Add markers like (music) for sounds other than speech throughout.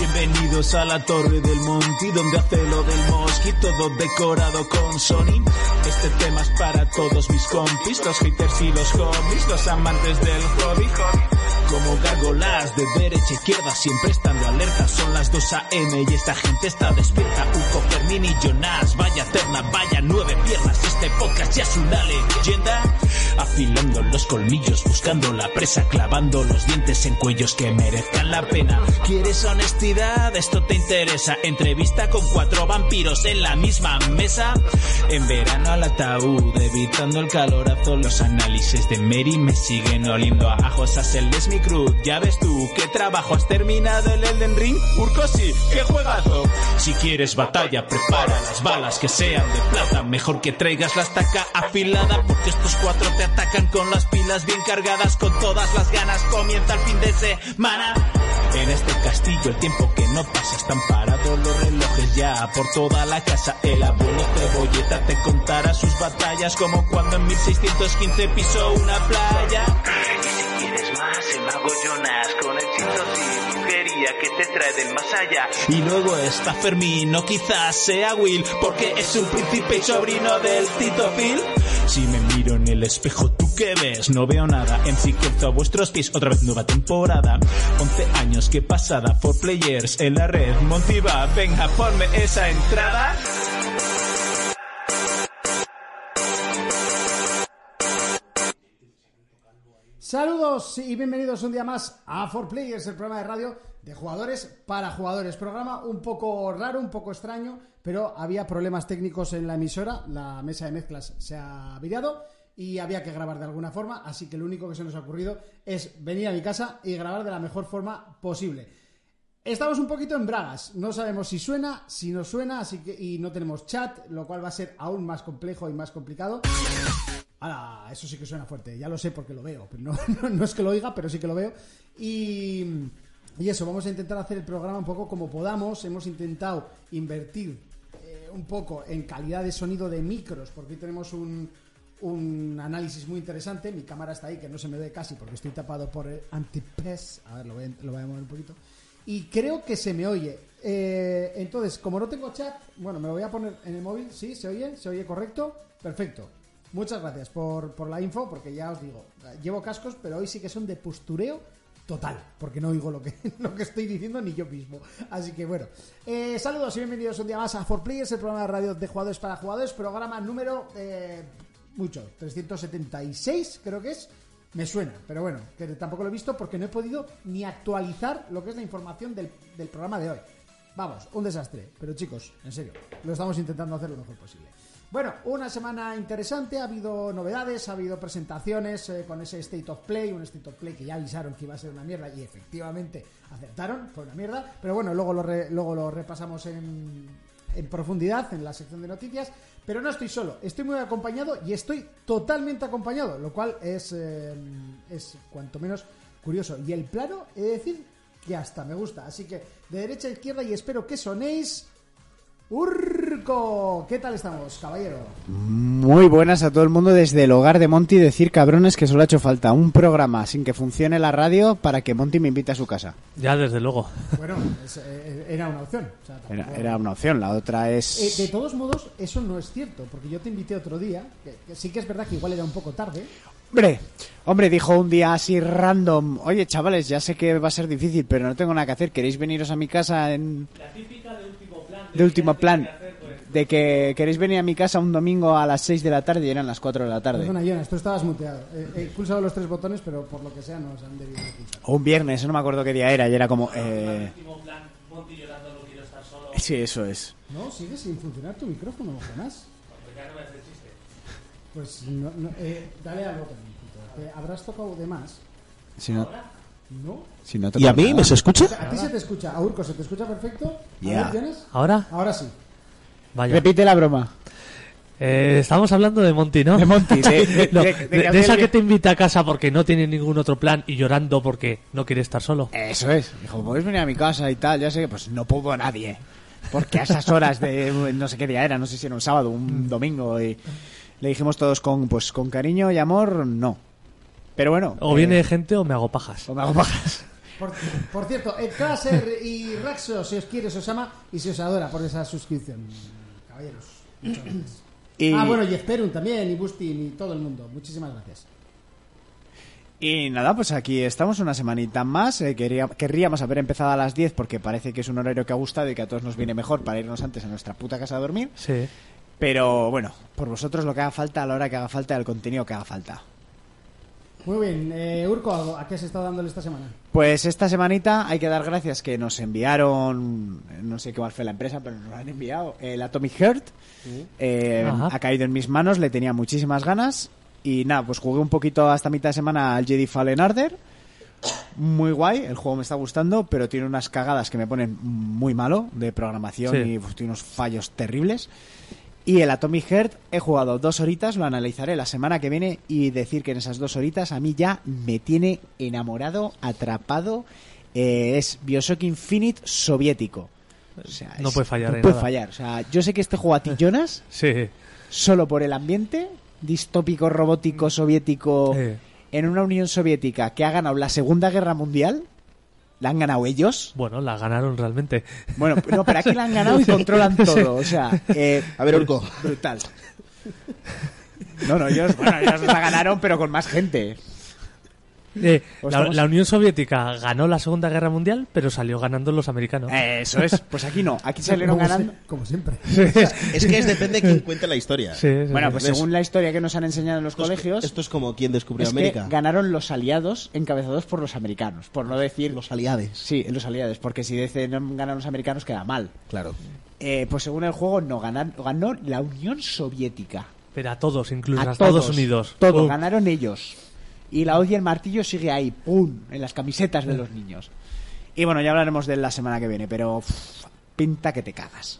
bienvenidos a la Torre del Monti, donde hace lo del mosquito, todo decorado con Sony. Este tema es para todos mis compis, los haters y los hobbies, los amantes del hobby. Como gárgolas de derecha a izquierda, siempre estando alerta. Son las 2 a.m. y esta gente está despierta. Uco, Fermín y Jonas, vaya terna, vaya nueve piernas. Este podcast ya es una leyenda. Afilando los colmillos, buscando la presa, clavando los dientes en cuellos que merezcan la pena. ¿Quieres honestidad? Esto te interesa. Entrevista con cuatro vampiros en la misma mesa. En verano al ataúd, evitando el calorazo. Los análisis de Mary me siguen oliendo a ajos. Hazel es mi cruz. Ya ves tú qué trabajo has terminado el Elden Ring. Urcosi, qué juegazo. Si quieres batalla, prepara las balas que sean de plata. Mejor que traigas la estaca afilada, porque estos cuatro te atacan con las pilas bien cargadas. Con todas las ganas comienza el fin de semana. En este castillo el tiempo que no pasa están parados los relojes ya por toda la casa. El abuelo cebolleta te contará sus batallas como cuando en 1615 pisó una playa. Y si quieres más, el mago Jonas con hechizos y brujería que te trae del más allá. Y luego está Fermín o quizás sea Will porque es un príncipe y sobrino del Tito Phil. Si me miro en el espejo, ¿tú qué ves? No veo nada. En Ciqueto a vuestros pies, otra vez nueva temporada. 11 años que pasada, for players en la red. Montiva, venga, ponme esa entrada. Saludos y bienvenidos un día más a 4Players, el programa de radio de jugadores para jugadores. Programa un poco raro, un poco extraño, pero había problemas técnicos en la emisora, la mesa de mezclas se ha virado y había que grabar de alguna forma, así que lo único que se nos ha ocurrido es venir a mi casa y grabar de la mejor forma posible. Estamos un poquito en bragas, no sabemos si suena, si no suena, así que y no tenemos chat, lo cual va a ser aún más complejo y más complicado. Ahora, eso sí que suena fuerte, ya lo sé porque lo veo. Pero no, (laughs) no, no es que lo oiga, pero sí que lo veo. Y, y eso, vamos a intentar hacer el programa un poco como podamos. Hemos intentado invertir eh, un poco en calidad de sonido de micros, porque hoy tenemos un, un análisis muy interesante. Mi cámara está ahí, que no se me ve casi porque estoy tapado por el antipes. A ver, lo voy, a- lo voy a mover un poquito. Y creo que se me oye. Eh, entonces, como no tengo chat, bueno, me lo voy a poner en el móvil. Sí, se oye, se oye correcto. Perfecto. Muchas gracias por, por la info, porque ya os digo, llevo cascos, pero hoy sí que son de postureo total, porque no oigo lo que, (laughs) lo que estoy diciendo ni yo mismo. Así que bueno, eh, saludos y bienvenidos un día más a 4Players, el programa de radio de jugadores para jugadores, programa número... eh, mucho, 376 creo que es, me suena, pero bueno, que tampoco lo he visto porque no he podido ni actualizar lo que es la información del, del programa de hoy. Vamos, un desastre, pero chicos, en serio, lo estamos intentando hacer lo mejor posible. Bueno, una semana interesante, ha habido novedades, ha habido presentaciones eh, con ese State of Play, un State of Play que ya avisaron que iba a ser una mierda y efectivamente aceptaron, fue una mierda, pero bueno, luego lo, re- luego lo repasamos en, en profundidad en la sección de noticias, pero no estoy solo, estoy muy acompañado y estoy totalmente acompañado, lo cual es, eh, es cuanto menos curioso. Y el plano, he de decir que hasta me gusta, así que de derecha a izquierda y espero que sonéis. Urco, ¿qué tal estamos, caballero? (laughs) Muy buenas a todo el mundo desde el hogar de Monty. Decir cabrones que solo ha hecho falta un programa sin que funcione la radio para que Monty me invite a su casa. Ya, desde luego. Bueno, es, eh, era una opción. o sea, Era, tampoco- era una opción, la otra Eh, de es. todos modos, eso no es cierto, porque yo te invité otro día, que- que sí que es verdad que igual era un poco tarde, Hombre, hombre, dijo un día así random. Oye, chavales, ya sé que va a ser difícil, pero no tengo nada que hacer. ¿Queréis veniros a mi casa en. de último plan. De que queréis venir a mi casa un domingo a las 6 de la tarde y eran las 4 de la tarde. Perdona, Jonas, tú estabas muteado. Eh, He pulsado los tres botones, pero por lo que sea nos han debido expulsar. O un viernes, no me acuerdo qué día era, y era como. Eh... Sí, eso es. No, sigue sin funcionar tu micrófono, Jonas. Pues no, no, eh, dale al botón. puto. Te habrás tocado de más, Si no, ¿no? si no te ¿Y a corta mí me nada. se O escucha? sea, a ti se te escucha, a Urco se te escucha perfecto. A Ya. ver, Jonas. ¿Ahora? Ahora sí. Vaya. Repite la broma. Eh, estamos hablando de Monty, (laughs) (laughs) ¿no? De Monty, de, No, de- de, de- de de- esa que te invita a casa porque no tiene ningún otro plan y llorando porque no quiere estar solo. Eso es. Dijo, podéis venir a mi casa y tal, ya sé que pues no puedo nadie. Porque a esas horas de (laughs) no sé qué día era, no sé si era un sábado, un domingo y le dijimos todos con pues con cariño y amor, no. Pero bueno. O eh, viene gente o me hago pajas. o me hago pajas. Por, por cierto, eh, el Traser y Raxo, si os quiere, os ama y se os adora por esa suscripción. Caballeros, muchas gracias. Y, Ah, bueno, y Esperum también, y Bustin, y todo el mundo. Muchísimas gracias. y nada, pues aquí estamos una semanita más. Eh, quería- querríamos haber empezado a las 10 porque parece que es un horario que ha gustado y que a todos nos viene mejor para irnos antes a nuestra puta casa a dormir. Sí. Pero bueno, por vosotros lo que haga falta, a la hora que haga falta, el contenido que haga falta. Muy bien, eh, Urco, ¿a qué has estado dándole esta semana? Pues esta semanita hay que dar gracias que nos enviaron, no sé qué más fue la empresa, pero nos lo han enviado, el Atomic Heart. Eh, Ajá. ha caído en mis manos, le tenía muchísimas ganas. Y nada, pues jugué un poquito hasta mitad de semana al Jedi Fallen Order. Muy guay, el juego me está gustando, pero tiene unas cagadas que me ponen muy malo de programación Sí. y uf, tiene unos fallos terribles. Y el Atomic Heart he jugado dos horitas, lo analizaré la semana que viene y decir que en esas dos horitas a mí ya me tiene enamorado, atrapado. Eh, es Bioshock Infinite soviético. O sea, No es- puede fallar No en puede nada. fallar. O sea, yo sé que este juego a tillonas Sí. solo por el ambiente distópico, robótico, soviético, Eh. en una Unión Soviética que ha ganado la Segunda Guerra Mundial. La han ganado ellos. Bueno, la ganaron realmente. Bueno, no, pero aquí la han ganado y controlan todo. O sea, eh, A ver, Urco. Brutal. No, no, ellos, bueno, ellos la ganaron, pero con más gente. Eh, Pues la, estamos- la Unión Soviética ganó la Segunda Guerra Mundial, pero salió ganando los americanos. Eh, Eso es. Pues aquí no. Aquí salieron Como se- ganando. Como siempre. Es que es depende de quién cuente la historia. Sí, sí, sí. Bueno, pues ¿Ves? según la historia que nos han enseñado en los Esto es- colegios, Esto es como quien descubrió es que América. ganaron los aliados encabezados por los americanos. Por no decir. Los aliados. Sí, los aliados. Porque si dicen "No, ganan los americanos, queda mal. Claro. Eh, pues según el juego, no. Ganan, ganó la Unión Soviética. pero a todos, incluso A a, todos, Pues Estados Unidos. Todo, Uh, ganaron ellos. Y la hoz y el martillo sigue ahí, ¡pum! En las camisetas de Eh. los niños. Y bueno, ya hablaremos de él la semana que viene, pero uff, pinta que te cagas.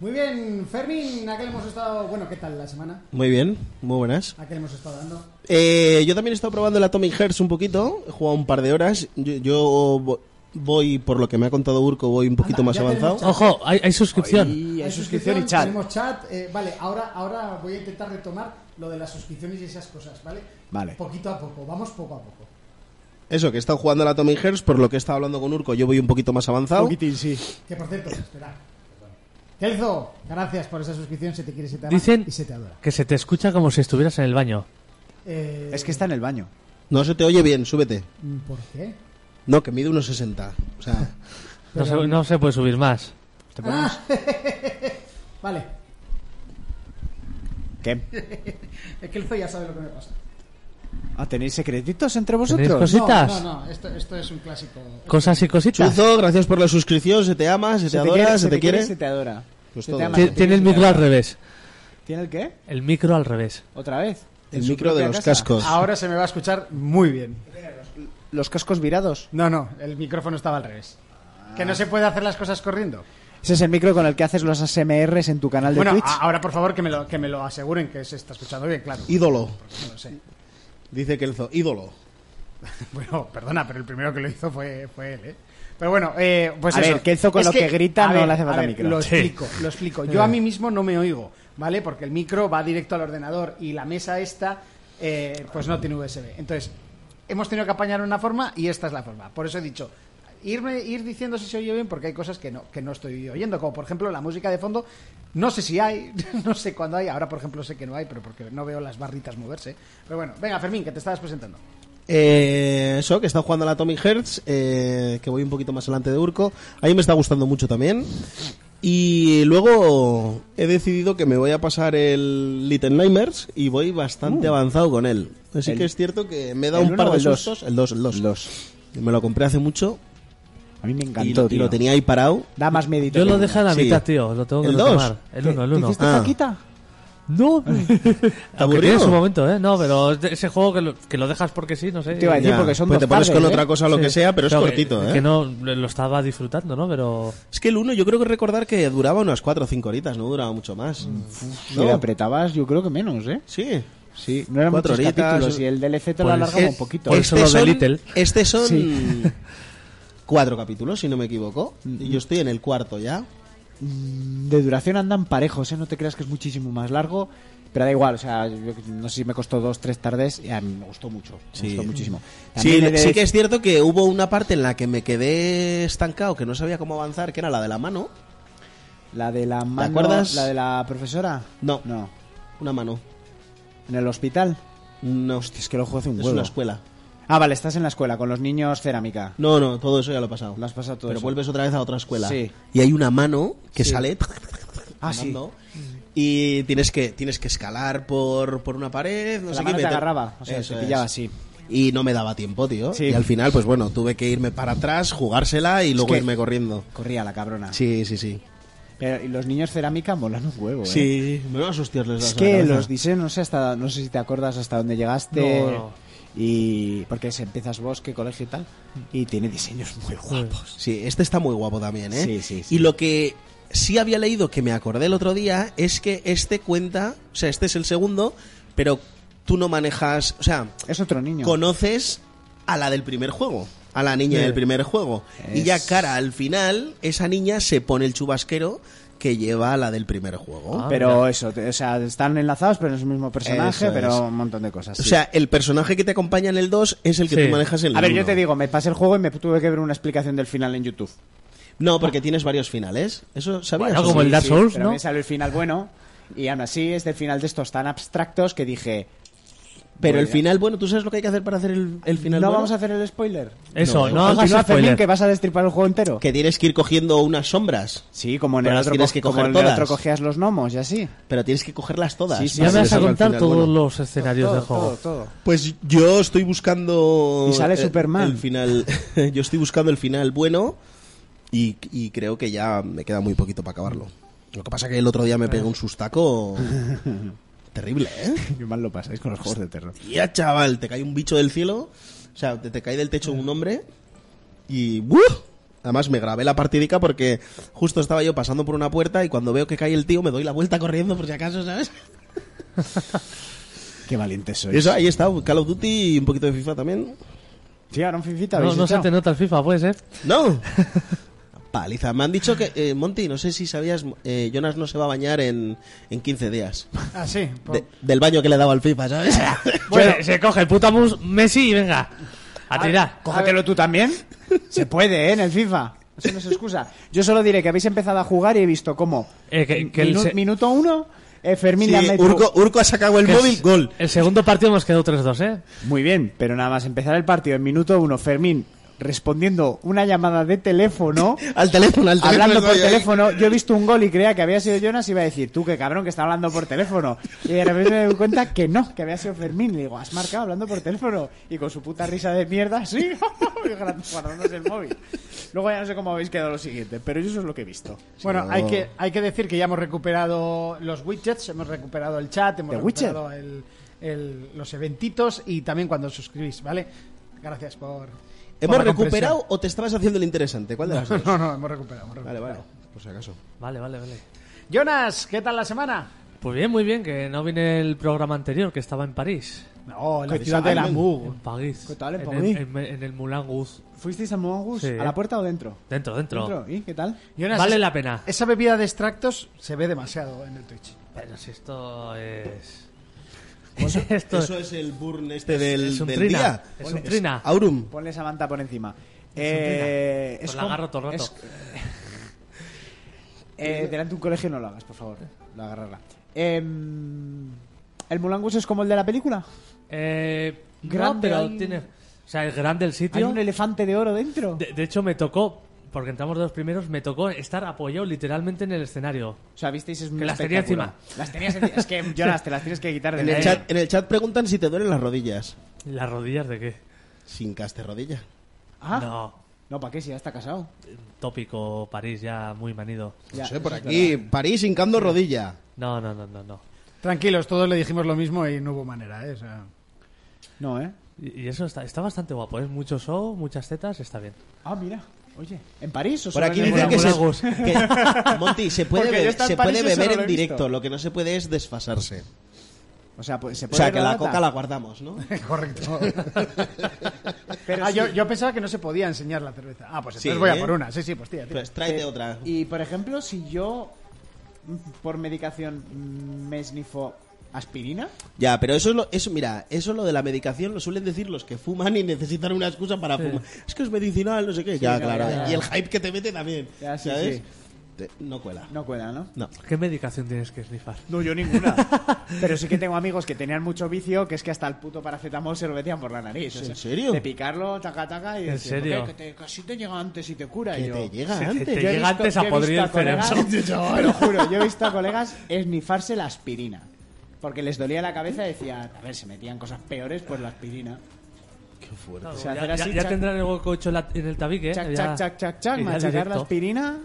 Muy bien, Fermín, ¿a qué le hemos estado? Bueno, ¿qué tal la semana? Muy bien, muy buenas. ¿A qué le hemos estado dando? Eh, yo también he estado probando el Atomic Hearts un poquito. He jugado un par de horas. Yo, yo vo- voy, por lo que me ha contado Urco, voy un poquito Anda, más ya tenemos avanzado. chat. Ojo, hay, hay suscripción. Y hay suscripción y chat. Tenemos chat. eh, vale, ahora, ahora voy a intentar retomar lo de las suscripciones y esas cosas, ¿vale? Vale. Poquito a poco, vamos poco a poco. Eso, que he estado jugando al Atomic Hearts, por lo que he estado hablando con Urco, yo voy un poquito más avanzado. sí. Eh. Que por cierto, espera. Kelzo, gracias por esa suscripción, se te quiere, se te ama Dicen y se te adora. que se te escucha como si estuvieras en el baño. Eh, Es que está en el baño. No se te oye bien, súbete. ¿Por qué? No, que mide unos 60. O sea, No se, no se puede subir más. ¿Te ponemos? Vale, ¿Qué? el eh, Kelzo ya sabe lo que me pasa. Ah, ¿Tenéis secretitos entre ¿Tenéis vosotros? cosi- ¿Cositas? No, no, no, esto, esto es un clásico. Cosas y cositas. Chuzo, gracias por la suscripción, se te ama, se te, adora, se, te quiere. Se te adora. Pues Se todo. te ama, Ti- se te Tiene quiere, el se te micro al adora. revés. ¿Tiene el qué? El micro al revés. ¿Otra vez? El ¿En su micro de propia los casa? cascos. Ahora se me va a escuchar muy bien. ¿Los cascos virados? No, no, el micrófono estaba al revés. Que no se puede hacer las cosas corriendo. Ese es el micro con el que haces los ASMRs en tu canal de Bueno, Twitch. a- ahora por favor que me, lo, que me lo aseguren que se está escuchando bien, claro. Ídolo. No lo sé. Dice Kelzo, ídolo. Bueno, (laughs) perdona, pero el primero que lo hizo fue, fue él, ¿eh? Pero bueno, eh, pues A eso. ver, Kelzo con Es lo que grita a no le hace a falta ver, micro. Lo Sí. explico, lo explico. Yo a mí mismo no me oigo, ¿vale? Porque el micro va directo al ordenador y la mesa esta, eh, pues no tiene USB. Entonces, hemos tenido que apañar una forma y esta es la forma. Por eso he dicho, irme, ir diciendo si se oye bien porque hay cosas que no, que no estoy oyendo. Como por ejemplo la música de fondo, no sé si hay, (laughs) no sé cuándo hay. Ahora por ejemplo sé que no hay, pero porque no veo las barritas moverse. Pero bueno, venga Fermín, que te estabas presentando. Eh, eso, que está jugando la Tommy Hertz, eh, que voy un poquito más adelante de Urco. A mí me está gustando mucho también. Y luego he decidido que me voy a pasar el Little Nightmares y voy bastante avanzado con él. Así Mm. El- que es cierto que me da ¿el un par uno o de el dos? sustos. El 2, el 2. Los. Me lo compré hace mucho A mí me y, encantó, y tío. lo tenía ahí parado. Da más medito. Yo que lo una. dejé a la Sí. mitad, tío. Lo tengo que ¿El dos? retomar. El uno, el ¿Te uno. hiciste Ah. caquita? No. (laughs) Aunque aburrido? tiene su momento, ¿eh? No, pero es de- ese juego que lo, que lo dejas porque sí, no sé. Te iba a decir, Ya, Ah, porque son pues dos te pones tardes, con ¿eh? otra cosa, lo Sí. que sea, pero es Claro, que- cortito, ¿eh? Que no lo estaba disfrutando, ¿no? Pero Es que el 1 yo creo que recordar que duraba unas 4 o 5 horitas, no duraba mucho más. Mm. Si ¿No? le apretabas, yo creo que menos, ¿eh? Sí. Sí, no eran Cuatro eh. muchos horitas, capítulos o- y el DLC te lo Pues alargaba es- un poquito. Por es- eso lo de Little. Este (laughs) son cuatro capítulos, si no me equivoco. Y yo estoy en el cuarto ya. mm, de duración andan parejos, ¿eh? No te creas que es muchísimo más largo. Pero da igual, o sea, yo no sé si me costó dos, tres tardes y a mí me gustó mucho. Me Sí. gustó muchísimo. Sí, También he de sí que decir- es cierto que hubo una parte en la que me quedé estancado, que no sabía cómo avanzar, que era la de la mano. La de la mano, acuerdas? ¿La de la profesora? No. No. Una mano. ¿En el hospital? No, Hostia, es que lo juego hace un es huevo. una escuela. Ah, vale, estás en la escuela con los niños cerámica. No, no, todo eso ya lo he pasado. Lo has pasado todo Pero eso. vuelves otra vez a otra escuela. Sí. Y hay una mano que Sí. sale. Ah, sí. (laughs) andando, Y tienes que, tienes que escalar por, por una pared. No La sé qué, mano te meter- agarraba, o sea, Eso te es. pillaba así. Y no me daba tiempo, tío. Sí. Y al final, pues bueno, tuve que irme para atrás, jugársela y luego que- irme corriendo. Corría la cabrona. Sí, sí, sí. Pero, y los niños cerámica molan un huevo, ¿eh? Sí, menos hostias les das Es a la que cabeza. los diseños, no sé hasta, no sé si te acuerdas hasta dónde llegaste. No, no. Y porque se empiezas bosque, colegio y tal. Y tiene diseños muy Ah, eh, pues, guapos. Sí, este está muy guapo también, ¿eh? Sí, sí, sí. Y lo que sí había leído que me acordé el otro día es que este cuenta, o sea, este es el segundo, pero tú no manejas, o sea, Es otro niño. conoces a la del primer juego, a la niña del primer juego. Y ya Eh. Es- cara al final, esa niña se pone el chubasquero que lleva a la del primer juego. Ah, pero eso, te- o sea, están enlazados, pero no es el mismo personaje, Eso pero es. un montón de cosas. O sí. sea, el personaje que te acompaña en el 2 es el que Sí. tú manejas en el a ver, yo uno. te digo, me pasé el juego y me tuve que ver una explicación del final en YouTube. No, porque tienes varios finales. Eso sabías. Bueno, o como no? el Dark Souls, pero ¿no? me salió el final bueno. Y aún así, es del final de estos tan abstractos que dije, Pero el Bueno. final, bueno, ¿tú sabes lo que hay que hacer para hacer el, el final no bueno? vamos a hacer el spoiler. Eso, No, no, hagas Continúa, Fermín, spoiler. que vas a destripar el juego entero. Que tienes que ir cogiendo unas sombras. Sí, como en, el Pero las otro, tienes co- que como coger en el otro todas. cogías los gnomos y así. Pero tienes que cogerlas todas. Sí, sí, para Ya me vas a llegar al contar final todos bueno. los escenarios todo, del juego. Todo, todo. Pues yo estoy buscando. Y sale el- Superman. El final. (laughs) yo estoy buscando el final bueno. Y, y creo que ya me queda muy poquito para acabarlo. Lo que pasa que el otro día me pegué un (laughs) sustaco. terrible, ¿eh? Qué mal lo pasáis con los juegos de terror. Ya, chaval, te cae un bicho del cielo. O sea, te, te cae del techo un hombre. Y. ¡buah! Además, me grabé la partidica porque justo estaba yo pasando por una puerta y cuando veo que cae el tío me doy la vuelta corriendo por si acaso, ¿sabes? Qué valiente sois. Eso, ahí está, Call of Duty y un poquito de FIFA también. Sí, ahora un fifita No, habéis no se echado. te nota el FIFA, pues, ¿eh? ¡No! (laughs) Paliza. Me han dicho que, eh, Monty, no sé si sabías, eh, Jonas no se va a bañar en, en 15 días. Ah, sí. por- De- del baño que le daba al FIFA, ¿sabes? se, se coge el puto mus- Messi y venga, a tirar. Cógetelo tú también. (laughs) Se puede, ¿eh? En el FIFA. Eso no es excusa. Yo solo diré que habéis empezado a jugar y he visto cómo. Eh, que- que el Minu- se- Minuto uno, eh, Fermín Sí, le ha metido- Urco, Urco ha sacado el Que móvil, es- gol. El segundo partido hemos quedado 3-2, ¿eh? Muy bien, pero nada más empezar el partido en minuto uno, Fermín respondiendo una llamada de (laughs) teléfono. Al teléfono, al teléfono. hablando por estoy ahí. teléfono. Yo he visto un gol y creía que había sido Jonas y iba a decir, tú qué cabrón que está hablando por teléfono. Y de repente me doy cuenta que no, que había sido Fermín. Le digo, has marcado hablando por teléfono. Y con su puta risa de mierda, sí, (laughs) (laughs) guardándose el móvil. Luego ya no sé cómo habéis quedado lo siguiente, pero eso es lo que he visto. Bueno, hay que, hay que decir que ya hemos recuperado los widgets, hemos recuperado el chat, hemos ¿The recuperado el- el- los eventitos y también cuando os suscribís, ¿vale? Gracias por. ¿Hemos por la recuperado o te estabas haciendo el interesante? ¿Cuál de las dos? comprensión. (laughs) No, no, hemos recuperado. hemos Vale, recuperado. vale. Por si acaso. Vale, vale, vale. Jonas, ¿qué tal la semana? Pues bien, muy bien, que no vine el programa anterior, que estaba en París. No, la ¿Qué ciudad tal? de la En Mug. París. ¿Qué tal en el- París? En, en el Moulin Rouge. ¿Fuisteis a Mongus? Sí. ¿A la puerta o dentro? Dentro, dentro. ¿Dentro? ¿Y qué tal? Jonas, Vale es- la pena. Esa bebida de extractos se ve demasiado en el Twitch. Pero si esto es... Pues (laughs) esto Eso es el burn este del, es un del trina, día. es un trina. Aurum. Ponle esa manta por encima. Eh, Eh, Pues la como- agarro todo el rato. es- Eh, delante de un colegio no lo hagas, por favor. Lo agarrarla. Em, ¿El Mulangus es como el de la película? Eh, no, Grande pero hay- tiene... O sea, es grande el ¿Hay sitio. un elefante de oro dentro? De, de hecho, me tocó, porque entramos de los primeros, me tocó estar apoyado literalmente en el escenario. O sea, visteis, es un Que las tenía espectáculo. encima. Las tenías encima. Es que, Jonas, te las tienes que quitar de En (laughs) el, ahí. chat, en el chat preguntan si te duelen las rodillas. ¿Las rodillas de qué? Sin caste rodilla. ¿Ah? No, No, ¿para qué? Si ya está casado. tópico París ya muy manido. Ya, no sé, por eso es aquí. París hincando rodilla. No, no, no, no, no. Tranquilos, todos le dijimos lo mismo y no hubo manera, ¿eh? O sea, verdad. No, ¿eh? Y y eso está, está bastante guapo, es mucho show, muchas tetas, está bien. Ah, mira. Oye, ¿en París? ¿O Por aquí solamente en dicen que se, Mulangus? Molangus. (laughs) que- Monty, se puede, Porque yo beber, estaba en se París, puede eso no beber lo en he visto. directo. Lo que no se puede es desfasarse. O sea, pues, se O puede sea, ver que la data? coca la (laughs) guardamos, ¿no? Correcto. Pero Ah, sí. yo, yo pensaba que no se podía enseñar la cerveza. Ah, pues Sí, entonces voy ¿eh? a por una. Sí, sí, pues tía, tía. Pues tráete otra. Y por ejemplo, si yo mm, por medicación mm, me esnifo aspirina, Ya, pero eso es lo, eso, mira, eso lo de la medicación lo suelen decir los que fuman y necesitan una excusa para fumar. Es que es medicinal, no sé qué. ya, no, claro. ya. Y el hype que te mete también. Ya, sí, ¿Sabes? sí. Te- no cuela. no cuela, ¿no? No. ¿Qué medicación tienes que snifar? No, yo ninguna. Pero sí que tengo amigos que tenían mucho vicio, que es que hasta el puto paracetamol se lo metían por la nariz. o ¿En sea, serio? De picarlo, taca, taca, y ¿En decir, serio? "Joder, Que te, casi te llega antes y te cura. Que y yo, te llega Sí, antes. te- yo he llega antes yo a he visto podrir el (laughs) colegas- cerebro. Te lo juro, yo he visto a colegas esnifarse la aspirina. Porque les dolía la cabeza y decían, a ver, se metían cosas peores, pues la aspirina. Qué fuerte. O sea, hacer Ya, ya- así, ya chac, tendrán el hueco hecho en la- en el tabique, ¿eh? chac, Ya- chac, chac, chac, chac, y ya machacar la directo. aspirina.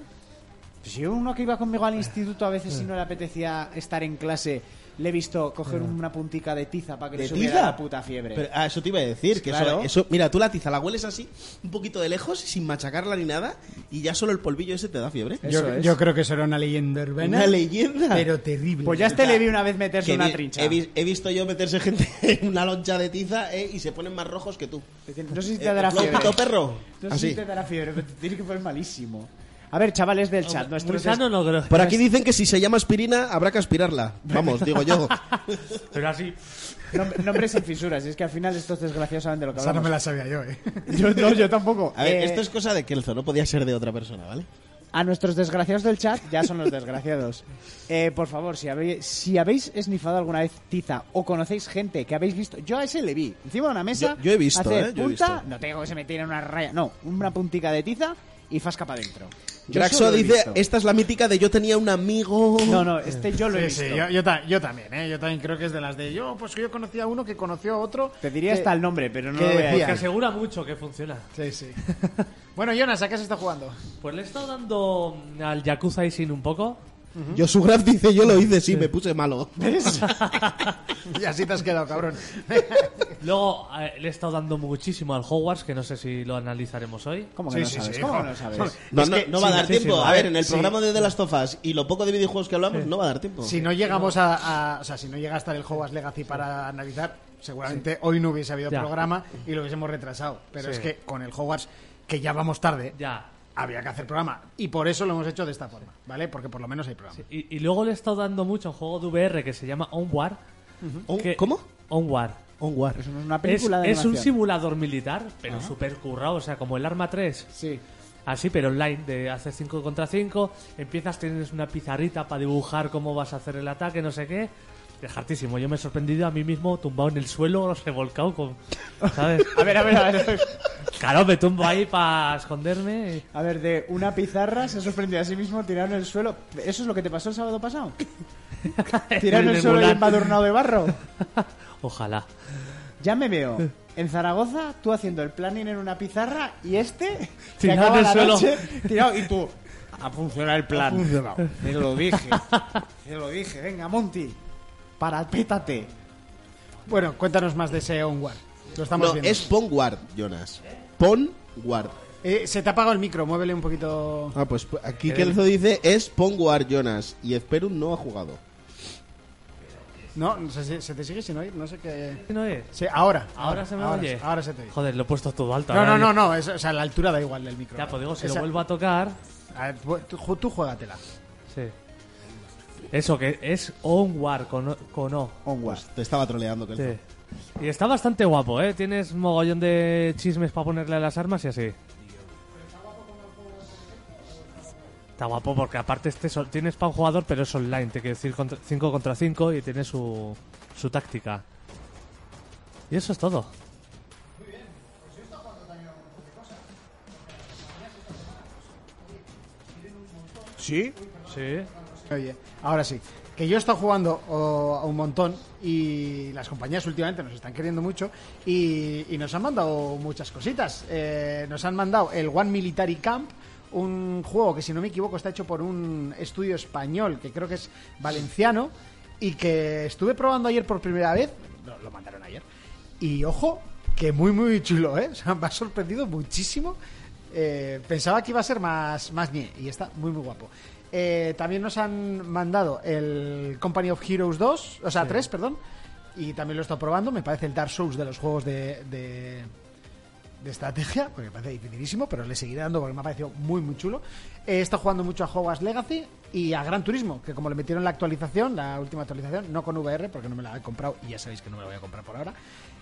Pues yo uno que iba conmigo al instituto a veces si no le apetecía estar en clase, le he visto coger una puntica de tiza para que le ¿De subiera tiza? la puta fiebre. Pero, ah, eso te iba a decir. Que eso- Claro. eso, mira, tú la tiza la hueles así, un poquito de lejos, sin machacarla ni nada, y ya solo el polvillo ese te da fiebre. Yo, Eso es. yo creo que eso era una leyenda urbana. Una leyenda. Pero terrible. pues ya este le vi una vez meterse Que una vi- trincha. He, vi- he visto yo meterse gente (laughs) en una loncha de tiza eh, y se ponen más rojos que tú. No sé si te dará Eh, Ah, lo- fiebre. puto perro. No sé Así. si te dará fiebre, pero te tiene que poner malísimo. A ver, chavales del chat, Muy nuestros sano no creo. Por aquí dicen que si se llama aspirina habrá que aspirarla. Vamos, digo yo. pues, Pero así. nom- nombres sin fisuras. Y es que al final estos desgraciados saben de lo que Esa no hablamos. me la sabía yo, (laughs) eh. Yo no, yo tampoco. A ver, Eh, esto es cosa de Kelzo, no podía ser de otra persona, ¿vale? A nuestros desgraciados del chat ya son los desgraciados. Eh, por favor, si habéis, si habéis esnifado alguna vez tiza o conocéis gente que habéis visto, yo a ese le vi encima de una mesa. Yo- yo he visto, hacer eh, yo he punta, visto. no tengo que se metiera una raya, no, una puntica de tiza y fasca para adentro. Yo eso Graxo lo he dice, "Este-". visto. esta es la mítica de yo tenía un amigo. No, no, este yo lo he Sí, visto. sí, yo, yo ta- yo también, ¿eh? Yo también creo que es de las de yo, pues que yo conocía a uno que conoció a otro. Te diría que- hasta el nombre, pero no ¿Qué lo voy a decía? Que asegura mucho que funciona. Sí, sí. (laughs) bueno, Jonas, ¿a qué se está jugando? (laughs) Pues le he estado dando mm, al Yakuza Isin un poco. Yo su graf dice, yo lo hice, sí, me puse (laughs) malo. Y así te has quedado, cabrón. Luego eh, le he estado dando muchísimo al Hogwarts, que no sé si lo analizaremos hoy. ¿Cómo que Sí, no sí, sabes? sí, ¿Cómo joder. no sabes? No, Es no- que no va a sí, dar sí, tiempo. sí, A ver, en el sí. programa de The Last of Us y lo poco de videojuegos que hablamos, no va a dar tiempo. Si no llegamos a, a- O sea, si no llega a estar el Hogwarts Legacy para analizar, seguramente hoy no hubiese habido Ya. programa y lo hubiésemos retrasado. Pero es que con el Hogwarts, que ya vamos tarde, Ya. había que hacer programa. Y por eso lo hemos hecho de esta forma, ¿vale? Porque por lo menos hay programa. Y, y luego le he estado dando mucho a un juego de VR que se llama Onward. On- que- ¿Cómo? Onward. Onward. Es una Es, película de es un animación. simulador militar, pero súper currado, o sea, como el Arma 3. Sí. Así, pero online, de hacer 5 contra 5. Empiezas, tienes una pizarrita para dibujar cómo vas a hacer el ataque, no sé qué. Es hartísimo. Yo me he sorprendido a mí mismo tumbado en el suelo, (laughs) no sé, volcado con. ¿Sabes? A ver, a ver, a ver. Claro, me tumbo ahí para esconderme. y- (laughs) A ver, de una pizarra se ha sorprendido a sí mismo tirado en el suelo. ¿Eso es lo que te pasó el sábado pasado? Tirado en el (laughs) El suelo y Mulan. empadurnado de (laughs) barro. Ojalá. Ya me veo. En Zaragoza, tú haciendo el planning en una pizarra y este (laughs) que Tirado acaba en el la suelo. (laughs) noche tirado y tú. A funcionar el plan. Te lo (laughs) dije. Te lo dije. Venga, Monty. Parapétate. Bueno, cuéntanos más de ese Onward. Lo estamos No, viendo. es Ponward, Jonas. Ponward. Eh, se te ha apagado el micro, muévele un poquito. Ah, pues aquí Kelzo dice, es Ponward, Jonas. Y Esperum no ha jugado. No, no sé si- se te sigue sin oír, no sé qué. ¿No es? Sí, ahora. Ahora se me oye. Ahora se te oye. Joder, lo he puesto todo alto. No, ahora no, ya- no, no, es- o sea, la altura da igual del micro. Ya, pues digo, si Esa- lo vuelvo a tocar. a ver, pues, tú- tú, tú juégatela. Sí. Eso, que es Onward con, con O. Pues te estaba troleando, Ah, Kelzo. Sí. Y está bastante guapo, ¿eh? Tienes mogollón de chismes para ponerle a las armas y así. Está guapo porque aparte este sol- tienes para un jugador, pero es online. Te quiero decir 5 contra 5 y tiene su, su táctica. Y eso es todo. ¿Sí? Sí. Pues, Oye, ahora sí. Que yo he estado jugando o, a un montón y las compañías últimamente nos están queriendo mucho y, y nos han mandado muchas cositas. Eh, nos han mandado el One Military Camp, un juego que si no me equivoco está hecho por un estudio español que creo que es valenciano y que estuve probando ayer por primera vez. Lo, lo mandaron ayer. Y ojo, que muy muy chulo, ¿eh? (laughs) O sea, me ha sorprendido muchísimo. Eh, pensaba que iba a ser más, más ñe y está muy muy guapo. Eh, también nos han mandado el Company of Heroes 2, o sea, 3, perdón, y también lo he estado probando. Me parece el Dark Souls de los juegos de, de, de estrategia, porque me parece dificilísimo, pero le seguiré dando porque me ha parecido muy, muy chulo. He estado jugando mucho a Hogwarts Legacy y a Gran Turismo, que como le metieron la actualización, la última actualización, no con VR, porque no me la he comprado y ya sabéis que no me la voy a comprar por ahora.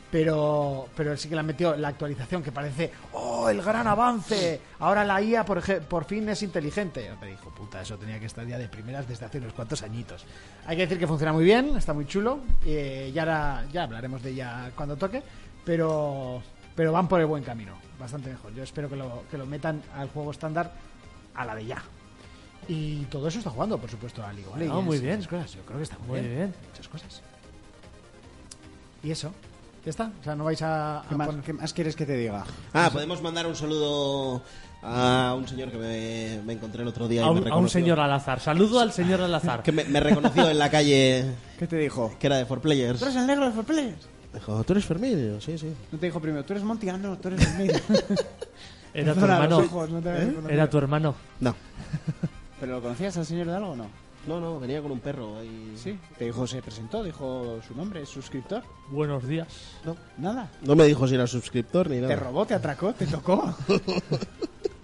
Pero, pero sí que le han metido la actualización que parece, oh, el gran avance. Ahora la IA por, ej- por fin es inteligente. Yo te dijo, puta, eso tenía que estar ya de primeras desde hace unos cuantos añitos. Hay que decir que funciona muy bien, está muy chulo. eh, y ahora ya hablaremos de ella cuando toque. Pero, pero van por el buen camino, bastante mejor. Yo espero que lo, que lo metan al juego estándar a la de ya. Y todo eso está jugando, por supuesto, a League of Bueno, Legends muy y bien. esas cosas. Yo creo que está muy, Muy bien. Muchas cosas. Y eso. Ya está. O sea, no vais a. a Ah, ¿Qué más, poner- qué más quieres que te diga? Ah, podemos mandar un saludo a un señor que me, me encontré el otro día. y A me un, a un reconoció. señor al azar. Saludo al señor al azar. Que me, me reconoció en la calle ¿Qué te dijo? que era de For Players. eres el negro de For Players? Dijo, ¿tú eres Fermín? Y yo, sí, sí. No te dijo primero, tú eres Monty, ah, no, tú eres (laughs) Fermín. Era (laughs) tu Perdona, los hermano. ¿Eh? ojos, no te había reconocido. Era tu hermano. No. ¿Pero lo conocías al señor de algo o no? No, no, venía con un perro ahí. Sí. Te dijo, se presentó, dijo su nombre, es suscriptor. Buenos días. No. Nada. No me dijo si era suscriptor Ah. ni nada. Te robó, te atracó, te (laughs) tocó.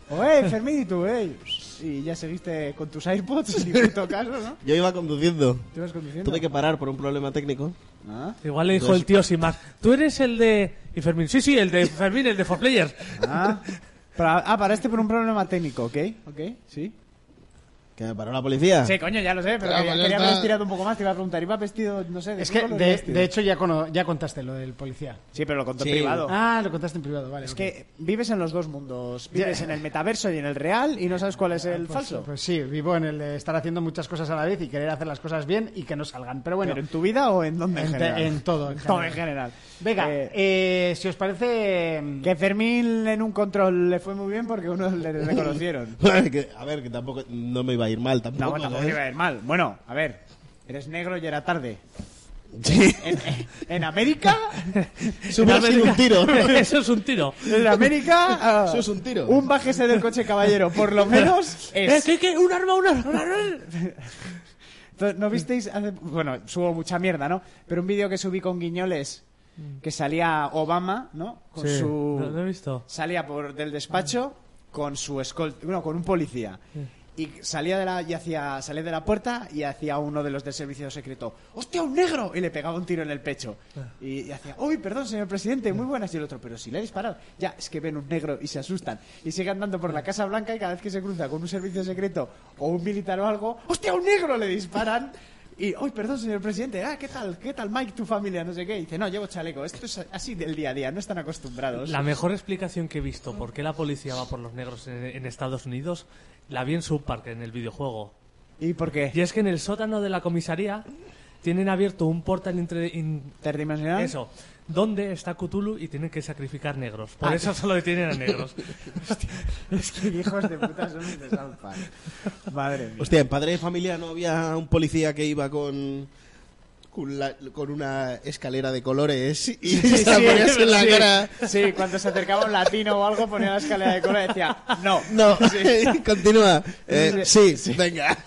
Oye, Fermín, y tú, ey. Y ya seguiste con tus AirPods sin ningún caso, ¿no? Yo iba conduciendo. ¿Te ibas conduciendo? Tuve que parar por un problema técnico. Ah, Igual le dijo el tío sin más. Tú eres el de. Y Fermín. Sí, sí, el de Fermín, el de For (laughs) Players. ah. Para, ah, paraste por un problema técnico, ¿ok? ¿Ok? ¿Sí? Que me paró la policía. Sí, coño, ya lo sé, pero Claro, quería, pues ya quería está. haber estirado un poco más, te iba a preguntar, iba vestido, no sé, de Es qué que, color de, ibas vestido? de hecho, ya, cono- ya contaste lo del policía. Sí, pero lo contó Sí. en privado. Ah, lo contaste en privado, vale. Es que vives en los dos mundos, vives en el metaverso y en el real y no sabes cuál es el falso. Pues sí, vivo en el de estar haciendo muchas cosas a la vez y querer hacer las cosas bien y que no salgan. Pero bueno, ¿Pero en tu vida o en dónde en, en, te- general? en todo. (laughs) en Todo en general. general. Venga, Eh, eh, si os parece. mm, que Fermín en un control le fue muy bien porque uno le reconocieron. (laughs) Que- a ver, que tampoco. No me iba a ir mal tampoco. No, bueno, tampoco ¿sabes? te iba a ir mal. Bueno, a ver, eres negro y era tarde. Sí. En, en América, Se hubiera sido un tiro. (laughs) Eso es un tiro. en América, ah, Eso es un tiro. Un bájese del coche, caballero, por lo menos Eh, es. ¿qué, qué? Un arma, un arma, un (laughs) arma. Entonces, ¿No visteis? hace- bueno, subo mucha mierda, ¿no? Pero un vídeo que subí con Guiñoles, que salía Obama, ¿no? Con Sí, su... lo- lo he visto. Salía por del despacho con su escolta, bueno, con un policía. Y salía de la, y hacía, salía de la puerta y hacía uno de los del servicio secreto, ¡hostia, un negro! Y le pegaba un tiro en el pecho. Y, y hacía, ¡uy, perdón, señor presidente! Muy buenas. Y el otro, pero si le he disparado. Ya, es que ven un negro y se asustan. Y sigue andando por la Casa Blanca y cada vez que se cruza con un servicio secreto o un militar o algo, ¡hostia, un negro! Le disparan. Y, hoy perdón, señor presidente! Ah, ¿qué tal? ¿Qué tal, Mike, tu familia? No sé qué. Y dice, no, llevo chaleco. Esto es así del día a día. No están acostumbrados. La mejor explicación que he visto por qué la policía va por los negros en, en Estados Unidos la vi en South Park, en el videojuego. ¿Y por qué? Y es que en el sótano de la comisaría tienen abierto un portal entre, in- ¿Interdimensional? (laughs) Eso. ¿Dónde está Cthulhu y tienen que sacrificar negros? Por Ah. eso solo detienen (laughs) a negros. Es que hijos de puta son un desalpa. Madre mía. Hostia, en padre de familia no había un policía que iba con. Con, la- con una escalera de colores y (laughs) se la ponías en la sí. cara. Sí, cuando se acercaba un latino o algo ponía la escalera de cola y decía, no. No, (laughs) continúa. Eh, sí, venga.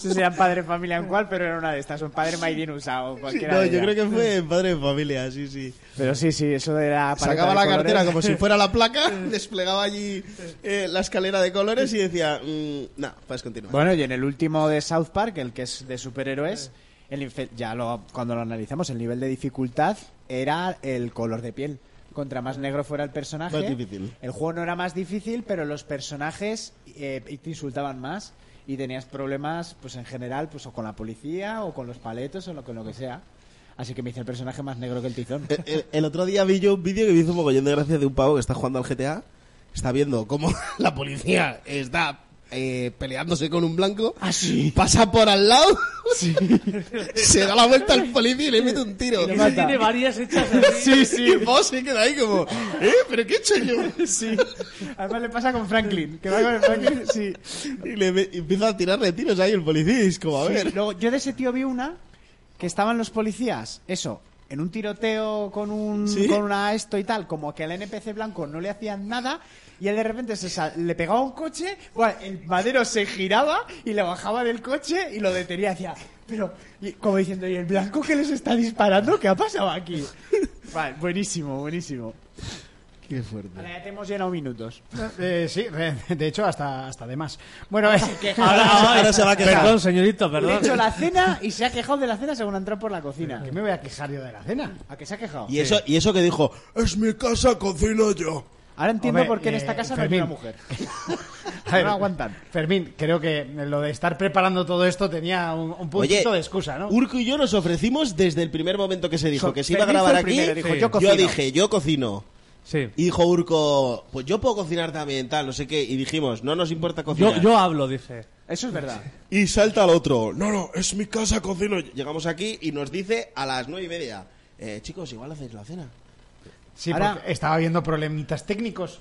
Si sean padre, familia, en cual, pero era una de estas. Un padre Maidinusa o cualquiera No, de yo ellas. creo que fue en padre de familia, sí, sí. Pero sí, sí, eso de la paleta Sacaba de la colores. cartera como si fuera la placa, (laughs) desplegaba allí eh, la escalera de colores y decía, mm, no, puedes continuar. Bueno, y en el último de South Park, el que es de superhéroes, el infe- ya lo, cuando lo analizamos, el nivel de dificultad era el color de piel. Contra más negro fuera el personaje, Más difícil. el juego no era más difícil, pero los personajes eh, te insultaban más y tenías problemas, pues en general, pues o con la policía o con los paletos o lo, con lo que sea. Así que me hice el personaje más negro que el (laughs) tizón. Eh, El, el otro día vi yo un vídeo que me hizo un mogollón de gracia de un pavo que está jugando al GTA. Está viendo cómo (laughs) la policía está eh, peleándose con un blanco. Pasa por al lado. (laughs) se da la vuelta al policía y le mete un tiro. Ese mata. tiene varias hechas (laughs) así. Sí, sí. (laughs) Y el pavo se queda ahí como, ¿eh? ¿Pero qué he hecho yo? Sí. Además le pasa con Franklin, que va con el Franklin, sí. Y le me- y empieza a tirarle tiros ahí el policía y es como, a Sí, ver. luego, yo de ese tío vi una que estaban los policías, eso, en un tiroteo con un Sí. con una esto y tal, como que al NPC blanco no le hacían nada y él de repente se sal- le pegaba un coche, bueno, el madero se giraba y le bajaba del coche y lo detenía hacia pero y- como diciendo, ¿y el blanco que les está disparando? ¿Qué ha pasado (laughs) aquí? Vale, buenísimo, buenísimo. Qué fuerte. Vale, ya te hemos llenado minutos. Eh, sí, re- (laughs) de hecho, hasta, hasta de más. Bueno, (laughs) eh, Ahora, ahora se va a quejar. Perdón, señorito, Le he perdón. hecho la cena y se ha quejado de la cena según ha entrado por la cocina. que me voy a quejar yo de la cena. ¿A qué se ha quejado? Y, eso, y eso que dijo, es mi casa, cocino yo. Ahora entiendo Hombre, por qué en eh, esta casa no Fermín. hay una mujer. A ver, no aguantan. Fermín, creo que lo de estar preparando todo esto tenía un, un puntito de excusa, ¿no? Urco y yo nos ofrecimos desde el primer momento que se dijo So- que se iba a Fermín fue grabar el aquí. primero, dijo, Sí. "Yo cocino". yo dije, yo cocino. Sí. Y dijo Urco, pues yo puedo cocinar también, tal, no sé qué. Y dijimos, no nos importa Yo, cocinar. yo hablo, dije. Eso (laughs) es verdad. Y salta al otro, no, no, es mi casa, cocino. yo". Llegamos aquí y nos dice a las nueve y media, "Eh, chicos, igual hacéis la cena. Sí, Ahora- porque estaba viendo problemitas técnicos.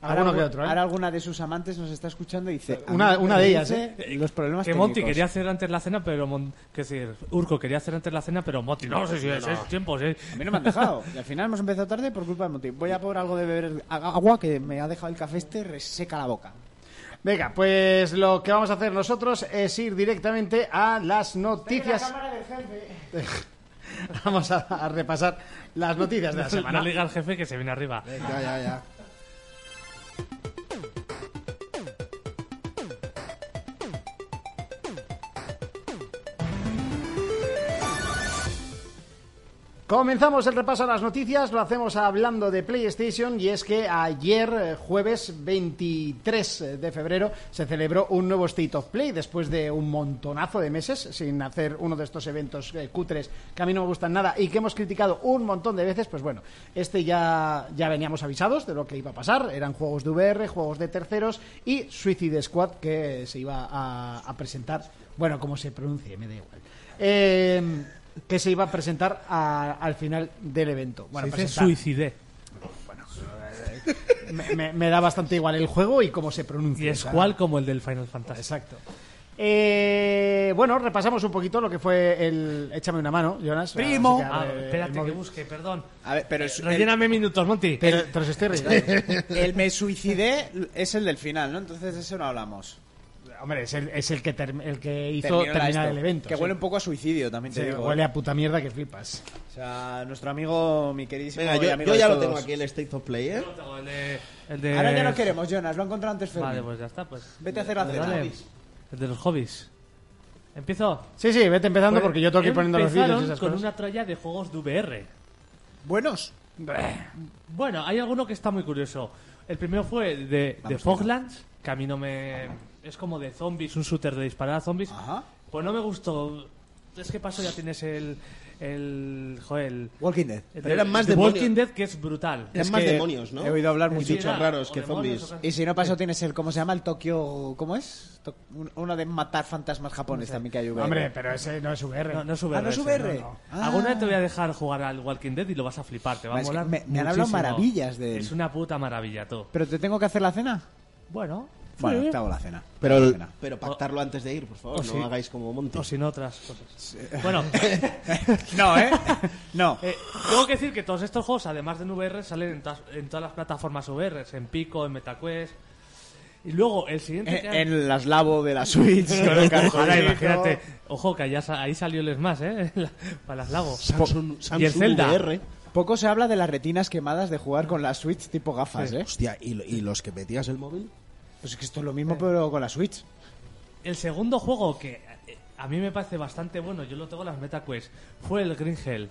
Ahora, Alguno que algu- otro, ¿eh? ahora alguna de sus amantes nos está escuchando y dice... Una- "A mí me una de ellas, ¿eh? dice Los problemas Que Monty técnicos". quería hacer antes la cena, pero. Mon- que decir, Urco quería hacer antes la cena, pero Monty, no, sí, sí, es, es tiempo, sí. A mí no me han dejado. Y al final hemos empezado tarde por culpa de Monty. Voy a por algo de beber a- agua que me ha dejado el café este reseca la boca. Venga, pues lo que vamos a hacer nosotros es ir directamente a las noticias. (laughs) vamos a, a repasar las noticias de la No le semana. diga al jefe que se viene arriba. Ya, ya, ya. Comenzamos el repaso a las noticias, lo hacemos hablando de PlayStation y es que ayer, eh, jueves 23 de febrero, se celebró un nuevo State of Play después de un montonazo de meses sin hacer uno de estos eventos eh, cutres que a mí no me gustan nada y que hemos criticado un montón de veces, pues bueno, este ya, ya veníamos avisados de lo que iba a pasar, eran juegos de VR, juegos de terceros y Suicide Squad que se iba a, a presentar, bueno, como se pronuncie, me da igual. Eh, que se iba a presentar a- al final del evento. pues Bueno, se dice presentar. suicidé. me, me- me da bastante igual el juego y cómo se pronuncia. Y es o sea, cual como el del Final Fantasy. Exacto. Eh, bueno, repasamos un poquito lo que fue el... Échame una mano, Jonas. Primo. Así que Ah, abre el espérate que móvil. busque, perdón. A ver, pero es- eh, el, Relléname minutos, Monty. Te, te los estoy rellenando. (laughs) el me suicidé es el del final, ¿no? Entonces de eso no hablamos. Hombre, es el, es el que, term- el que hizo Terminó la terminar esto. el evento. Que sí. huele un poco a suicidio, también te Sí, digo. ¿eh? huele a puta mierda que flipas. O sea, nuestro amigo, mi queridísimo Venga, y yo, amigo yo de ya lo todos. tengo aquí, el State of Play, ¿eh? El de- el de- Ahora ya no queremos, Jonas, lo ha encontrado antes Fermín. Vale, pues ya está, pues. Vete a hacer la Vale, cena. vale. El de los hobbies. ¿Empiezo? Sí, sí, vete empezando porque yo tengo que ir poniendo los vídeos y Empezaron esas con cosas. una tralla de juegos de VR. Buenos. Bueno, hay alguno que está muy curioso. El primero fue de, de Foglands, que a mí no me... Es como de zombies, un shooter de disparar a zombies. Ajá. Pues no me gustó. Es que paso ya tienes el... El... Joder, el... Walking Dead. el Pero eran más The demonios. Walking Dead, que es brutal. Eran Es más que demonios, ¿no? he oído hablar Sí, mucho. Bichos era- raros o que demonios, zombies. o sea- Y si no pasó, tienes el, ¿cómo se llama? El Tokio, ¿cómo es? To- un- Uno de matar fantasmas japoneses también que hay VR. Hombre, pero ese no es VR. No, no es VR. Ah, no es ese, VR. no, no. Ah. Alguna vez te voy a dejar jugar al Walking Dead y lo vas a flipar, te va a Es que molar. me- me han hablado muchísimo. maravillas de él. Es una puta maravilla, tú. ¿Pero te tengo que hacer la cena? Bueno, Bueno, sí. te hago la cena. Pero, Te hago el- la cena. pero pactarlo antes de ir, por favor, Oh, no sí. hagáis como Monty. O sin otras cosas. Bueno, (laughs) No, ¿eh? (laughs) No. eh, tengo que decir que todos estos juegos, además de en VR, salen en, todas- en todas las plataformas VR, en Pico, en MetaQuest. Y luego, el siguiente... que En, hay- Eh, en las lavo de la Switch. con el cartucho. Ojalá, imagínate. Ojo, que allá sa- ahí salió el más, ¿eh? (laughs) La- Para las lagos. Samsung, y el Samsung Zelda. VR. ¿Eh? Poco se habla de las retinas quemadas de jugar con la Switch tipo gafas, ¿eh? Hostia, ¿y, lo- y los que metías el móvil? Pues es que esto es lo mismo, pero con la Switch. El segundo juego que eh, a mí me parece bastante bueno, yo lo tengo en las MetaQuest, fue el Green Hell.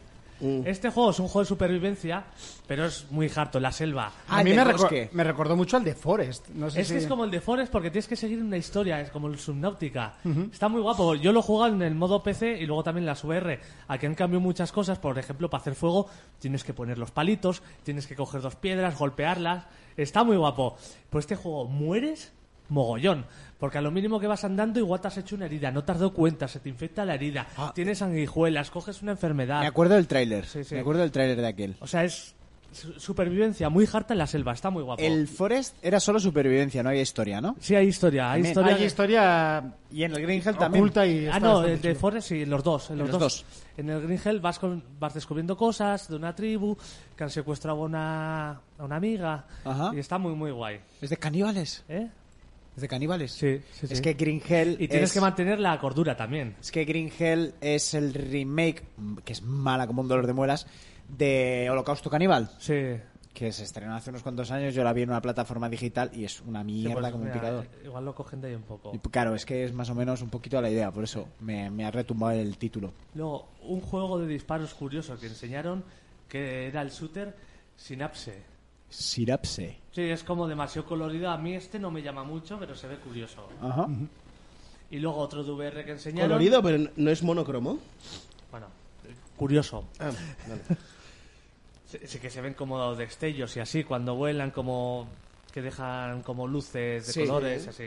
Este juego es un juego de supervivencia, pero es muy harto, la selva. Ah, a mí el me, del recor- bosque. me recordó mucho al de Forest. No sé Es si... que es como el de Forest porque tienes que seguir una historia, es como el Subnautica. Está muy guapo. Yo lo he jugado en el modo PC y luego también en las VR. Aquí han cambiado muchas cosas, por ejemplo, para hacer fuego tienes que poner los palitos, tienes que coger dos piedras, golpearlas. Está muy guapo. Pues este juego, mueres mogollón. Porque a lo mínimo que vas andando, igual te has hecho una herida, no te has dado cuenta, se te infecta la herida, tienes sanguijuelas, coges una enfermedad. Ah. Me acuerdo del tráiler. Ah. Sí, sí. Me acuerdo del tráiler de aquel. O sea, es su- supervivencia muy harta en la selva. Está muy guapo. El Forest era solo supervivencia, no había historia, ¿no? Sí, hay historia. Hay También. historia. Hay historia Y en el Green Hell también. oculta y... Ah, está no, bastante el de chulo. Forest sí, en los dos. En los, los dos. dos. En el Green Hell vas, con- vas descubriendo cosas de una tribu que han secuestrado a una, a una amiga. Ajá. Y está muy, muy guay. Es de caníbales. ¿Eh? Es de caníbales. Sí, sí, sí. Es que Green Hell y tienes es... que mantener la cordura también. Es que Green Hell es el remake, mm, que es mala como un dolor de muelas, de Holocausto Caníbal, Sí. que se estrenó hace unos cuantos años. Yo la vi en una plataforma digital y es una Sí, mierda pues, como mira, un picador. eh, Igual lo cogen de ahí un poco. Y, pues, claro, es que es más o menos un poquito la idea, por eso me, me ha retumbado el título. Luego, un juego de disparos curioso que enseñaron que era el shooter Synapse. Sirapse. Sí, es como demasiado colorido. A mí este no me llama mucho, pero se ve curioso. Ajá. Y luego otro de VR que enseñaron. Colorido, pero no es monocromo. Bueno, eh, curioso. Ah, vale. Se- se- que se ven como destellos y así, cuando vuelan, como que dejan como luces de Sí. colores, así.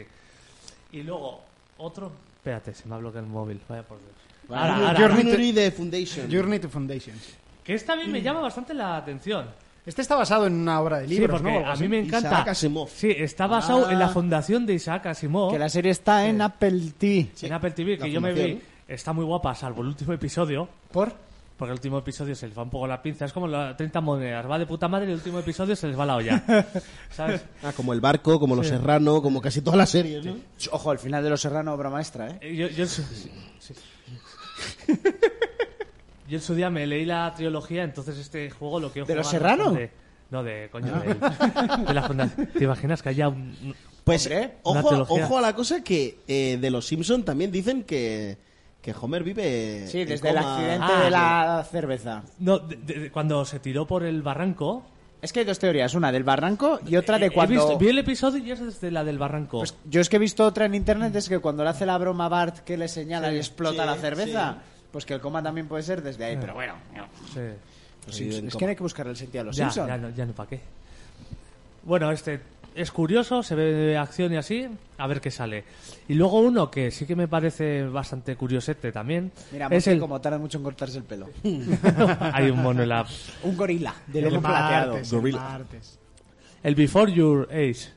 Y luego, otro. Espérate, se me ha bloqueado el móvil, vaya por Dios. Ahora, Ahora, ahora. Journey Ah, de Foundation. Journey to Foundations. Que esta a mí me llama bastante la atención. Este está basado en una obra de Sí, libros, porque ¿no? Algo a así. mí me encanta. Isaac Asimov. Sí, está basado Ah. en la fundación de Isaac Asimov. Que la serie está en Apple TV. en Apple TV, la que yo me vi, fundación. está muy guapa, salvo el último episodio, ¿Por? porque el último episodio se les va un poco la pinza, es como las 30 monedas, va de puta madre y el último episodio se les va la olla. (laughs) ¿Sabes? Ah, como el barco, como los serrano, como casi todas las series, ¿no? Ch, Ojo, al final de Los Serrano, obra maestra, ¿eh? Eh, Yo, yo en su- sí. Yo en su día me leí la trilogía, entonces este juego lo que ¿De los Serrano? Ah. no, de coño, de, de la fundación. ¿Te imaginas que haya un... Pues, Hombre, una ojo, trilogía. ojo a la cosa que eh, de los Simpson también dicen que, que Homer vive. Sí, en desde el coma. accidente Ah, de la cerveza. No, de- de- de cuando se tiró por el barranco... Es que hay dos teorías, una del barranco y otra he de cuando... visto- vi el episodio y es desde la del barranco. Pues yo es que he visto otra en internet, es que cuando le hace la broma a Bart que le señala y explota sí, la cerveza, pues que el coma también puede ser desde ahí, pero bueno. Sí. Ah, pues Sí, es en que coma. no hay que buscarle el sentido a los ya, Simpsons. Ya, no, ya no para qué. Bueno, este es curioso, se ve acción y así, a ver qué sale. Y luego uno que sí que me parece bastante curiosete también. Mira, es Monty el... como tarda mucho en cortarse el pelo. (laughs) Hay un mono en la... Un gorila de El lomo plateado. martes, el martes. El Before Your Age,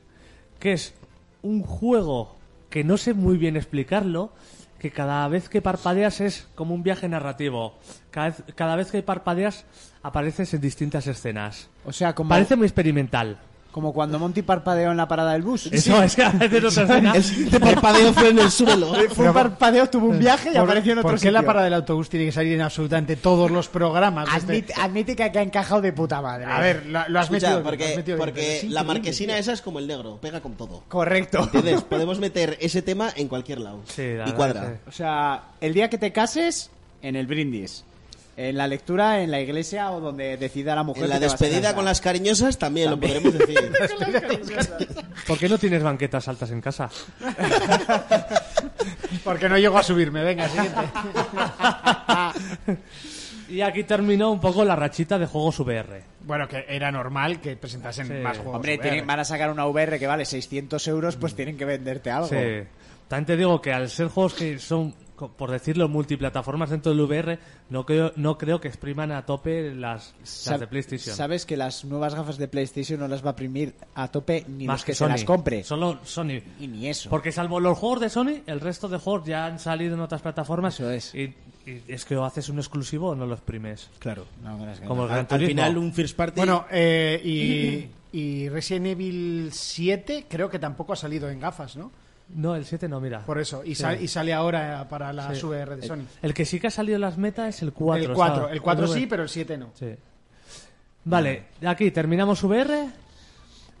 que es un juego que no sé muy bien explicarlo, que cada vez que parpadeas es como un viaje narrativo. Cada vez, cada vez que parpadeas apareces en distintas escenas. O sea, como, Parece muy experimental. como cuando Monty parpadeó en la parada del bus. Eso es que a veces no se (laughs) El siguiente parpadeo fue en el suelo. Fue un parpadeo, tuvo un viaje y eh, ¿Por- apareció en otro ¿Por qué sitio. la parada del autobús tiene que salir en absolutamente todos los programas? Este- Admite, admite que ha encajado de puta madre. A ver, lo, lo has Escucha, metido. bien, lo has porque, metido bien, porque pero es la increíble, marquesina tío. esa es como el negro, pega con todo. Correcto. ¿Entiendes? Podemos meter ese tema en cualquier lado. Sí, la y verdad que cuadra. sí. O sea, el día que te cases, en el brindis. En la lectura, en la iglesia o donde decida la mujer. En la que te vas a despedida casar. con las cariñosas también, lo podremos decir. ¿Por qué no tienes banquetas altas en casa? Porque no llego a subirme, venga, siguiente. (laughs) Y aquí terminó un poco la rachita de juegos VR. Bueno, que era normal que presentasen Sí. más juegos. Hombre, VR. tienen- van a sacar una VR que vale 600 euros, pues tienen que venderte algo. Mm. Sí. También te digo que al ser juegos que son, co- por decirlo, multiplataformas dentro del VR, no creo, no creo que expriman a tope las, Sa- las de PlayStation. Sabes que las nuevas gafas de PlayStation no las va a imprimir a tope ni Más los que, se las compre. Solo Sony. Y ni eso. Porque salvo los juegos de Sony, el resto de juegos ya han salido en otras plataformas. Eso es. Y, y es que o haces un exclusivo o no lo exprimes. Claro. No, no las ganas. Como Al, el Gran al Turismo. final, un first party. Bueno, eh, y, y Resident Evil 7 creo que tampoco ha salido en gafas, ¿no? No, el 7 no, mira. Por eso. Y, sal- y sale ahora para la Sí. VR de Sony. El que sí que ha salido en las metas es el 4. el 4, está- el 4 VR. sí, pero el 7 no. Sí. Vale, aquí terminamos VR.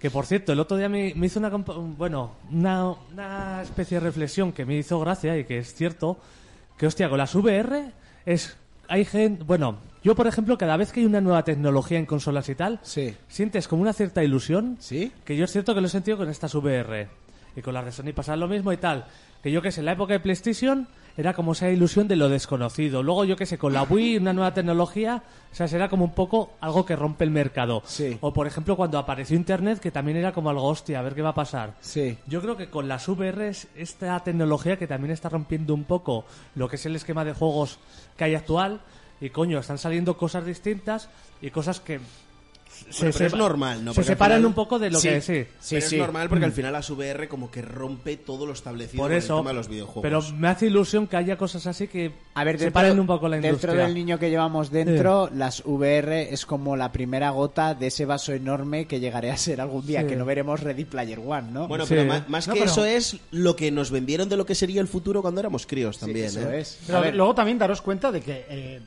Que por cierto, el otro día me, me hizo una, compa- bueno, una, una especie de reflexión que me hizo gracia y que es cierto. Que hostia, con las VR es. Hay gente. Bueno, yo por ejemplo, cada vez que hay una nueva tecnología en consolas y tal, Sí. sientes como una cierta ilusión. ¿Sí? Que yo es cierto que lo he sentido con estas VR. Y con las de Sony pasaba lo mismo y tal. Que yo que sé, en la época de PlayStation era como esa ilusión de lo desconocido. Luego yo que sé, con la Wii, una nueva tecnología, o sea, será como un poco algo que rompe el mercado. Sí. O por ejemplo cuando apareció Internet, que también era como algo hostia, a ver qué va a pasar. Sí. Yo creo que con las VR es esta tecnología que también está rompiendo un poco lo que es el esquema de juegos que hay actual. Y coño, están saliendo cosas distintas y cosas que pero es normal, ¿no? Se Porque al separan final- un poco de lo que sí. Sí, pero sí. es normal porque al final las VR como que rompe todo lo establecido Por en el eso. tema de los videojuegos. Pero me hace ilusión que haya cosas así que A ver, separen dentro- un poco la industria. Dentro del niño que llevamos dentro, las VR es como la primera gota de ese vaso enorme que llegaré a ser algún día, Sí. que no veremos Ready Player One, ¿no? Bueno, Sí. pero ma- más No, que pero- eso es lo que nos vendieron de lo que sería el futuro cuando éramos críos también. Eso ¿eh? es. Pero luego también daros cuenta de que eh,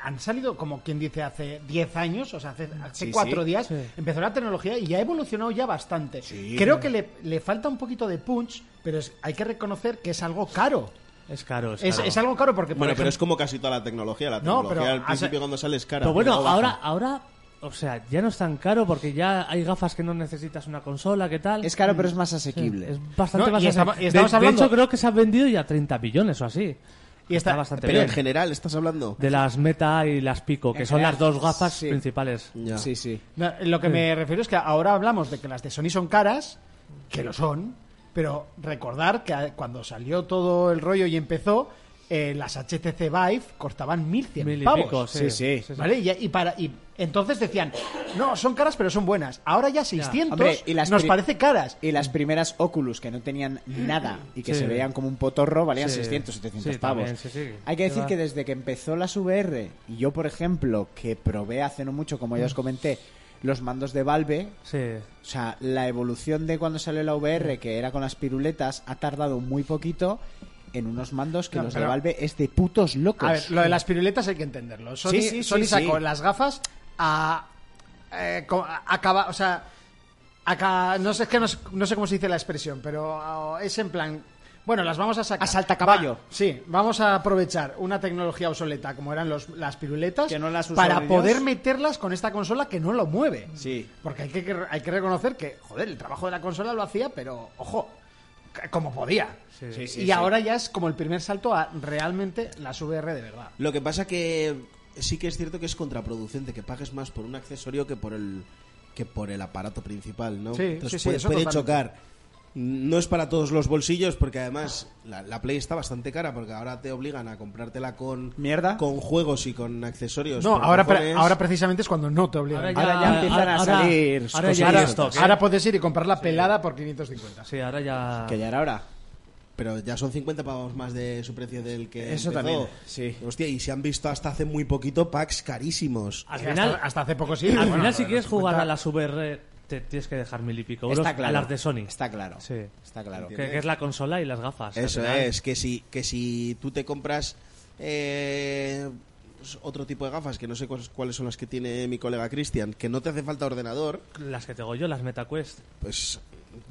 han salido, como quien dice, hace 10 años, o sea, hace, hace Sí, cuatro sí. días, empezó la tecnología y ha evolucionado ya bastante. Creo que le, le falta un poquito de punch, pero es- hay que reconocer que es algo caro. Es caro, es, Es, caro. es algo caro porque, por Bueno, pero ejemplo, es como casi toda la tecnología. La No, tecnología pero al hace- principio cuando sales cara. Pero bueno, luego baja. ahora, ahora, o sea, ya no es tan caro porque ya hay gafas que no necesitas una consola, ¿qué tal? Es caro, pero es más asequible. Es bastante No, más y estaba- asequible. y estamos de, de hablando- hecho, creo que se han vendido ya 30 billones o así. Y está- bastante Pero en bien. general, ¿estás hablando? De las Meta y las Pico, que En son general, las dos gafas sí. principales. Ya. Sí, sí. No, Lo que me refiero es que ahora hablamos de que las de Sony son caras, que lo son, pero recordar que a- cuando salió todo el rollo y empezó, eh, las HTC Vive costaban 1.100 Mil y pavos. pico, Sí, sí. ¿Vale? Y, y para, y entonces decían, no, son caras pero son buenas. Ahora ya 600 Hombre, y las nos pri- parece caras. Y las primeras Oculus, que no tenían nada y que Sí. se veían como un potorro, valían Sí. 600, 700 Sí, pavos. también, sí, sí. Hay que Sí, decir va. que desde que empezó las VR, y yo, por ejemplo, que probé hace no mucho, como ya os comenté, los mandos de Valve, Sí. O sea, la evolución de cuando salió la VR, que era con las piruletas, ha tardado muy poquito en unos mandos que No, los pero- de Valve es de putos locos. A ver, lo de las piruletas hay que entenderlo. Sony, Pues, Sí, sí, sí, Sony sacó sí. las gafas a. eh, co- a- acaba, o sea. acá- no, sé, es que no, sé- no sé cómo se dice la expresión, pero ah, es en plan. Bueno, las vamos a sacar. A saltacaballo. Va- sí, vamos a aprovechar una tecnología obsoleta como eran los- las piruletas Que no las usa para ni Dios. poder meterlas con esta consola que no lo mueve. Sí. Porque hay que, hay que reconocer que, joder, el trabajo de la consola lo hacía, pero ojo, c- como podía. Sí, y ahora ya es como el primer salto a realmente las VR de verdad. Lo que pasa que sí que es cierto que es contraproducente que pagues más por un accesorio que por el que por el aparato principal, ¿no? Sí, sí, Entonces sí, puede, eso puede totalmente. chocar. No es para todos los bolsillos porque además la, la Play está bastante cara porque ahora te obligan a comprártela con Mierda. con juegos y con Pues accesorios. No, por ahora, pre- cojones. ahora precisamente es cuando no te Ahora obligan. ya, Ahora ya empiezan a ahora- salir Ahora, cosas ya de hay Ahora, esto, stock, ¿eh? ahora puedes ir y comprarla pelada por 550. Sí, ahora ya. Que ya era hora. Pero ya son 50 pavos más de su precio del que Eso empezó. también, sí. Hostia, y se han visto hasta hace muy poquito packs carísimos. Al Sí, final, hasta, hasta hace poco sí. al bueno, final si no quieres nos jugar cuenta. a las VR, te tienes que dejar mil y pico euros Está claro. a las de Sony. Está claro. Sí. Está claro. Que, que es la consola y las gafas. al Eso final. es, que si, que si tú te compras eh, otro tipo de gafas, que no sé cuáles, cuáles son las que tiene mi colega Cristian, que no te hace falta ordenador, Las que tengo yo, las MetaQuest. pues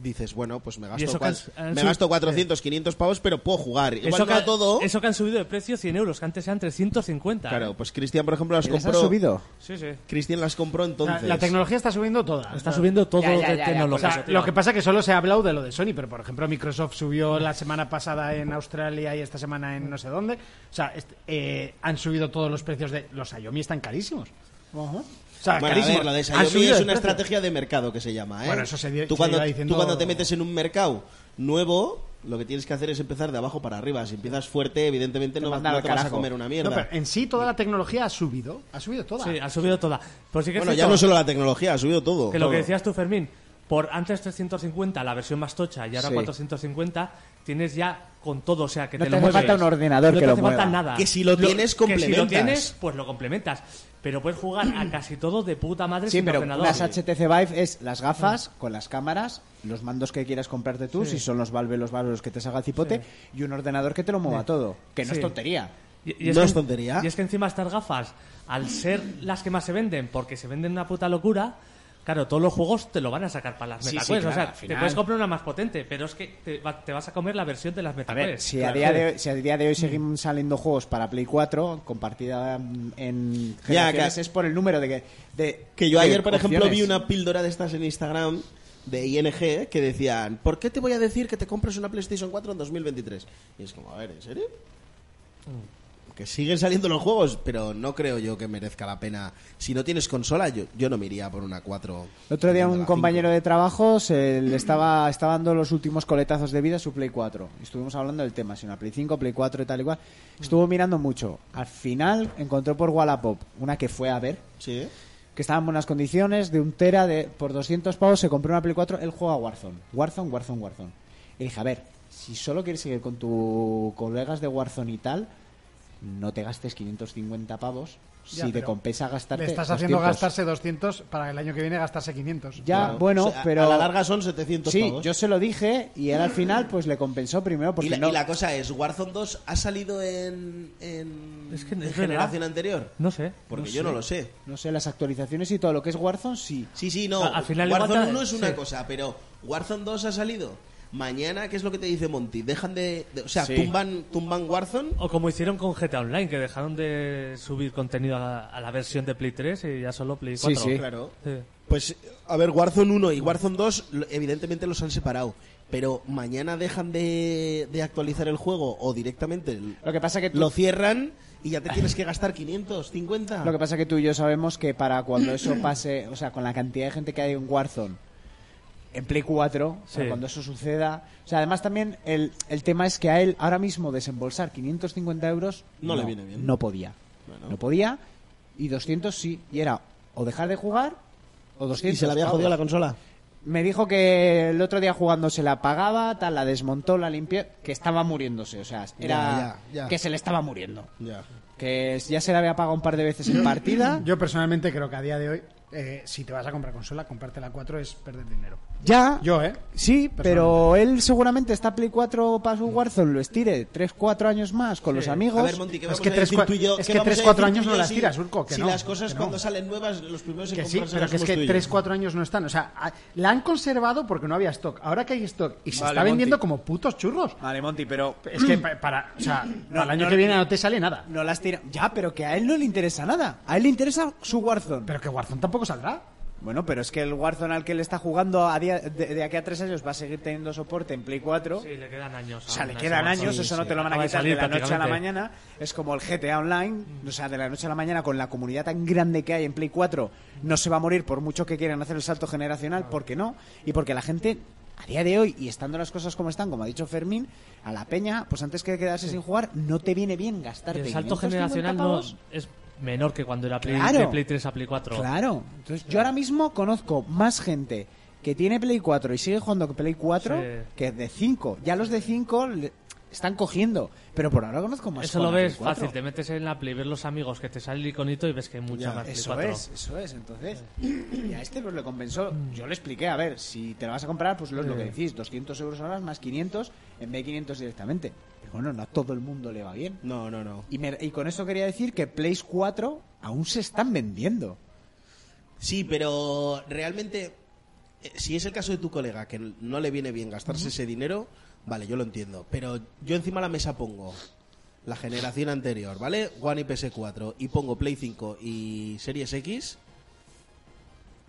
dices, bueno, pues me gasto, eso que cuat- has- han me sub- gasto 400, 500 pavos, pero puedo jugar. Igual Eh. Eso no que, a todo. eso que han subido de precio 100 euros, que antes eran 350. Claro, pues Cristian, por ejemplo, las ¿Las has compró. subido? Sí, sí. Cristian las compró La, entonces. la tecnología está subiendo Ah, toda. Está subiendo todo Ya, ya, de ya, ya, O tecnología. sea, lo que pasa es que solo se ha hablado de lo de Sony, pero por ejemplo Microsoft subió la semana pasada en Australia y esta semana en no sé dónde. O sea, est- eh, han subido todos los precios de... Los Xiaomi están carísimos. O sea, Bueno, a carísimos. ver, lo de Han Xiaomi subido es el una precio. estrategia de mercado que se llama, ¿eh? Bueno, eso se di- tú, se cuando, iba diciendo- tú cuando te metes en un mercado nuevo, lo que tienes que hacer es empezar de abajo para arriba. Si empiezas fuerte, evidentemente no, vas- mandan no al te vas a carajo. comer una mierda. No, pero en sí toda la tecnología ha subido. Ha subido toda. pues Sí, ha subido toda. Pero sí que es Bueno, ya cierto no solo la tecnología, ha subido todo. que lo que Todo. decías tú, Fermín, por antes 350, la versión más tocha, y ahora Sí. 450, tienes ya con todo. O sea, que No te, te lo hace mueves. falta un ordenador no que te lo hace falta mueva. nada. Que si lo tienes, Que si lo complementas. tienes, pues lo complementas. Pero puedes jugar a casi todo de puta madre Sí, sin pero ordenador. las HTC Vive es las gafas con las cámaras, los mandos que quieras comprarte tú, si son los Valve, los Valve los que te salga el cipote, y un ordenador que te lo mueva todo. Que no Sí. es tontería. No que- es Ah. tontería. Y es que encima estas gafas, al ser las que más se venden, porque se venden una puta locura, claro, todos los juegos te lo van a sacar para las Sí, MetaQuest. sí, claro, o sea, al te final. puedes comprar una más potente, pero es que te, va- te vas a comer la versión de las A MetaQuest. ver, si a, Claro. día de hoy, si a día Mm. de hoy seguimos saliendo juegos para Play 4, compartida mm, en Ya, generaciones, que- es por el número de que... de- Que yo de ayer, por ejemplo, opciones. vi una píldora de estas en Instagram de ING que decían, ¿por qué te voy a decir que te compres una PlayStation 4 en 2023? Y es como, a ver, ¿en serio? Mm. Que siguen saliendo los juegos, pero no creo yo que merezca la pena. Si no tienes consola, yo, yo no me iría por una 4. El otro día teniendo un la compañero 5. de trabajo se le estaba, estaba dando los últimos coletazos de vida a su Play 4. Estuvimos hablando del tema, si una Play 5, Play 4 y tal y cual. Mm. Estuvo mirando mucho. Al final encontró por Wallapop una que fue a ver Sí. que estaba en buenas condiciones, de un tera, de, por 200 pavos se compró una Play 4, él juega a Warzone, Warzone, Warzone, Warzone. Y dije, a ver, si solo quieres seguir con tus colegas de Warzone y tal, no te gastes 550 pavos Ya, si te pero compensa gastarte Le estás los haciendo tiempos. gastarse 200 para el año que viene gastarse 500. Ya, Claro. bueno, O sea, pero... A la larga son 700 Sí, pavos. yo se lo dije y él al final pues le compensó primero porque Y la, no... y la cosa es, Warzone 2 ha salido en, en, Es que en es verdad. generación anterior. No sé. Porque yo no lo sé. No sé, las actualizaciones y todo lo que es Warzone, sí. Sí, sí, no. A- al final Warzone igual te- 1 es una sí. cosa, pero Warzone 2 ha salido. Mañana, ¿qué es lo que te dice Monty? Dejan de. de- o sea, Sí. tumban, tumban Warzone. O como hicieron con GTA Online, que dejaron de subir contenido a, a la versión de Play 3 y ya solo Play 4. sí. Claro. Sí. Pues, a ver, Warzone 1 y Warzone 2, lo- evidentemente los han separado. Pero mañana dejan de, de actualizar el juego o directamente el- Lo que pasa que tú- lo cierran y ya te tienes que gastar 500, 50. Lo que pasa que tú y yo sabemos que para cuando eso pase, o sea, con la cantidad de gente que hay en Warzone, en Play 4, para Sí. cuando eso suceda... O sea, además también el, el tema es que a él ahora mismo desembolsar 550 euros... No le viene bien. No podía. No podía y 200 sí. Y era o dejar de jugar o 200 ¿Y se la había pavos. jodido la consola? Me dijo que el otro día jugando se la apagaba, tal, la desmontó, la limpió, que estaba muriéndose, o sea, era Ya, ya, ya. que se le estaba muriendo. Ya. Que ya se la había apagado un par de veces (clears throat) en partida. Yo personalmente creo que a día de hoy, eh, si te vas a comprar consola, comprarte la 4 es perder dinero. Ya, Yo, ¿eh? sí, pero él seguramente está Play 4 para su Warzone, lo estire 3, 4 años más con los amigos. A ver, Monty, ¿qué Es vamos que a tres, decir cua- tú y yo? es ¿Qué que vamos tres, a decir cuatro tú y años yo no las si- tiras, Urco, que si no, las cosas que no. cuando salen nuevas, los primeros en Que sí, comprarse pero las que es somos tú que y yo. 3, 4 años no están. O sea, a- la han conservado porque no había stock. Ahora que hay stock y se Vale, está vendiendo Monty. como putos churros. Vale, Monty, pero Es que pa- para, o sea, para el año (clears throat) no, que viene no. no te sale nada. no las tira. Ya, pero que a él no le interesa nada. A él le interesa su Warzone. Pero que Warzone tampoco saldrá. Bueno, pero es que el Warzone al que le está jugando a día, de, de aquí a 3 años va a seguir teniendo soporte en Play 4. Sí, le quedan años. O sea, aún le a quedan ese años, Warzone. eso no te lo van a Acaba de quitar de salir la noche a la prácticamente. mañana. Es como el GTA Online, o sea, de la noche a la mañana con la comunidad tan grande que hay en Play 4, no se va a morir por mucho que quieran hacer el salto generacional, porque no, y porque la gente a día de hoy y estando las cosas como están, como ha dicho Fermín, a la peña, pues antes que quedarse sin jugar, no te viene bien Y gastarte. el salto 550 generacional no pavos. es menor que cuando era Play, Claro. de Play 3 a Play 4. Claro. Entonces, yo ahora mismo conozco más gente que tiene Play 4 y sigue jugando con Play 4 Sí. que de 5. Ya los de 5 le- están cogiendo, pero por ahora conozco más. Eso Pues con lo la Play ves 4. fácil, te metes en la Play, ves los amigos que te sale el iconito y ves que hay mucha más Play Eso 4. es, eso es. Entonces, y a este pues le compensó. Yo le expliqué, a ver, si te la vas a comprar, pues lo, es lo que decís, 200 euros ahora más 500, en vez de 500 directamente. Pero bueno, no a todo el mundo le va bien. No, no, no. Y, me- y con eso quería decir que Play 4 aún se están vendiendo. Sí, pero realmente, eh, si es el caso de tu colega, que no le viene bien gastarse ese dinero, vale, yo lo entiendo. Pero yo encima de la mesa pongo la generación anterior, ¿vale? One y PS4, y pongo Play 5 y Series X.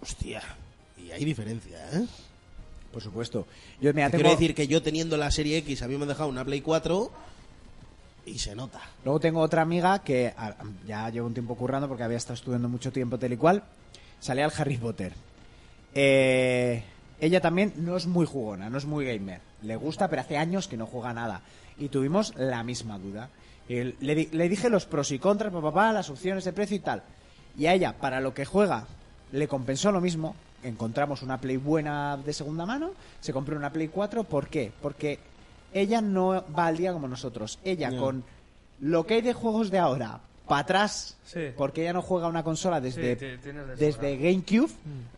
Hostia, y hay diferencia, ¿eh? Por supuesto. Yo, mira, Te tengo- Quiero decir que yo teniendo la Serie X, a mí me han dejado una Play 4 y se nota. Luego tengo otra amiga que a- ya llevo un tiempo currando porque había estado estudiando mucho tiempo tal y cual. Salía al Harry Potter. Eh, ella también no es muy jugona, no es muy gamer. Le gusta, pero hace años que no juega nada. Y tuvimos la misma duda. El- Le, di- le dije los pros y contras, papá, las opciones de precio y tal. Y a ella, para lo que juega, le compensó lo mismo. Encontramos una Play buena de segunda mano, se compró una Play 4. ¿Por qué? Porque ella no va al día como nosotros. Ella con lo que hay de juegos de ahora para atrás, Sí. porque ella no juega una consola desde, Sí, te- tienes de desde sobra. GameCube, (coughs)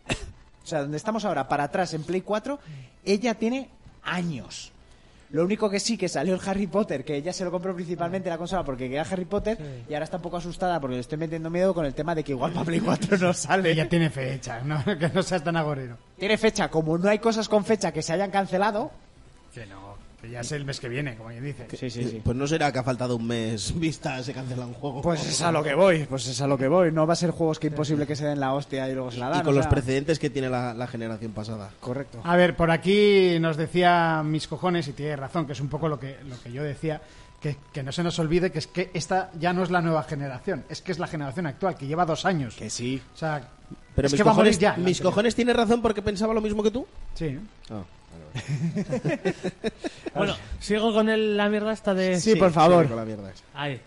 o sea, donde estamos ahora, para atrás en Play 4, ella tiene años. Lo único que sí que salió el Harry Potter, que ella se lo compró principalmente la consola porque quería Harry Potter y ahora está un poco asustada porque le estoy metiendo miedo con el tema de que igual para Play 4 no sale. Ya tiene fecha, ¿no? (laughs) que no seas tan agorero. Tiene fecha, como no hay cosas con fecha que se hayan cancelado. Que no, que ya es el mes que viene, como bien dice. Pues no será que ha faltado un mes (laughs) vista, se cancela un juego. Pues es a lo que voy, pues es a lo que voy. No va a ser juegos que imposible que se den la hostia y luego se la dan. y con o los sea. precedentes que tiene la, la generación pasada. Correcto. A ver, por aquí nos decía mis cojones, y tiene razón, que es un poco lo que, lo que yo decía, que, que no se nos olvide que es que esta ya no es la nueva generación, es que es la generación actual, que lleva dos años. Que sí. O sea, Pero es mis que va a morir cojones, ya. la mis anterior. cojones tiene razón porque pensaba lo mismo que tú. Sí, ¿no? Ah. Bueno, sigo con el- la mierda esta de... Sí, por favor. con la mierda. Ahí.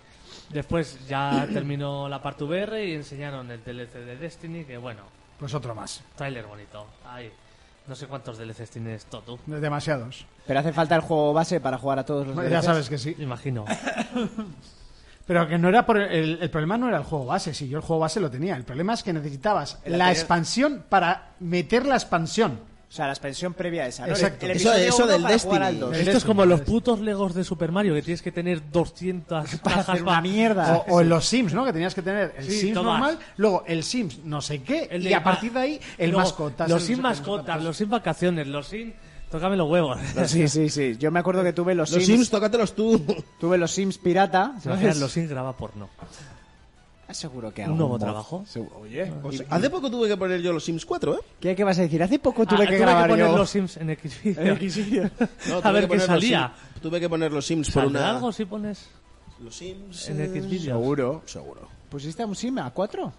Después ya (coughs) terminó la parte VR y enseñaron el DLC de Destiny, que bueno, Pues otro más. tráiler bonito. Ahí. No sé cuántos DLCs tiene esto tú. Demasiados. Pero hace falta el juego base para jugar a todos los Ya DLCs. sabes que sí. Imagino. Pero que no era por el, el problema no era el juego base, si yo el juego base lo tenía. El problema es que necesitabas la, anterior. expansión para meter la expansión. O sea, la expansión previa a esa, ¿no? Exacto. El Eso- episodio eso uno del para jugar Destiny. al dos. Pues Esto es como los putos Legos de Super Mario, que tienes que tener 200 cajas hacer una mierda. Oh, O, o en los Sims, ¿no? Que tenías que tener el Sí, Sims todas. normal, luego el Sims no sé qué, El y de- a partir de ahí el Luego, mascotas. Los el no sé qué, sin no sé mascotas, cuántos. los sin vacaciones, los sin... Tócame los huevos. (laughs) (laughs) Sí, sí, sí. Yo me acuerdo que tuve los, oh. Los Sims, Sims, tócatelos tú. tuve los Sims pirata. ¿Se ¿sabes? imaginan? Los sin graba porno. Seguro que Un algún nuevo mod. trabajo. Segu- Oye, Pues hace poco tuve que poner yo los Sims 4, ¿eh? ¿qué, qué vas a decir? Hace poco Ah, tuve que grabar poner yo. los Sims (laughs) en Xvideo. En Xvideo. No, tuve a ver que qué poner los salía. Sims- tuve que poner los Sims Pues por ¿Saldrá una. algo si pones Los Sims. en eh, Xvideo? Seguro. Seguro. ¿Pusiste a un Sim a 4?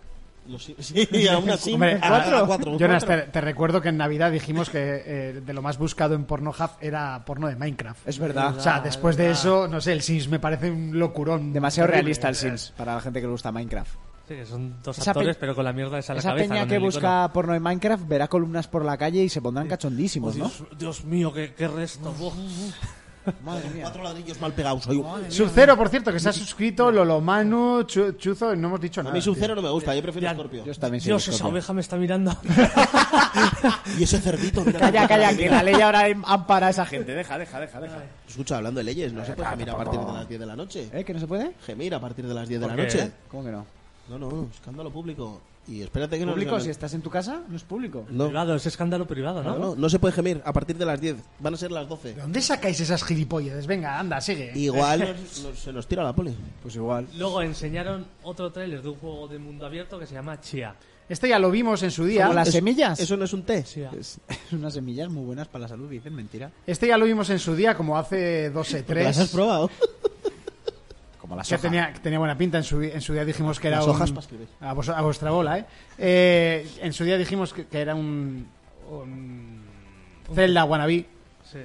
Los Sims. Sí, a una Sim. Hombre, a- a cuatro. cuatro. Jonas, te, te recuerdo que en Navidad dijimos que eh, de lo más buscado en Pornhub era porno de Minecraft. Es verdad. O sea, después de eso, no sé, el Sims me parece un locurón. Demasiado Horrible. Eh, realista el Sims para la gente que le gusta Minecraft. Sí, que son dos Esa actores, pe- pero con la mierda esa en la Esa cabeza. peña con que el busca porno en Minecraft verá columnas por la calle y se pondrán icono. cachondísimos, Pues ¿no? Dios, Dios mío, qué, qué resto. buah. Madre mía. Cuatro ladrillos mal pegados. Oye, Subcero, por cierto, que se ha suscrito, Lolomanu, Chu- Chuzo, y no hemos dicho A nada. mí tío. Sub-Zero no me gusta, yo prefiero Ya- Scorpio. Yo también soy Dios, esa Scorpio. oveja me está mirando. Y ese cerdito, mira. Calla, calla, que la ley ahora em- ampara a esa gente. Deja, deja, deja, deja. Escucha, hablando de leyes, no se puede gemir a partir de las 10 de la noche. ¿Eh? ¿Que no se puede? Gemir a partir de las 10 de la ¿Por qué? noche. ¿Cómo que no? No, no, escándalo público. Y espérate que no ¿Público? nos Si ganen. estás en tu casa, no es público. No, no, Privado, es escándalo privado, ¿no? no, no se puede gemir a partir de las 10. Van a ser las 12. ¿De dónde sacáis esas gilipollas? Venga, anda, sigue. Igual nos- nos- se nos tira la poli. Pues igual. Luego enseñaron otro tráiler de un juego de mundo abierto que se llama Chia. Este ya lo vimos en su día. ¿Como las Es- semillas? Eso no es un té. Chia. Es- es (laughs) unas semillas muy buenas para la salud, dicen. Mentira. Este ya lo vimos en su día, como hace 12, ¿Las 3. has probado? Como las Que tenía, que tenía buena pinta. En su, en su día dijimos que era Las un- hojas para escribir. A, vos- a vuestra bola, ¿eh? Eh, En su día dijimos que, que era un. un Zelda wannabe. Sí.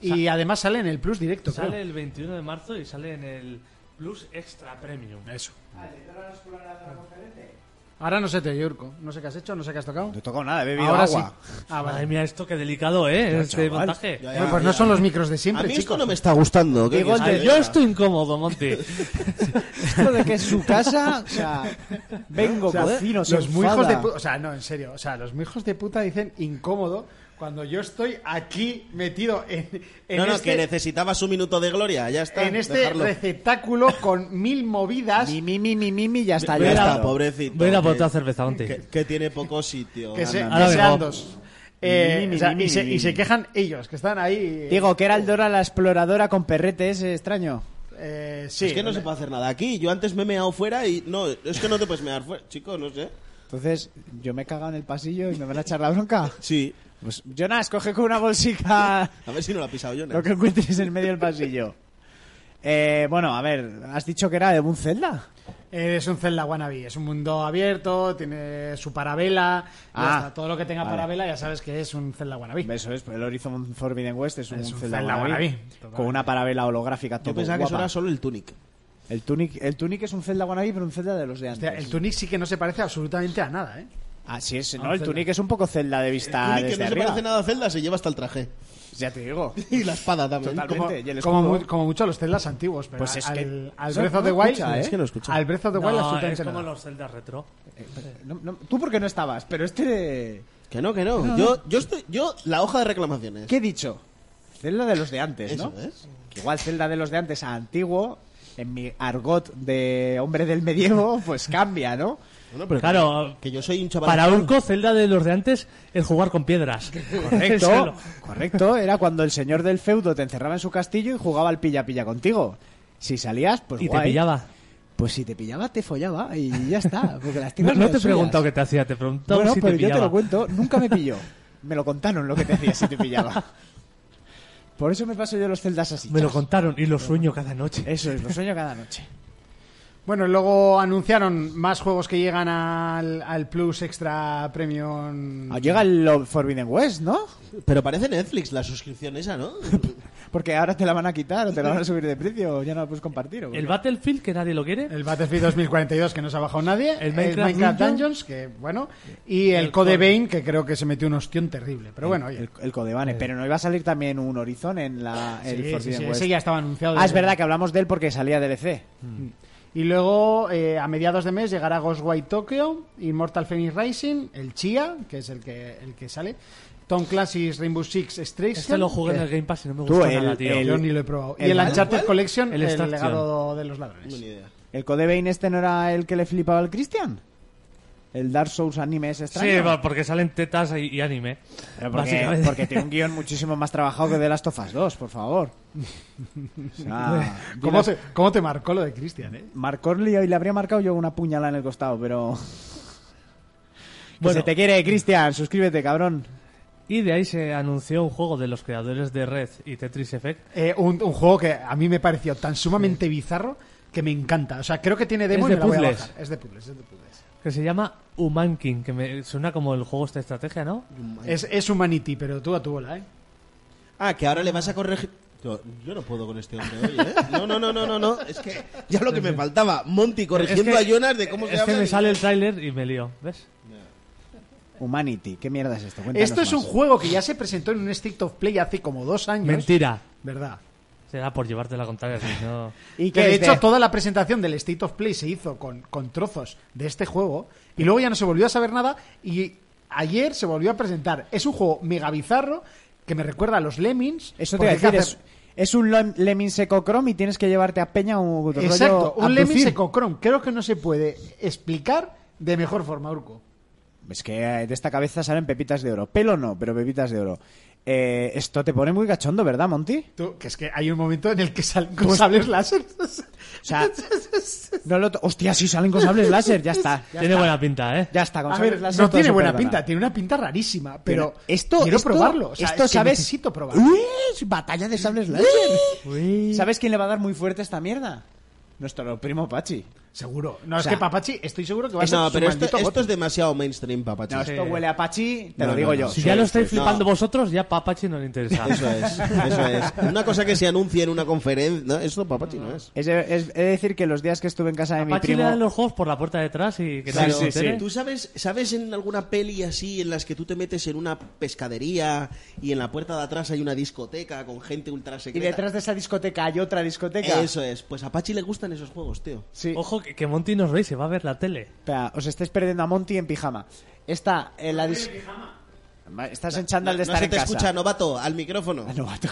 Y además sale en el Plus directo, creo. Sale el 21 de marzo y sale en el Plus Extra Premium. Eso. Ahora no sé te oye, Urco. No sé qué has hecho, no sé qué has tocado. No he tocado nada, he bebido Ahora agua. sí. Ah, vale. Madre mía, esto qué delicado, ¿eh? este chaval. montaje. Ya, ya, Bueno, pues no ya. son los micros de A siempre, mí esto chicos. no me está gustando. ¿qué Digo, quieres Ay, que yo diga? estoy incómodo, Monty. Esto de que es su casa, o sea, vengo, ¿Eh? cocino, se los muy hijos de enfada. puta, o sea, no, en serio, o sea, los muy hijos de puta dicen incómodo cuando yo estoy aquí metido en, en No, no, que este, necesitabas un minuto de gloria. Ya está. en este dejarlo. receptáculo con mil movidas Mi, mi, mi, mi, mi, mi, ya está. Ya ya está, está. pobrecito. Voy a ir a por que- otra cerveza, Monty. Que, que tiene poco sitio. que, se, Anda. Ahora que vengo. sean dos. Eh, Ni, ni, o sea, ni, y, ni, se, ni, y ni. se quejan ellos, que están ahí. Digo, que era el Dora la exploradora con perrete ese extraño. eh, sí, es que no se puede hacer nada aquí. Yo antes me he meado fuera y. No, es que no te puedes mear fuera. Chico, no sé. Entonces, yo me he cagado en el pasillo y me van a echar la bronca. Sí. Pues, Jonas, coge con una bolsica (laughs) (laughs) A ver si no la ha pisado yo. ¿no? lo que encuentres en medio del pasillo. Eh, bueno, a ver, has dicho que era de un Zelda. eh, es un Zelda wannabe, es un mundo abierto, tiene su parabela, ya Ah, está, todo lo que tenga vale. parabela ya sabes que es un Zelda wannabe. Eso es, el Horizon Forbidden West es un, Es un Zelda, Zelda wannabe, wannabe, totalmente. con una parabela holográfica todo Yo pensaba que eso guapa. era solo el Tunic. El Tunic, el Tunic es un Zelda wannabe, pero un Zelda de los de O antes. sea, el Tunic sí que no se parece absolutamente a nada, ¿eh? Así es, Ah, no, el Zelda. Tunic es un poco Zelda de vista Tunic que desde no se arriba. parece nada a Zelda, se lleva hasta el traje. Ya te digo. Y la espada también. Totalmente. Como- y el como, escudo. mu- como mucho a los Zeldas antiguos, pero Pues es al, que- al no- Breath no of the Wild, escucha, ¿eh? Es que no escucha. al Breath of the Wild No, absolutamente es como nada. los Zelda retro. Eh, No, no, tú porque no estabas, pero este... Que no, que no. Yo, yo estoy. Yo, la hoja de reclamaciones. ¿Qué he dicho? Zelda de los de antes, Eso ¿no? es. Que igual Zelda de los de antes a antiguo, en mi argot de hombre del medievo, pues cambia, ¿no? Bueno, pero Claro, Que yo soy un chaval. para Urco, Zelda de los de antes es jugar con piedras. (laughs) (laughs) Correcto, Pues correcto. Era cuando el señor del feudo te encerraba en su castillo y jugaba al pilla-pilla contigo. Si salías, pues y te guay. pillaba. Pues si te pillaba, te follaba y ya está. Porque las No, tierras eran no te he suyas. preguntado qué te hacía, te he preguntado Bueno, si pero te yo pillaba. te lo cuento. Nunca me (laughs) pilló. Me lo contaron lo que te hacía si te pillaba. Por eso me paso yo los celdas así. Me lo contaron y lo sueño cada noche. Eso es, lo sueño cada noche. Bueno, luego anunciaron más juegos que llegan al, al Plus Extra Premium. Mm. Ah, Llega el Lo- Forbidden West, ¿no? Pero parece Netflix la suscripción esa, ¿no? Porque ahora te la van a quitar o te la van a subir de precio o ya no la puedes compartir. ¿o qué? El Battlefield, que nadie lo quiere. El Battlefield 2042, que no se ha bajado nadie. El El Minecraft Minecraft, Dungeon. Dungeons, que bueno. Y el, El Code Code. Vein, que creo que se metió un ostión terrible. Pero bueno, oye. el, el Eh. Codevane. Pero no iba a salir también un Horizon en la, el Sí, sí, Forbidden sí, West. ese ya estaba anunciado. Ah, es desde- verdad que hablamos de él porque salía DLC. Y luego, eh, a mediados de mes, llegará Ghostwire Tokyo, Immortal Phoenix Rising, el Chia, que es el que, el que sale, Tom Clancy's Rainbow Six Extraction. Este lo jugué en que el Game Pass y no me Tú, gustó el- nada, tío. el- Yo ni lo he probado. el- y el Uncharted Collection, El el, Extraction. legado de los ladrones. ni idea. ¿El Codevane este no era el que le flipaba al Christian? ¿El Dark Souls anime es extraño? Sí, va, porque salen tetas y, y anime. Pero porque, Básicamente. porque tiene un guión muchísimo más trabajado que de Last of Us 2, (laughs) por favor. O sea, ¿Cómo, se- cómo te marcó lo de Christian, eh? Marcó el lío y le habría marcado yo una puñalada en el costado, pero... (laughs) Bueno. Bueno. se te quiere, Cristian, suscríbete, cabrón. Y de ahí se anunció un juego de los creadores de Red y Tetris Effect. Eh, un, un juego que a mí me pareció tan sumamente bizarro que me encanta. O sea, creo que tiene demo Es de y me la voy a puzzles. bajar. Es de puzzles, es de puzzles. Que se llama Humanking, que me suena como el juego este de estrategia, ¿no? Es, es Humanity, pero tú a tu bola, ¿eh? Ah, que ahora le vas a corregir. Yo, yo no puedo con este hombre hoy, ¿eh? No, no, no, no, no, no. Es que ya lo que (laughs) me faltaba. Monty corrigiendo Es que- a Jonas de cómo se Es que habla. me sale el tráiler y me lío, ¿ves? Humanity, ¿qué mierda es esto? Cuéntanos Esto es un más. juego que ya se presentó en un State of Play hace como dos años. Mentira. ¿Verdad? Será por llevarte la contraria, si no... Y Que que de es de- hecho toda la presentación del State of Play se hizo con, con trozos de este juego y luego ya no se volvió a saber nada y ayer se volvió a presentar. Es un juego mega bizarro que me recuerda a los Lemmings. Eso te porque iba a hay que decir, hacer- es, es un lem- Lemming Secocrom y tienes que llevarte a Peña un rollo Exacto, a un Lemmings producir. Ecochrome. Creo que no se puede explicar de mejor forma, Urco. Es que eh, de esta cabeza salen pepitas de oro. Pelo no, pero pepitas de oro. Eh, esto te pone muy cachondo, ¿verdad, Monty? Tú, que es que hay un momento en el que salen con sables láser. (laughs) O (laughs) sea, no lo to- hostia, sí salen con sables láser, (laughs) ya está. Ya, Tiene buena pinta, ¿eh? ya está, con A sables ver, láser no todo tiene se buena perdona. pinta, tiene una pinta rarísima, pero esto, quiero esto- probarlo. o sea, esto es que sabes. necesito probarlo. Uy, batalla de sables láser. ¿Sabes quién le va a dar muy fuerte a esta mierda? Nuestro primo Pachi. Seguro. No, O es sea, que Papachi, estoy seguro que va a ser eh, No, su pero esto, maldito esto voto. es demasiado mainstream, papachi. No, esto Sí. huele a Pachi, te No, lo no, digo no. yo. Si ya lo estáis sí, sí. flipando No. vosotros, ya Papachi no le interesa. Eso es, eso es. Una cosa que se anuncia en una conferencia. No, esto papachi no es. Es, es- he de decir que los días que estuve en casa de mi Papachi le primo. dan los juegos por la puerta de atrás y que Claro, no se entere. ¿Tú sabes, sabes en alguna peli así en las que tú te metes en una pescadería y en la puerta de atrás hay una discoteca con gente ultra Y secreta? detrás de esa discoteca hay otra discoteca. Eso es. Pues a Pachi le gustan esos juegos, tío. Sí. Ojo, que, que Monty nos ve y se va a ver la tele. Espera, os estáis perdiendo a Monty en pijama. Está en la dis- Ma- Estás en chándal de no estar se en te casa. escucha, novato, al micrófono. Ah, no, vato.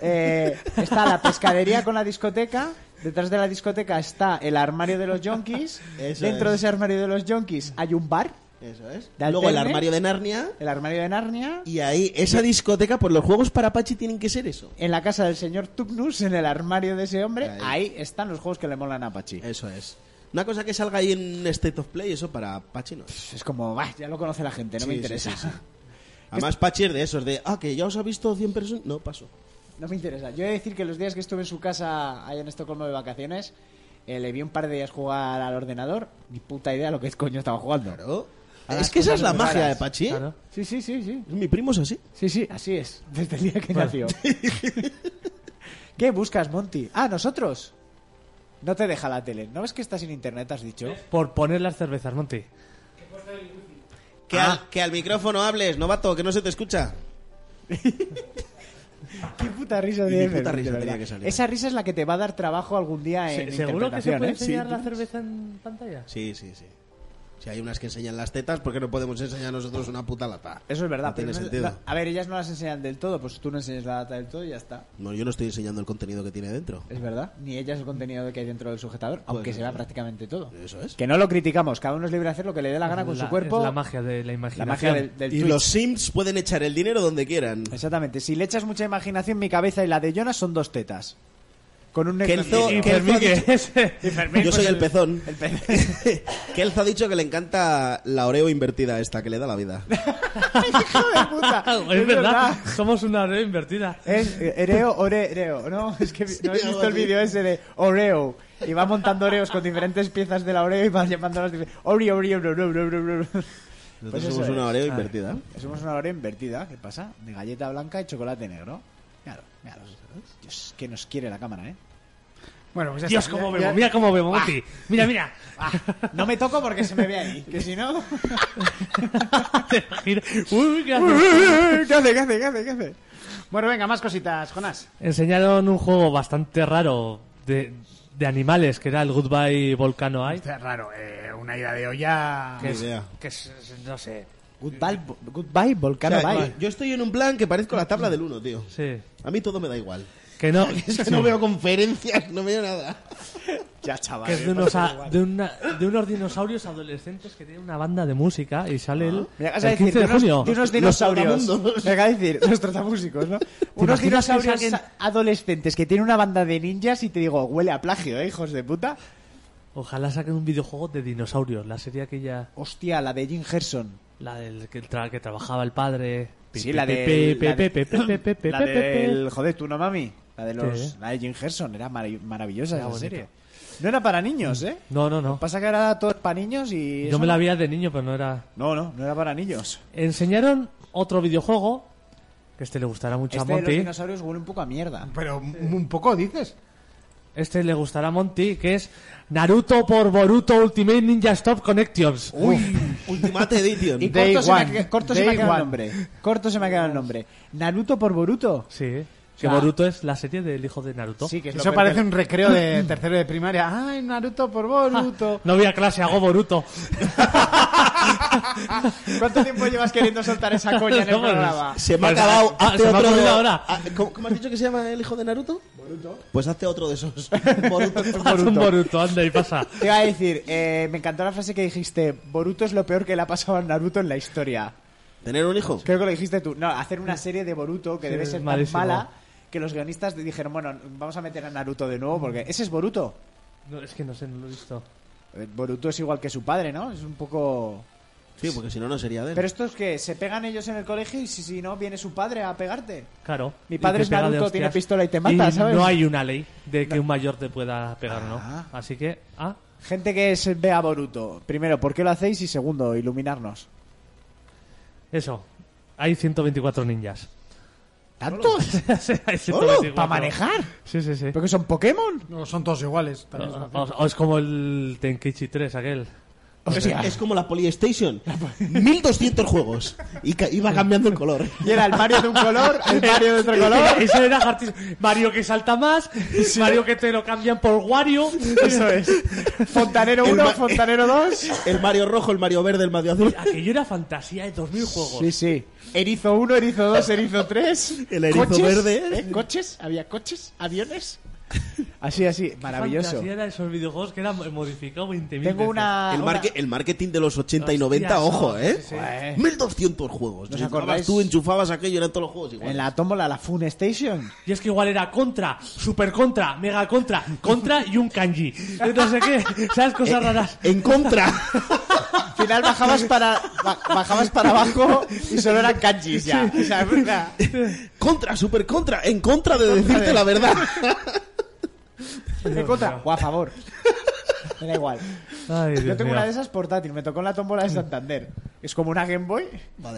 Eh, está la pescadería con la discoteca. Detrás de la discoteca está el armario de los yonkis. (laughs) Eso Dentro de es. ese armario de los yonkis hay un bar, Eso es. De Luego el alterne. armario de Narnia. el armario de Narnia. Y ahí, esa discoteca, pues los juegos para Pachi tienen que ser eso. En la casa del señor Tupnus, en el armario de ese hombre, Ahí. Eh. ahí están los juegos que le molan a Pachi. Eso es. Una cosa que salga ahí en State of Play, eso para Pachi no. es. Es como, bah, ya lo conoce la gente, no me Sí, interesa. sí, sí, sí. Además, Pachi es de esos, de, ah, que ya os ha visto 100 personas. No, paso. No me interesa. Yo he de decir que los días que estuve en su casa allá en Estocolmo de vacaciones, eh, le vi un par de días jugar al ordenador, ni puta idea lo que coño estaba jugando. Claro. A las Es que esa cosas es la muy magia raras. de Pachi. Claro. Sí, sí, sí, sí. Mi primo es así. Sí, sí, así es. Desde el día que nació. ¿Qué buscas, Monty? Ah, nosotros. No te deja la tele. ¿No ves que está sin internet, has dicho? ¿Eh? Por poner las cervezas, Monty. Que, al, que al micrófono hables, novato, que no se te escucha. Qué puta risa Y tiene, qué puta de risa verdad. tenía que salir. Esa risa es la que te va a dar trabajo algún día en Se- ¿Seguro que se interpretación, puede ¿eh? enseñar la cerveza en pantalla? Sí, sí, sí. Si hay unas que enseñan las tetas, ¿por qué no podemos enseñar nosotros una puta lata? Eso es verdad. No pero tiene no- sentido. no- a ver, ellas no las enseñan del todo, pues tú no enseñas la data del todo y ya está. No, yo no estoy enseñando el contenido que tiene dentro. Es verdad. Ni ellas el contenido que hay dentro del sujetador, aunque Pues se vea eso. prácticamente todo. Eso es. Que no lo criticamos, cada uno es libre de hacer lo que le dé la gana con La- su cuerpo. es la magia de la la imaginación. magia del, del Y Twitch. los Sims pueden echar el dinero donde quieran. Exactamente. Si le echas mucha imaginación, mi cabeza y la de Jonas son dos tetas. Con un negro. Kenzo- Y Kenzo Fermín, (laughs) ha que dicho- es... eh. (laughs) Yo soy el pezón. (laughs) que él ha dicho que le encanta la Oreo invertida esta que le da (laughs) la vida. (laughs) es verdad, somos una red invertida. Es eh, Ereo, Oreo, ¿no? (laughs) Es que vi- no he visto el vídeo ese de Oreo. Y va montando Oreos con diferentes piezas de la Oreo y va llamándolas dife- Oreo, Oreo, Oreo, Oreo, Oreo, Oreo. Nosotros Pues eso somos es. una Oreo invertida. Somos una Oreo invertida, ¿qué pasa? De galleta blanca y chocolate negro. Míralo, míralo. Dios, que nos quiere la cámara, ¿eh? Bueno, pues ya Dios, está, cómo ya- vemos, ya- mira cómo vemos, Monty. Mira, mira. No me toco porque se me ve ahí. Que si no. Te Ah. gira. Uy, qué haces. ¿Qué hace, qué hace, qué hace, qué hace? Bueno, venga, más cositas, Jonás. Enseñaron un juego bastante raro de, de animales, que era el Goodbye Volcano Eye. Es raro, eh, una ida de olla. Que es- idea. que es- es- no sé. Goodbye, vo- goodbye Volcano O sea, Bye. yo estoy en un plan que parezco la tabla del 1, tío. Sí. A mí todo me da igual. (laughs) (laughs) Que no. Es que no veo conferencias, no veo (laughs) nada. Ya, que chaval. es de me unos, pasa a- de, una- de unos dinosaurios adolescentes que tienen una banda de música y sale el, Me acabas el de decir de 15 de unos, junio. de unos Los dinosaurios. trotamundos. Me acabas de decir, los trotamúsicos, (laughs) ¿no? Unos imaginas que dinosaurios saquen- a- adolescentes que tienen una banda de ninjas y te digo, huele a plagio, ¿eh, hijos de puta? Ojalá saquen un videojuego de dinosaurios, la serie aquella, Hostia, la de Jim Gerson. la del que, tra- que trabajaba el padre. Pi, Sí, pi, la pi, del- pi, la de- pi, pi, pi, pi, pi, La pi, pi, del... Joder, tú no, mami. La de, los, Sí. la de Jim Gerson. Era mari- maravillosa Era esa bonito. serie. No era para niños, ¿eh? No, no, no. Pasa que era todo para niños y... Yo eso me la no- Pues veía de niño, pero no era... No, no, no era para niños. Enseñaron otro videojuego, que este le gustará mucho Este a de los Monty. dinosaurios huele un poco a mierda. Pero un poco, dices. Este le gustará a Monty, que es Naruto por Boruto Ultimate Ninja Stop Connections. Ultimate Edition. Y Day corto, se me, ha one, que- corto se me day ha quedado el one. nombre. Corto se me ha quedado el nombre. Naruto por Boruto. Sí. Que sea- Boruto es la serie del hijo de Naruto. Sí, que es lo Eso peor parece que- un recreo de tercero de primaria. Ay, Naruto por (laughs) Boruto. No voy a clase, hago Boruto. (laughs) (laughs) ¿Cuánto tiempo llevas queriendo soltar (laughs) esa coña en el No, pues, programa? Se me ha Pues, acabado. ah, hazte se me ha otro- ocurrido ahora. Ah, ¿Cómo, cómo has dicho que se llama el hijo de Naruto? Boruto. Pues hazte otro de (laughs) esos. Boruto. Haz un Boruto, anda y pasa. Te iba a decir, eh, me encantó la frase que dijiste, Boruto es lo peor que le ha pasado a Naruto en la historia. ¿Tener un hijo? Creo que lo dijiste tú. No, hacer una serie de Boruto que Sí, debe es ser tan malísimo. mala que los guionistas dijeron, bueno, vamos a meter a Naruto de nuevo porque ese es Boruto. No, es que no sé, no lo he visto. Eh, Boruto es igual que su padre, ¿no? Es un poco... Sí, porque si no, no sería de él. Pero estos que se pegan ellos en el colegio y si, si no viene su padre a pegarte. Claro. Mi Y padre te es pega de Naruto, hostias. tiene pistola y te mata, ¿sabes? No hay una ley de que un mayor te pueda pegar o Ah. no. Así que, ah, Gente que se ve a Boruto. Primero, ¿por qué lo hacéis? Y segundo, iluminarnos. eso. Hay 124 ninjas. (laughs) ¿Tantos? Hay 124. ¿Para manejar? Sí, sí, sí. ¿Porque son Pokémon? No, son todos iguales. O, también es una o- o es como el Tenkaichi 3, aquel. Es, es como la Polystation. 1200 juegos. Y ca- iba cambiando el color. Y era el Mario de un color, el Mario de otro (laughs) color. Eso era Jartis. Mario que salta más, Mario que te lo cambian por Wario. Eso es. Fontanero El 1, ma- Fontanero 2. El Mario rojo, el Mario verde, el Mario (laughs) azul. Aquello era fantasía de 2000 juegos. Sí, sí. Erizo 1, Erizo 2, Erizo (laughs) 3. El erizo verde. ¿eh? ¿Coches? ¿Había coches? ¿Aviones? Así, así. Maravilloso. Fantasía era esos videojuegos que eran modificados 20.000 Tengo veces. una... El, una- marque- el marketing de los 80 Ah, y Hostias, 90, ojo, sí, ¿eh? sí, sí. Joder. 1200 juegos. ¿No os Entonces, acordáis? Tú enchufabas aquello y eran todos los juegos iguales. En la tómbola, la Fun Station. Y es que igual era contra, super contra, mega contra, contra y un kanji. No sé qué, ¿sabes? Cosas Eh, raras. En contra. (laughs) Al final bajabas para, ba- bajabas para abajo y solo eran kanjis ya. O sea, era- contra, super contra. En contra de decirte la verdad. ¿En contra? O a favor. Me da igual. Ay, Yo Dios tengo mío. una de esas portátil, me tocó en la tómbola de Santander. Es como una Game Boy.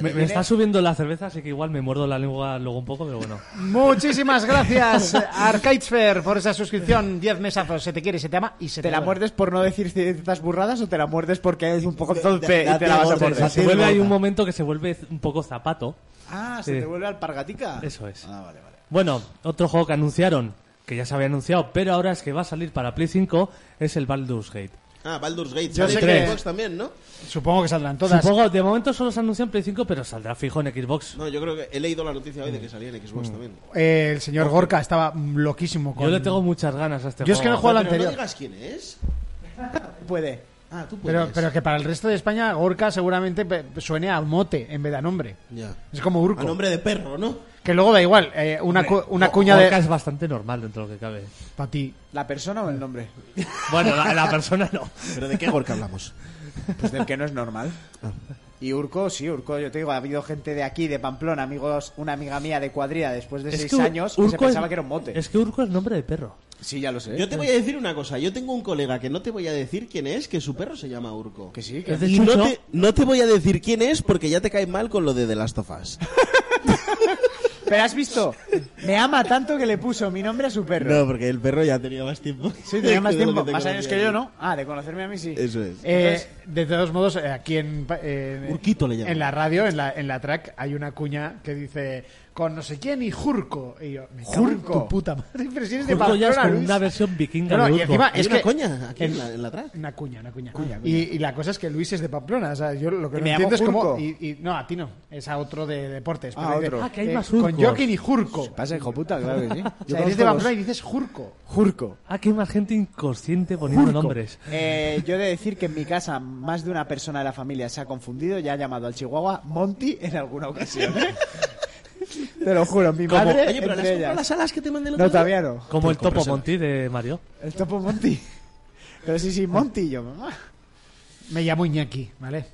Me, me está subiendo la cerveza, así que igual me muerdo la lengua luego un poco, pero bueno. Muchísimas gracias, Arcade Fair, por esa suscripción. 10 mesazos, se te quiere, se te ama y se te, ¿Te la adora. muerdes por no decir ciertas burradas o te la muerdes porque es un poco torpe y date te la vas a golpes, morder? así. Se vuelve, hay un momento que se vuelve un poco zapato. Ah, Sí. se te vuelve alpargatica. Eso es. Ah, vale, vale. Bueno, otro juego que anunciaron, que ya se había anunciado, pero ahora es que va a salir para Play 5, es el Baldur's Gate. Ah, Baldur's Gate. Yo sé sale en que- Xbox también, ¿no? Supongo que saldrán todas. Supongo, de momento solo se anuncia en Play 5, pero saldrá fijo en Xbox. No, yo creo que he leído la noticia hoy de que salía en Xbox también. Eh, el señor Gorka estaba mm, loquísimo con... Yo le tengo muchas ganas a este Yo juego. es que no juego al Pero no anterior. digas quién es. Puede. Ah, tú puedes. Pero, pero que para el resto de España, Gorka seguramente pe- suene a mote en vez de a nombre. Ya. Es como A Urco. nombre de perro, ¿no? Que luego da igual. eh, una, cu- una Jo- cuña Gorka de... es bastante normal dentro de lo que cabe. Para ti. ¿La persona o el nombre? Bueno, la, la persona no. ¿Pero de qué Gorka hablamos? Pues del que no es normal. Y Urco, sí, Urco, yo te digo, ha habido gente de aquí, de Pamplona, amigos, una amiga mía de cuadrilla después de seis Ur- años, que se Urco es- pensaba que era un mote. Es que Urco es nombre de perro. Sí, ya lo sé. Yo te voy a decir una cosa. Yo tengo un colega que no te voy a decir quién es, que su perro se llama Urco. Que sí, que Es de Y no Chucho. te, no te voy a decir quién es porque ya te cae mal con lo de The Last of Us. Pero has visto, me ama tanto que le puso mi nombre a su perro. No, porque el perro ya tenía más tiempo. Sí, (laughs) tenía más De lo tiempo, te más conocía años que yo, ¿no? Ah, de conocerme a mí sí. Eso es. Eh, de todos modos, eh, aquí en, pa- eh, Urquito le llaman. en la radio, en la, en la track, hay una cuña que dice con no sé quién y Jurco. Y yo, me cago en Jurco. tu puta madre, pero si eres Urco de ya es Pamplona, con Luis. una versión vikinga No, no, de y Urco. encima Hay es una que- coña aquí en la, en la track. Una cuña, una cuña. Y, y la cosa es que Luis es de Pamplona. O sea, yo lo que Y no me entiendo es llamo cómo. Jurco. Y, y- no, a ti no. Es a otro de deportes. Ah, pero dice, eh, otro. Ah, que hay más Con Jurcos. Jokin y Jurco. Pasa, hijo puta, claro que sí. O sea, eres de Pamplona y dices Jurco. Jurco. Ah, que hay más gente inconsciente poniendo nombres. Eh, yo he de decir que en mi casa más de una persona de la familia se ha confundido y ha llamado al chihuahua Monty en alguna ocasión. ¿eh? (laughs) Te lo juro, mi Como- madre Oye, pero ¿le entre has comprado ellas. las alas que te mandé el otro No, día? todavía no. Como el Te compras Topo el- Monty de Mario. El topo Monty. Pero sí, sí, Monty y yo, mamá. Me llamo Iñaki, ¿vale?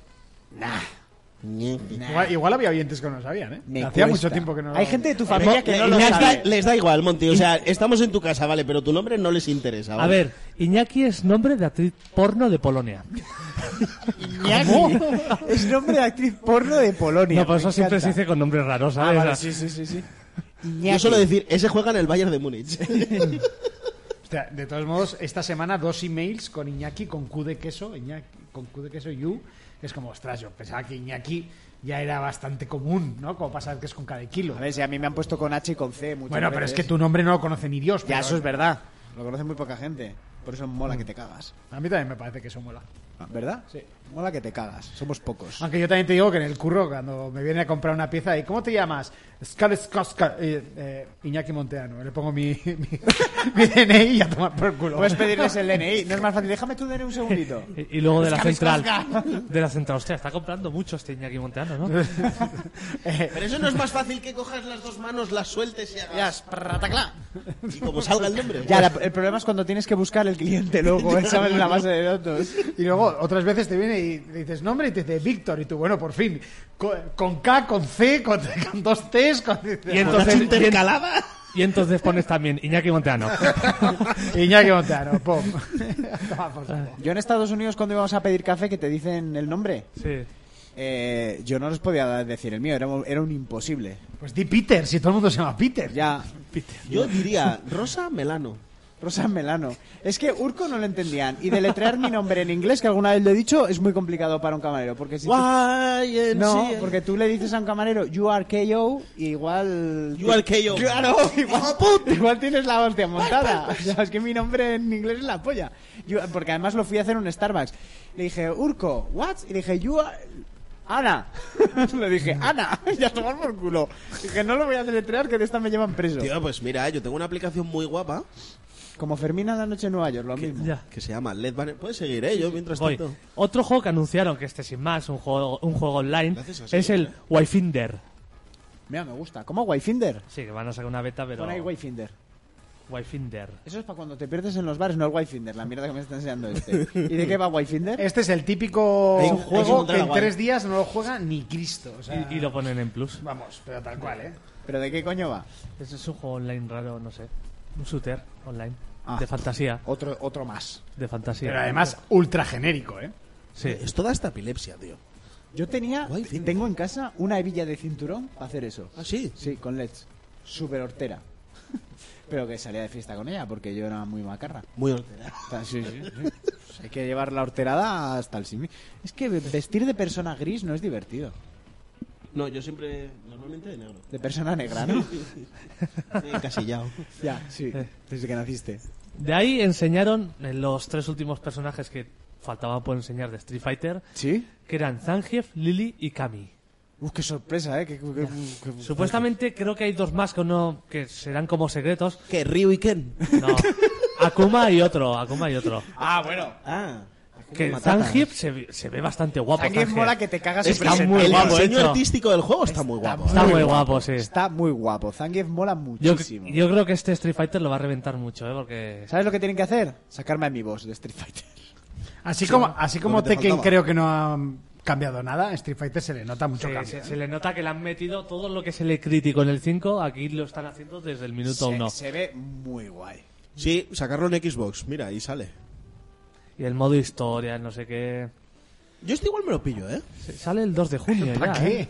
Ñe. Igual, igual había oyentes que no lo sabían, ¿eh? Me Hacía cuesta. mucho tiempo que no. Hay gente de tu Mo- familia que Eh, no lo les, da, sabe. les da igual, Monty. O sea, estamos en tu casa, vale, pero tu nombre no les interesa. ¿vale? A ver, Iñaki es nombre de actriz porno (laughs) de Polonia. (laughs) Es nombre de actriz porno de Polonia. No, por me eso siempre se encanta. dice con nombres raros, Ah, ¿sabes? vale, O sí, sea, sí, sí, sí. Yo solo decir, ese juega en el Bayern de Múnich. (laughs) Hostia, de todos modos, esta semana dos emails con Iñaki, con Q de queso, Iñaki, con Q de queso y U. Es como, ostras, yo pensaba que Iñaki ya era bastante común, ¿no? Como pasa que es con cada kilo. A ver, si a mí me han puesto con H y con C muchas Bueno, pero es veces. que tu nombre no lo conoce ni Dios. Ya, pero- eso es verdad. Lo conoce muy poca gente. Por eso mola que te cagas. A mí también me parece que eso mola. Ah, ¿Verdad? Sí. Mola que te cagas. Somos pocos. Aunque yo también te digo que en el curro, cuando me viene a comprar una pieza, ¿y cómo te llamas? Scar, Scar, Scar- eh, eh, Iñaki Monteano. Le pongo mi, (laughs) mi, mi DNI y a tomar por culo. Puedes pedirles el DNI. No es más fácil. Déjame tu DNI un segundito. Y y luego de la central. De la central. Hostia, está comprando mucho este Iñaki (laughs) Monteano, ¿no? Pero eso no es más fácil que cojas las dos manos, las sueltes y hagas. Y como salga el nombre. (laughs) Ya, la- el problema es cuando tienes que buscar el cliente luego, ¿eh? ¿sabes? En la base de datos. (laughs) Y luego otras veces te viene y le dices nombre y te dice Víctor. Y tú, bueno, por fin. Con, con K, con C, con, (laughs) con dos T's. Con... Y entonces, intercalada. Y entonces pones también Iñaki (laughs) Monteano. (laughs) Iñaki Monteano, pum. Toma por saco. Yo en Estados Unidos cuando íbamos a pedir café que te dicen el nombre, Sí. eh, yo no les podía dar- decir el mío. Era, un- era un imposible. pues di Peter, si todo el mundo se llama Peter. Ya, Yo diría, Rosa Melano. Rosa Melano. Es que Urco no lo entendían. Y deletrear mi nombre en inglés, que alguna vez lo he dicho, es muy complicado para un camarero. Porque si tú- Guay, No, porque tú le dices a un camarero, you are KO, y igual... You are KO. Claro, igual, igual tienes la hostia montada. (laughs) O sea, es que mi nombre en inglés es la polla. You- porque además lo fui a hacer en un Starbucks. Le dije, Urco, what? Y le dije, you are... Ana. (laughs) le dije, Ana. (laughs) ya tomar por culo. Dije, no lo voy a deletrear, que de esta me llevan preso. Tío, pues mira, yo tengo una aplicación muy guapa Como Fermina la noche en Nueva York, lo mismo. Ya. que se llama Led Banner. Puedes seguir, eh, yo mientras Voy. tanto. Otro juego que anunciaron, que este sin más, un juego, un juego online, Gracias, así, es el ¿eh? Wayfinder. Mira, me gusta. Como Wayfinder. Sí, que van a sacar una beta, pero... Pon ahí Wayfinder. Wayfinder. Eso es para cuando te pierdes en los bares, no el Wayfinder, la mierda que me está enseñando este. ¿Y de qué (laughs) va Wayfinder? Este es el típico Hay un- hay que juego que encontrar en la tres días no lo juega ni Cristo. o sea, Ah. Y, y lo ponen en plus. Vamos, pero tal cual, ¿eh? ¿Pero de qué coño va? Ese es un juego online raro, no sé. Un shooter online. Ah. De fantasía. Otro, otro más. De fantasía. Pero además, ultra genérico, ¿eh? Sí. Es toda esta epilepsia, tío. Yo tenía, Wayfinder. tengo en casa una hebilla de cinturón para hacer eso. Ah, sí. Sí, con LEDs. Súper hortera. (laughs) Pero que salía de fiesta con ella porque yo era muy macarra. Muy alterada. O sea, sí, sí, sí. Pues (laughs) hay que llevar la horterada hasta el simi. Es que vestir de persona gris no es divertido. No, yo siempre, normalmente de negro. De persona negra, (laughs) ¿no? Estoy (laughs) encasillado. Ya, sí. Eh. Desde que naciste. De ahí enseñaron eh, los tres últimos personajes que faltaban por enseñar de Street Fighter, ¿Sí? que eran Zangief, Lily y Kami. Uf, qué sorpresa, ¿eh? Qué- qué- qué- qué- Supuestamente creo que hay dos más que no que serán como secretos. ¿Qué, Ryu y Ken? No. (laughs) Akuma y otro, Akuma y otro. Ah. Que Zangief se, ve- se ve bastante guapo. Zangief mola que te cagas en Está presente. muy el guapo. El diseño diseño artístico del juego está muy guapo. ¿eh? Está muy guapo, sí. Está muy guapo. Zangief mola Yo, muchísimo. yo creo que este Street Fighter lo va a reventar mucho, ¿eh? Porque... ¿Sabes lo que tienen que hacer? Sacarme a mi boss de Street Fighter. Así como, así como lo que te Tekken faltaba. creo que no ha cambiado nada, a Street Fighter se le nota mucho Sí, cambio. se, ¿eh? se le nota que le han metido todo lo que se le criticó en el 5, aquí lo están haciendo desde el minuto se, 1. se ve muy guay. Sí, sacarlo en Xbox. Mira, ahí sale. Y el modo historia, no sé qué. Yo este igual me lo pillo, ¿eh? Sale el 2 de junio ya. ¿eh?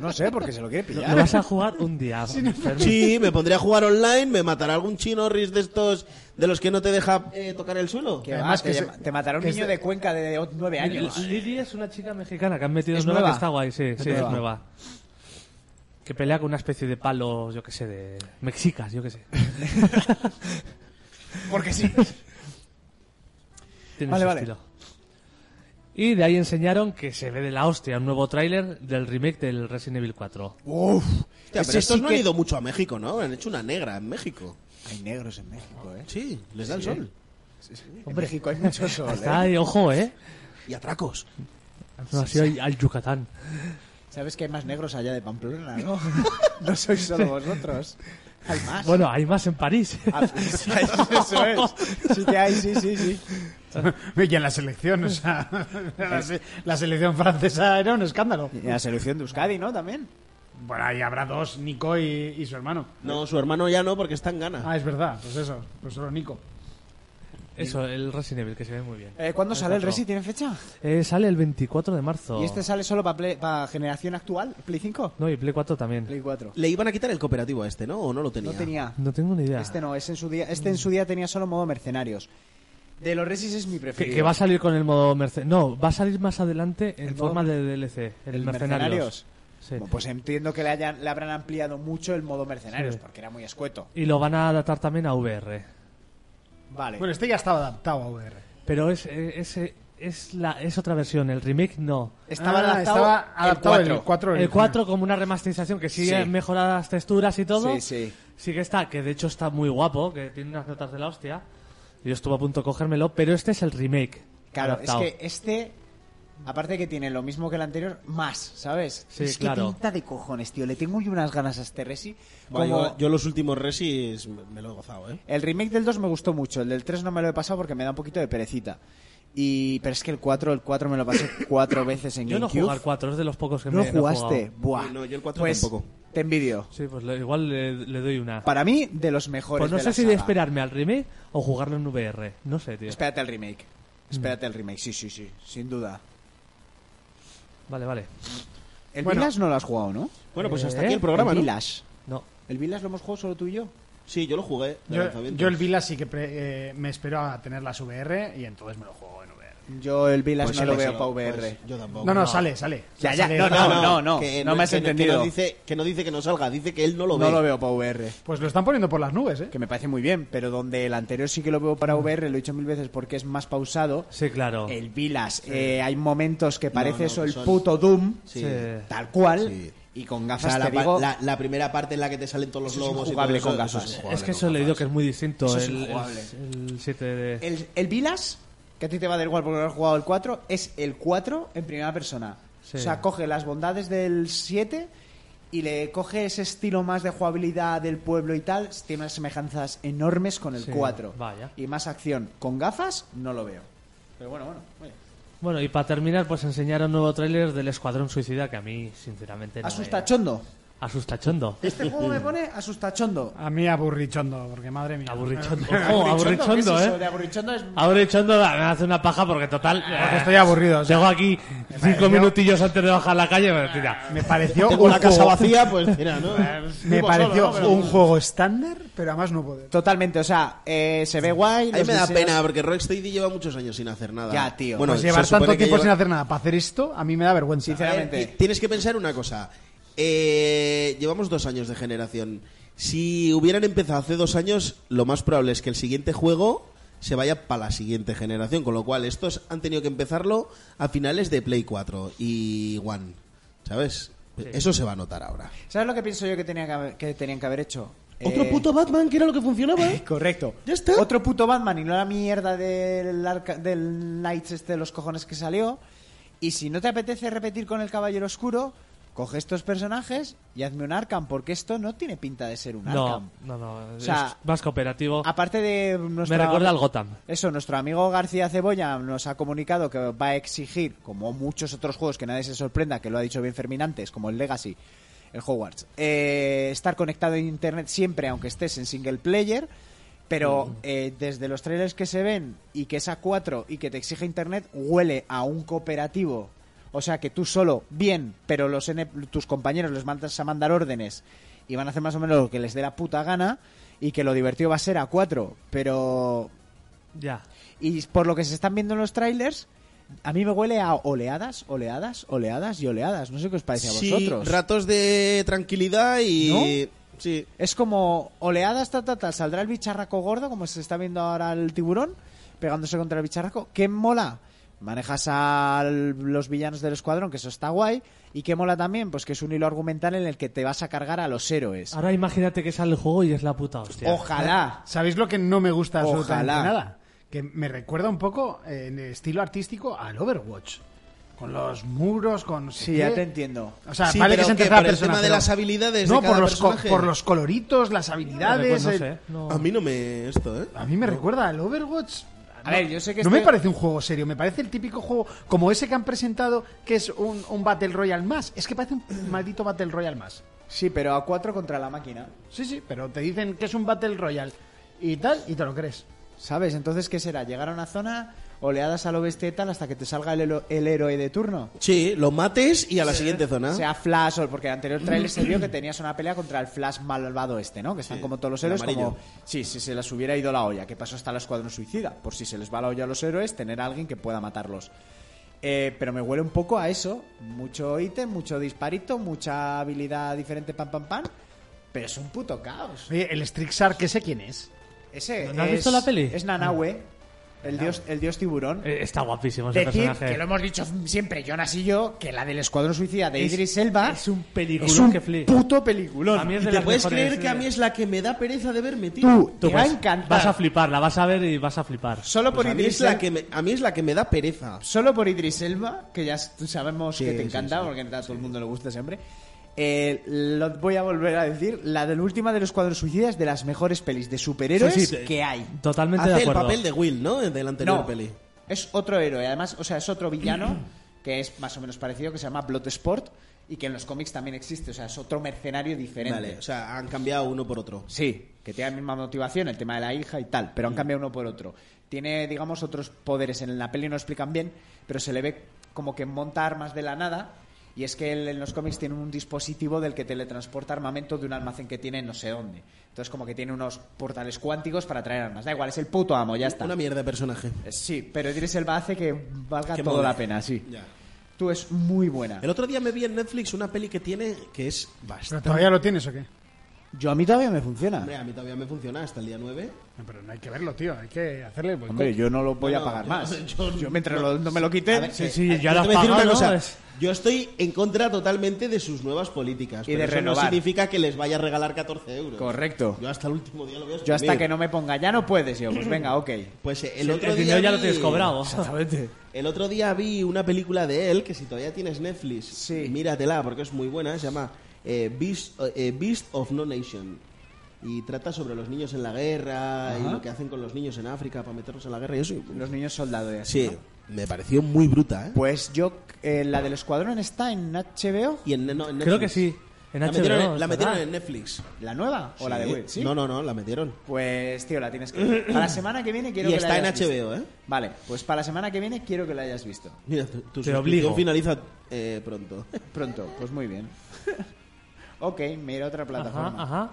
No sé, porque se lo quiere Lo pillar. vas a jugar un (laughs) día. Fermín. (laughs) Sí, me pondría a jugar online, me matará algún chino ris de estos de los que no te deja eh, tocar el suelo. Que va, te, llama- te matará un niño de Cuenca de 9 años. Lili es una chica mexicana que han metido Es nueva, nueva. que está guay, sí, sí, nueva. es nueva. Que pelea con una especie de palo, yo qué sé, de mexicas, yo qué sé. (laughs) Porque sí. Tiene Vale, su vale. estilo. Y de ahí enseñaron que se ve de la hostia un nuevo tráiler del remake del Resident Evil 4. Uf. Hostia, ese pero estos sí no que- han ido mucho a México, ¿no? Han hecho una negra en México. Hay negros en México, (laughs) ¿eh? Sí, les da el sol. En México hay (laughs) mucho sol. ¿eh? Está ahí, ojo, ¿eh? Y atracos. No ha sido al Yucatán. Sabes que hay más negros allá de Pamplona, (laughs) ¿no? no sois solo vosotros. Hay más. Bueno, hay más en París. Ah, sí, Eso es. Sí que hay, sí, sí, sí. (laughs) Y en la selección, o sea, la, se- la selección francesa era un escándalo. Y la selección de Euskadi, ¿no? También. Bueno, ahí habrá dos, Nico y, y su hermano. No, su hermano ya no, porque está en gana. Ah, es verdad, pues eso, pues solo Nico. Eso, el Resident Evil, que se ve muy bien. Eh, ¿Cuándo sale el Resi? ¿Tiene fecha? Eh, sale el 24 de marzo. ¿Y este sale solo para generación actual? ¿Play 5? No, y Play 4 también. Play 4. Le iban a quitar el cooperativo a este, ¿no? ¿O no lo tenía? No tenía. No tengo ni idea. Este no, este en su día, este en su día tenía solo modo mercenarios. De los Resis es mi Que, preferido. que va a salir con el modo mercenario. No, va a salir más adelante en ¿El modo- forma de DLC. El, ¿El mercenarios. mercenarios? Sí. Bueno, Pues entiendo que le, hayan, le habrán ampliado mucho el modo mercenarios, Sí. porque era muy escueto. Y lo van a adaptar también a VR. Vale. Bueno, este ya estaba adaptado a VR. Pero es, eh, es, es, es la, es otra versión. El remake no. estaba Ah, adaptado, estaba adaptado el 4. El 4 como una remasterización que sigue Sí. mejoradas texturas y todo. Sí, sí. Sí que está, que de hecho está muy guapo, que tiene unas notas de la hostia. Yo estuve a punto de cogérmelo, pero este es el remake. Claro, adaptado. es que este, aparte que tiene lo mismo que el anterior, más, ¿sabes? Sí, es claro. que pinta de cojones, tío. Le tengo yo unas ganas a este Resi. Buah, como- yo, yo los últimos resis me me lo he gozado, ¿eh? El remake del 2 me gustó mucho, el del 3 no me lo he pasado porque me da un poquito de perecita. Y pero es que el 4, el 4 me lo (coughs) pasé cuatro veces en Yo no GameCube. jugué al 4, es de los pocos que ¿No me he jugaste? jugado. Buah. Sí, no, yo el 4 pues, tampoco. Te envidio. Sí, pues le- igual le, le doy una. Para mí, de los mejores. Pues no de sé la si de saga. esperarme al remake o jugarlo en VR. No sé, tío. Espérate al remake. Mm. Espérate al remake, sí, sí, sí, sin duda. Vale, vale. El Bueno. Village no lo has jugado, ¿no? Bueno, pues hasta ¿Eh? aquí el programa, el ¿no? Village. No. El Village lo hemos jugado solo tú y yo. Sí, yo lo jugué. de Yo, lanzamiento. yo el Vila sí que pre- eh, me espero a tener las VR y entonces me lo juego en VR. Yo el Village Pues no lo sí, veo sí, para pues VR. yo tampoco. No, no, sale, sale. O sea, Ya, Oh, ya, sale- no, no, no, no, no, que me has que entendido. Que no, dice, que no dice que no salga, dice que él no lo ve. no lo veo para VR. Pues lo están poniendo por las nubes, ¿eh? que me parece muy bien, pero donde el anterior sí que lo veo Mm. para VR, lo he dicho mil veces porque es más pausado. Sí, claro. El Vilas, eh, hay momentos que parece no, eso que el son- puto Doom, Sí. Sí. tal cual, Sí. y con O sea, gafas la, te pa- digo, la- la primera parte en la que te salen todos los Eso es lobos. y injugable todo con eso, eso gafas. injugable es que con eso le gafas. digo que es muy distinto. Eso es el, injugable. el- el 7 de. el, el Vilas, que a ti te va a dar igual porque no has jugado el 4, es el 4 en primera persona. Sí. O sea, coge las bondades del 7 y le coge ese estilo más de jugabilidad del pueblo y tal, tiene unas semejanzas enormes con el Sí, 4. vaya. Y más acción. Con gafas no lo veo. Pero bueno, bueno. oye. Bueno, y para terminar, pues enseñaron un nuevo tráiler del Escuadrón Suicida que a mí, sinceramente. No Asustachondo. Me... (laughs) Asustachondo. Este juego me pone asustachondo. A mí aburrichondo, porque madre mía. (laughs) Oh, Aburrichondo. (laughs) Ojo, aburrichondo, ¿qué es eso? De ¿eh. aburrichondo es... Aburrichondo da- me hace una paja porque, total. Ah. Porque (laughs) eh, estoy aburrido. o (laughs) sea, Llego aquí cinco yo- minutillos antes de bajar la calle. Bueno, tira. me pareció Tengo un la casa juego- vacía, pues mira, ¿no? Me Vivo solo, pareció ¿no? Pero- un juego estándar, pero además no poder. Totalmente, o sea, eh, se ve guay. A mí Pues los me da diseños- pena porque Rocksteady lleva muchos años sin hacer nada. Ya, tío. Bueno, Pues se llevar supone tanto que tiempo lleva- sin hacer nada para hacer esto, a mí me da vergüenza. Sinceramente. Y Tienes que pensar una cosa. Eh, llevamos dos años de generación. Si hubieran empezado hace dos años, lo más probable es que el siguiente juego se vaya para la siguiente generación. Con lo cual, estos han tenido que empezarlo a finales de Play 4 y One. ¿Sabes? Eso se va a notar ahora. ¿Sabes lo que pienso yo que, tenía que, haber- que tenían que haber hecho? Eh, Otro puto Batman, que era lo que funcionaba. ¿eh? Correcto. Ya está. Otro puto Batman y no la mierda del, arca- del Knights este de los cojones que salió. Y si no te apetece repetir con el Caballero Oscuro, coge estos personajes y hazme un Arkham, porque esto no tiene pinta de ser un No, Arkham. no, no. O sea, es más cooperativo. Aparte de nuestra... Me recuerda al Gotham. Eso, nuestro amigo García Cebolla nos ha comunicado que va a exigir, como muchos otros juegos que nadie se sorprenda, que lo ha dicho bien Fermín antes, como el Legacy, el Hogwarts, eh, estar conectado a Internet siempre, aunque estés en single player, Pero eh, desde los trailers que se ven y que es a 4 y que te exige internet, huele a un cooperativo. O sea que tú solo, bien, pero los N tus compañeros les mandas a mandar órdenes y van a hacer más o menos lo que les dé la puta gana y que lo divertido va a ser a 4. Pero Ya. y por lo que se están viendo en los trailers, a mí me huele a oleadas, oleadas, oleadas y oleadas. No sé qué os parece a Sí, vosotros. ratos de tranquilidad y... Sí. es como oleadas, ta, ta, ta. Saldrá el bicharraco gordo, como se está viendo ahora el tiburón, pegándose contra el bicharraco. ¿Qué mola? Manejas a los villanos del escuadrón, que eso está guay. ¿Y qué mola también? Pues que es un hilo argumental en el que te vas a cargar a los héroes. Ahora imagínate que sale el juego y es la puta hostia. Ojalá. ¿Sabéis lo que no me gusta absolutamente Ojalá. nada? Que me recuerda un poco eh, en el estilo artístico al Overwatch. Con los muros, con. no sé Sí, ya qué. te entiendo. O sea, Sí, vale pero que se ¿qué? en tercera ¿Por el persona, tema de pero- las habilidades de No, cada por, los co- personaje? por los coloritos, las Vale, habilidades. pues no el- sé. no- A mí no me... Esto, ¿eh? A mí me recuerda al Overwatch. A ver, yo sé que No este- me parece un juego serio, me parece el típico juego como ese que han presentado, que es un, un Battle Royale más. Es que parece un (clears throat) maldito Battle Royale más. Sí, pero a cuatro contra la máquina. Sí, sí, pero te dicen que es un Battle Royale y tal, y te lo crees. ¿Sabes? Entonces, ¿qué será? Llegar a una zona, oleadas a lo bestia y tal, hasta que te salga el, helo- el héroe de turno. Sí, lo mates y a la siguiente zona. Pues Sea Flash, o porque en el anterior trailer se vio que tenías una pelea contra el Flash malvado este, ¿no? Que están Sí, como todos los el héroes, amarillo. como sí, si se les hubiera ido la olla, que pasó hasta el escuadrón suicida, por si se les va la olla a los héroes, tener a alguien que pueda matarlos. Eh, pero me huele un poco a eso, mucho ítem, mucho disparito, mucha habilidad diferente, pam, pam, pam, pero es un puto caos. Oye, el Strixar, que sé quién es. Ese ¿No has es- visto la peli? Ah. Es Nanahue, el dios, el dios tiburón. Eh, Está guapísimo ese Decir personaje. que lo hemos dicho siempre, Jonas y yo, que la del Escuadrón Suicida de Idris Elba es un peliculón es un que flipa. puto peliculón. A mí es ¿Y de ¿Te las puedes mejores, creer que eh. a mí es la que me da pereza de verme, tío? Tú, Tú te va a vas- encantar. Vas a flipar, la vas a ver y vas a flipar. Solo por Pues a, mí Idris es la Elba- que me, a mí es la que me da pereza. Solo por Idris Elba, que ya s- tú sabemos que te sí, encanta, sí, porque a todo el mundo le gusta siempre. Eh, lo voy a volver a decir, la del última de los cuadros suicidas de las mejores pelis de superhéroes Sí, sí, te- que hay. Totalmente de Hace el acuerdo. papel de Will, ¿no? Del anterior No, peli. es otro héroe, además, o sea, es otro (clears throat) villano que es más o menos parecido, que se llama Bloodsport y que en los cómics también existe, o sea, es otro mercenario diferente. Vale, o sea, han cambiado uno por otro. Sí, que tiene la misma motivación, el tema de la hija y tal, pero han cambiado uno por otro. Tiene, digamos, otros poderes. En la peli no lo explican bien, pero se le ve como que monta armas de la nada. Y es que él en los cómics tiene un dispositivo del que teletransporta armamento de un almacén que tiene en no sé dónde. Entonces, como que tiene unos portales cuánticos para traer armas. Da igual, es el puto amo, ya está. Una mierda de personaje. Eh, Sí, pero Idris Elba hace que valga Que todo mole. la pena, sí. Ya. Tú es muy buena. El otro día me vi en Netflix una peli que tiene que es ¿Pero (laughs) bastante. todavía lo tienes o qué? Yo a mí todavía me funciona. Hombre, a mí todavía me funciona hasta el día 9. No, pero no hay que verlo, tío. Hay que hacerle el boicot. Hombre, yo no lo voy No, a pagar yo- más. (laughs) yo- Yo, mientras lo- no me lo quite. ver, Sí, eh, sí, eh, ya lo yo te has voy a decir pagado, una ¿no? cosa. Es- Yo estoy en contra totalmente de sus nuevas políticas. Y pero de eso no renovar. significa que les vaya a regalar 14 euros. Correcto. Yo hasta el último día lo voy a Yo hasta exprimir. que no me ponga, ya no puedes, yo. Pues venga, ok. Pues eh, el, El, otro el día dinero ya vi- lo tienes cobrado. El otro día vi una película de él que si todavía tienes Netflix, Sí. míratela porque es muy buena. Se llama eh, Beast, eh, Beast of No Nation. Y trata sobre los niños en la guerra y lo que hacen con los niños en África para meterlos en la guerra. y eso. Los niños soldados ya. sí, me pareció muy bruta, ¿eh? Pues yo, eh, la del escuadrón está en HBO, Y en, no, en Creo Netflix. que sí. En la HBO. metieron, en- la ¿verdad? metieron en Netflix. la nueva o la de Will, ¿sí? No, no, no, la metieron. Pues tío, la tienes que (clears throat) ver. Para la semana que viene quiero y que está la en hayas visto. HBO, ¿eh? Vale, pues para la semana que viene quiero que la hayas visto. Mira, tu, tu Te suscripción obligo. finaliza eh, pronto. Pronto, pues muy bien. (laughs) ok, me iré a otra plataforma. Ajá, ajá.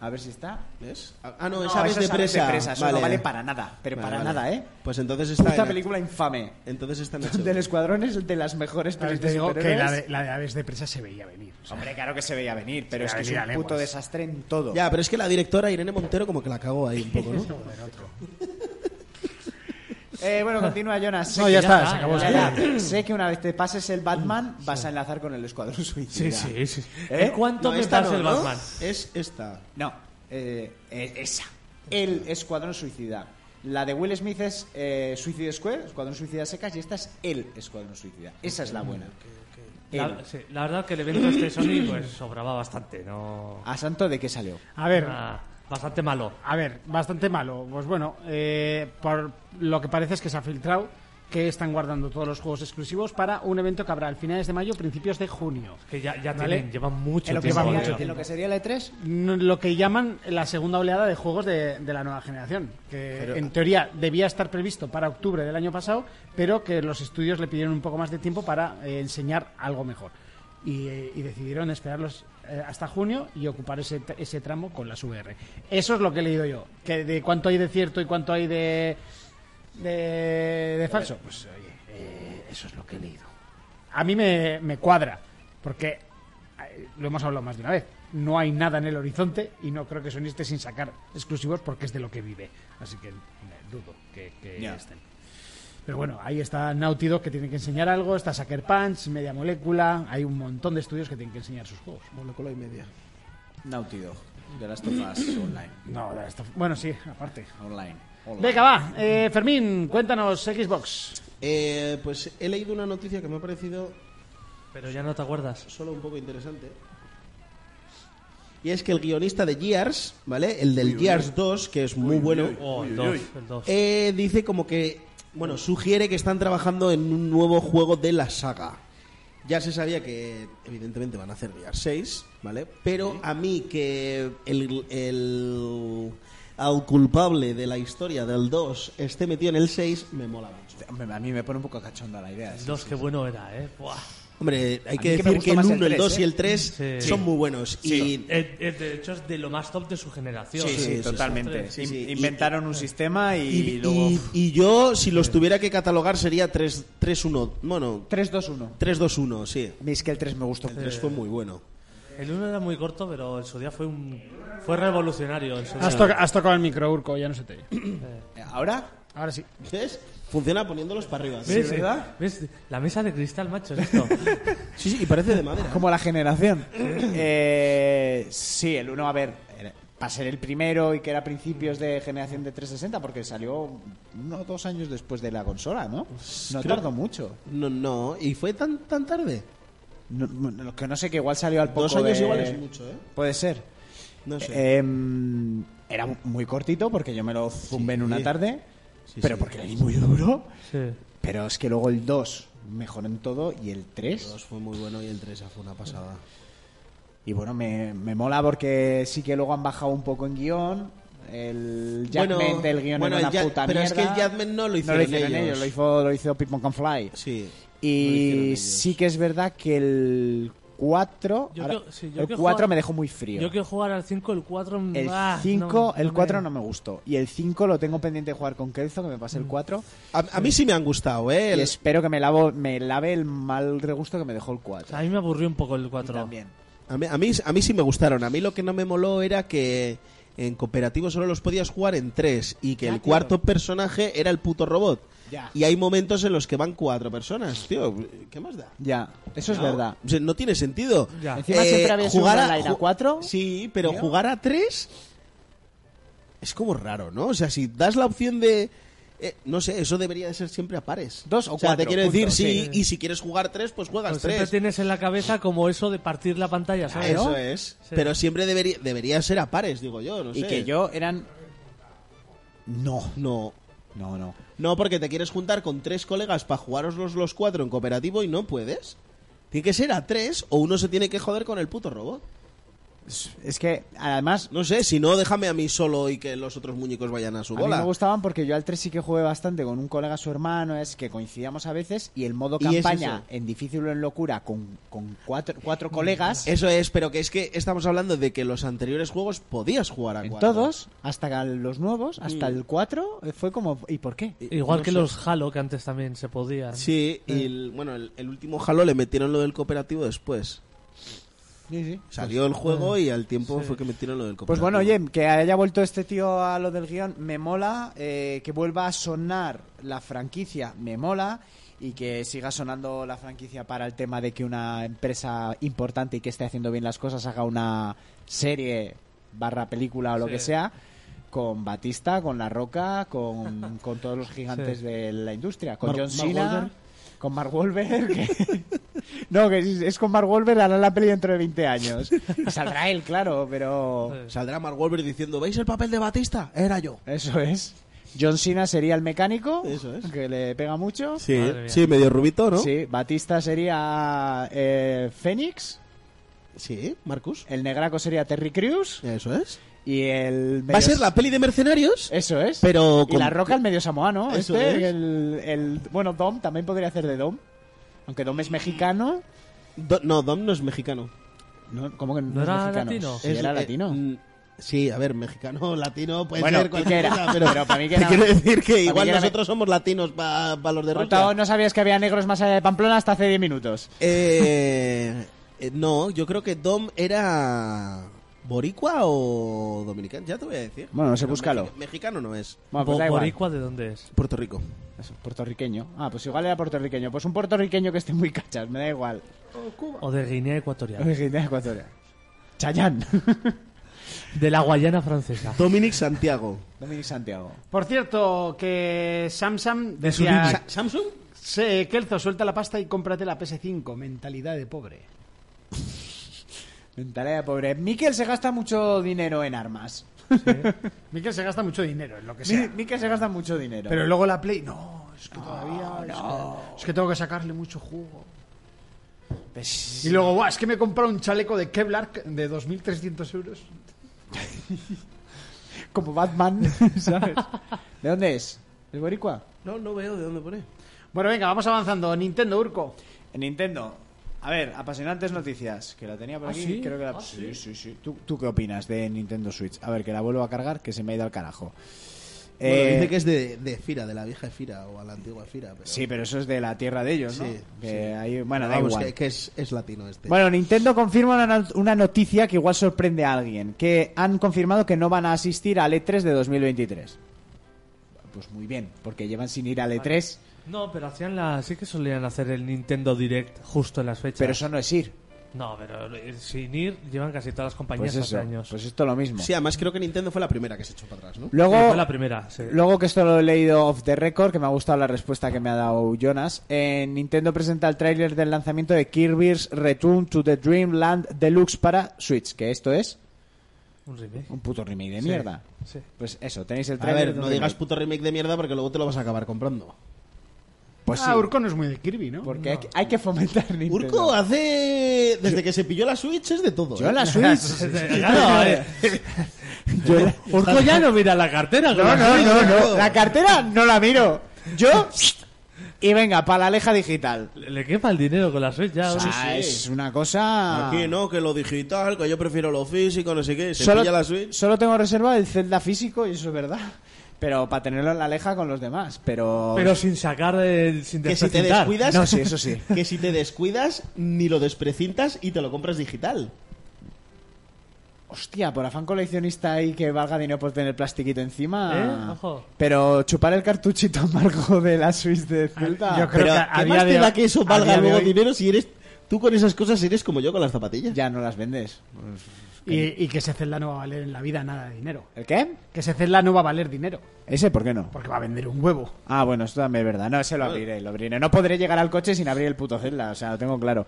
A ver si está. ¿Ves? Ah, no, No, es Aves esa de es Aves Presa. Eso no vale para nada, pero Vale, para vale. nada, ¿eh? Pues entonces está Esta en- película infame. Entonces está en (laughs) Del HBO. escuadrón es de las mejores También películas te de digo que la superhéroes. de, la de Aves de Presa se veía venir. o sea, Hombre, claro que se veía venir, pero Se es que es veía un venir a puto leguas. desastre en todo. Ya, pero es que la directora Irene Montero como que la cagó ahí un (laughs) poco, ¿no? joder, otro. Eh, bueno, continúa, Jonas. Sé No, que ya está, se acabó. Ya, ya. Sé que una vez te pases el Batman, vas a enlazar con el Escuadrón Sí, Suicida. sí, sí. ¿Eh? ¿En cuánto No, me esta pasa no, el ¿no? Batman? Es esta. No, eh, eh, esa. El Escuadrón Suicida. La de Will Smith es eh, Suicide Square, Escuadrón Suicida Secas, y esta es el Escuadrón Suicida. Esa es la buena. El. La, sí, la verdad que el evento este de Sony pues sobraba bastante, no. ¿A santo de qué salió? A ver, Ah, bastante malo. a ver, bastante malo. Pues bueno, eh, por lo que parece es que se ha filtrado que están guardando todos los juegos exclusivos para un evento que habrá al finales de mayo, principios de junio. Que ya, ya Vale. tienen, llevan mucho En lo que tiempo. va tío. mucho ¿De lo que sería la E E3? No- Lo que llaman la segunda oleada de juegos de, de la nueva generación, que en teoría debía estar previsto para octubre del año pasado, pero que los estudios le pidieron un poco más de tiempo para eh, enseñar algo mejor. Y, eh, y decidieron esperarlos eh, hasta junio y ocupar ese, tr- ese tramo con las VR. Eso es lo que he leído yo, que de cuánto hay de cierto y cuánto hay de, de, de falso. Pues oye, eh, eso es lo que he leído. A mí me, me cuadra, porque eh, lo hemos hablado más de una vez. No hay nada en el horizonte y no creo que Sony esté sin sacar exclusivos porque es de lo que vive. Así que eh, dudo que, que estén. Pero bueno, ahí está Naughty Dog que tiene que enseñar algo, está Sucker Punch, Media Molécula, hay un montón de estudios que tienen que enseñar sus juegos. Molécula y media. Naughty Dog, The Last of Us Online. No, esto- bueno, sí, aparte. Online. online. Venga, va, eh, Fermín, cuéntanos Xbox. Eh, pues he leído una noticia que me ha parecido Pero ya no te acuerdas. solo un poco interesante. Y es que el guionista de Gears, ¿vale? El del Gears 2, que es muy bueno, Oh, el 2. El 2. eh, dice como que, bueno, sugiere que están trabajando en un nuevo juego de la saga. Ya se sabía que, evidentemente, van a hacer Gears 6, ¿vale? Pero a mí que el, el, al culpable de la historia del 2 esté metido en el 6, me mola mucho. Hombre, a mí me pone un poco cachonda la ¿eh? idea. El sí, 2, sí. qué bueno era, ¿eh? Buah. Hombre, hay A que mí que me decir gusta que el más el 1, el tres, 2 y ¿eh? el 3 Sí. son muy buenos. Y Eh, eh, de hecho, es de lo más top de su generación. Sí, sí, Sí, totalmente. sí, sí. In- Inventaron eh, un sistema y, Y, luego. y- y yo, si los tuviera que catalogar, sería 3-1. Bueno, 3-2-1. 3-2-1, sí. A mí es que el 3 me gustó. El 3 fue muy bueno. El 1 era muy corto, pero en su día fue un fue revolucionario. En su día. Has, toca- has tocado el micro, Urco, ya no se te oye. ¿Ahora? Ahora sí. ¿Ves? Funciona poniéndolos para arriba. ¿Ves? Sí, ¿verdad? ¿Ves? La mesa de cristal, macho, es esto. sí, y parece de madera. ¿eh? Como la (clears throat) generación. Eh, sí, el 1, a ver, era- para ser el primero y que era principios de generación de 360, porque salió uno o dos años después de la consola, ¿no? Pues No tardó mucho. No, no. ¿Y fue tan, tan tarde? No- no- lo que no sé, que igual salió al poco Dos años de- igual es mucho, ¿eh? Puede ser. No sé. Em, era muy cortito porque yo me lo zumbé en una Sí. tarde, Sí, pero sí. porque le di muy duro. (laughs) Sí. Pero es que luego el 2 mejoró en todo y el 3... El ah. 2 fue muy bueno y el 3 fue una pasada. Y bueno, me, me mola porque sí que luego han bajado un poco en guión. El Jackman Bueno, del guión bueno, era el una Jack- puta pero es mierda. que el Jackman no lo hicieron ellos. lo hizo, lo hizo Pip Can Fly. Sí. lo hicieron Y ellos. sí que es verdad que el 4... Yo ahora- que- sí, yo el 4 que juega- me dejó muy frío. Yo quiero jugar al 5, el 4... El ah, 5, no, el 4 me- no me gustó. Y el 5 lo tengo pendiente de jugar con Kelzo, que me pase el 4. A, a mí sí me han gustado, ¿eh? Y El- espero que me, lavo, me lave el mal regusto que me dejó el 4. A mí me aburrió un poco el 4. También. A mí, a, mí, a mí sí me gustaron. A mí lo que no me moló era que en cooperativo solo los podías jugar en tres y que el cuarto personaje era el puto robot. Ya. Y hay momentos en los que van cuatro personas, tío. ¿Qué más da? Ya, eso es No, verdad. o sea, no tiene sentido. Eh, Ya. Encima siempre había sido jugar un online a ju- cuatro. Sí, pero jugar a tres es como raro, ¿no? O sea, si das la opción de... eh, no sé, eso debería de ser siempre a pares. Dos o sea, cuatro, te quiero punto, decir, sí. sí, y si quieres jugar tres, pues juegas Pues siempre tres. tienes en la cabeza como eso de partir la pantalla, ¿sabes? Eso es. Sí. Pero siempre debería, debería ser a pares, digo yo. No Y sé. que yo eran... No, No. no, no. No, porque te quieres juntar con tres colegas para jugaros los, los cuatro en cooperativo y no puedes. Tiene que ser a tres o uno se tiene que joder con el puto robot. Es que además No sé, si no, déjame a mí solo y que los otros muñecos vayan a su a mí bola. me gustaban porque yo al 3 sí que jugué bastante con un colega, su hermano, es que coincidíamos a veces y el modo Y es campaña eso. en difícil o en locura con, con cuatro, cuatro colegas, Eso es, pero que es que estamos hablando de que los anteriores juegos podías jugar a en cuatro. todos, hasta los nuevos, hasta el 4, fue como... ¿Y por qué? Igual No que sé. los Halo, que antes también se podían. Sí, Eh. y el- bueno, el, el último Halo le metieron lo del cooperativo después. Salió el juego y al tiempo fue que metieron lo del cooperativo. eh, Pues bueno, oye, que haya vuelto este tío a lo del guión, me mola. eh, que vuelva a sonar la franquicia, me mola. Y que siga sonando la franquicia para el tema de que una empresa importante y que esté haciendo bien las cosas haga una serie barra película o lo Sí. que sea con Batista, con La Roca, con, con todos los gigantes Sí. de la industria, con Mar- John Mark Cena, Wahlberg. con Mark Wahlberg. que- (laughs) no, que es, es con Mark Wahlberg, hará la peli dentro de 20 años. Saldrá él, claro, pero... Saldrá Mark Wahlberg diciendo, ¿veis el papel de Batista? Era yo. Eso es. John Cena sería el mecánico, Eso es. que le pega mucho. Sí, Madre mía. sí, medio rubito, ¿no? Sí, Batista sería eh, Fénix, Sí, Marcus. el negraco sería Terry Crews Eso es. y el... Va medio- a ser la peli de mercenarios, Eso es. pero Y con- la roca el medio samoano. Eso este, es. el, el- bueno, Dom también podría hacer de Dom. Aunque Dom es mexicano. Do- no, Dom no es mexicano. No, ¿Cómo que no, ¿No es era mexicano? latino? Sí, Es- era eh, latino. mm, sí, a ver, mexicano, (laughs) latino, puede Bueno, ser ¿y cualquier qué era? cosa, pero, Pero para mí que (laughs) te era- quiero decir para que mí igual que era me- nosotros somos latinos para los de Rusia. Otao, no sabías que había negros más allá de Pamplona hasta hace 10 minutos. Eh, eh, no, yo creo que Dom era boricua o dominicano, ya te voy a decir. Bueno, no sé, Pero búscalo. mexi- Mexicano no es. Bueno, pues Bo- da igual. boricua de dónde es? Puerto Rico. Eso, puertorriqueño. Ah, pues igual era puertorriqueño. Pues un puertorriqueño que esté muy cachas, me da igual. O de Guinea Ecuatorial. Original Ecuatorial. (laughs) Chayán. De la Guayana francesa. Dominic Santiago. Dominic Santiago. Por cierto, que Samsung De su decía, Sa- ¿Samsung? "Se- Kelzo, suelta la pasta y cómprate la PS5, mentalidad de pobre. Mentalidad de pobre. Miquel se gasta mucho dinero en armas. Miquel se gasta mucho dinero en lo que Mi- sea. Miquel se gasta mucho dinero. Pero luego la Play, no, es que todavía... es que- Es, que, tengo que sacarle mucho jugo. Pues Y luego, "Buah, es que me he comprado un chaleco de Kevlar de 2.300 euros. Como (laughs) Batman, ¿sabes? ¿De dónde es? ¿Es boricua? No, no veo de dónde pone. Bueno, venga, vamos avanzando. Nintendo Urco. En Nintendo. A ver, apasionantes noticias, que la tenía por ¿Ah, aquí, sí? creo que la... Ah, sí, sí, sí. ¿Tú, tú qué opinas de Nintendo Switch? A ver, que la vuelvo a cargar, que se me ha ido al carajo. Eh, dice que es de, de Fira, de la vieja Fira o a la antigua Fira. Pero... Sí, pero eso es de la tierra de ellos, ¿no? Sí, Que sí. ahí- bueno, da Vamos, igual. que, que es, es latino este. Bueno, Nintendo confirma una, not- una noticia que igual sorprende a alguien, que han confirmado que no van a asistir al E3 de 2023. Pues muy bien, porque llevan sin ir E al E3, No, pero hacían la... Sí que solían hacer el Nintendo Direct justo en las fechas. pero eso no es ir. No, pero eh, sin ir llevan casi todas las compañías Pues eso, hace años. pues esto lo mismo. Sí, además creo que Nintendo fue la primera que se echó para atrás, ¿no? Sí, Luego, fue la primera, sí. Luego que esto lo he leído off the record, que me ha gustado la respuesta que me ha dado Jonas, eh, Nintendo presenta el tráiler del lanzamiento de Kirby's Return to the Dreamland Deluxe para Switch, que esto es Un remake. un puto remake de mierda. Sí. Pues eso, tenéis el A tráiler. ver, de un no digas remake. puto remake de mierda porque luego te lo vas a acabar comprando. Pues sí, ah, Urco no es muy de Kirby, ¿no? Pues porque hay, que, hay que fomentar Nintendo. Urco ah, hace... Desde que se pilló la Switch es de todo. Yo ¿eh? en (laughs) la Switch. (laughs) Claro, eh. Yo en la- Urco ya no mira la cartera. No, con la no, Switch. no, no. La cartera no la miro. Yo y venga, para la aleja digital. Le le quepa el dinero con la Switch ya. O hombre. sea, es una cosa. Ah, Aquí no, que lo digital, que yo prefiero lo físico, no sé qué. Se solo, pilla la Switch. solo tengo reserva el Zelda físico, y eso es verdad. Pero para tenerlo en la aleja con los demás. Pero. Pero sin sacar, eh, sin Que si te desprecintar. descuidas... No, sí, eso sí. (laughs) Que si te descuidas, ni lo desprecintas y te lo compras digital. Hostia, por afán coleccionista y que valga dinero por tener plastiquito encima. ¿Eh? Ojo. Pero chupar el cartuchito (laughs) amargo de la Switch de Zelda. yo creo Pero, que ¿qué a día más de te hoy- da que eso a valga día de luego hoy- dinero si eres... Tú con esas cosas eres como yo con las zapatillas. Ya no las vendes. Y, y que ese Zelda no va a valer en la vida nada de dinero. ¿El qué? Que ese Zelda no va a valer dinero, Ese, ¿por qué no? porque va a vender un huevo. Ah, bueno, esto también es verdad. No, ese lo abriré, lo abriré. No podré llegar al coche sin abrir el puto Zelda, o sea, lo tengo claro.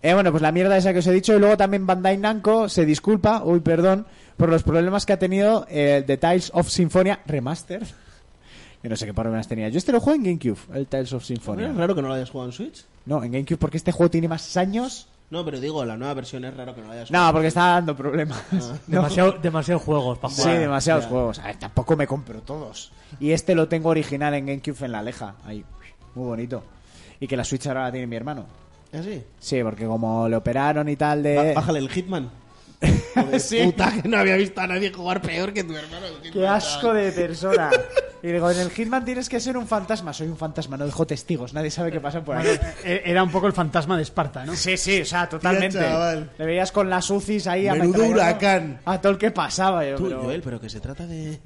Eh, bueno, pues la mierda esa que os he dicho. Y luego también Bandai Namco se disculpa, uy, perdón, por los problemas que ha tenido eh, el de Tiles of Symphonia Remastered. (laughs) Yo no sé qué problemas tenía. Yo este lo juego en GameCube, el Tiles of Es Symphonia. raro que no lo hayas jugado en Switch. No, en GameCube porque este juego tiene más años. No, pero digo, la nueva versión es raro que no la hayas jugado. No, porque está dando problemas. Ah. No. Demasiado, demasiados juegos (laughs) para Sí, jugar. demasiados juegos. A ver, tampoco me compro todos. Y este lo tengo original en GameCube en la leja. Ahí, muy bonito. Y que la Switch ahora la tiene mi hermano. ¿Ah, sí? Sí, porque como le operaron y tal Ba- de... Bájale el (laughs) Hitman. Sí. Puta, que no había visto a nadie jugar peor que tu hermano. el Hitman. ¡Qué asco de persona! Y digo, en el Hitman tienes que ser un fantasma. Soy un fantasma, no dejo testigos. Nadie sabe qué pasa por ahí. Eh, Era un poco el fantasma de Esparta, ¿no? Sí, sí, o sea, totalmente. Tía, chaval. Le veías con las UCIs ahí Menudo ametrallando huracán. A todo el que pasaba. Yo, Tú, pero- Joel, pero que se trata de...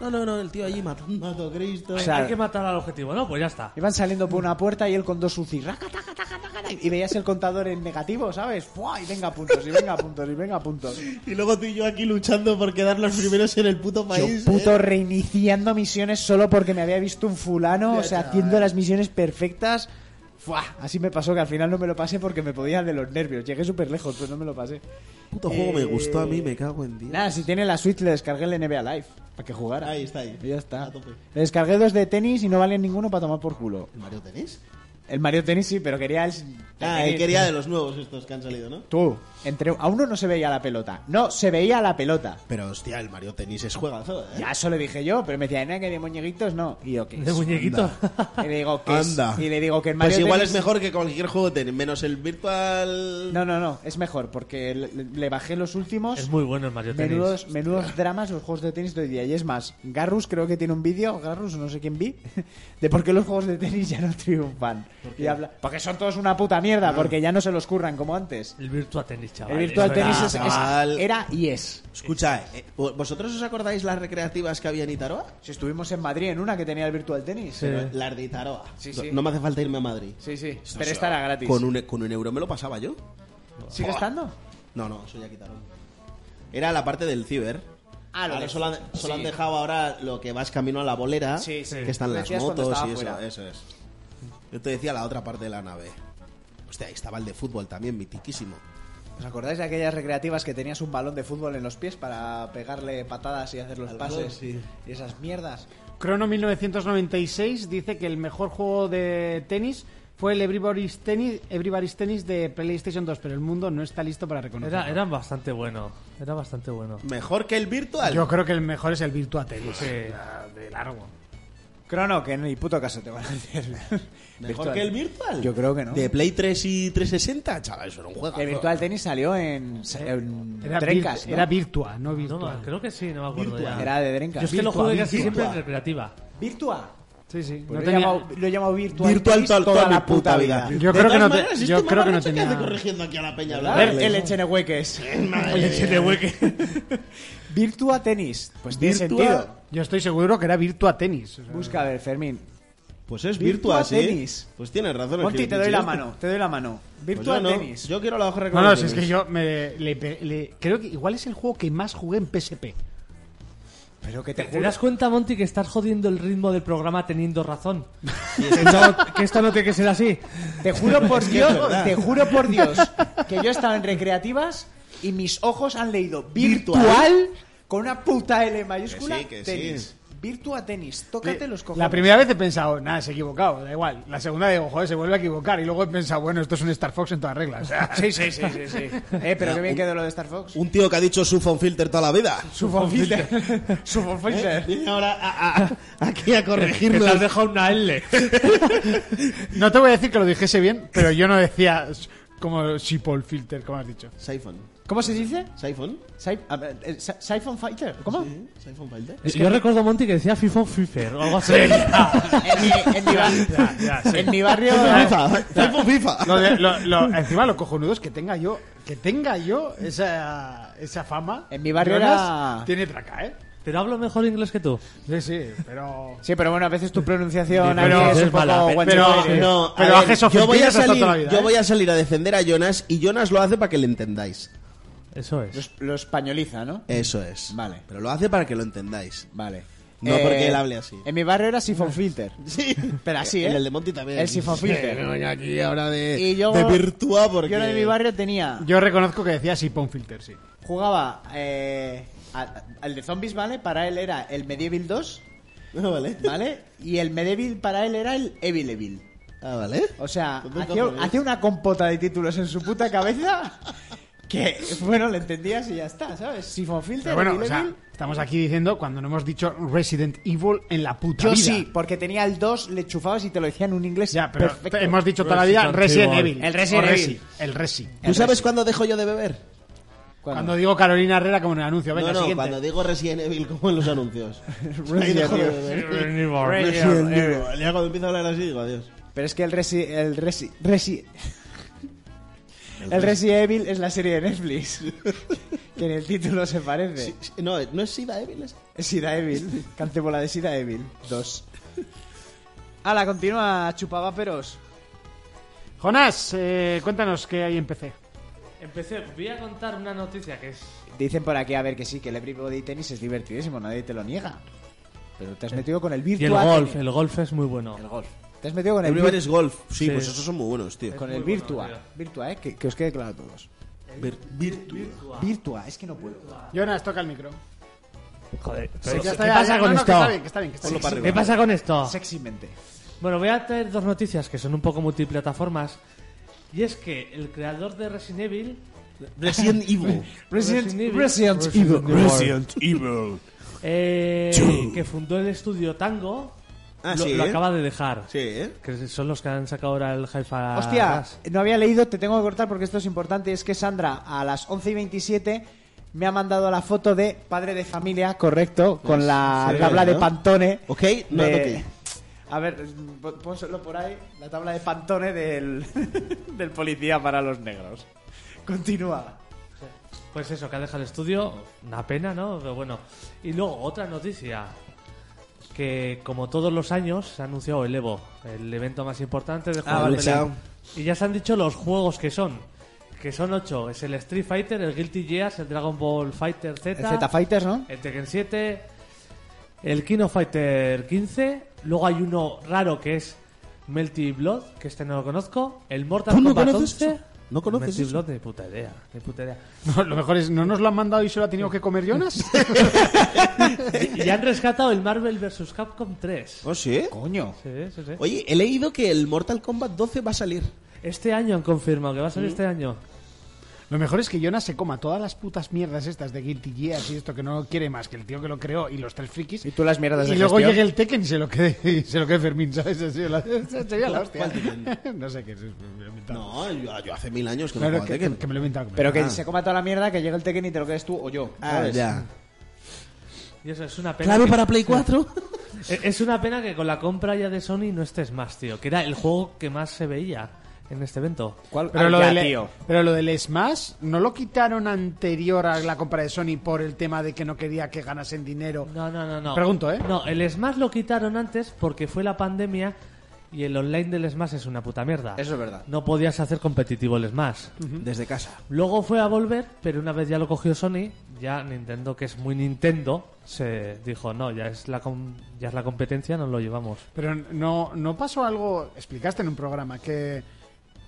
No, no, no, el tío allí matando a todo Cristo. O sea, Hay que matar al objetivo, ¿no? Pues ya está. Iban saliendo por una puerta y él con dos UCI. raca, taca, taca, taca, Y veías el contador en negativo, ¿sabes? ¡Fua! Y venga puntos, y venga puntos, y venga puntos. (laughs) Y luego tú y yo aquí luchando por quedar los primeros en el puto Yo país. puto ¿eh? ¿eh? reiniciando misiones solo porque me había visto un fulano, o sea, haciendo las misiones perfectas. Fuah, así me pasó que al final no me lo pasé porque me podía de los nervios. Llegué súper lejos, pues no me lo pasé. Puto juego me gustó a mí, me cago en Dios. Nada, si tiene la Switch le descargué el NBA Live para que jugara. Ahí está, ahí. Y ya está. A tope. Le descargué dos de tenis y no valen ninguno para tomar por culo. ¿El Mario Tenés? El Mario Tenis sí, pero quería el... Ah, él quería de los nuevos estos que han salido, ¿no? Tú, entre... a uno no se veía la pelota. No, se veía la pelota. Pero hostia, el Mario Tenis es juegazo, ¿eh? Ya eso le dije yo, pero me decía, "Nena, que de muñequitos no. Y yo, ¿qué De es? muñequito. Y le digo, ¿qué es? Anda. Y le digo que el Mario Pues igual Tennis- es mejor que cualquier juego tenis, menos el virtual. No, no, no, es mejor, porque le, le bajé los últimos. es muy bueno el Mario Tennis. Menudos, menudos dramas los juegos de tenis de hoy día. Y es más, Garrus creo que tiene un vídeo, Garrus, no sé quién vi, de por qué los juegos de tenis ya no triunfan. Y habla- porque son todos una puta mierda, porque ya no se los curran como antes. El Virtua Tennis, chaval. El virtual Eso era- tenis es- es- chaval. era y es. Escucha, eh, ¿vosotros os acordáis las recreativas que había en Itaroa? Si estuvimos en Madrid en una que tenía el virtual tenis. Sí. Las de Itaroa. Sí, No- sí. No, me hace falta irme a Madrid. Sí, sí, O pero sea, esta era gratis. Con un, e, con un euro me lo pasaba yo. ¿Sigue estando? No, no, eso ya quitaron. Era la parte del ciber. Ah, lo Ahora de- solo, han, solo han sí. dejado ahora lo que vas camino a la bolera, Sí, sí. que están Lo las decías cuando motos estaba y eso, fuera. eso es. Yo te decía la otra parte de la nave. Hostia, ahí estaba el de fútbol también, mitiquísimo. ¿Os acordáis de aquellas recreativas que tenías un balón de fútbol en los pies para pegarle patadas y hacer los pases? Y esas mierdas. Crono 1996 dice que el mejor juego de tenis fue el Everybody's Tennis, Everybody's Tennis de PlayStation 2, pero el mundo no está listo para reconocerlo. Era, era bastante bueno. Era bastante bueno. Mejor que el virtual. Yo creo que el mejor es el Virtua Tennis. Sí. Ah, De largo. Crono, que ni puto caso te van a hacer. (laughs) Mejor que el virtual. Yo creo que no. De Play 3 y 360, chaval, eso era un juego. El virtual tenis salió en, en Era, Dreamcast, vir- ¿no? era Virtua, no No, Virtua. ma- creo que sí, no me acuerdo ya. Era de Yo Drencas. es que lo jugué casi siempre en recreativa. Virtua. Sí, sí. Pues no lo, he tenía- llamado, lo he llamado virtual, Virtual tenis tal- toda toda la mi puta vida. Yo creo que no, te- este yo creo que no tenía... tenía... corrigiendo aquí a la peña? A ver, el Echenehue que es. Eh, Virtua tenis. Pues tiene Virtua- sentido. Yo estoy seguro que era Virtua Tenis. o sea, Busca a ver, Fermín. Pues es Virtua virtual, sí. tenis. Pues tienes razón. Monty, te gilipichis. doy la mano, te doy la mano. Pues Virtua yo no, tenis. Yo quiero la hoja No, no, si es recomendaciones. que yo me, le pe- le- creo que igual es el juego que más jugué en PSP. Pero (laughs) que te ¿Te juro. das cuenta, Monty, que estás jodiendo el ritmo del programa teniendo (laughs) razón? Que, no- que esto no tiene que ser así. Te juro por es Dios, verdad. te juro por Dios que yo he estado en recreativas y mis ojos han leído virtual, con una puta L mayúscula Que sí, que sí. tenis. Virtua tenis, tócate los cojones. La primera vez he pensado, nada, se ha equivocado, da igual. La segunda digo, joder, se vuelve a equivocar. Y luego he pensado, bueno, esto es un Star Fox en todas reglas. (laughs) Sí, sí, sí, sí, sí. Eh, pero qué bien quedó lo de Star Fox. Un tío que ha dicho Sufon Filter toda la vida. Superfilter. Superfilter. Viene ahora a- a- aquí a corregirlo. dejado una L. (laughs) No te voy a decir que lo dijese bien, pero yo no decía s- como Shipol Filter, como has dicho. Siphon. ¿Cómo se dice? Siphon. Sip- a ver, eh, si- Siphon Fighter. ¿Cómo? Sí, Siphon Filter. Yo recuerdo, Monty, que decía FIFA Fifer o algo así. En, mi, (laughs) en mi bar- (laughs) en mi barrio. (laughs) FIFA. (laughs) Siphon FIFA. Lo de- lo- lo- encima lo cojonudo es que tenga yo, que tenga yo esa, esa fama. En mi barrio Jonas era- Tiene traca, ¿eh? Pero hablo mejor inglés que tú. Sí, sí, pero... Sí, pero bueno, a veces tu pronunciación Pero- aquí es un es mala, poco pero- guanchicoire. pero- No, Pero a a Jesús yo, voy a Filter está salir, toda la vida, yo ¿eh? voy a salir a defender a Jonas y Jonas lo hace para que le entendáis. Eso es. Los- Lo españoliza, ¿no? Eso es. Vale. Pero lo hace para que (laughs) lo entendáis. Vale. Eh, No, porque él hable así. En mi barrio era Siphon Filter. Sí. Pero así, ¿eh? El, de Monty también. El Siphon Filter. Sí, no, ya aquí ahora de, Y yo- de Virtua porque... Yo en mi barrio tenía. Yo reconozco que decía Sipon Filter, sí. Jugaba eh, a- al de zombies, ¿vale? Para él era el Medieval 2, Ah, vale. ¿vevil Y el Medieval para él era el Evil Evil. (laughs) Ah, vale. O sea, Pues nunca hacía, jugué. hacía una compota de títulos en su puta cabeza (laughs) que, bueno, le entendías y ya está, ¿sabes? Siphon Filter, Pero bueno, Evil o sea, Evil. estamos aquí diciendo cuando no hemos dicho Resident Evil en la puta Yo vida. sí, porque tenía el 2, le chufabas y te lo decía en un inglés Ya, pero perfecto. hemos dicho toda la vida Resident Resident Evil. El Resident O Resi, Evil. El Resi. ¿Tú sabes cuándo dejo yo de beber? Cuando digo Carolina Herrera como en el anuncio, venga, no, no, siguiente. cuando digo Resident Evil como en (laughs) los anuncios. Ahí (laughs) Resident dejo de Evil. beber. Resident Evil. Ya cuando empiezo a hablar así digo adiós. Pero es que el Resi... El Resi... Resi... El Resi Evil es la serie de Netflix. (laughs) que en el título se parece. Sí, sí, no, no es Sida Evil esa? Sida Evil. Cancebola de Sida Evil. Dos. la continúa chupaváperos. Jonás, eh, cuéntanos qué hay en PC. Empecé, voy a contar una noticia que es... Dicen por aquí, a ver, que sí, que el Everybody Tennis es divertidísimo, nadie te lo niega. Pero te has metido con el Y Virtua el golf, Tennis. el golf es muy bueno. El golf. Te has metido con el, Everybody's vir- Golf. Sí, Sí. pues esos son muy buenos, tío. con Es el muy bueno, Virtua. tío. Virtua, eh, que, que os quede claro a todos. Vir- Virtu. Virtua, es que no puedo. Jonas, toca el micro. Joder, pero Ya ¿qué está, ya- pasa ya- no, con no, que esto? está bien, que está bien, que está Ponlo bien. para arriba. ¿Qué pasa con esto? Sexymente. Bueno, voy a traer dos noticias que son un poco multiplataformas. Y es que el creador de Resident Evil. Resident (laughs) Evil. Resident Evil. Resident Evil. Resident Evil. eh, que fundó el estudio Tango. Ah, lo, sí, lo ¿eh? acaba de dejar. Sí, ¿eh? Que son los que han sacado ahora el Haifa. Hostia, no había leído, te tengo que cortar porque esto es importante. Es que Sandra, a las 11 y 27, me ha mandado la foto de padre de familia, correcto, con la sí, tabla de ¿no? Pantone. Ok, no de- la toqué. A ver, pon- pónselo por ahí, la tabla de Pantone del, (laughs) del policía para los negros. Continúa. Pues eso, que ha dejado el estudio. Una pena, ¿no? Pero bueno. Y luego, otra noticia. Que como todos los años se ha anunciado el Evo, el evento más importante de Ah, juegos vale, de chao. Y ya se han dicho los juegos que son. Que son ocho. Es el Street Fighter, el Guilty Gears, el Dragon Ball Fighter Z, El Z Fighters, ¿no? el Tekken 7, el Kino Fighter 15. Luego hay uno raro que es Melty Blood, que este no lo conozco. El Mortal ¿Tú no Kombat conoces 11. eso? ¿No conoces Melty eso? Blood, ni puta idea, ni puta idea. No, (laughs) lo mejor es, ¿no nos lo han mandado y se lo ha tenido que comer Jonas? Y han rescatado el Marvel vs. Capcom 3. ¿Oh, sí? Coño. Sí, sí, sí. Oye, he leído que el Mortal Kombat 12 va a salir. Este año han confirmado que va a salir este año. lo mejor es que Jonas se coma todas las putas mierdas estas de Guilty Gears y esto que no quiere más que el tío que lo creó y los tres frikis. Y tú las mierdas de Y luego gestión. llega el Tekken y se lo quede, y se lo quede Fermín, ¿sabes? Esa sería la, (laughs) esa sería la hostia. (laughs) No sé qué es. me lo he inventado. No, yo, yo hace mil años que no Claro, juego a que, Tekken. que- que me lo he inventado. que me Pero lo he que se coma toda la mierda, que llegue el Tekken y te lo quedes tú o yo. Ah, ¿sabes? ya. Y eso es una pena. ¿Clave que- para Play 4? Eh, Es una pena que con la compra ya de Sony no estés más, tío. Que era el juego que más se veía en este evento. ¿Cuál? Pero, Ah, lo ya, del, E- tío. pero lo del Smash, ¿no lo quitaron anterior a la compra de Sony por el tema de que no quería que ganasen dinero? No, no, no, no. Pregunto, ¿eh? No, el Smash lo quitaron antes porque fue la pandemia y el online del Smash es una puta mierda. Eso es verdad. No podías hacer competitivo el Smash. Desde casa. Luego fue a volver, pero una vez ya lo cogió Sony, ya Nintendo, que es muy Nintendo, se dijo, no, ya es la, com- ya es la competencia, nos lo llevamos. Pero no, no pasó algo, explicaste en un programa, que,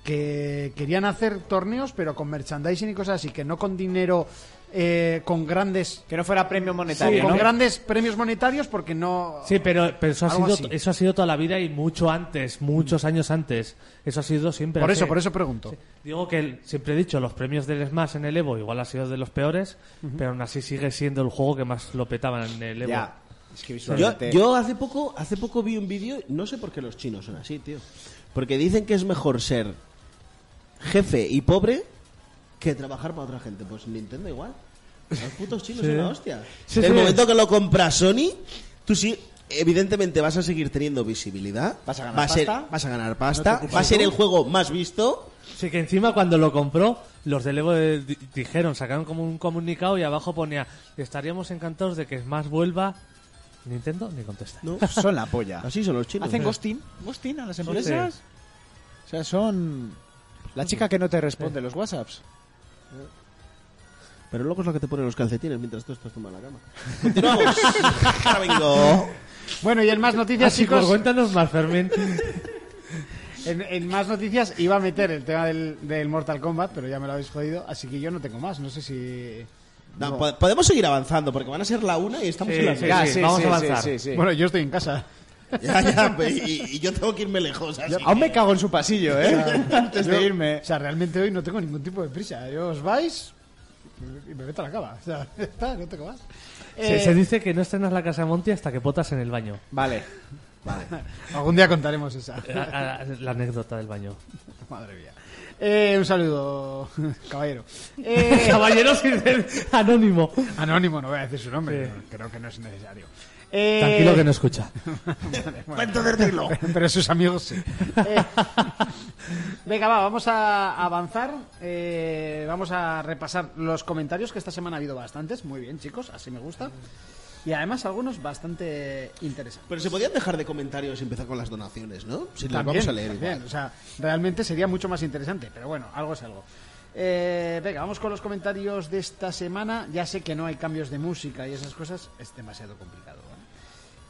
que querían hacer torneos, pero con merchandising y cosas así, que no con dinero, eh, con grandes... Que no fuera premio monetario, con ¿no? grandes premios monetarios porque no... Sí, pero, pero eso, ha Algo así. sido, eso ha sido toda la vida y mucho antes, muchos años antes. Eso ha sido siempre por así. eso, por eso pregunto. Digo que el- siempre he dicho, los premios del Smash en el Evo igual ha sido de los peores, pero aún así sigue siendo el juego que más lo petaban en el Evo. Ya. Es que Yo, visualmente... yo hace poco hace poco vi un vídeo, no sé por qué los chinos son así, tío. Porque dicen que es mejor ser jefe y pobre que trabajar para otra gente. Pues Nintendo igual. Los putos chinos son la hostia. Sí, en el sí. momento que lo compra Sony, tú sí, evidentemente vas a seguir teniendo visibilidad. Vas a ganar va ser- pasta. vas a ganar pasta. va a ser el juego más visto. Sí, que encima cuando lo compró, los del Evo eh, di- dijeron, sacaron como un comunicado y abajo ponía, estaríamos encantados de que Smash vuelva. Nintendo ni contesta. ¿no? Son la polla. (laughs) Así son los chinos. ¿eh? Hacen ghosting. Ghosting a las empresas. empresas. O sea, son... La chica que no te responde los WhatsApps. Pero loco es la que te pone los calcetines mientras tú estás tomando la cama. (laughs) (laughs) Continuamos. Ahora vengo. Bueno, y en más noticias, (laughs) Así que chicos... pues cuéntanos más, (laughs) Fermín. En, en más noticias iba a meter el tema del, del Mortal Kombat, pero ya me lo habéis jodido, así que yo no tengo más. No sé si. No, po- podemos seguir avanzando porque van a ser la una y estamos en las Sí, dos. sí, vamos a avanzar. Bueno, yo estoy en casa. Ya, ya, pues, y, y yo tengo que irme lejos. así Aún me que- cago en su pasillo, ¿eh? Antes de irme. O sea, realmente hoy no tengo ningún tipo de prisa. Yo os vais y me meto a la cama. (laughs) O sea, ya está, no tengo más. Se, Eh, se dice que no estrenas la casa de Monty hasta que potas en el baño. Eh, Vale. Algún día contaremos esa. (laughs) La, la- la anécdota del baño. Madre mía. Eh, un saludo, (laughs) (laughs) caballero. Eh, Caballero sin ser anónimo. anónimo, no voy a decir su nombre. Sí. no, Creo que no es necesario. Eh. (laughs) Tranquilo que no escucha. Cuento de reloj. Pero sus amigos sí. Eh, venga, va, vamos a avanzar. eh, vamos a repasar los comentarios, que esta semana ha habido bastantes. Muy bien, chicos, así me gusta. Y además algunos bastante interesantes. Pero se podían dejar de comentarios y empezar con las donaciones, ¿no? Si las También, vamos a leer también, igual. O sea, realmente sería mucho más interesante, pero bueno, algo es algo. Eh, venga, vamos con los comentarios de esta semana. Ya sé que no hay cambios de música y esas cosas, es demasiado complicado. ¿vale?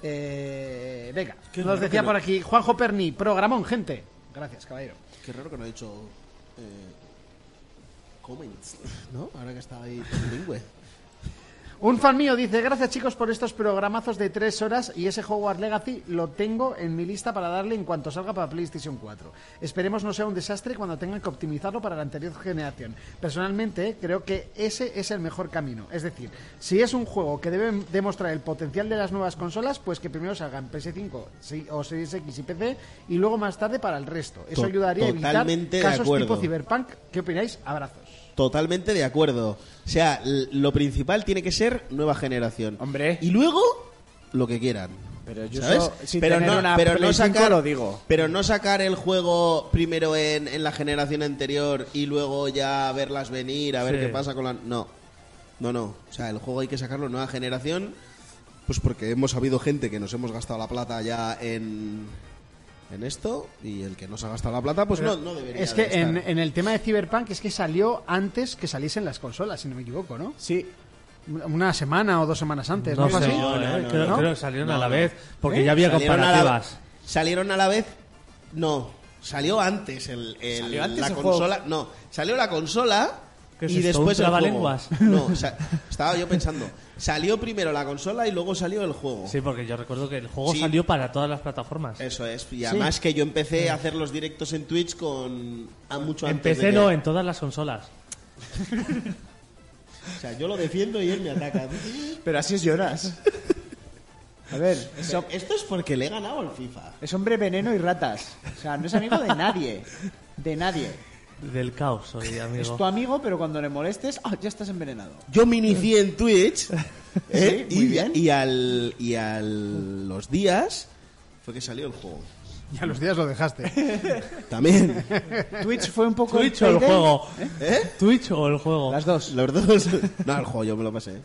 Eh, venga, nos decía por aquí Juanjo Perni, programón, gente. Gracias, caballero. Qué raro que no he dicho. eh, comments, ¿no? Ahora que está ahí tan bilingüe. Un fan mío dice, gracias chicos por estos programazos de tres horas y ese Hogwarts Legacy lo tengo en mi lista para darle en cuanto salga para PlayStation 4. Esperemos no sea un desastre cuando tengan que optimizarlo para la anterior generación. Personalmente eh, creo que ese es el mejor camino. Es decir, si es un juego que debe demostrar el potencial de las nuevas consolas, pues que primero salga en PS5 sí, o Series X y PC y luego más tarde para el resto. Eso To- ayudaría a evitar totalmente de casos acuerdo. tipo Cyberpunk. ¿Qué opináis? Abrazos. Totalmente de acuerdo. O sea, l- lo principal tiene que ser nueva generación. Hombre. Y luego, lo que quieran. Pero yo ¿Sabes? so- sin tener una Play 5 lo digo. Pero no sacar el juego primero en, en la generación anterior y luego ya verlas venir, a ver Sí. qué pasa con la. No. No, no. O sea, el juego hay que sacarlo en nueva generación. Pues porque hemos habido gente que nos hemos gastado la plata ya en. En esto, y el que no se ha gastado la plata, pues no, no debería. Es que de en, estar. en el tema de Cyberpunk es que salió antes que saliesen las consolas, si no me equivoco, ¿no? Sí, Una- Una semana o dos semanas antes, ¿no? No ¿Algo sé, así? yo, No, eh, no, creo, no. creo que salieron No, a la no. vez, porque ya había Salieron a la- comparativas. salieron a la vez. No, salió antes el, el- ¿Salió antes la el consola. No, salió la consola ¿Qué es y esto, después un el juego. trabalenguas? No, (laughs) o sea, estaba yo pensando. Salió primero la consola y luego salió el juego. Sí, porque yo recuerdo que el juego Sí. salió para todas las plataformas. Eso es. Y además que yo empecé a hacer los directos en Twitch con a mucho antes. de Empecé que- no, en todas las consolas. O sea, yo lo defiendo y él me ataca. pero así es Jonas. A ver, es, hom- Esto es porque le he ganado al FIFA. es hombre veneno y ratas. O sea, no es amigo de nadie. De nadie. Del caos, soy Es amigo. tu amigo, pero cuando le molestes, ah, ya estás envenenado. Yo me inicié (laughs) en Twitch ¿eh? Sí, muy y, bien. y al y al los días fue que salió el juego. Y a los días lo dejaste. (laughs) También. Twitch fue un poco... Twitch o el Payday. juego. ¿Eh? Twitch o el juego. Las dos. Los dos. (laughs) No, el juego yo me lo pasé.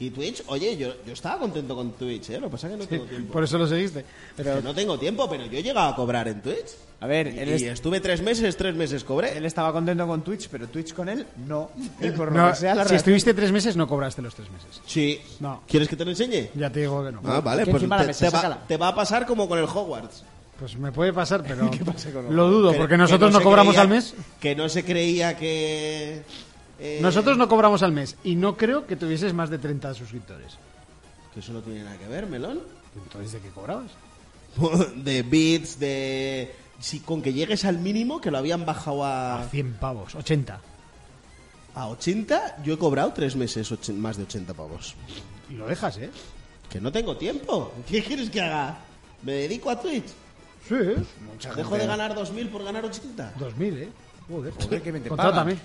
Y Twitch, oye, yo, yo estaba contento con Twitch, ¿eh? Lo que pasa es que no tengo tiempo. Por eso lo seguiste. Que no tengo tiempo, pero yo he llegado a cobrar en Twitch. pues, A ver, Y, él, y es- estuve tres meses, tres meses cobré. él estaba contento con Twitch, pero Twitch con él, no. Y por lo No, que si sea, la relación- estuviste tres meses, no cobraste los tres meses. Sí. No. ¿Quieres que te lo enseñe? Ya te digo que no. Ah, vale, Aquí pues encima la te, mesa, te va, sácala. te va a pasar como con el Hogwarts. Pues me puede pasar, pero con los- lo dudo, Que- porque que nosotros no se cobramos creía- al mes. Que no se creía que... eh, Nosotros no cobramos al mes y no creo que tuvieses más de 30 suscriptores. Que eso no tiene nada que ver, Melón. Entonces, ¿de qué cobrabas? (laughs) De beats, de... Si con que llegues al mínimo, que lo habían bajado A 100 pavos, 80. A 80, yo he cobrado tres meses och- más de 80 pavos. Y lo dejas, ¿eh? Que no tengo tiempo. ¿Qué quieres que haga? ¿Me dedico a Twitch? Sí, ¿Dejo de ganar 2.000 por ganar 80? 2000, ¿eh? Joder, que bien te Contrátame.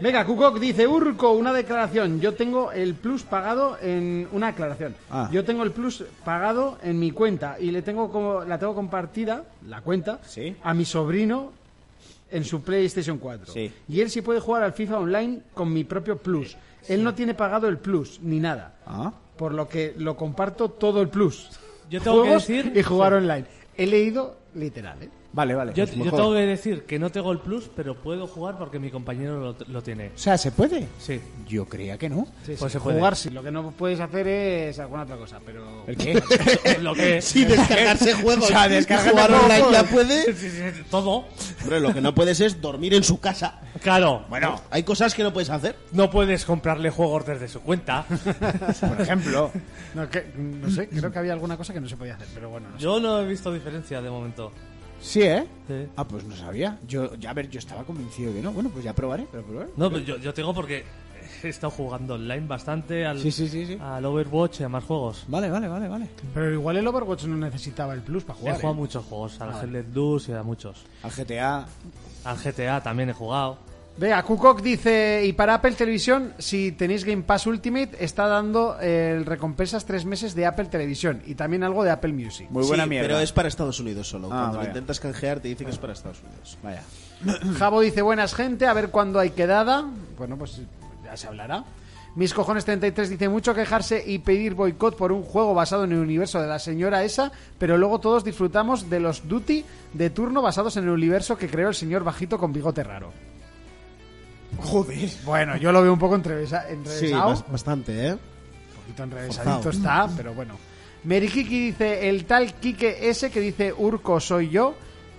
Venga, Kukok dice, Urco, una declaración. Yo tengo el plus pagado en... Una aclaración. Ah. Yo tengo el plus pagado en mi cuenta y le tengo como, la tengo compartida, la cuenta, Sí. a mi sobrino en su PlayStation 4. Sí. Y él sí puede jugar al FIFA Online con mi propio plus. Él no tiene pagado el plus, ni nada. Ah. Por lo que lo comparto todo el plus. Yo tengo que Juegos decir- Y jugar online. He leído literal, ¿eh? Vale, vale. pues Yo, O yo tengo que decir que no tengo el plus, pero puedo jugar porque mi compañero lo, lo tiene. sea, ¿se puede? Sí. Yo creía que no. Sí, Pues sí, se puede. jugar sí. Lo que no puedes hacer es alguna otra cosa, pero... ¿El qué? (laughs) lo (laughs) que es. Sí, descargarse (laughs) juegos. O sea, descárgate jugar juegos. online ya puede. Todo. Hombre, lo que no puedes es dormir en su casa. Claro. Bueno, hay cosas que no puedes hacer. No puedes comprarle juegos desde su cuenta. (laughs) Por ejemplo. No, que- no sé, creo que había alguna cosa que no se podía hacer, pero bueno. no sé. Yo no he visto diferencia de momento. (laughs) Sí, ¿eh? Sí. Ah, pues no sabía. Yo, ya, a ver, yo estaba convencido que no. Bueno, pues ya probaré. Pero probaré. No, pero yo, yo tengo porque he estado jugando online bastante al, Sí, sí, sí, sí. al Overwatch y a más juegos. Vale, vale, vale, vale. Pero igual el Overwatch no necesitaba el plus para He jugar. jugado a ¿eh? muchos juegos, al Hell's Dust y a muchos. Al GTA. Al GTA también he jugado. Vea, Kukok dice, y para Apple Televisión, si tenéis Game Pass Ultimate, está dando eh, recompensas tres meses de Apple Televisión y también algo de Apple Music. Muy buena Sí, mierda. Pero es para Estados Unidos solo. Ah, Cuando lo vaya. intentas canjear, te dice que es para Estados Unidos. Vaya. (clears throat) Jabo dice, buenas gente, a ver cuándo hay quedada. Bueno, pues ya se hablará. Mis cojones 33 dice mucho quejarse y pedir boicot por un juego basado en el universo de la señora esa, pero luego todos disfrutamos de los duty de turno basados en el universo que creó el señor bajito con bigote raro. Joder. Bueno, yo lo veo un poco entrevesa- enrevesado, bastante, ¿eh? (laughs) un poquito enrevesadito está, pero bueno. Merikiki dice, el tal Quique S que dice, Urco soy yo.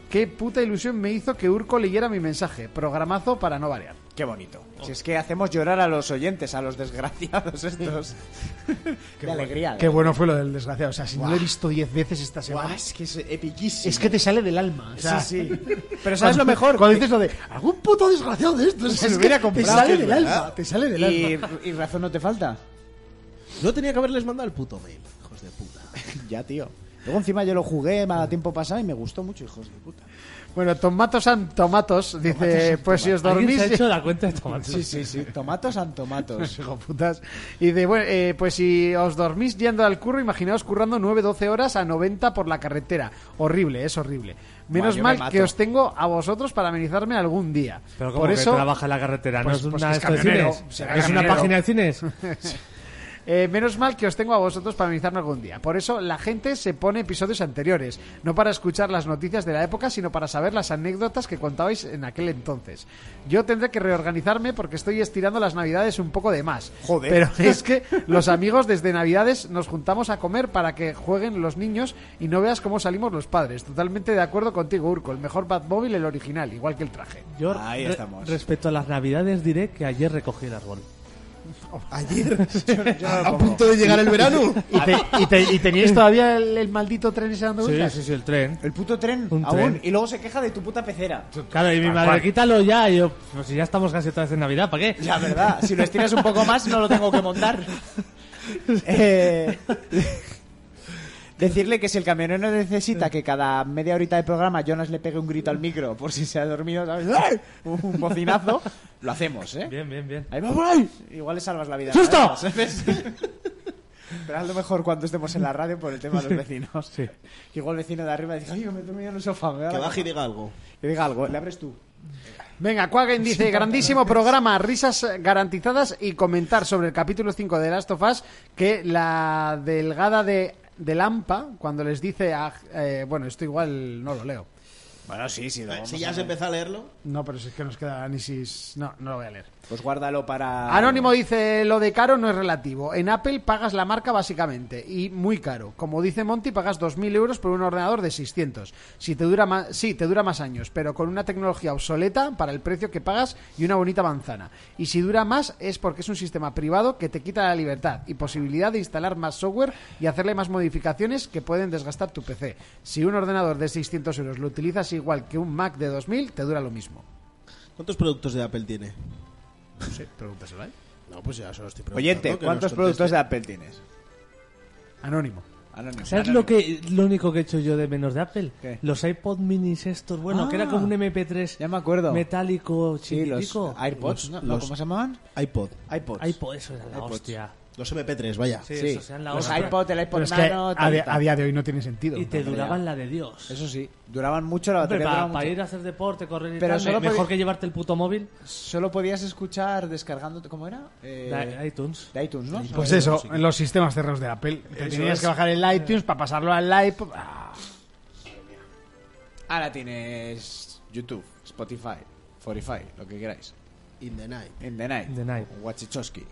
Qué puta ilusión me hizo que Urco leyera mi mensaje. Programazo para no variar. Qué bonito. Si es que hacemos llorar a los oyentes, a los desgraciados estos. (laughs) Qué alegría. Qué bueno fue lo del desgraciado. O sea, si no lo he visto 10 veces esta semana. Guau, es que es epiquísimo. Es que te sale del alma. o sea, sí, (laughs) sí. Pero ¿sabes lo mejor? Cuando dices lo de algún puto desgraciado de estos, (laughs) Se es lo que hubiera comprado, Te sale es del verdad. alma, te sale del y, alma. y razón no te falta. No tenía que haberles mandado el puto mail, hijos de puta. (laughs) Ya, tío. Luego encima yo lo jugué a tiempo pasado y me gustó mucho, hijos de puta. Bueno, Tomatos and Tomatos dice, pues si os ¿Alguien dormís... se ha hecho la cuenta de tomates? Sí, sí, sí. Tomatos and (laughs) (laughs) tomatos. hijo putas. Y dice, bueno, eh, pues si os dormís yendo al curro, imaginaos currando 9-12 horas a 90 por la carretera. Horrible, es horrible. Menos Buah, yo me mal mato. que os tengo a vosotros para amenizarme algún día. Pero como por que eso, trabaja en la carretera, Pues- no es pues una que es esto de camionero, cines. será Es una camionero. página de (laughs) cines. eh, menos mal que os tengo a vosotros para amenizarme algún día. Por eso la gente se pone episodios anteriores, no para escuchar las noticias de la época, sino para saber las anécdotas que contabais en aquel entonces. Yo tendré que reorganizarme porque estoy estirando las navidades un poco de más. Joder. Pero (laughs) es que los amigos desde Navidades nos juntamos a comer para que jueguen los niños y no veas cómo salimos los padres. Totalmente de acuerdo contigo, Urco. El mejor Batmóvil, el original, igual que el traje. Yo, Ahí re- estamos. respecto a las navidades, diré que ayer recogí el árbol. (laughs) Ayer, (laughs) a punto de llegar el verano. ¿Y, teníais todavía el, maldito tren ese dando Sí, sí, sí, el tren. El puto tren, Un aún. tren. Y luego se queja de tu puta pecera. Claro, y mi madre, quítalo ya. Y yo, pues si ya estamos casi otra vez en Navidad, ¿para qué? La verdad, si lo estiras un poco más no lo tengo que montar. (laughs) Eh, (laughs) decirle que si el camionero necesita que cada media horita de programa Jonas le pegue un grito al micro por si se ha dormido, ¿sabes? ¡Ay! (laughs) Un bocinazo, lo hacemos, ¿eh? Bien, bien, bien. Ahí va por ahí. Igual le salvas la vida. ¡Susto! (laughs) ¿sabes? Pero hazlo mejor cuando estemos en la radio por el tema de los vecinos. Sí. Que Igual el vecino de arriba dice, oye, me he dormido en el sofá. me da Que la baje y gana". diga algo. Que diga algo, le abres tú. Venga, Quagen dice, grandísimo programa, risas garantizadas y comentar sobre el capítulo 5 de Last of Us que la delgada de, de Lampa, cuando les dice, a- eh, bueno, esto igual no lo leo. Bueno, sí, sí. lo vamos si a ya has ver. empezado a leerlo, No, pero si es que nos queda análisis... No, no lo voy a leer. Pues guárdalo para... Anónimo dice, lo de caro no es relativo. En Apple pagas la marca básicamente y muy caro. Como dice Monty, pagas 2.000 euros por un ordenador de 600. Si te dura más, sí, te dura más años, pero con una tecnología obsoleta para el precio que pagas y una bonita manzana. Y si dura más es porque es un sistema privado que te quita la libertad y posibilidad de instalar más software y hacerle más modificaciones que pueden desgastar tu PC. Si un ordenador de 600 euros lo utilizas igual que un Mac de 2.000, te dura lo mismo. ¿cuántos productos de Apple tiene? Pregúntaselo, ¿eh? No, pues ya se lo estoy preguntando. Oyente, ¿cuántos productos de Apple tienes? Anónimo. Anónimo. ¿Sabes lo, que, lo único que he hecho yo de menos de Apple? ¿Qué? Los iPod minis estos, bueno, Ah. que era como un MP3 Ya me acuerdo. metálico Sí, los chiquitico. AirPods, Los- ¿no? los- ¿Cómo se llamaban? iPod. iPods. iPod, eso era la iPods. hostia. Los MP3, vaya. Sí, Sí. eso sean la los hostia. iPod, el iPod Pero es que Nano, a, tal, di- tal. a día de hoy no tiene sentido. Y te Madre duraban mía. la de Dios. Eso sí, duraban mucho la Hombre, batería. para, duraba para mucho. ir a hacer deporte, correr y Pero tal, solo me- mejor podía- que llevarte el puto móvil. Solo podías escuchar descargando, ¿cómo era? Eh, Da- iTunes. de iTunes, ¿no? Pues eso, en los sistemas cerrados de Apple. Te tenías que bajar el iTunes para pasarlo al iPod. Ah, Ahora tienes YouTube, Spotify, Fortify, lo que queráis. In the night. In the night. In the night. Wachichowski.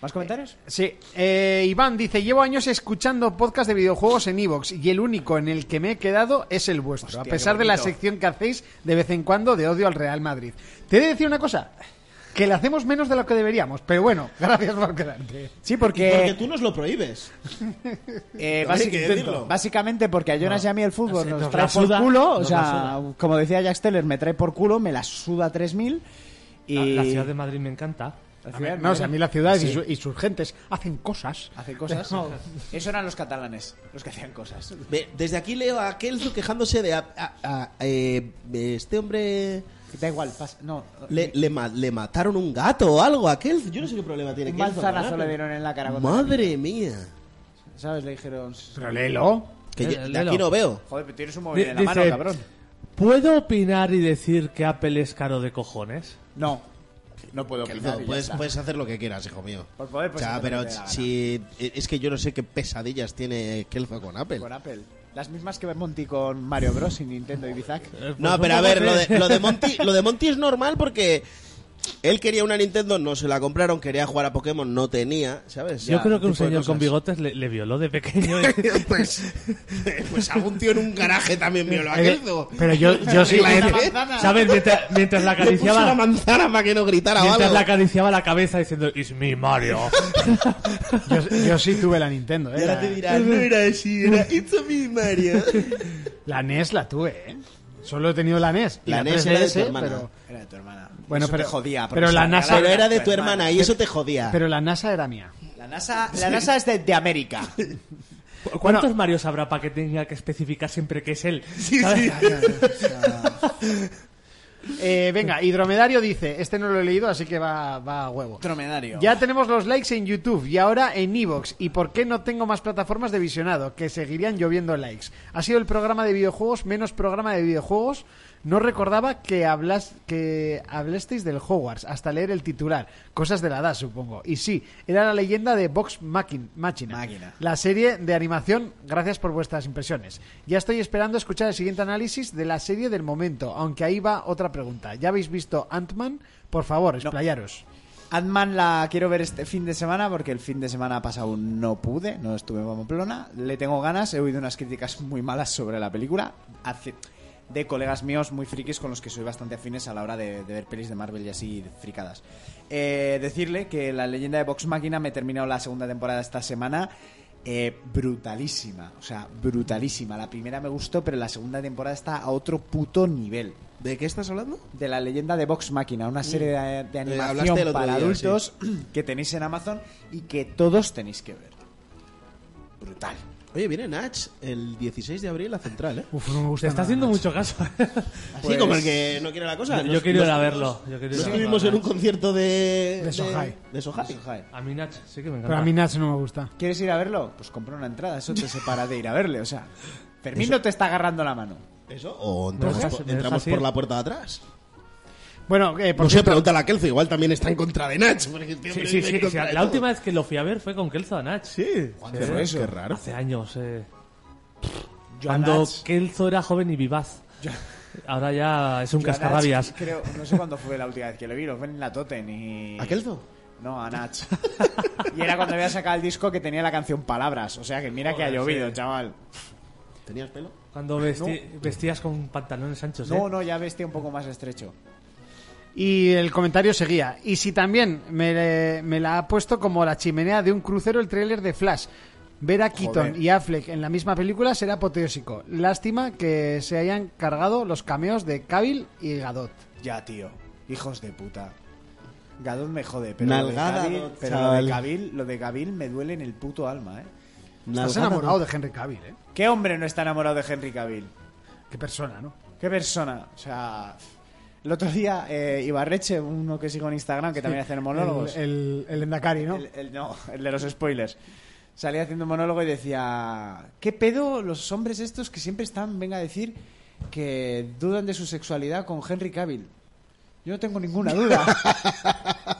¿Más comentarios? Sí, Eh, Iván dice, llevo años escuchando podcast de videojuegos en Evox y el único en el que me he quedado es el vuestro, a Hostia, pesar qué de la bonito. sección que hacéis de vez en cuando de odio al Real Madrid. Te he de decir una cosa, que le hacemos menos de lo que deberíamos, pero bueno, (laughs) gracias por quedarte. Sí, Porque porque, tú nos lo prohíbes. eh, Lo hay básic- que decirlo. básicamente porque a Jonas y a mí el fútbol Sí, nos, nos trae la suda, por culo, o nos la sea, como decía Jack Steller, me trae por culo, me la suda 3000 y La, la ciudad de Madrid me encanta. La A ciudad mí- de no, o sea, a Madrid. mí las ciudades y, Sí. su- y sus gentes hacen cosas. Hace cosas. Eso eran los catalanes, los que hacían cosas. Ve, Desde aquí leo a Kelso quejándose de... a- a- a- eh, este hombre... Da igual, pas- no. Le, le ma- le mataron un gato o algo a Kelso. Yo no sé qué problema tiene un Kelso. con manzanazo Apple. le dieron en la cara. cuando- Madre mía. ¿Sabes? Le dijeron. Pero léelo. Que yo- Eh, de léelo. aquí no veo. Joder, pero tienes un móvil Di- en la mano, dice- cabrón. ¿Puedo opinar y decir que Apple es caro de cojones? No. No puedo Que opinar. no, y ya puedes, está. puedes hacer lo que quieras, hijo mío. Por poder, pues, O sea, hacer lo pero que te dé la si eh, es que yo no sé qué pesadillas tiene Kelso con Apple. Con Apple. Las mismas que Monty con Mario Bros. y Nintendo y Bizac. Eh, pues No, un pero a poco ver, sí. lo de, lo de Monty, lo de Monty es normal porque Él quería una Nintendo, no se la compraron, quería jugar a Pokémon, no tenía, ¿sabes? Yo Ya, creo que un tipo de señor con cosas. bigotes le, le violó de (laughs) pequeño. y- (laughs) pues, pues a un tío en un garaje también vio lo Eh, aquelzo. pero yo, (laughs) yo sí. Y la- ¿Sabes? Mientras, mientras la Le puso la acariciaba. manzana para que no gritara o Mientras algo. le acariciaba la cabeza diciendo, It's me, (laughs) Mario. Yo, yo sí tuve la Nintendo, Y ¿eh? ahora te dirán, no era así, era It's a me, Mario. La NES la tuve, ¿eh? Solo he tenido la NES. y La NES era de tu 3DS, hermana. pero, Era de tu hermana. Bueno, Eso pero- te jodía. pero se la regalaban NASA- Pero a era de tu hermana y eso te jodía. pero la NASA era mía. La NASA, la NASA es de, de América. ¿Cuántos Marios habrá para que tenga que especificar siempre que es él? ¿Sabes? Eh, venga, Hidromedario dice, este no lo he leído, así que va, va a huevo. Dromedario. Ya tenemos los likes en YouTube y ahora en Evox. ¿Y por qué no tengo más plataformas de visionado? Que seguirían lloviendo likes. Ha sido el programa de videojuegos menos programa de videojuegos. No recordaba que, hablas, que hablasteis del Hogwarts hasta leer el titular. Cosas de la edad, supongo. Y sí, era la leyenda de Vox Machin- Machina. Máquina. La serie de animación, gracias por vuestras impresiones. Ya estoy esperando escuchar el siguiente análisis de la serie del momento, aunque ahí va otra pregunta. ¿Ya habéis visto Ant-Man? Por favor, explayaros. Ant-Man la quiero ver este fin de semana porque el fin de semana pasado no pude, no estuve en Pamplona. Le tengo ganas, he oído unas críticas muy malas sobre la película hace- de colegas míos muy frikis con los que soy bastante afines a la hora de, de ver pelis de Marvel y así fricadas. Eh, decirle que la leyenda de Vox Máquina me he terminado la segunda temporada esta semana. eh, brutalísima, o sea, brutalísima. La primera me gustó, pero la segunda temporada está a otro puto nivel ¿De qué estás hablando? de la leyenda de Vox Máquina, una serie de, de Mm. Eh, hablaste el animación otro para día, adultos que tenéis en Amazon y que todos tenéis que ver. Brutal. Oye, viene Nach el 16 de abril a Central, ¿eh? Uf, no me gusta. Está haciendo mucho caso. ¿eh? sí, como el que no quiere la cosa. Yo- yo quiero ir a verlo, yo quiero ir a Nos verlo, estuvimos en Nach. un concierto de... De Sohai. De Sohai. A mí Nach sí que me encanta. Pero a mí Nats no me gusta. ¿Quieres ir a verlo? Pues compra una entrada, eso te separa de ir a verle, o sea, Fermín no te está agarrando la mano. ¿Eso? ¿O ¿Me entramos, dejas- por, me entramos dejas por ir? la puerta de atrás? Bueno, eh, por No sé, cierto, pregunta a Kelzo, igual también está en contra de Nach. porque este Sí, hombre sí, vive en sí. o contra sea, de la todo. última vez que lo fui a ver fue con Kelzo a Nach. Sí. Qué raro, Qué raro. Hace años. Eh. Yo a Cuando Nats- Kelzo era joven y vivaz. Ahora ya es un yo a Nats cascarrabias. Creo, no sé cuándo fue la última vez que lo vi, lo ven en la Toten y... ¿A Kelzo? No, a Nach. y era cuando había sacado el disco que tenía la canción Palabras, o sea que mira que ha Joder, llovido, sí. ¿Eh? chaval. ¿Tenías pelo? Cuando vesti- vestías con pantalones anchos. ¿eh? No, no, ya vestía un poco más estrecho. y el comentario seguía. Y si también me, me la ha puesto como la chimenea de un crucero el tráiler de Flash. Ver a Keaton Joder. y Affleck en la misma película será apoteósico. Lástima que se hayan cargado los cameos de Cavill y Gadot. Ya, tío. Hijos de puta. Gadot me jode, pero, lo, Nalgada, de Gabil, Gadot, pero lo, de chaval. Gabil, lo de Gabil me duele en el puto alma, ¿eh? Estás enamorado de Henry Cavill, ¿eh? ¿Qué hombre no está enamorado de Henry Cavill? Qué persona, ¿no? ¿Qué persona? O sea... El otro día, eh, Ibarreche, uno que sigo en Instagram, que también hace monólogos... El, el, el Endacari, ¿no? El, el- no, (laughs) el de los spoilers. Salía haciendo un monólogo y decía, ¿qué pedo los hombres estos que siempre están, venga a decir, que dudan de su sexualidad con Henry Cavill? Yo no tengo ninguna (laughs) duda.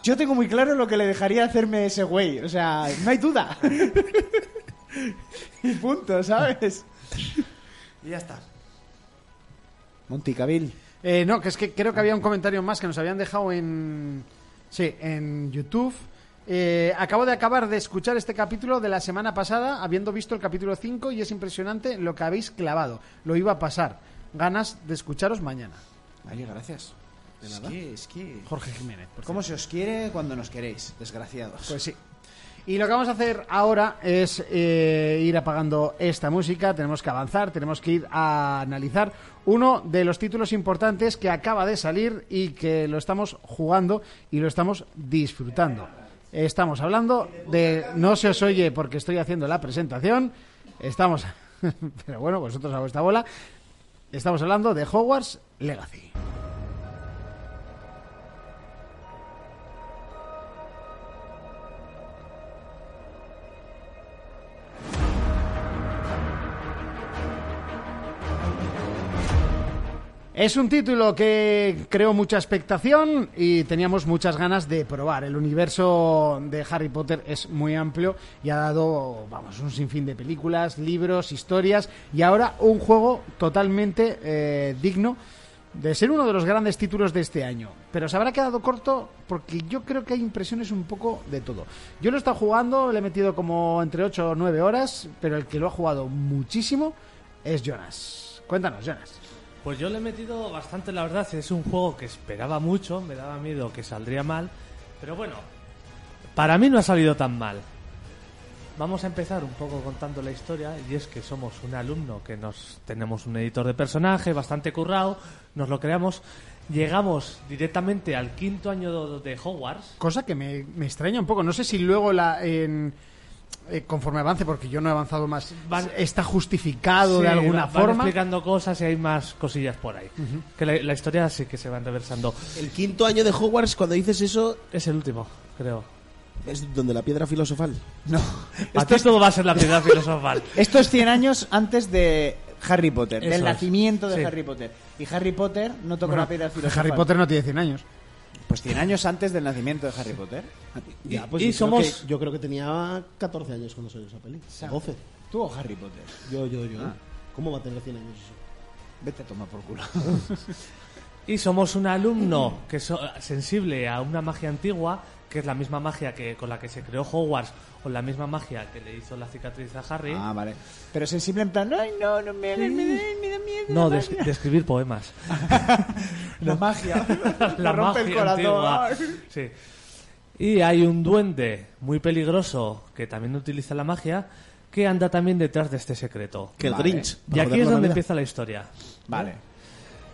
Yo tengo muy claro lo que le dejaría hacerme ese güey. O sea, no hay duda. (laughs) y punto, ¿sabes? Y ya está. Monty Cavill. Eh, no, que es que creo que había un comentario más que nos habían dejado en. Sí, en YouTube. Eh, acabo de acabar de escuchar este capítulo de la semana pasada, habiendo visto el capítulo 5, y es impresionante lo que habéis clavado. Lo iba a pasar. Ganas de escucharos mañana. Oye, gracias. Es que, es que... Jorge Jiménez. por ¿Cómo se os quiere cuando nos queréis, desgraciados? Pues sí. Y lo que vamos a hacer ahora es eh, ir apagando esta música, tenemos que avanzar, tenemos que ir a analizar uno de los títulos importantes que acaba de salir y que lo estamos jugando y lo estamos disfrutando. Estamos hablando de... No se os oye porque estoy haciendo la presentación, estamos... (laughs) Pero bueno, vosotros a vuestra bola. Estamos hablando de Hogwarts Legacy. Es un título que creó mucha expectación y teníamos muchas ganas de probar. El universo de Harry Potter es muy amplio y ha dado, vamos, un sinfín de películas, libros, historias y ahora un juego totalmente eh, digno de ser uno de los grandes títulos de este año. Pero se habrá quedado corto porque yo creo que hay impresiones un poco de todo. Yo lo he estado jugando, le he metido como entre 8 o 9 horas, pero el que lo ha jugado muchísimo es Jonas. Cuéntanos, Jonas. Pues yo le he metido bastante, la verdad. Es un juego que esperaba mucho, me daba miedo que saldría mal. Pero bueno, para mí no ha salido tan mal. Vamos a empezar un poco contando la historia y es que somos un alumno que nos tenemos un editor de personaje bastante currado, nos lo creamos, llegamos directamente al quinto año de Hogwarts. Cosa que me, me extraña un poco. No sé si luego la, en, eh, conforme avance, porque yo no he avanzado más, Van- está justificado de Sí, alguna van- van forma. explicando cosas y hay más cosillas por ahí. Que la, la historia sí que se van reversando. El quinto año de Hogwarts, cuando dices eso, Es el último, creo. es donde la piedra filosofal. Para ti todo va a ser la piedra (laughs) filosofal. Estos 100 años antes de Harry Potter, Eso del es. nacimiento de Sí. Harry Potter. Y Harry Potter no toca Bueno, una piedra filosofal. Harry Potter no tiene 100 años. Pues 100 años antes del nacimiento de Harry Potter. Ya, pues y yo creo somos- que- yo creo que tenía 14 años cuando salió esa peli. 12. ¿Tú o Harry Potter? Yo, yo, yo. Ah. ¿Cómo va a tener 100 años eso? Vete a tomar por culo. Y somos un alumno que es sensible a una magia antigua, que es la misma magia que con la que se creó Hogwarts o la misma magia que le hizo la cicatriz a Harry. Ah, vale. Pero sensible en plan, ay, no, no me hagas, me da, me da miedo. no, la de, magia". de escribir (laughs) poemas. La (laughs) magia. Me la rompe el magia corazón. antigua. Sí. Y hay un duende muy peligroso que también utiliza la magia que anda también detrás de este secreto. Que el Vale. Grinch. Y para aquí jodernos es la donde vida. empieza la historia. Vale.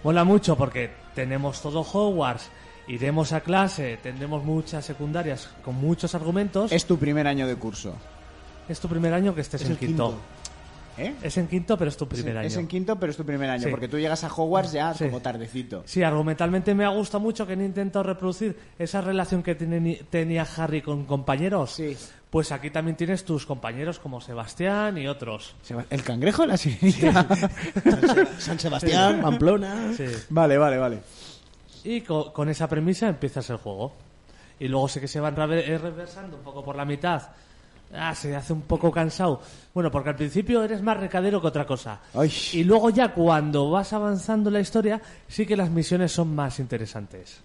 Mola mucho porque tenemos todo Hogwarts, iremos a clase, tendremos muchas secundarias con muchos argumentos. Es, Es tu primer año de curso. tu primer año que estés Es en el quinto. quinto. ¿Eh? Es en quinto, pero es tu Es, primer año. es en quinto, pero es tu primer año. Sí. Porque tú llegas a Hogwarts ya Sí. como tardecito. Sí, argumentalmente me ha gustado mucho que han intentado reproducir esa relación que tiene- tenía Harry con compañeros. Sí. Pues aquí también tienes tus compañeros como Sebastián y otros. Se va- ¿El cangrejo de la sirenita? San Sebastián, Pamplona. Sí. (laughs) vale, vale, vale. Y co- con esa premisa empiezas el juego. Y luego sé que se van rave- eh, reversando un poco por la mitad. Ah, se hace un poco cansado. Bueno, porque al principio eres más recadero que otra cosa. Ay. Y luego ya cuando vas avanzando la historia, sí que las misiones son más interesantes.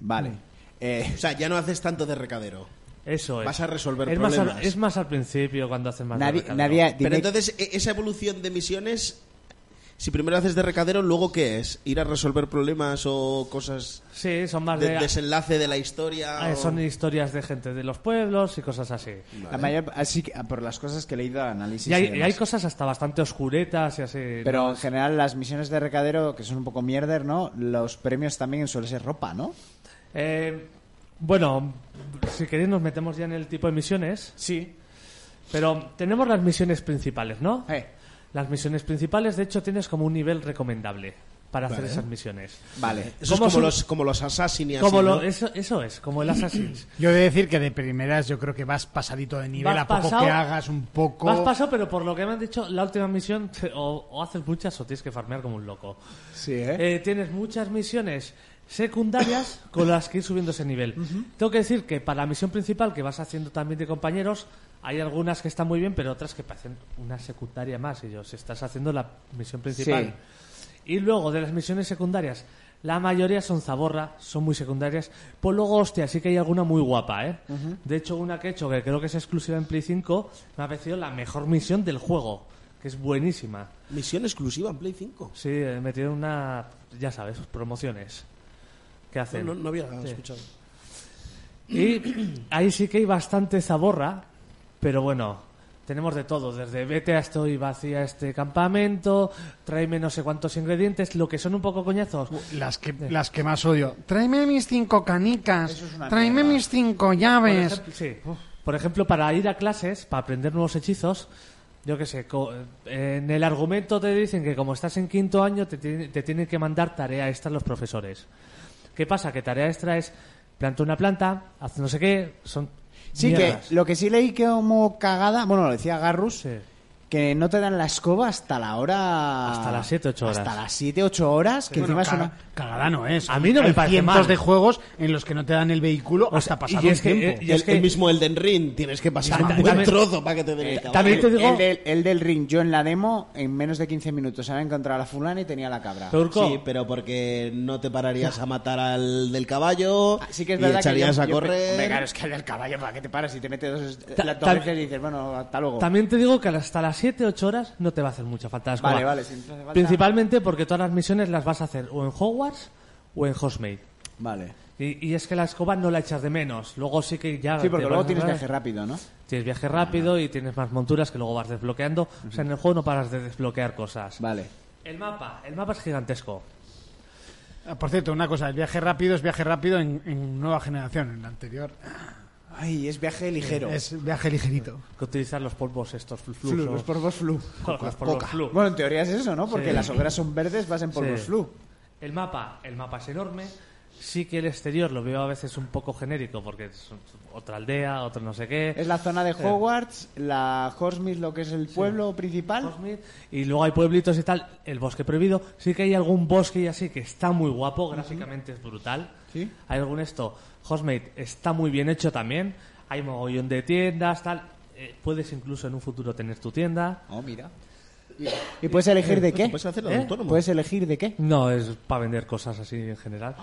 Vale. Mm. Eh, O sea, ya no haces tanto de recadero. Eso es. Vas a resolver Pues es más al- problemas. es más al principio cuando haces más de nadie, recadero. nadie- dime- Pero entonces, e- esa evolución de misiones, si primero haces de recadero, ¿luego qué es? ¿Ir a resolver problemas o cosas Sí, son más de... de desenlace de la historia? eh, o- son historias de gente de los pueblos y cosas así. la mayor, así que, ah, por las cosas que he leído al análisis. y, hay, y y demás. hay cosas hasta bastante oscuretas y así. Pero en general las misiones de recadero, que son un poco mierder, ¿no? Los premios también suele ser ropa, ¿no? Eh, bueno, si queréis nos metemos ya en el tipo de misiones, Sí. pero tenemos las misiones principales, ¿no? Eh, Las misiones principales, de hecho, tienes como un nivel recomendable para hacer esas misiones. vale. Eso es ¿Cómo como, son? los, como los Assassin y así, Como ¿no? lo- eso, eso es, como el Assassin's. Yo he de decir que de primeras yo creo que vas pasadito de nivel Vas a poco pasado- que hagas un poco. Más paso, pero por lo que me han dicho, la última misión te- o, o haces muchas o tienes que farmear como un loco. Sí, ¿eh? Eh, tienes muchas misiones secundarias con las que ir subiendo ese nivel. Tengo que decir que para la misión principal que vas haciendo también de compañeros, hay algunas que están muy bien, pero otras que parecen una secundaria más. Y yo, si estás haciendo la misión principal. Y luego de las misiones secundarias, la mayoría son zaborra, son muy secundarias. Pues luego, hostia, sí que hay alguna muy guapa, ¿eh? De hecho, una que he hecho, que creo que es exclusiva en Play 5, me ha parecido la mejor misión del juego, que es buenísima. Misión exclusiva en Play 5. Sí, eh, metieron una, ya sabes, promociones que hacen. No, no había Sí. escuchado. Y ahí sí que hay bastante zaborra, pero bueno, tenemos de todo, desde vete a esto y vacía este campamento, tráeme no sé cuántos ingredientes, lo que son un poco coñazos. Las que, las que más odio. Tráeme mis cinco canicas. Eso es una tráeme mierda. mis cinco Por llaves. ejemplo, sí. Por ejemplo, para ir a clases, para aprender nuevos hechizos, yo qué sé, co- eh, en el argumento te dicen que como estás en quinto año te, tiene- te tienen que mandar tarea extra los profesores. ¿Qué pasa? Que tarea extra es planta una planta, haz no sé qué, son Sí, mierdas. que lo que sí leí que como cagada, bueno, lo decía Garrus, Sí. que no te dan la escoba hasta la hora... Hasta las 7, 8 horas. Hasta las 7, 8 horas, que encima es caga- una... cagada no es. A mí no me Hay parece cientos mal. de juegos en los que no te dan el vehículo hasta pasado y es el que- eh, tiempo. y es el, que- el mismo Elden Ring, tienes que pasar Ta- un buen también- Eh, trozo para que te den el caballo. también te digo- El del, el del ring, yo en la demo, en menos de 15 minutos había encontrado a la fulana y tenía la cabra. Turco, Sí, pero porque no te pararías a matar al del caballo Ah, Sí que es y verdad echarías que yo- a yo- correr. Hombre, claro, es que el caballo, ¿para qué te paras? Si te metes dos, Ta- las ta- dos veces y dices, bueno, hasta luego. también te digo que hasta las 7, 8 horas no te va a hacer mucha falta la escoba. Vale, vale, si no hace falta- Principalmente porque todas las misiones las vas a hacer o en Hogwarts o en Hostmate. Vale. Y, y es que la escoba no la echas de menos. Luego sí que ya... Sí, porque te luego vas a tienes hacer- viaje rápido, ¿no? Tienes viaje rápido y tienes más monturas que luego vas desbloqueando. O sea, en el juego no paras de desbloquear cosas. Vale. El mapa, el mapa es gigantesco. Ah, Por cierto, una cosa, el viaje rápido es viaje rápido en, en nueva generación, en la anterior. Ay, es viaje ligero. Es viaje ligerito. Que utilizar los polvos estos flu, flu- Flu, son- los polvos flu. Joder, los polvos flu. Bueno, en teoría es eso, ¿no? Porque Sí. las hogueras son verdes, vas en polvos Sí. flu. El mapa, el mapa es enorme. Sí que el exterior lo veo a veces un poco genérico porque es otra aldea, otro no sé qué. Es la zona de Hogwarts, la Horsmith, lo que es el pueblo principal. Cosmith, Y luego hay pueblitos y tal, el bosque prohibido. Sí que hay algún bosque y así que está muy guapo, gráficamente es brutal. Sí. Hay algún esto. Hostmate está muy bien hecho también. Hay mogollón de tiendas, tal. Eh, puedes incluso en un futuro tener tu tienda. Oh, mira. ¿Y puedes elegir de qué? Puedes hacerlo ¿Eh? autónomo. ¿Puedes elegir de qué? No, es para vender cosas así en general.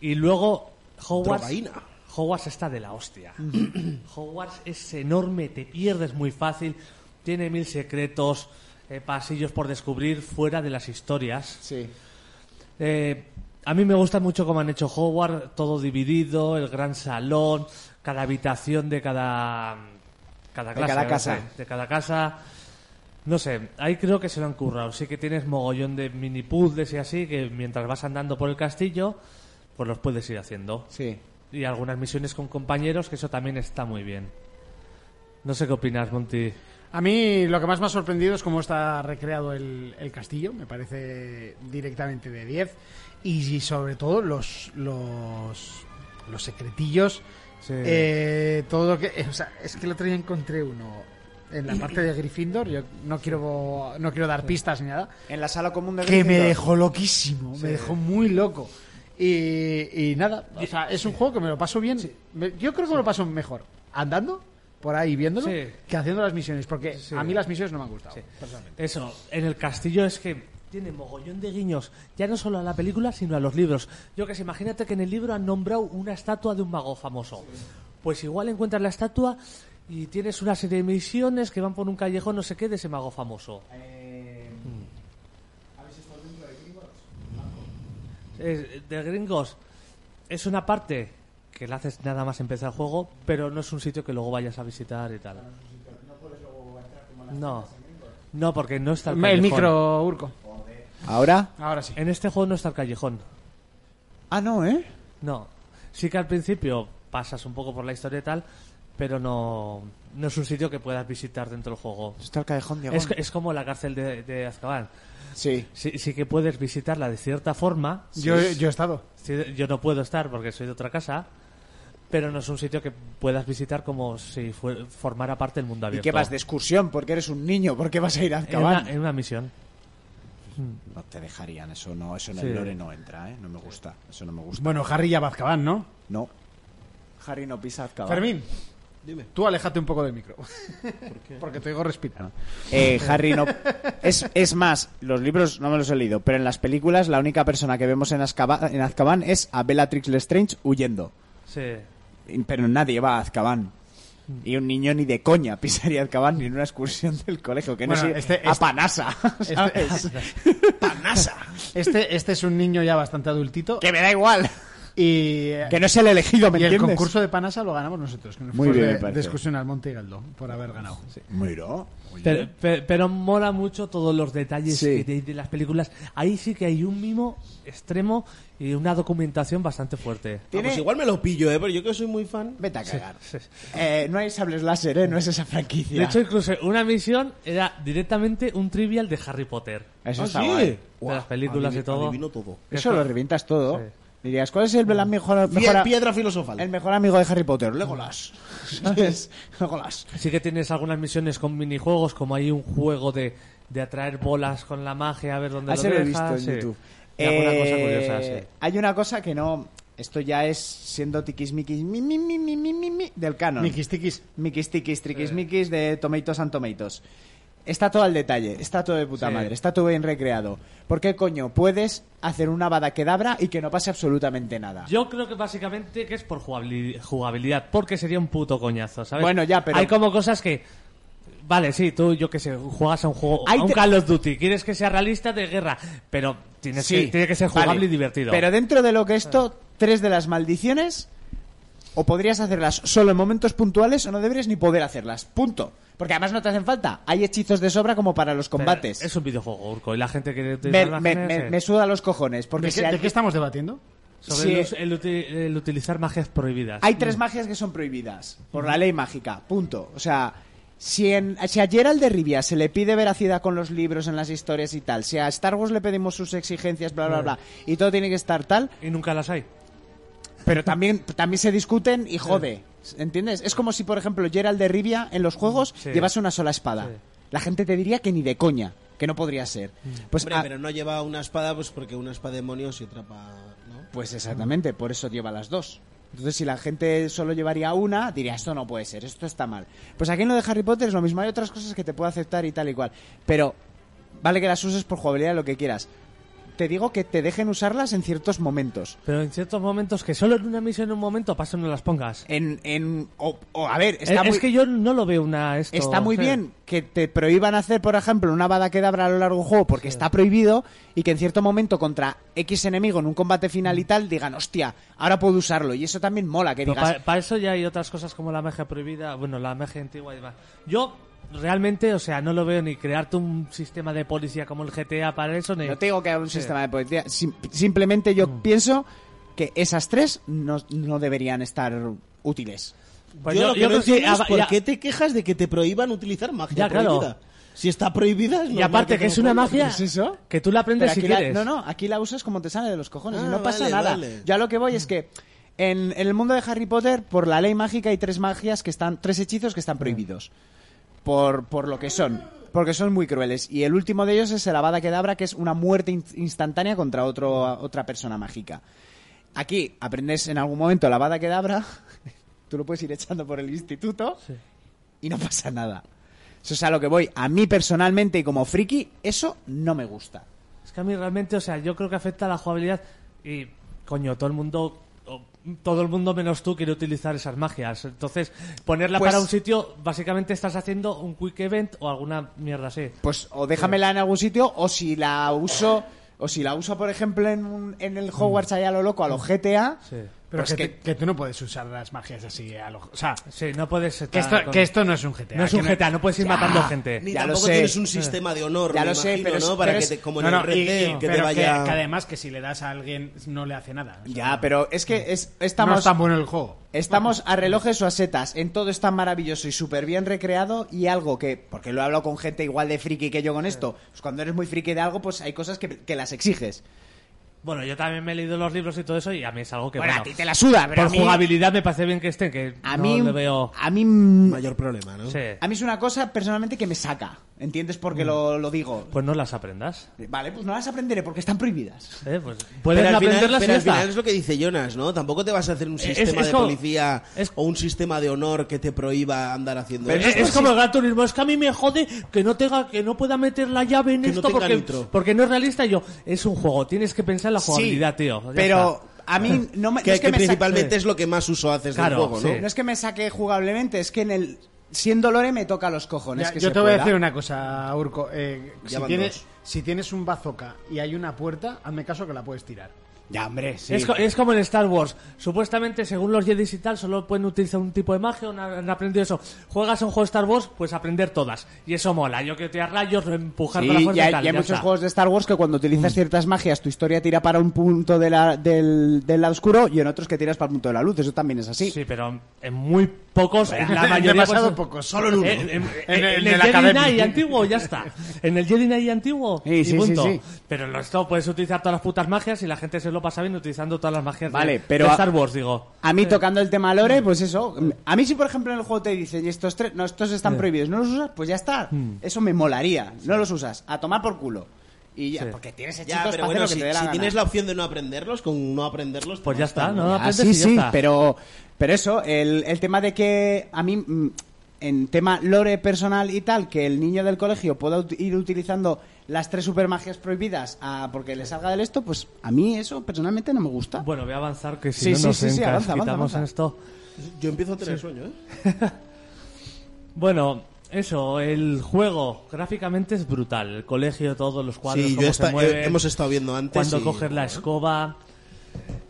Y luego, Hogwarts. Drogaína. Hogwarts está de la hostia. (clears throat) Hogwarts es enorme, te pierdes muy fácil, tiene mil secretos, eh, pasillos por descubrir fuera de las historias. Sí. Eh, a mí me gusta mucho cómo han hecho Hogwarts, todo dividido, el gran salón, cada habitación de cada cada De clase, cada no casa. sé, de cada casa. No sé, ahí creo que se lo han currado. Sí que tienes mogollón de mini puzzles y así que mientras vas andando por el castillo, pues los puedes ir haciendo. Sí. Y algunas misiones con compañeros, que eso también está muy bien. No sé qué opinas, Monty. A mí lo que más me ha sorprendido es cómo está recreado el, el castillo, me parece directamente de 10. Y, sobre todo los, los, los secretillos. Sí. eh, todo lo que. O sea, es que el otro día encontré uno en la parte de Gryffindor. Yo no quiero, no quiero dar pistas ni nada. En la sala común de que me Gryffindor. dejó loquísimo, me dejó muy loco. Y, y nada, o sea, es un juego que me lo paso bien. Me- Yo creo que me lo paso mejor andando por ahí viéndolo Sí. que haciendo las misiones, porque Sí. a mí las misiones no me han gustado. personalmente. Eso, en el castillo es que tiene mogollón de guiños, ya no solo a la película, sino a los libros. Yo que sé, imagínate que en el libro han nombrado una estatua de un mago famoso. Pues igual encuentras la estatua y tienes una serie de misiones que van por un callejón no sé qué de ese mago famoso. Es- de Gringos es una parte que la haces nada más empezar el juego, pero no es un sitio que luego vayas a visitar y tal. No, no, porque no está el el callejón. micro Urco. ¿Ahora? Ahora sí. En este juego no está el callejón. Ah, no, ¿eh? No. Sí que al principio pasas un poco por la historia y tal, pero no, no es un sitio que puedas visitar dentro del juego. Está el callejón de Es, es como la cárcel de, de Azkaban. Sí. Sí, sí que puedes visitarla de cierta forma. Yo, yo he estado. Sí, yo no puedo estar porque soy de otra casa, pero no es un sitio que puedas visitar como si fue- formara parte del ¿Y mundo abierto. qué vas de excursión? Porque eres un niño, ¿por qué vas a ir a en una, Azkaban? en una misión. No te dejarían, eso no, eso en Sí. el lore no entra, ¿eh? No me gusta, eso no me gusta. Bueno, Harry ya va a Azkaban, ¿no? No. Harry no pisa Azkaban. Fermín, tú aléjate un poco del micro. (laughs) Porque te digo respirar. Eh, Harry no... Es, es más, los libros no me los he leído, pero en las películas la única persona que vemos en Azkaban, en Azkaban es a Bellatrix Lestrange huyendo. Sí. Y- Pero nadie va a Azkaban. Hmm. Y un niño ni de coña pisaría Azkaban ni en una excursión del colegio, que no Bueno, es ir este- a este- Panasa, (laughs) ¿sabes? ¡Panasa! (laughs) Este, este es un niño ya bastante adultito. ¡Que me da igual! Y, Que no es el elegido, ¿me y el entiendes? concurso de Panasa lo ganamos nosotros. Que nos Muy fuimos bien, de- me parece. de excursión al Monte Hidalgo por haber ganado. Miro. Pero, pe- pero mola mucho todos los detalles Sí. que de, de las películas. Ahí sí que hay un mimo extremo y una documentación bastante fuerte. Ah, pues igual me lo pillo, ¿eh? Pero yo que soy muy fan. Vete a cagar. Eh, no hay sables láser, ¿eh? No es esa franquicia. De hecho, incluso una misión era directamente un trivial de Harry Potter. eso Ah, está sí. guay. De las películas y Adivi- todo. Adivino todo. Eso lo revientas todo. Sí. Dirías, ¿cuál es el la mejor, Pie- mejor a- piedra filosofal. el mejor amigo de Harry Potter? Legolas. Ah, ¿Sabes? Legolas. Sí que tienes algunas misiones con minijuegos, como hay un juego de, de atraer bolas con la magia, a ver dónde Ah, lo se lo he dejas, visto en sí. YouTube. Y alguna cosa Eh, curiosa, sí. Hay una cosa que no. Esto ya es siendo tiquismiquis mi, mi, mi, mi, mi, mi, mi, del canon. Miquis tiquis. Miquis tiquis, Eh. triquismiquis de Tomatoes and Tomatoes. Está todo al detalle, está todo de puta Sí. madre, está todo bien recreado. ¿Por qué coño puedes hacer una bada quedabra y que no pase absolutamente nada? Yo creo que básicamente que es por jugabili- jugabilidad, porque sería un puto coñazo, ¿sabes? Bueno, ya, pero- Hay como cosas que... Vale, sí, tú, yo que sé, juegas a un juego, Hay a un tre- Call of Duty, quieres que sea realista de guerra, pero tienes que, tiene que ser vale. jugable y divertido. Eh. Pero dentro de lo que esto, tres de las maldiciones, o podrías hacerlas solo en momentos puntuales o no deberías ni poder hacerlas. Punto. Porque además no te hacen falta. Hay hechizos de sobra como para los Pero combates. Es un videojuego, Urco, y la gente que... te- me, te- me- imágenes, me- eh, me suda los cojones. Porque ¿De si qué, hay, de qué estamos debatiendo? Sobre sí. el us- el, uti- el utilizar magias prohibidas. Mm. hay tres magias que son prohibidas por la ley mágica. Punto. O sea, si, en, si a Gerald de Rivia se le pide veracidad con los libros, en las historias y tal, si a Star Wars le pedimos sus exigencias, bla, bla, bla, y todo tiene que estar tal, Y nunca las hay. Pero también, también se discuten y jode. ¿Entiendes? Es como si, por ejemplo, Gerald de Rivia en los juegos Sí. llevase una sola espada. Sí. La gente te diría que ni de coña, que no podría ser. Pues, Hombre, ah, pero no lleva una espada, pues porque una espada de demonios y otra para. ¿no? pues exactamente, por eso lleva las dos. Entonces, si la gente solo llevaría una, diría, esto no puede ser, esto está mal. Pues aquí en lo de Harry Potter es lo mismo, hay otras cosas que te puedo aceptar y tal y cual. Pero vale que las uses por jugabilidad lo que quieras. Te digo que te dejen usarlas en ciertos momentos. Pero en ciertos momentos que solo en una misión en un momento paso no las pongas. En, en, o, o, a ver, Eh, está muy... Es que yo no lo veo una esto. Está muy sí. bien que te prohíban hacer, por ejemplo, una bada quedabra a lo largo del juego porque está prohibido y que en cierto momento contra X enemigo en un combate final y tal digan, hostia, ahora puedo usarlo. Y eso también mola que Pero digas. para eso ya hay otras cosas como la magia prohibida, bueno, la magia antigua y demás. Yo realmente, o sea, no lo veo ni crearte un sistema de policía como el GTA para eso, ni... No te digo que haya un sistema de policía. sim- simplemente yo pienso que esas tres no, no deberían estar útiles. Pues yo- yo, lo que yo creo no que entiendo es ya- por ya- qué te quejas de que te prohíban utilizar magia Ya, claro. prohibida. Si está prohibida, es Y normal aparte te que es lo una prohíban. magia que tú la Pero aprendes si aquí la- quieres. no, no, aquí la usas como te sale de los cojones Ah, y no pasa vale, nada. vale. Ya lo que voy es que en, en el mundo de Harry Potter, por la ley mágica, hay tres magias que están, tres hechizos que Ah. están prohibidos. Por, por lo que son. Porque son muy crueles. Y el último de ellos es el Avada Kedavra, que es una muerte in- instantánea contra otro, otra persona mágica. Aquí aprendes en algún momento el Avada Kedavra, (laughs) tú lo puedes ir echando por el instituto y no pasa nada. Eso es a lo que voy. A mí personalmente y como friki, eso no me gusta. Es que a mí realmente, o sea, yo creo que afecta a la jugabilidad y, coño, todo el mundo, o, todo el mundo menos tú quiere utilizar esas magias. Entonces, ponerla Pues- para un sitio, básicamente estás haciendo un quick event o alguna mierda así. Pues o déjamela en algún sitio o si la uso o si la uso por ejemplo en, un- en el Hogwarts allá lo loco a los GTA. Mm. Sí. Pero Pues que, que- te- que tú no puedes usar las magias así a lo... O sea, Sí, no puedes estar que esto, con- que esto no es un GTA. no es un que GTA, no puedes ir matando gente. Ni Ya lo tampoco sé. tienes un sistema de honor, Ya me lo sé, imagino, pero es- ¿no? Para pero que es- te, como No, en no, el y- Red Dead, y- que pero te vaya... que además que si le das a alguien no le hace nada. O sea, Ya, pero es que es- no estamos es tan bueno el juego. estamos a relojes o a setas. En todo es tan maravilloso y súper bien recreado y algo que porque lo he hablado con gente igual de friki que yo con esto. Pues cuando eres muy friki de algo, pues hay cosas que, que las exiges. Bueno, yo también me he leído los libros y todo eso y a mí es algo que... bueno, a bueno, ti te la suda, pero por a mí, jugabilidad me parece bien que estén, que a no mí le veo... a mí mm, Mayor problema, ¿no? Sí. a mí es una cosa personalmente que me saca. ¿Entiendes por Mm. qué lo, lo digo? Pues no las aprendas. Vale, pues no las aprenderé porque están prohibidas. ¿eh? Pues Pero puedes al no final- aprenderlas y pero ya al final está. es lo que dice Jonas, ¿no? Tampoco te vas a hacer un Es- sistema es de como- policía es- o un sistema de honor que te prohíba andar haciendo Pues Pero es, eso. es como el gran turismo, es que a mí me jode que no tenga, que no pueda meter la llave en Que no esto tenga porque, nitro. porque no es realista. Y Yo, es un juego, tienes que pensar en la Sí, jugabilidad, tío. Ya Pero está. a mí no me, que, no es que que me principalmente sí. es lo que más uso haces Claro, del juego, ¿no? sí. saque, no es que me saque jugablemente, es que en el siendo Lore me toca los cojones. Ya, que yo se te voy a pueda. decir una cosa, Urco. eh, Ya si, van tienes, dos. si tienes un bazooka y hay una puerta, hazme caso que la puedes tirar. Ya, hombre, sí. Es, co- es como en Star Wars. Supuestamente, según los Jedi y tal, solo pueden utilizar un tipo de magia, o no han aprendido eso. Juegas a un juego de Star Wars, pues aprender todas. Y eso mola. Yo quiero tirar rayos, empujar Sí, con la fuerza ya, y tal. ya hay ya muchos está. Mm. juegos de Star Wars que cuando utilizas ciertas magias tu historia tira para un punto de la- del, del lado oscuro y en otros que tiras para el punto de la luz. Eso también es así. Sí, pero en muy pocos, (laughs) (laughs) en la mayoría... Demasiado pues, pocos, solo en uno. En, en- En el- en en el el Jedi Academy. Knight antiguo, ya está. En el Jedi Knight antiguo, Sí, sí, y sí, punto. sí. Pero en esto puedes utilizar todas las putas magias y la gente se lo lo pasa bien utilizando todas las magias de- Vale, de, pero a- Star Wars, digo. A mí tocando el tema lore, Mm. pues eso. A mí si por ejemplo en el juego te dicen, estos tres, no, estos Mm. están prohibidos, no los usas, pues ya está. Eso me molaría. No los usas. A tomar por culo. Y ya, Sí. porque tienes hechizos Ya, para pero hacer bueno, lo que si, te dé la si gana. tienes la opción de no aprenderlos, con no aprenderlos... Pues ya está, ¿no? Ah, Aprendes sí, y ya sí, está. pero, pero eso, el, el tema de que a mí, mm, en tema lore personal y tal, que el niño del colegio pueda ut- ir utilizando las tres supermagias prohibidas a- porque le salga del esto, pues a mí eso personalmente no me gusta. Bueno, voy a avanzar que si Sí, no sí, nos sí, sí, avanza, avanza, encasquitamos en avanza. esto. Yo empiezo a tener sueño, ¿eh? Bueno, eso, el juego gráficamente es brutal. El colegio, todos los cuadros, Sí, yo cómo esta- eh, se mueven, he- hemos estado viendo antes cuando y- coges la escoba.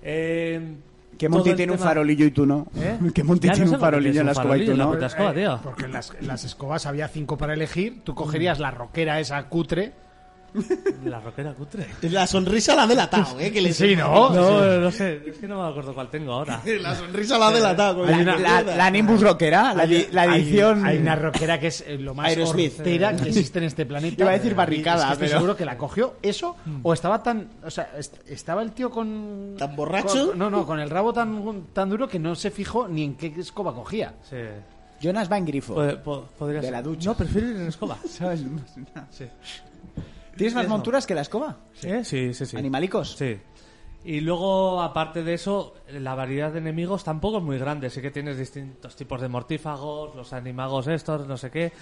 Eh, que todo Monty el tiene un tema- farolillo y tú no. ¿Eh? (laughs) Que Monty Ya no tiene un sé por qué tienes farolillo en la escoba y tú farolillo en la no. puta escoba, tío. Eh, Porque en las, en las escobas había cinco para elegir. Tú cogerías la roquera esa cutre. La roquera cutre. La sonrisa la ha delatado, ¿eh? Que le Sí, ¿no? eh, No, no sé, (laughs) es que no me acuerdo cuál tengo (laughs) ahora. (laughs) La sonrisa la ha delatado. coño. La, la, la Nimbus Rockera, la, di- la edición. Hay, hay una roquera que es eh, lo más Aerosmith. hortera que existe en este planeta. Iba a decir barricada, Es que estoy pero- seguro que la cogió eso o estaba tan, o sea, est- estaba el tío con ¿Tan borracho? con- no, no, con el rabo tan tan duro que no se fijó ni en qué escoba cogía. Sí. Jonas va en grifo. (laughs) Po- po- podría De ser. la ducha. No, prefiero ir en escoba. ¿Sabes? Sí. ¿Tienes más Eso. monturas que la escoba? ¿Eh? Sí, sí, sí. Animalicos. Sí. Y luego, aparte de eso, la variedad de enemigos tampoco es muy grande. Sí que tienes distintos tipos de mortífagos, los animagos estos, no sé qué.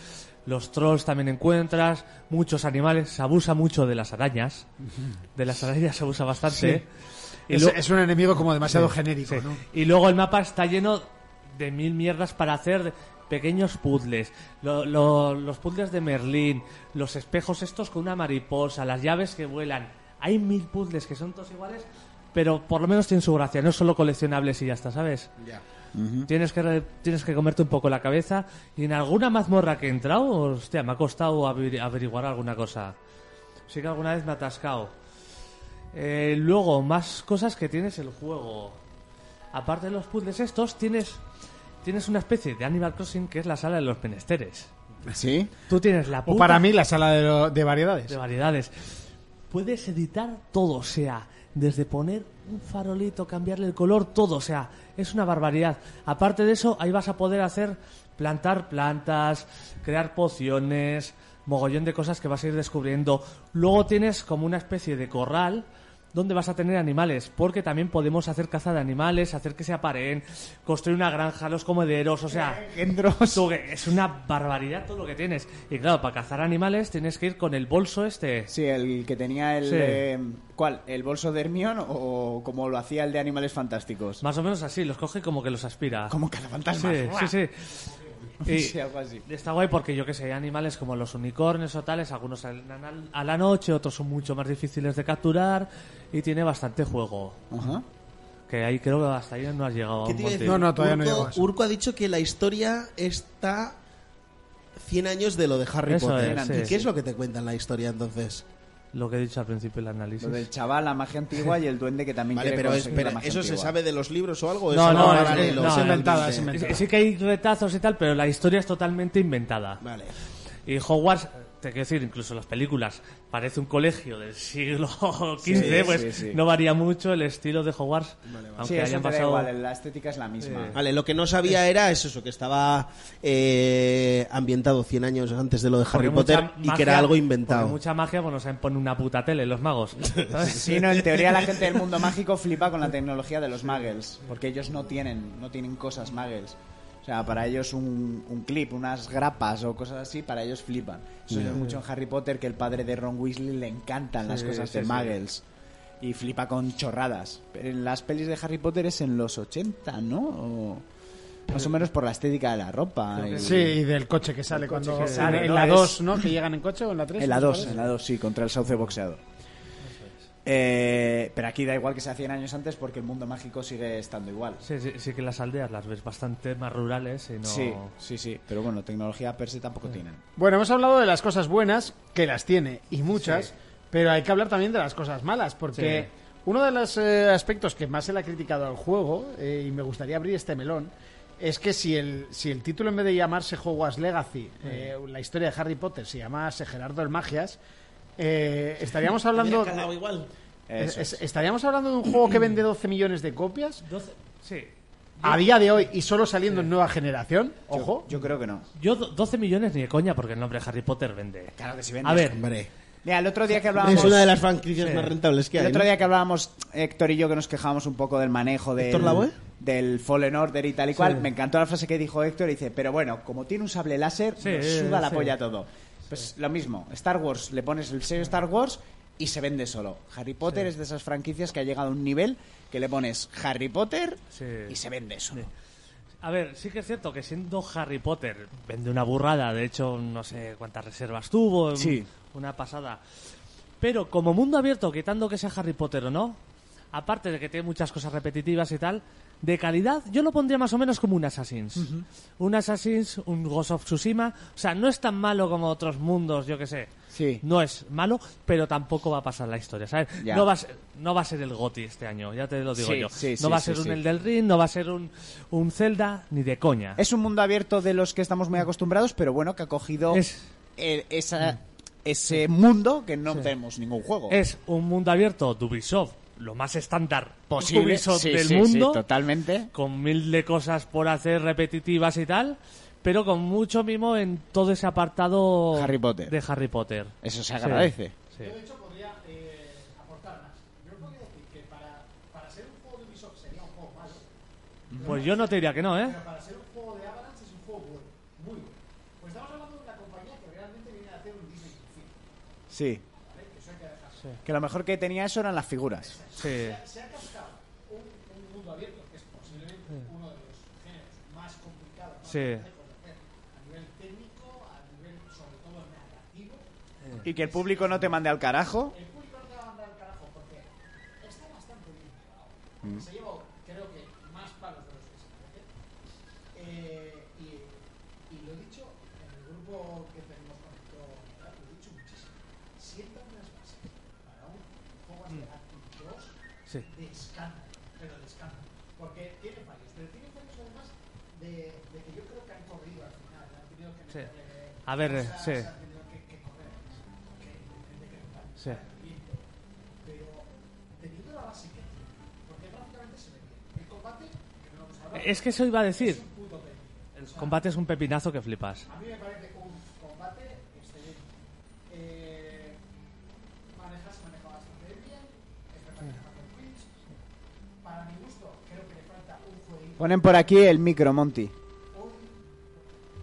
Los trolls también encuentras, muchos animales. Se abusa mucho de las arañas. De las arañas se abusa bastante. Y Es, lo- es un enemigo como demasiado genérico, Sí. ¿no? Y luego el mapa está lleno de mil mierdas para hacer pequeños puzzles. Lo- lo- los puzzles de Merlín, los espejos estos con una mariposa, las llaves que vuelan. Hay mil puzzles que son todos iguales, pero por lo menos tienen su gracia. No es solo coleccionables y ya está, ¿sabes? Ya. Tienes que, re- tienes que comerte un poco la cabeza. Y en alguna mazmorra que he entrado, hostia, me ha costado averi- averiguar alguna cosa. Sí que alguna vez me ha atascado. Eh, luego, más cosas que tienes el juego. Aparte de los puzzles estos, tienes, tienes una especie de Animal Crossing que es la sala de los menesteres. Sí. Tú tienes la O puta para mí la sala de, lo- de variedades. de variedades. Puedes editar todo, o sea, desde poner un farolito, cambiarle el color, todo, o sea, es una barbaridad. Aparte de eso, ahí vas a poder hacer plantar plantas, crear pociones, mogollón de cosas que vas a ir descubriendo. Luego tienes como una especie de corral donde vas a tener animales, porque también podemos hacer caza de animales, hacer que se apareen, construir una granja, los comederos, o sea, tú que- es una barbaridad todo lo que tienes. Y claro, para cazar animales tienes que ir con el bolso este. Sí, el que tenía el. Sí. eh, ¿Cuál? ¿El bolso de Hermión o como lo hacía el de Animales Fantásticos? Más o menos así, los coge y como que los aspira. Como cazafantasmas. Sí, ¡Buah! sí, sí. (laughs) Y Sí, algo así. Está guay porque yo que sé, hay animales como los unicornios o tales, algunos salen al- a la noche, otros son mucho más difíciles de capturar y tiene bastante juego. Ajá. Que ahí creo que hasta ahí no has llegado. ¿Qué te iba a Monty. decir? No, no, todavía no Urco- llego a eso. Urco ha dicho que la historia está 100 años de lo de Harry Eso Potter. es, ¿Y sí. qué es lo que te cuentan la historia entonces? Lo que he dicho al principio el análisis. Lo del chaval, la magia antigua y el duende que también Vale, quiere pero conseguir espera, la magia ¿eso se antigua. sabe de los libros o No, algo? Eso no, va es- paralelo, no, es realmente. inventada, es inventada. Sí que hay retazos y tal, pero la historia es totalmente inventada. Vale. Y Hogwarts, te quiero decir, incluso las películas, parece un colegio del siglo (laughs) XV, Sí, pues sí, sí. no varía mucho el estilo de Hogwarts, aunque Sí, eso hayan te da pasado... igual, la estética es la misma. Vale, lo que no sabía era eso, eso, que estaba eh, ambientado 100 años antes de lo de porque Harry Potter mucha y que magia- era algo porque inventado. mucha magia, bueno, saben poner una puta tele los (laughs) magos. ¿sabes? (laughs) Sí, no, en teoría la gente del mundo mágico flipa con la tecnología de los muggles, porque ellos no tienen, no tienen cosas muggles. O sea, para ellos un, un clip, unas grapas o cosas así, para ellos flipan. Eso se ve mucho en Harry Potter, que el padre de Ron Weasley le encantan las cosas de muggles. Y flipa con chorradas. Pero en las pelis de Harry Potter es en los 80, ¿no? O más o menos por la estética de la ropa. y- Sí, y del coche que sale cuando que sale, en, ¿no? la Es- 2, ¿no? Que llegan en coche o en la 3. En la 2, en la 2, sí, contra el sauce boxeador. Eh, pero aquí da igual que sea 100 años antes porque el mundo mágico sigue estando igual. Sí, sí, sí que las aldeas las ves bastante más rurales y no... Sí, sí, sí. Pero bueno, tecnología per se tampoco tienen. Bueno, hemos hablado de las cosas buenas, que las tiene, y muchas, pero hay que hablar también de las cosas malas, porque uno de los eh, aspectos que más se le ha criticado al juego, eh, y me gustaría abrir este melón, es que si el, si el título en vez de llamarse Hogwarts Legacy, eh, la historia de Harry Potter, se llamase Gerardo el Magias, eh, estaríamos hablando... cagado igual. Eso Es- es. ¿Estaríamos hablando de un juego que vende 12 millones de copias? 12, sí. A día de hoy y solo saliendo en nueva generación, ojo. Yo creo que no. Yo do- 12 millones ni de coña porque el nombre Harry Potter vende. Claro que sí vende. A ver, Hombre. Mira, el otro día que hablábamos. Es una de las franquicias más rentables que hay. El otro ¿no? día que hablábamos, Héctor y yo, que nos quejábamos un poco del manejo ¿Héctor del, Lavoe? del Fallen Order y tal y cual, me encantó la frase que dijo Héctor. Y dice, pero bueno, como tiene un sable láser, Sí, nos suda la sí. polla todo. Pues lo mismo, Star Wars, le pones el sello Star Wars y se vende solo. Harry Potter es de esas franquicias que ha llegado a un nivel que le pones Harry Potter Sí. y se vende solo. a ver, sí que es cierto que siendo Harry Potter vende una burrada, de hecho no sé cuántas reservas tuvo, em, Sí. una pasada. Pero como mundo abierto, quitando que sea Harry Potter o no, aparte de que tiene muchas cosas repetitivas y tal, de calidad yo lo pondría más o menos como un Assassin's. Un Assassin's, un Ghost of Tsushima, o sea, no es tan malo como otros mundos, yo que sé. Sí. No es malo, pero tampoco va a pasar la historia, ¿sabes? Ya. No va a ser, no va a ser el GOTI este año, ya te lo digo Sí, yo. sí, no sí, va a sí, ser sí. un El del Ring, no va a ser un, un Zelda ni de coña. Es un mundo abierto de los que estamos muy acostumbrados, pero bueno, que ha cogido Es- Mm. eh, esa- ese mundo que no tenemos ningún juego. Es un mundo abierto de Ubisoft, lo más estándar posible Ubisoft sí, del sí, mundo, sí, totalmente. con mil de cosas por hacer repetitivas y tal, pero con mucho mimo en todo ese apartado Harry Potter. de Harry Potter. Eso se agradece. Sí. Pues yo no te diría que no, ¿eh? Para ser un juego de Avalanche es un juego bueno, muy bueno. Pues estamos hablando de una compañía que realmente viene a hacer un Disney. Sí. Que lo mejor que tenía eso eran las figuras. Sí. Un mundo abierto, que es posiblemente uno de los géneros más complicados, más Sí. complejos de hacer a nivel técnico, a nivel sobre todo narrativo. Y que el público no te mande al carajo. El público no te va a mandar al carajo porque está bastante bien llevado. Se llevó, creo que, más palos de los que se merece. Eh, y, y lo he dicho en el grupo que tenemos con el Pro, Mundial, lo he dicho muchísimo. Sienta unas bases para un juego Asteractic 2 Sí. de escándalo, pero de escándalo. Porque tiene fallos, pero tiene fallos además de, de que yo creo que han corrido al final, han tenido que Sí. meterle A ver, eh, cosas, sí. han tenido que, que correr, que de que Sí. viento, pero teniendo la base que tiene, porque prácticamente se ve bien. El combate, que no vamos a hablar, Es que eso iba a decir. es un puto peligro. El combate es un pepinazo que flipas. A mí me parece un combate excelente. Eh, maneja, se maneja bastante bien, es verdad que está con Twitch. Para mi gusto, creo que le falta un jueguito, Ponen por aquí el micro, Monty.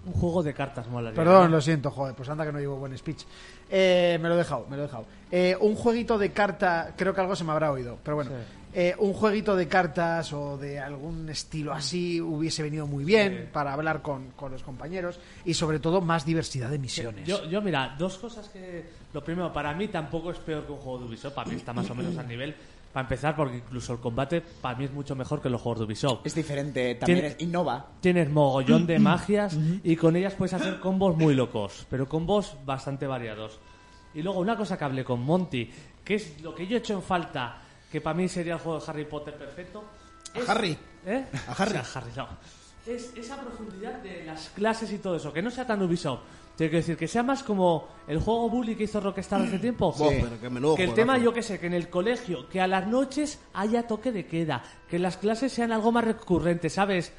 Un juego de cartas mola. Perdón, lo siento, joder, pues anda que no llevo buen speech. Eh, me lo he dejado, me lo he dejado. Eh, un jueguito de carta, creo que algo se me habrá oído, pero bueno. Eh, un jueguito de cartas o de algún estilo así hubiese venido muy bien para hablar con, con los compañeros y sobre todo más diversidad de misiones. Yo, yo, mira, dos cosas que... Lo primero, para mí tampoco es peor que un juego de Ubisoft. Para mí está más o menos al nivel. Para empezar, porque incluso el combate para mí es mucho mejor que los juegos de Ubisoft. Es diferente, también Tiene- es- innova. Tienes mogollón de magias y con ellas puedes hacer combos muy locos, pero combos bastante variados. Y luego una cosa que hablé con Monty, que es lo que yo he hecho en falta, que para mí sería el juego de Harry Potter perfecto. es- Harry. ¿Eh? A Harry. O sea, no. Es esa profundidad de las clases y todo eso, que no sea tan Ubisoft. Tengo que decir, que sea más como el juego bully que hizo Rockstar hace tiempo. Buah, pero qué menudo Que el juegazo. tema, yo que sé, que en el colegio, que a las noches haya toque de queda, que las clases sean algo más recurrente, ¿sabes?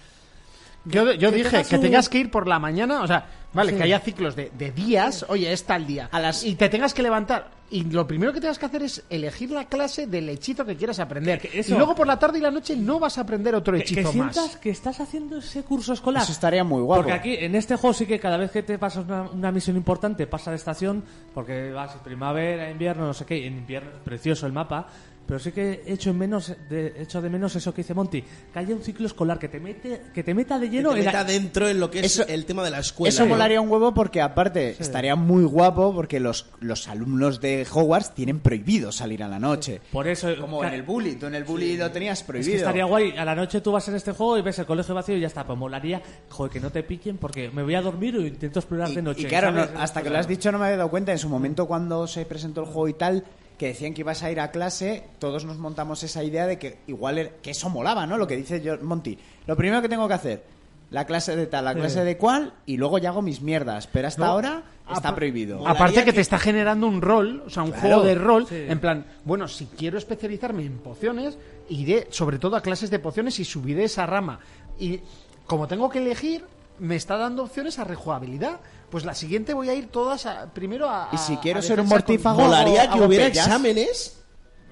Yo, yo que dije tengas que un- tengas que ir por la mañana, o sea, vale, Sí. que haya ciclos de, de días, oye, es tal día, A las- y te tengas que levantar. Y lo primero que tengas que hacer es elegir la clase del hechizo que quieras aprender. Que- que eso- Y luego por la tarde y la noche no vas a aprender otro Que, que hechizo más. sientas que estás haciendo ese curso escolar. Eso estaría muy guapo. Porque aquí, en este juego, sí que cada vez que te pasas una, una misión importante, pasa de estación, porque vas en primavera, invierno, no sé qué. En invierno es precioso el mapa. Pero sí que he hecho, en menos de, hecho de menos eso que dice Monty, que haya un ciclo escolar que te, mete, que te meta de Que lleno te en la- meta dentro en lo que es Eso- el tema de la escuela. ¿eh? Eso ¿no? molaría un huevo porque aparte estaría muy guapo porque los, los alumnos de Hogwarts tienen prohibido salir a la noche. Por eso, Como ca- en el bully, tú en el bully lo tenías Es prohibido. que estaría guay, a la noche tú vas en este juego y ves el colegio vacío y ya está, pues molaría, joder, que no te piquen porque me voy a dormir o intento explorar Y- de noche. Y, ¿eh? claro, ¿sabes? no- hasta que lo has dicho no me había dado cuenta. En su momento, cuando se presentó el juego y tal, que decían que ibas a ir a clase, todos nos montamos esa idea de que igual er- que eso molaba, ¿no? Lo que dice yo, Monty. Lo primero que tengo que hacer, la clase de tal, la clase de cual, y luego ya hago mis mierdas. Pero hasta ahora Apa- Está prohibido. Molaría Aparte que que- te está generando un rol, o sea, un Claro. juego de rol, Sí. en plan, bueno, si quiero especializarme en pociones, iré sobre todo a clases de pociones y subiré esa rama. Y como tengo que elegir, me está dando opciones a rejugabilidad. Pues la siguiente voy a ir todas a- primero a... Y si a- quiero a ser un defensa mortífago, con- Molaría hago- que hago hubiera pellas. exámenes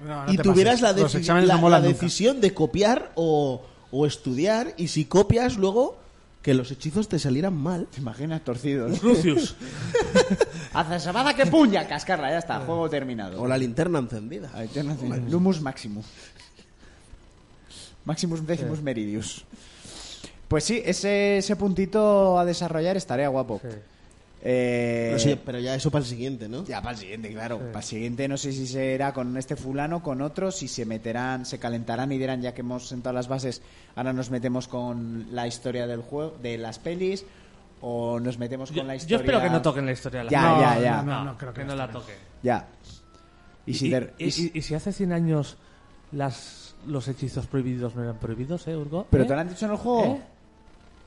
No, no y te tuvieras pases. la, Los defi- exámenes la- no molan la nunca. decisión de copiar o, o estudiar y si copias luego que los hechizos te salieran mal. (laughs) ¿Te imaginas torcidos? Lucius. Haz la sabada que puña, cascarla, ya está, juego terminado. (laughs) O la linterna encendida. Ay, yo no sé. Lumus Maximus. Maximus Decimus Meridius. Pues sí, ese, ese puntito a desarrollar estaría guapo. Eh, No sé, pero ya eso para el siguiente, ¿no? Ya para el siguiente, claro. Para el siguiente no sé si será con este fulano, con otro, si se meterán, se calentarán y dirán ya que hemos sentado las bases, ahora nos metemos con la historia del juego, de las pelis, o nos metemos con Yo, la yo historia... espero que no toquen la historia. de la Ya, gente. ya, ya. No, no creo que, que no los la toquen. toquen. Ya. Y si... de- y- y si- y- y si hace 100 años las, los hechizos prohibidos no eran prohibidos, ¿eh, Urgo? ¿Pero ¿Eh? te lo han dicho en el juego? ¿Eh?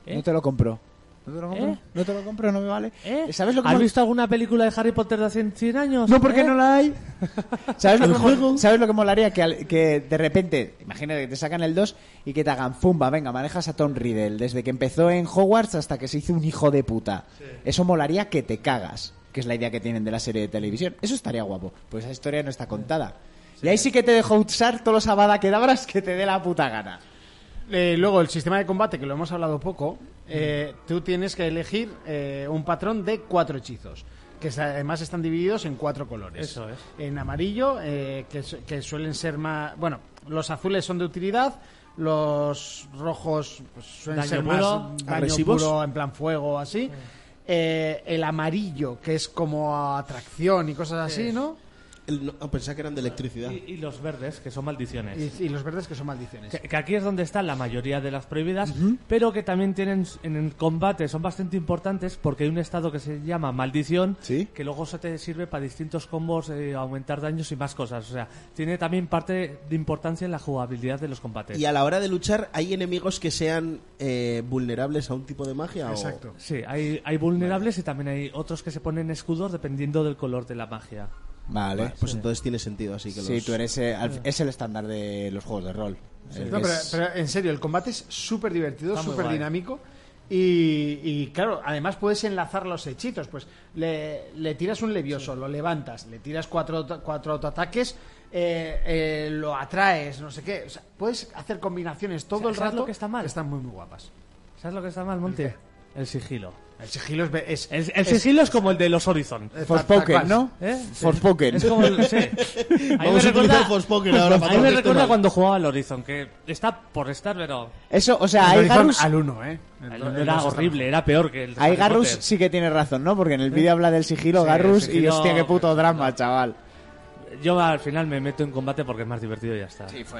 ¿Eh? No te lo compro. ¿No te lo compro? ¿Eh? No te lo compro, no me vale. ¿Eh? ¿Sabes lo que ¿Has me- visto alguna película de Harry Potter de hace 100 años? No, porque ¿Eh? no la hay. (laughs) ¿Sabes lo, que mol- ¿Sabes lo que molaría? Que, al- que de repente, imagínate que te sacan el 2 y que te hagan zumba, venga, manejas a Tom Riddle desde que empezó en Hogwarts hasta que se hizo un hijo de puta. Eso molaría que te cagas, que es la idea que tienen de la serie de televisión. Eso estaría guapo, pues esa historia no está contada. Y ahí sí que te dejo usar todos los abadakedabras que te dé la puta gana. Eh, luego, el sistema de combate, que lo hemos hablado poco, eh, tú tienes que elegir eh, un patrón de cuatro hechizos, que es- además están divididos en cuatro colores. Eso es. En amarillo, eh, que, su- que suelen ser más... Bueno, los azules son de utilidad, los rojos pues, suelen Daño ser puro, más daño agresivos. puro, en plan fuego, así. Eh, el amarillo, que es como atracción y cosas así, ¿no? El- no, pensaba que eran de electricidad. Y, y los verdes, que son maldiciones. Y, y los verdes, que son maldiciones. Que, que aquí es donde están la mayoría de las prohibidas, pero que también tienen s- en el combate, son bastante importantes porque hay un estado que se llama maldición, Sí. que luego se te sirve para distintos combos, eh, aumentar daños y más cosas. O sea, tiene también parte de importancia en la jugabilidad de los combates. Y a la hora de luchar, ¿hay enemigos que sean eh, vulnerables a un tipo de magia? o- Exacto. Sí, hay, hay vulnerables y también hay otros que se ponen escudos dependiendo del color de la magia. Vale. Vale, pues entonces tiene sentido, así que Sí, los- tú eres eh, al- es el estándar de los juegos de rol. El No, que pero, es- pero en serio, el combate es súper divertido, Está muy súper guay. dinámico. Y, y, claro, además puedes enlazar los hechizos. Pues le, le tiras un levioso, lo levantas, le tiras cuatro, auto- cuatro autoataques, eh, eh, lo atraes, no sé qué. O sea, puedes hacer combinaciones todo el ¿Sabes rato lo que está mal? están muy, muy guapas. ¿Sabes lo que está mal, Monte? El sigilo. El sigilo es. be- es- El, el es- sigilo es como el de los Horizon. es tal- tal Forspoken, cual. ¿no? ¿Eh? Forspoken. Es como (laughs) el, sí. A mí me Vamos a utilizar recuerda, Forspoken ahora (laughs) a para mí todo me este recuerda mal. cuando jugaba al Horizon, que está por estar, pero Eso, o sea, El hay Horizon Garus, al uno, ¿eh? El- el no dos era está horrible, era peor que el. de ahí Harry Garrus Potter. sí que tiene razón, ¿no? Porque en el vídeo habla del sigilo Sí, Garrus el sigilo- y hostia, qué puto drama, chaval. Yo al final me meto en combate porque es más divertido y ya está. pues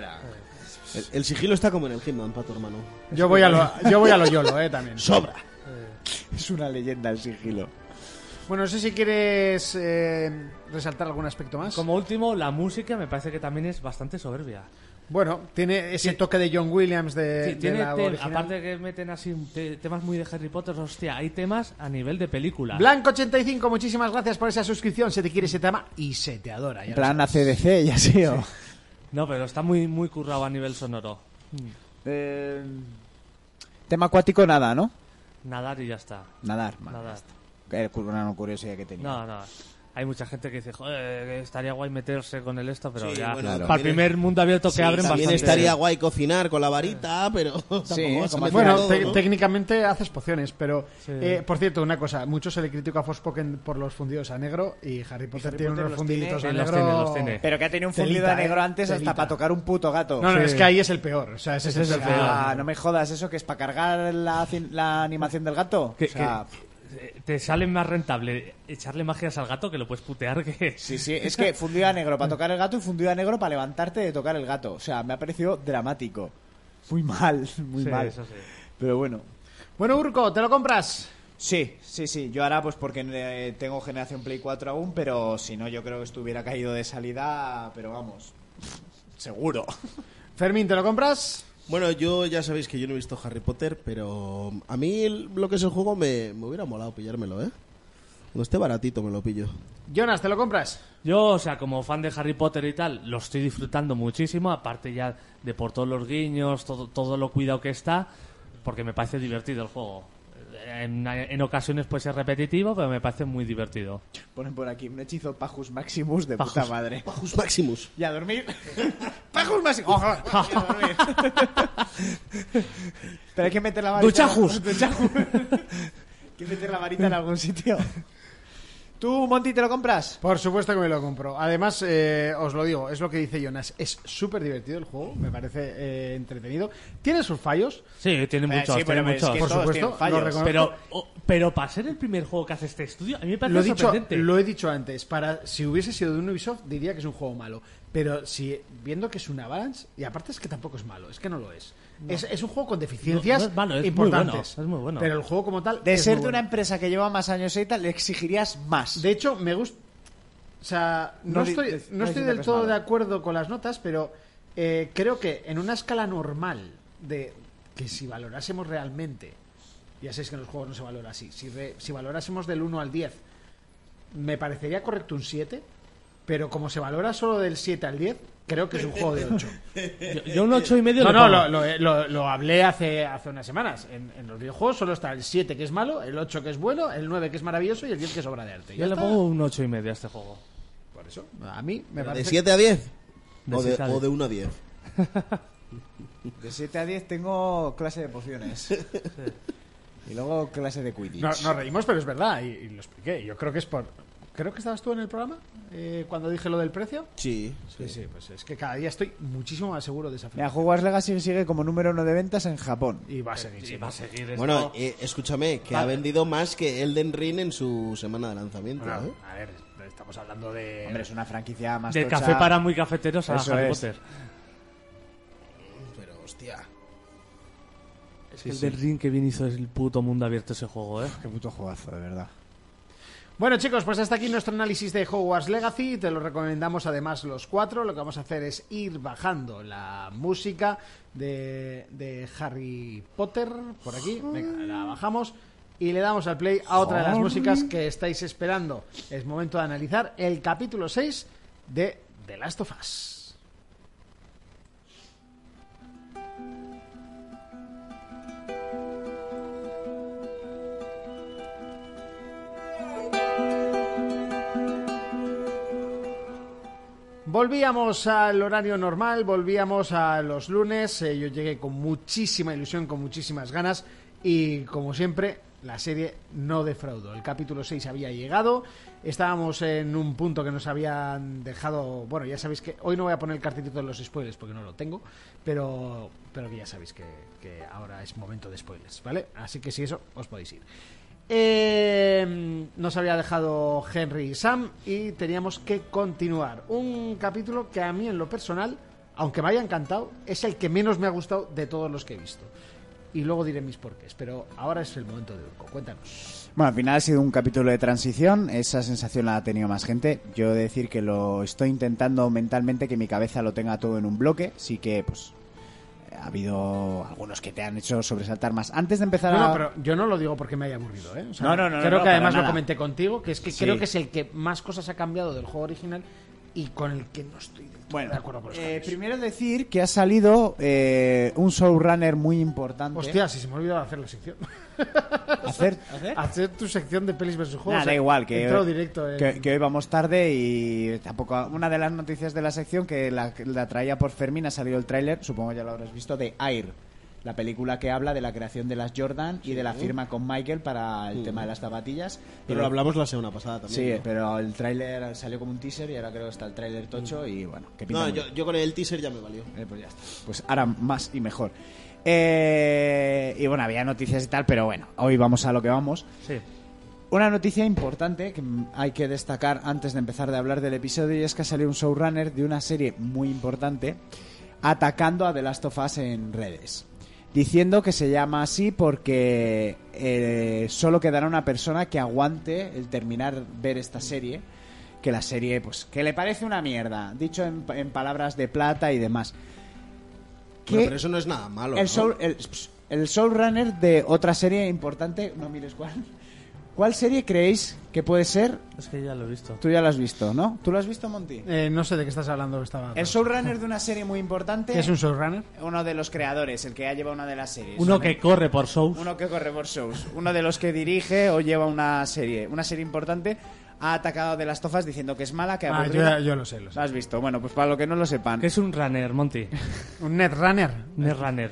El, el sigilo está como en el Hitman, para tu hermano. mejor. Yo voy a lo, yo voy a lo YOLO, ¿eh? También. Eh, ¡Sobra! Es una leyenda el sigilo. Bueno, no sé si quieres eh, resaltar algún aspecto más. Como último, la música me parece que también es bastante soberbia. Bueno, tiene ese toque de John Williams de, Sí, de tiene la tem- original. aparte de que meten así te- temas muy de Harry Potter, hostia, hay temas a nivel de película. Blanco85, muchísimas gracias por esa suscripción. Se te quiere, se te ama y se te adora. ya En lo plan sabes. ACDC y así, o... No, pero está muy muy currado a nivel sonoro. Eh, Tema acuático, nada, ¿no? Nadar y ya está. Nadar, man. Nadar. El cur- una no curiosidad que tenía. No, no. Hay mucha gente que dice, joder, que estaría guay meterse con el esto, pero Sí, ya. bueno, Para el también- primer mundo abierto que Sí, abren también bastante. estaría guay cocinar con la varita, pero (laughs) tampoco ¿eh? vas a Como meter hacía- Bueno, todo, te- ¿no? técnicamente haces pociones, pero... Sí. eh, por cierto, una cosa. Mucho se le critica a Forspoken por los fundidos a negro y Harry Potter tiene Potter unos los fundiditos tiene, a los negro... tiene, los tiene. Pero que ha tenido un Telita, fundido de eh, negro antes telita. hasta para tocar un puto gato. No, no, Sí. es que ahí es el peor. O sea, ese es el Ese es el peor. peor. Ah, no me jodas, eso que es para cargar la, cin- la animación del gato. Que- o sea, que- te sale más rentable echarle magias al gato que lo puedes putear que. Sí, (laughs) sí, es que fundido a negro para tocar el gato y fundido a negro para levantarte de tocar el gato. O sea, me ha parecido dramático. Muy mal, (laughs) muy Sí, mal. eso sí. Pero bueno. Bueno, Urco, ¿te lo compras? Sí, sí, sí. Yo ahora pues porque eh, tengo generación Play 4 aún, pero si no yo creo que estuviera caído de salida, pero vamos. Seguro. Fermín, ¿te lo compras? Bueno, yo ya sabéis que yo no he visto Harry Potter, pero a mí el- lo que es el juego me, me hubiera molado pillármelo, ¿eh? Cuando esté baratito me lo pillo. Jonas, ¿te lo compras? Yo, o sea, como fan de Harry Potter y tal, lo estoy disfrutando muchísimo, aparte ya de por todos los guiños, todo, todo lo cuidado que está, porque me parece divertido el juego. En, en ocasiones puede ser repetitivo, pero me parece muy divertido. Ponen por aquí un hechizo Pajus Maximus de puta madre. Pajus Maximus. Y a dormir. (laughs) ¡Pajus Maximus! (laughs) (laughs) Ojo, y a dormir. Pero hay que meter la (laughs) varita. ¡Duchajus! ¡Duchajus! hay que meter la varita en algún sitio. ¿Tú, Monty, te lo compras? Por supuesto que me lo compro. Además, eh, os lo digo, es lo que dice Jonas. Es súper divertido el juego, me parece eh, entretenido. Tiene sus fallos, Sí, tiene Eh, muchos, sí, tiene pero es muchos. que por todos supuesto. tienen fallos. lo reconozco. Pero, o- pero para ser el primer juego que hace este estudio, a mí me parece lo he, dicho, sorprendente. lo he dicho antes, para si hubiese sido de un Ubisoft diría que es un juego malo, pero si viendo que es una balance y aparte es que tampoco es malo, es que no lo es. Es, es un juego con deficiencias No, no es malo, es muy importantes, bueno, es muy bueno. pero el juego como tal De es ser muy de una bueno. empresa que lleva más años y tal, le exigirías más. De hecho, me gusta o sea, no, No di- estoy de- no estoy no diciendo que del es todo malo. de acuerdo con las notas, pero eh, creo que en una escala normal de que si valorásemos realmente ya sabéis que en los juegos no se valora así. Si, re- si valorásemos del 1 al 10, me parecería correcto un 7, pero como se valora solo del 7 al 10, creo que es un juego de 8. Yo, yo un ocho y medio No, le no, pongo. lo, lo- lo- lo hablé hace, hace unas semanas. En, en los videojuegos solo está el 7 que es malo, el 8 que es bueno, el 9 que es maravilloso y el 10 que es obra de arte. Ya Yo le está. pongo un ocho y medio a este juego. Por eso, a mí me ¿De parece... 7 a 10? De O de, siete a o diez. de 1 a 10. De 7 a 10 tengo clase de (laughs) pociones. Y luego clase de Quidditch. No- nos reímos, pero es verdad, y, y lo expliqué. Yo creo que es por... Creo que estabas tú en el programa eh, cuando dije lo del precio. Sí. Sí, sí, pues es que cada día estoy muchísimo más seguro de esa fecha. Mira, Hogwarts Legacy sigue como número uno de ventas en Japón. Y va a seguir. Sí, va a seguir esto. Bueno, eh, escúchame, que ha vendido más que Elden Ring en su semana de lanzamiento. ¿eh? a ver, estamos hablando de. Hombre, es una franquicia más Del tocha. café para muy cafeteros a Eso Harry es. Potter. Pero hostia. Es que el del ring que bien hizo es el puto mundo abierto ese juego, ¿eh? Qué puto juegazo, de verdad. Bueno, chicos, pues hasta aquí nuestro análisis de Hogwarts Legacy. Te lo recomendamos además los cuatro. Lo que vamos a hacer es ir bajando la música de, de Harry Potter por aquí. Venga, la bajamos. Y le damos al play a otra de las músicas que estáis esperando. Es momento de analizar el capítulo 6 de The Last of Us. Volvíamos al horario normal, volvíamos a los lunes. eh, yo llegué con muchísima ilusión, con muchísimas ganas. Y como siempre, la serie no defraudó. El capítulo 6 había llegado. Estábamos en un punto que nos habían dejado. Bueno, ya sabéis que hoy no voy a poner el cartelito de los spoilers porque no lo tengo. Pero, pero que ya sabéis que, que ahora es momento de spoilers, ¿vale? Así que si eso, os podéis ir. Eh, nos había dejado Henry y Sam y teníamos que continuar. Un capítulo que a mí en lo personal, aunque me haya encantado, es el que menos me ha gustado de todos los que he visto. Y luego diré mis porqués, pero ahora es el momento de Urco. Cuéntanos. Bueno, al final ha sido un capítulo de transición, esa sensación la ha tenido más gente. Yo he de decir que lo estoy intentando mentalmente que mi cabeza lo tenga todo en un bloque, sí que pues ha habido algunos que te han hecho sobresaltar más. Antes de empezar No, a... no, pero yo no lo digo porque me haya aburrido, ¿eh? O sea, No, no, no, no, Creo no, que para además lo nada. comenté contigo, que es que Sí. creo que es el que más cosas ha cambiado del juego original y con el que no estoy del todo Bueno, de acuerdo con los eh, cambios. primero decir que ha salido eh, un showrunner muy importante. Hostia, si se me ha olvidado hacer la sección. (laughs) Hacer, Hacer tu sección de pelis versus juegos. o Nah, da sea, igual, que, entró directo en- que, que hoy vamos tarde y tampoco... Una de las noticias de la sección que la, la traía por Fermín, ha salido el tráiler, supongo ya lo habrás visto, de Air, la película que habla de la creación de las Jordan y de la firma con Michael para el tema de las zapatillas. Pero lo hablamos la semana pasada también. Sí, ¿no? pero el tráiler salió como un teaser y ahora creo que está el tráiler tocho y bueno, que pinta No, muy yo, bien. yo con el teaser ya me valió. Eh, pues ya está. Pues ahora más y mejor. Eh, y bueno, había noticias y tal, pero bueno, hoy vamos a lo que vamos. Sí. Una noticia importante que mm, hay que destacar antes de empezar de hablar del episodio y es que ha salido un showrunner de una serie muy importante atacando a The Last of Us en redes. Diciendo que se llama así porque eh, solo quedará una persona que aguante el terminar ver esta serie. Que la serie, pues, que le parece una mierda. Dicho en, en palabras de plata y demás. Que- Bueno, pero eso no es nada malo. el, ¿no? soul, el, el showrunner de otra serie importante, no mires cuál, ¿Cuál serie creéis que puede ser? Es que ya lo he visto. Tú ya la has visto, ¿no? ¿Tú lo has visto, Monty? Eh, no sé de qué estás hablando. Estaba El showrunner de una serie muy importante. ¿Qué es un showrunner? Uno de los creadores, el que ha llevado una de las series. Uno que corre por shows. Uno que corre por shows. Uno de los que dirige o lleva una serie. Una serie importante. Ha atacado de las tofas diciendo que es mala, que Ah, yo, aburrida. yo lo sé, lo sé. Lo has visto. Bueno, pues para los que no lo sepan. Que es un runner, (laughs) Monty. Un netrunner. Un runner.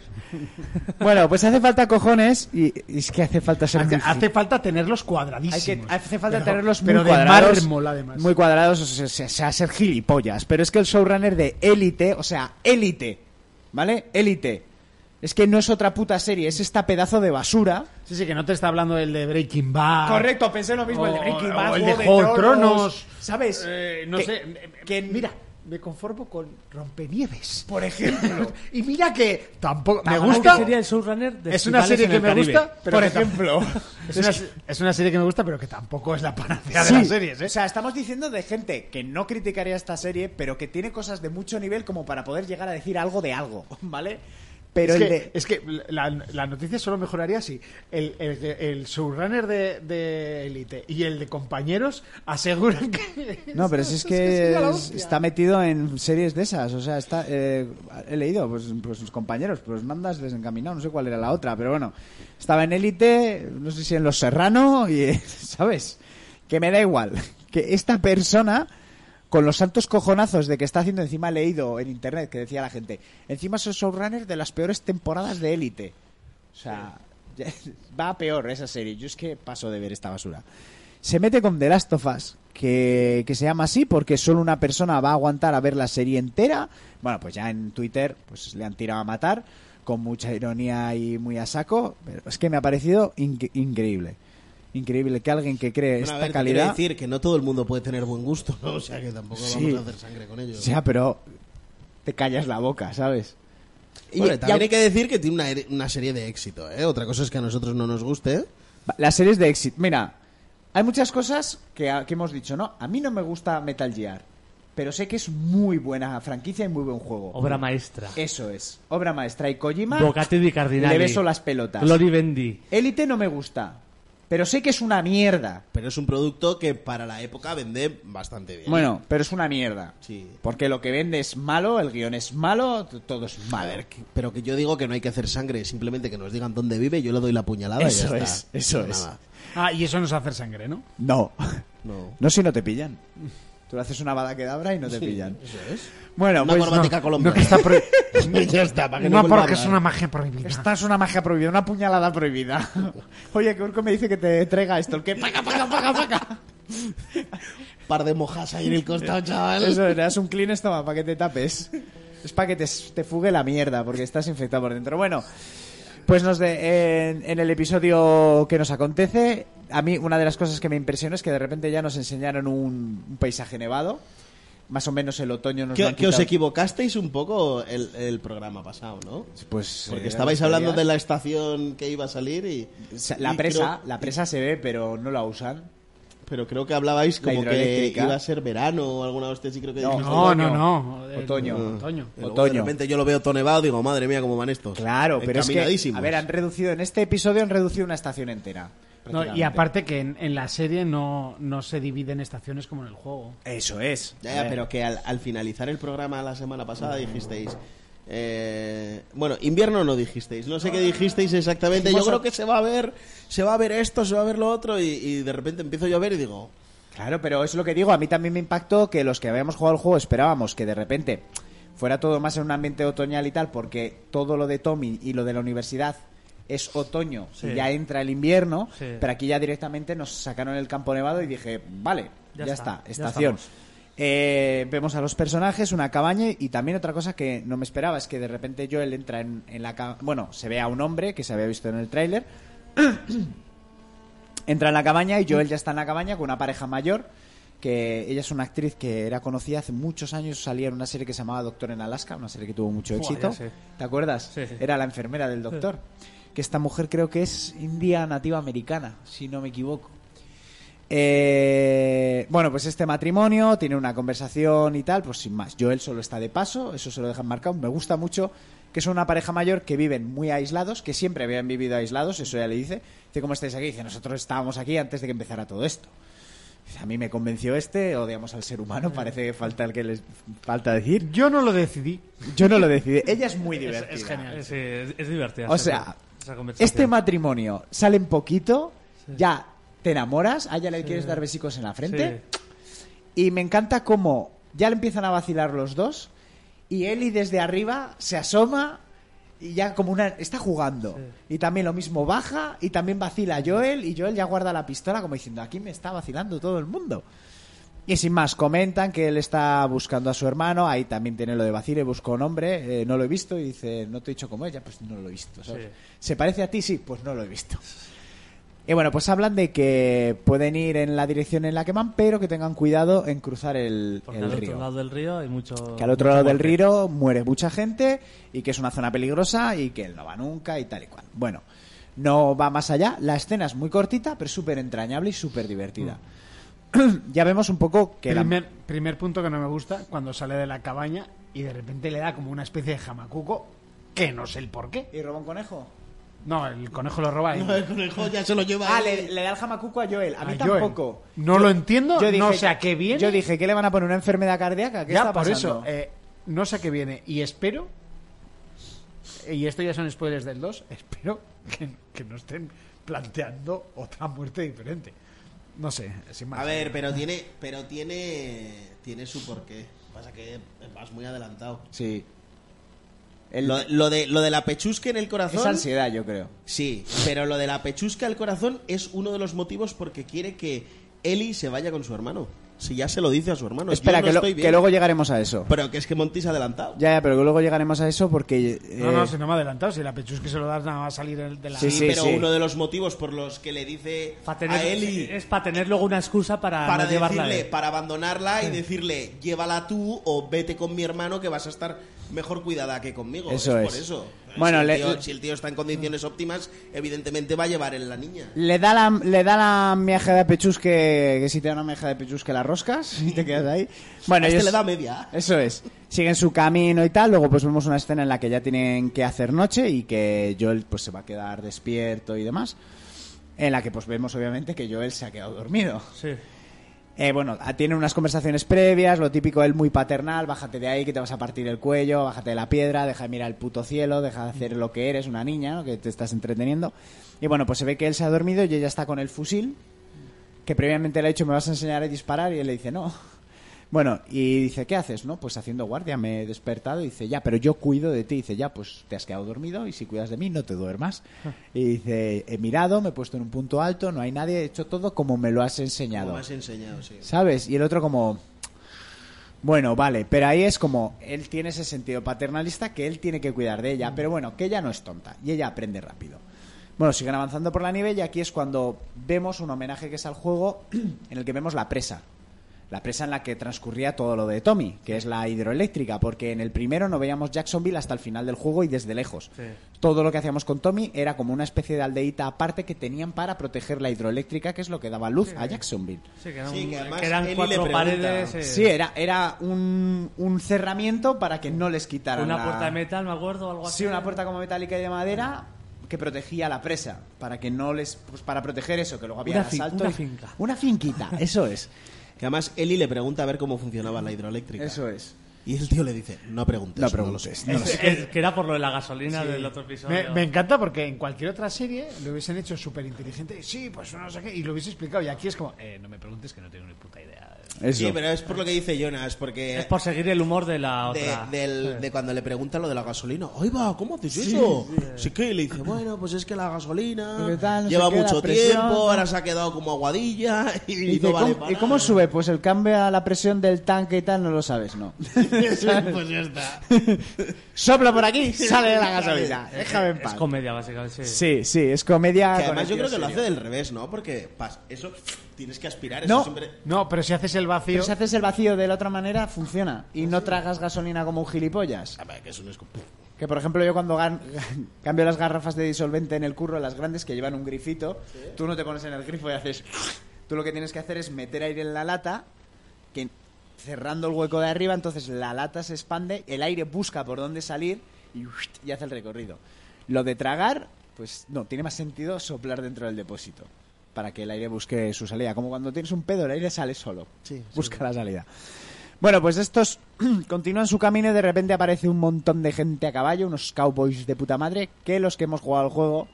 Bueno, pues hace falta cojones y, y es que hace falta ser Hace, muy hace falta tenerlos cuadradísimos. Hay que, hace falta Pero- tenerlos muy pero de cuadrados. mármol, además. Muy cuadrados, o sea, se- se va a ser gilipollas. Pero es que el showrunner de Élite, o sea, Élite, ¿vale? Élite. Es que no es otra puta serie, es esta pedazo de basura. Sí, sí, que no te está hablando el de Breaking Bad. Correcto, pensé lo mismo, el Ah. de O- Breaking o Bad, el Juego de de Juego de Tronos, Tronos. ¿Sabes? Eh, no Que- sé. que- mira, me conformo con Rompenieves. Por ejemplo. Y mira que tampoco. Me Aunque gusta. sería el showrunner (laughs) de Es una Festivales serie en que el me Caribe. gusta, pero Por que tam- ejemplo. Es una, es una serie que me gusta, pero que tampoco es la panacea Sí. de las series, ¿eh? O sea, estamos diciendo de gente que no criticaría esta serie, pero que tiene cosas de mucho nivel como para poder llegar a decir algo de algo, (laughs) ¿vale? Pero es, el que, de... es que la, la noticia solo mejoraría si el, el, el showrunner de, de Elite y el de compañeros aseguran que. (laughs) No, pero si es que es- está metido en series de esas. O sea, está, eh, he leído, pues, pues sus compañeros, pues mandas desencaminado, no sé cuál era la otra, pero bueno, estaba en élite, no sé si en Los Serrano, y eh, (laughs) ¿sabes? Que me da igual. Que esta persona, con los santos cojonazos de que está haciendo, encima he leído en internet que decía la gente, encima es el showrunner de las peores temporadas de élite. O sea, (laughs) ya- va a peor esa serie. Yo es que paso de ver esta basura. Se mete con The Last of Us, que, que se llama así porque solo una persona va a aguantar a ver la serie entera. Bueno, pues ya en Twitter pues le han tirado a matar con mucha ironía y muy a saco. Pero es que me ha parecido inque- increíble. Increíble que alguien que cree Bueno, a esta ver, te quiero calidad... decir que no todo el mundo puede tener buen gusto, ¿no? (laughs) o sea que tampoco Sí. vamos a hacer sangre con ellos. O sea, pero te callas la boca, ¿sabes? Y- Bueno, y también au- hay que decir que tiene una, una serie de éxito, ¿eh? Otra cosa es que a nosotros no nos guste. Va, Las series de Exit. Mira, hay muchas cosas que, que hemos dicho, ¿no? A mí no me gusta Metal Gear, pero sé que es muy buena franquicia y muy buen juego. Obra maestra. Eso es. Obra maestra. Y Kojima, Bocati di Cardinale. Eh, le beso las pelotas. Glory Bendy. Élite no me gusta, pero sé que es una mierda. Pero es un producto que para la época vende bastante bien. Bueno, pero es una mierda. Sí. Porque lo que vende es malo, el guión es malo, t- todo es A malo. ver, que- pero que yo digo que no hay que hacer sangre, simplemente que nos digan dónde vive, yo le doy la puñalada Eso y ya es, está. eso Nada, Ah, y eso no es hacer sangre, ¿no? No. No. No si no te pillan. Tú le haces una bala que dabra y no te pillan. Eso es. Bueno, Una pues corbática colombiana. que está (laughs) ya está, para que No, vuelva a porque es hablar. una magia prohibida. Esta es una magia prohibida, una puñalada (laughs) prohibida. Oye, que Urco me dice que te traiga esto, el que paga, paga, paga, paga. par de mojas ahí en (laughs) el costado, chaval. Eso, le das un clean estómago para que te tapes. Es para que te, te fugue la mierda, porque estás infectado por dentro. Bueno, pues nos de, en, en el episodio que nos acontece, a mí una de las cosas que me impresionó es que de repente ya nos enseñaron un, un paisaje nevado. Más o menos el otoño nos lo Que, han que os quitado. equivocasteis un poco el, el programa pasado, ¿no? Pues, Porque eh, estabais los hablando de días. la estación que iba a salir y... La y presa, creo- la presa se ve, pero no la usan. Pero creo que hablabais La como que hidroeléctrica. iba a ser verano o alguna hostia, sí creo que No, dijisteis. No, Otoño. no, no. Eh, Otoño. Otoño. Y luego De otoño. repente yo lo veo todo nevado digo, madre mía, cómo van estos. Claro, pero es que. Encaminadísimos. A ver, han reducido. En este episodio han reducido una estación entera. No, y prácticamente. aparte que en, en la serie no, no se dividen estaciones como en el juego. Eso es. Eh, Ya, A ya, ver. pero que al, al finalizar el programa la semana pasada dijisteis... eh, bueno, invierno no dijisteis, no sé qué dijisteis exactamente. Yo creo que se va a ver, se va a ver esto, se va a ver lo otro y, y de repente empiezo yo a ver y digo, (laughs) Claro, pero es lo que digo. A mí también me impactó que los que habíamos jugado el juego esperábamos que de repente fuera todo más en un ambiente otoñal y tal, porque todo lo de Tommy y lo de la universidad es otoño Sí. y ya entra el invierno. Sí. Pero aquí ya directamente nos sacaron el campo nevado y dije, vale, ya, está, Ya está, ya estación. estamos. Eh, vemos a los personajes, una cabaña y también otra cosa que no me esperaba es que de repente Joel entra en, en la cabaña. Bueno, se ve a un hombre que se había visto en el tráiler. entra en la cabaña y Joel ya está en la cabaña con una pareja mayor que ella es una actriz que era conocida hace muchos años, salía en una serie que se llamaba Doctor en Alaska, una serie que tuvo mucho Buah, éxito. ya sé. ¿Te acuerdas? Sí, sí. Era la enfermera del doctor. Que esta mujer creo que es india nativa americana, si no me equivoco. Eh, bueno, pues este matrimonio tiene una conversación y tal, pues sin más. Joel solo está de paso, eso se lo dejan marcado. Me gusta mucho que son una pareja mayor que viven muy aislados, que siempre habían vivido aislados, eso ya le dice. Dice, ¿cómo estáis aquí? Dice, nosotros estábamos aquí antes de que empezara todo esto. Dice, a mí me convenció este, odiamos al ser Mm. humano, parece que falta el que les falta decir. Yo no lo decidí. Yo no lo decidí. Ella es muy Es, divertida. es genial. Eh, Sí, es, es divertida. O esa- sea, esa conversación. este matrimonio salen poquito, ya te enamoras, a ella le quieres dar besicos en la frente. Y me encanta cómo ya le empiezan a vacilar los dos. Y Eli desde arriba se asoma y ya como una... Está jugando. Y también lo mismo baja y también vacila a Joel. Y Joel ya guarda la pistola como diciendo, aquí me está vacilando todo el mundo. Y sin más, comentan que él está buscando a su hermano. Ahí también tiene lo de vacile, busco un hombre. eh, no lo he visto. Y dice, no te he dicho como ella. Pues no lo he visto. ¿sabes? Sí. ¿Se parece a ti? Sí, pues no lo he visto. Y bueno, pues hablan de que pueden ir en la dirección en la que van, pero que tengan cuidado en cruzar el, Porque el al río. otro lado del río hay mucho. Que al otro mucho lado del muerte. río muere mucha gente y que es una zona peligrosa y que él no va nunca y tal y cual. Bueno, no va más allá. La escena es muy cortita, pero súper entrañable y súper divertida. (clears throat) ya vemos un poco que la- Primer, primer punto que no me gusta, cuando sale de la cabaña y de repente le da como una especie de jamacuco, que no sé el por qué. ¿Y roba un conejo? No, el conejo lo roba. él. El conejo ya se lo lleva. Ah, él. le, le da el jamacuco a Joel. A mí A Joel. tampoco. No lo entiendo, no sé a qué viene. Yo dije, ¿qué le van a poner? ¿Una enfermedad cardíaca? ¿Qué ya, está por pasando? eso, eh, no sé a qué viene. Y espero, y esto ya son spoilers del 2, espero que, que no estén planteando otra muerte diferente. No sé, sin más. A ver, pero tiene, pero tiene, tiene su porqué. Pasa que vas muy adelantado. Sí. El- Lo, lo de, lo de la pechusca en el es corazón. ansiedad, yo creo. Sí, pero lo de la pechusca al corazón es uno de los motivos porque quiere que Eli se vaya con su hermano. Si ya se lo dice a su hermano. yo Espera, no que, lo- estoy bien. que luego llegaremos a eso. Pero que es que Monty se ha adelantado. Ya, ya, pero que luego llegaremos a eso porque... eh, No, no, si no me he adelantado, si la pechusca se lo das nada más salir el- de la... Sí, sí. pero uno de los motivos por los que le dice Pa' tener- a Eli Es para tener luego una excusa para, para no llevarla. decirle, él. para abandonarla y decirle, llévala tú o vete con mi hermano que vas a estar mejor cuidada que conmigo. Eso es, es. por eso. Bueno, si, el le- tío, si el tío está en condiciones óptimas, evidentemente va a llevar en la niña. Le da la, le da la miaja de pechusque, que si te da una miaja de pechusque la roscas y te quedas (laughs) ahí. Bueno, A este ellos- le da media. Eso es. Siguen su camino y tal. Luego pues vemos una escena en la que ya tienen que hacer noche y que Joel pues se va a quedar despierto y demás. En la que pues vemos obviamente que Joel se ha quedado dormido. Sí. Eh, bueno, a- tienen unas conversaciones previas, lo típico él muy paternal, bájate de ahí que te vas a partir el cuello, bájate de la piedra, deja de mirar el puto cielo, deja de hacer lo que eres, una niña, ¿no? que te estás entreteniendo. Y bueno, pues se ve que él se ha dormido y ella está con el fusil, que previamente le ha dicho, me vas a enseñar a disparar, y él le dice, no. (laughs) Bueno, y dice, ¿qué haces? No, pues haciendo guardia, me he despertado, y dice, ya, pero yo cuido de ti, y dice, ya, pues te has quedado dormido y si cuidas de mí no te duermas. Y dice, he mirado, me he puesto en un punto alto, no hay nadie, he hecho todo como me lo has enseñado. Como has enseñado, sí. ¿Sabes? Y el otro como... Bueno, vale, pero ahí es como él tiene ese sentido paternalista que él tiene que cuidar de ella, pero bueno, que ella no es tonta y ella aprende rápido. Bueno, siguen avanzando por la nieve y aquí es cuando vemos un homenaje que es al juego (clears throat) en el que vemos la presa. La presa en la que transcurría todo lo de Tommy, que es la hidroeléctrica, porque en el primero no veíamos Jacksonville hasta el final del juego y desde lejos. Sí. Todo lo que hacíamos con Tommy era como una especie de aldeíta aparte que tenían para proteger la hidroeléctrica, que es lo que daba luz a Jacksonville. Sí, que, era Sí, un- que además que eran Eli le cuatro pregunta. paredes. eh, Sí, era, era un, un cerramiento para que no les quitaran Una la- puerta de metal, me acuerdo, o algo así. Sí, una puerta como metálica y de madera que protegía la presa para que no les pues para proteger eso que luego había Una el fin- asalto una y- finca. una finquita eso es Que además Eli le pregunta a ver cómo funcionaba la hidroeléctrica. eso es Y el tío le dice, no preguntes. No lo preguntes, sé". no Es- es- que era por lo de la gasolina del otro Eh, Me, episodio. me encanta porque en cualquier otra serie lo hubiesen hecho súper inteligente. Sí, pues no sé qué. Y lo hubiese explicado. Y aquí es como, eh, no me preguntes que no tengo ni puta idea. eso Sí, pero es por lo que dice Jonas, porque Es por seguir el humor de la de, otra. del- de cuando le pregunta lo de la gasolina. Oiga, ¿cómo haces eso? Sí que le dice, bueno, pues es que la gasolina ¿Qué tal? No sé lleva qué, la mucho presión, tiempo, ¿no? ahora se ha quedado como aguadilla y, Y no dice, vale ¿cómo- para ¿y cómo nada". sube? Pues el cambio a la presión del tanque y tal, no lo sabes, ¿no? pues ya (laughs) está. Soplo por aquí, sale la gasolina. Déjame en Es paz. comedia, básicamente. Sí. Sí, sí, es comedia. con Que el además yo tío creo que lo serio. hace del revés, ¿no? Porque pas- eso tienes que aspirar, No. eso siempre... No, pero si haces el vacío. Pero si haces el vacío de la otra manera, funciona. Y no tragas gasolina como un gilipollas. A ver, que es un escu- Que por ejemplo yo cuando gan- (laughs) cambio las garrafas de disolvente en el curro, las grandes que llevan un grifito, tú no te pones en el grifo y haces... (laughs) Tú lo que tienes que hacer es meter aire en la lata, que cerrando el hueco de arriba, entonces la lata se expande, el aire busca por dónde salir y, ¡uist! y hace el recorrido. Lo de tragar, pues no, tiene más sentido soplar dentro del depósito para que el aire busque su salida. Como cuando tienes un pedo, el aire sale solo. busca la salida. Bueno, pues estos (clears throat) continúan su camino y de repente aparece un montón de gente a caballo, unos cowboys de puta madre, que los que hemos jugado al juego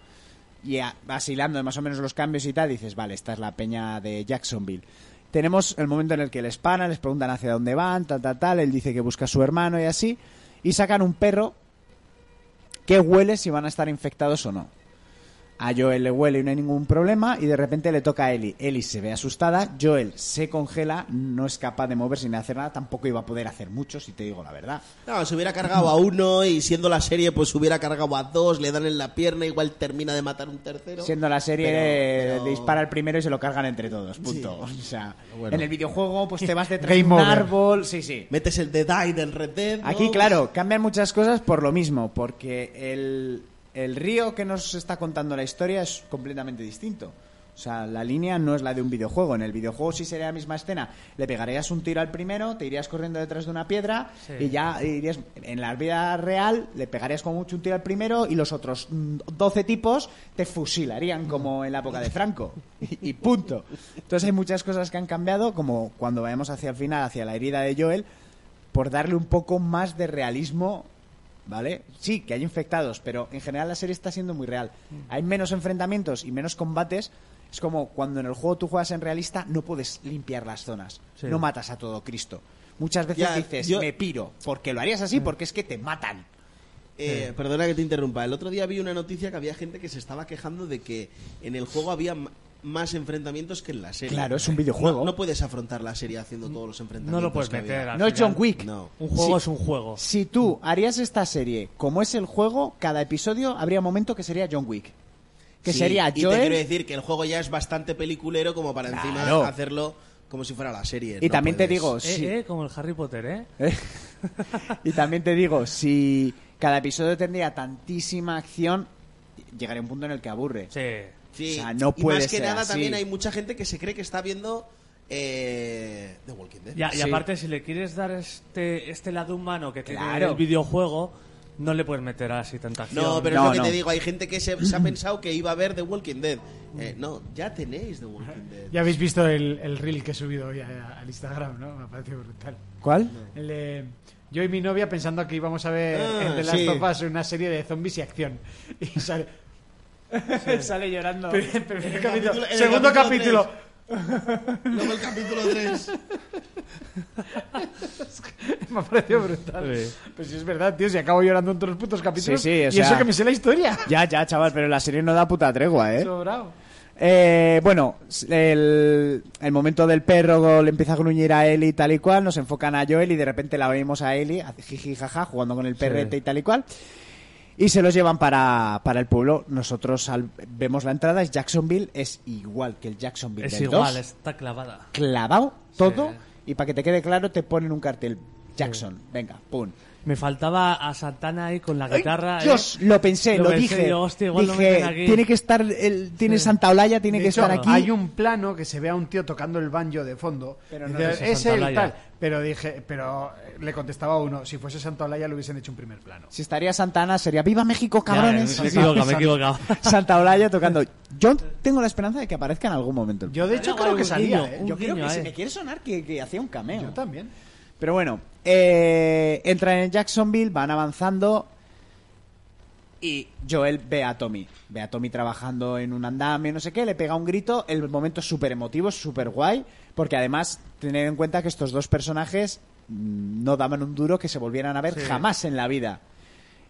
y a- asilando más o menos los cambios y tal, dices, vale, esta es la peña de Jacksonville. Tenemos el momento en el que les paran, les preguntan hacia dónde van, tal, tal, tal, él dice que busca a su hermano y así, y sacan un perro que huele si van a estar infectados o no. A Joel le huele y no hay ningún problema y de repente le toca a Ellie. Ellie se ve asustada, Joel se congela, no es capaz de moverse ni de hacer nada, tampoco iba a poder hacer mucho, si te digo la verdad. No, se hubiera cargado a uno y siendo la serie, pues se hubiera cargado a dos, le dan en la pierna, igual termina de matar un tercero. Siendo la serie, Pero- eh, pero- le dispara el primero y se lo cargan entre todos, punto. O sea, en el videojuego, pues te (laughs) vas detrás de Game un over. árbol, sí, sí. Metes el The Die del Red Dead. ¿no? Aquí, claro, cambian muchas cosas por lo mismo, porque el, el río que nos está contando la historia es completamente distinto. O sea, la línea no es la de un videojuego. En el videojuego sí sería la misma escena. Le pegarías un tiro al primero, te irías corriendo detrás de una piedra Sí. y ya irías... En la vida real le pegarías como mucho un tiro al primero y los otros mm, 12 tipos te fusilarían como en la época de Franco. (laughs) Y, y punto. Entonces hay muchas cosas que han cambiado, como cuando vayamos hacia el final, hacia la herida de Joel, por darle un poco más de realismo, ¿vale? Sí, que hay infectados, pero en general la serie está siendo muy real. Mm. Hay menos enfrentamientos y menos combates. Es como cuando en el juego tú juegas en realista, no puedes limpiar las zonas, Sí. no matas a todo Cristo. Muchas veces Ya, dices, yo- me piro, porque lo harías así, porque es que te matan. Eh, Perdona que te interrumpa. El otro día vi una noticia que había gente que se estaba quejando de que en el juego había m- más enfrentamientos que en la serie. Claro, es un videojuego. No, no puedes afrontar la serie haciendo todos los enfrentamientos. No lo puedes que meter. había. al No es final. John Wick. No. Un juego Sí. es un juego. Si tú harías esta serie como es el juego, cada episodio habría momento que sería John Wick. Que Sí, sería Y te Joel quiero decir que el juego ya es bastante peliculero como para Claro. encima hacerlo como si fuera la serie. Y No también te puedes. digo, Eh, sí. eh, como el Harry Potter, ¿eh? y también te digo, si cada episodio tendría tantísima acción, llegaría un punto en el que aburre. Sí. Sí, O sea, no y puede más que ser nada así. también hay mucha gente que se cree que está viendo eh, The Walking Dead. Ya, y Sí. aparte, si le quieres dar este, este lado humano que tiene Claro. el videojuego, no le puedes meter así tanta acción. No, pero No, es lo que no. te digo, hay gente que se, (clears throat) se ha pensado que iba a ver The Walking Dead. Eh, no, ya tenéis The Walking Dead. Ya habéis visto el, el reel que he subido hoy a- al Instagram, ¿no? Me ha parecido brutal. ¿Cuál? El de- yo y mi novia pensando que íbamos a ver Ah, en The Last sí. of Us una serie de zombies y (laughs) acción. Y sale, Sale llorando. primer, primer capítulo, el capítulo- en el segundo capítulo capítulo. (laughs) Luego el capítulo (laughs) 3. Me ha parecido brutal. Sí. Pues sí, es verdad, tío, si acabo llorando en todos los putos capítulos. Sí, sí, o y sea- ¿Eh? eso que me sé la historia. Ya, ya, chaval, pero la serie no da puta tregua, ¿eh? Sobrado. Eh, bueno, el, el momento del perro le empieza a gruñir a Eli y tal y cual, nos enfocan a Joel y de repente la vemos a Eli, a- jiji jaja, jugando con el perrete y tal y cual. Y se los llevan para, para el pueblo. Nosotros al- vemos la entrada, es Jacksonville, es igual que el Jacksonville Es del igual, 2, está clavada. clavado todo y para que te quede claro te ponen un cartel. Jackson, venga, pum. Me faltaba a Santana ahí con la guitarra. ¿eh? Dios, lo pensé, lo, pensé dije. yo, hostia, igual lo dije, meten aquí. tiene que estar, el, tiene Santa Olaya, tiene De que hecho, estar aquí. Hay un plano que se ve a un tío tocando el banjo de fondo. Pero Pero no es es Santa el Olaya. tal. Pero dije, pero eh, le contestaba a uno, si fuese Santa Olaya le hubiesen hecho un primer plano. Si estaría Santana sería ¡Viva México, Ya, cabrones! me he equivocado, me he equivocado. (laughs) Santa Olaya tocando. Yo tengo la esperanza de que aparezca en algún momento. Yo de hecho Era creo un que guiño, salía, ¿eh? un Yo creo guiño, que si eh. me quiere sonar que, que hacía un cameo. Yo también. Pero bueno, eh, entran en Jacksonville, van avanzando y Joel ve a Tommy. Ve a Tommy trabajando en un andamio, no sé qué, le pega un grito. El momento es súper emotivo, es súper guay, porque además tener en cuenta que estos dos personajes mm, no daban un duro que se volvieran a ver jamás en la vida.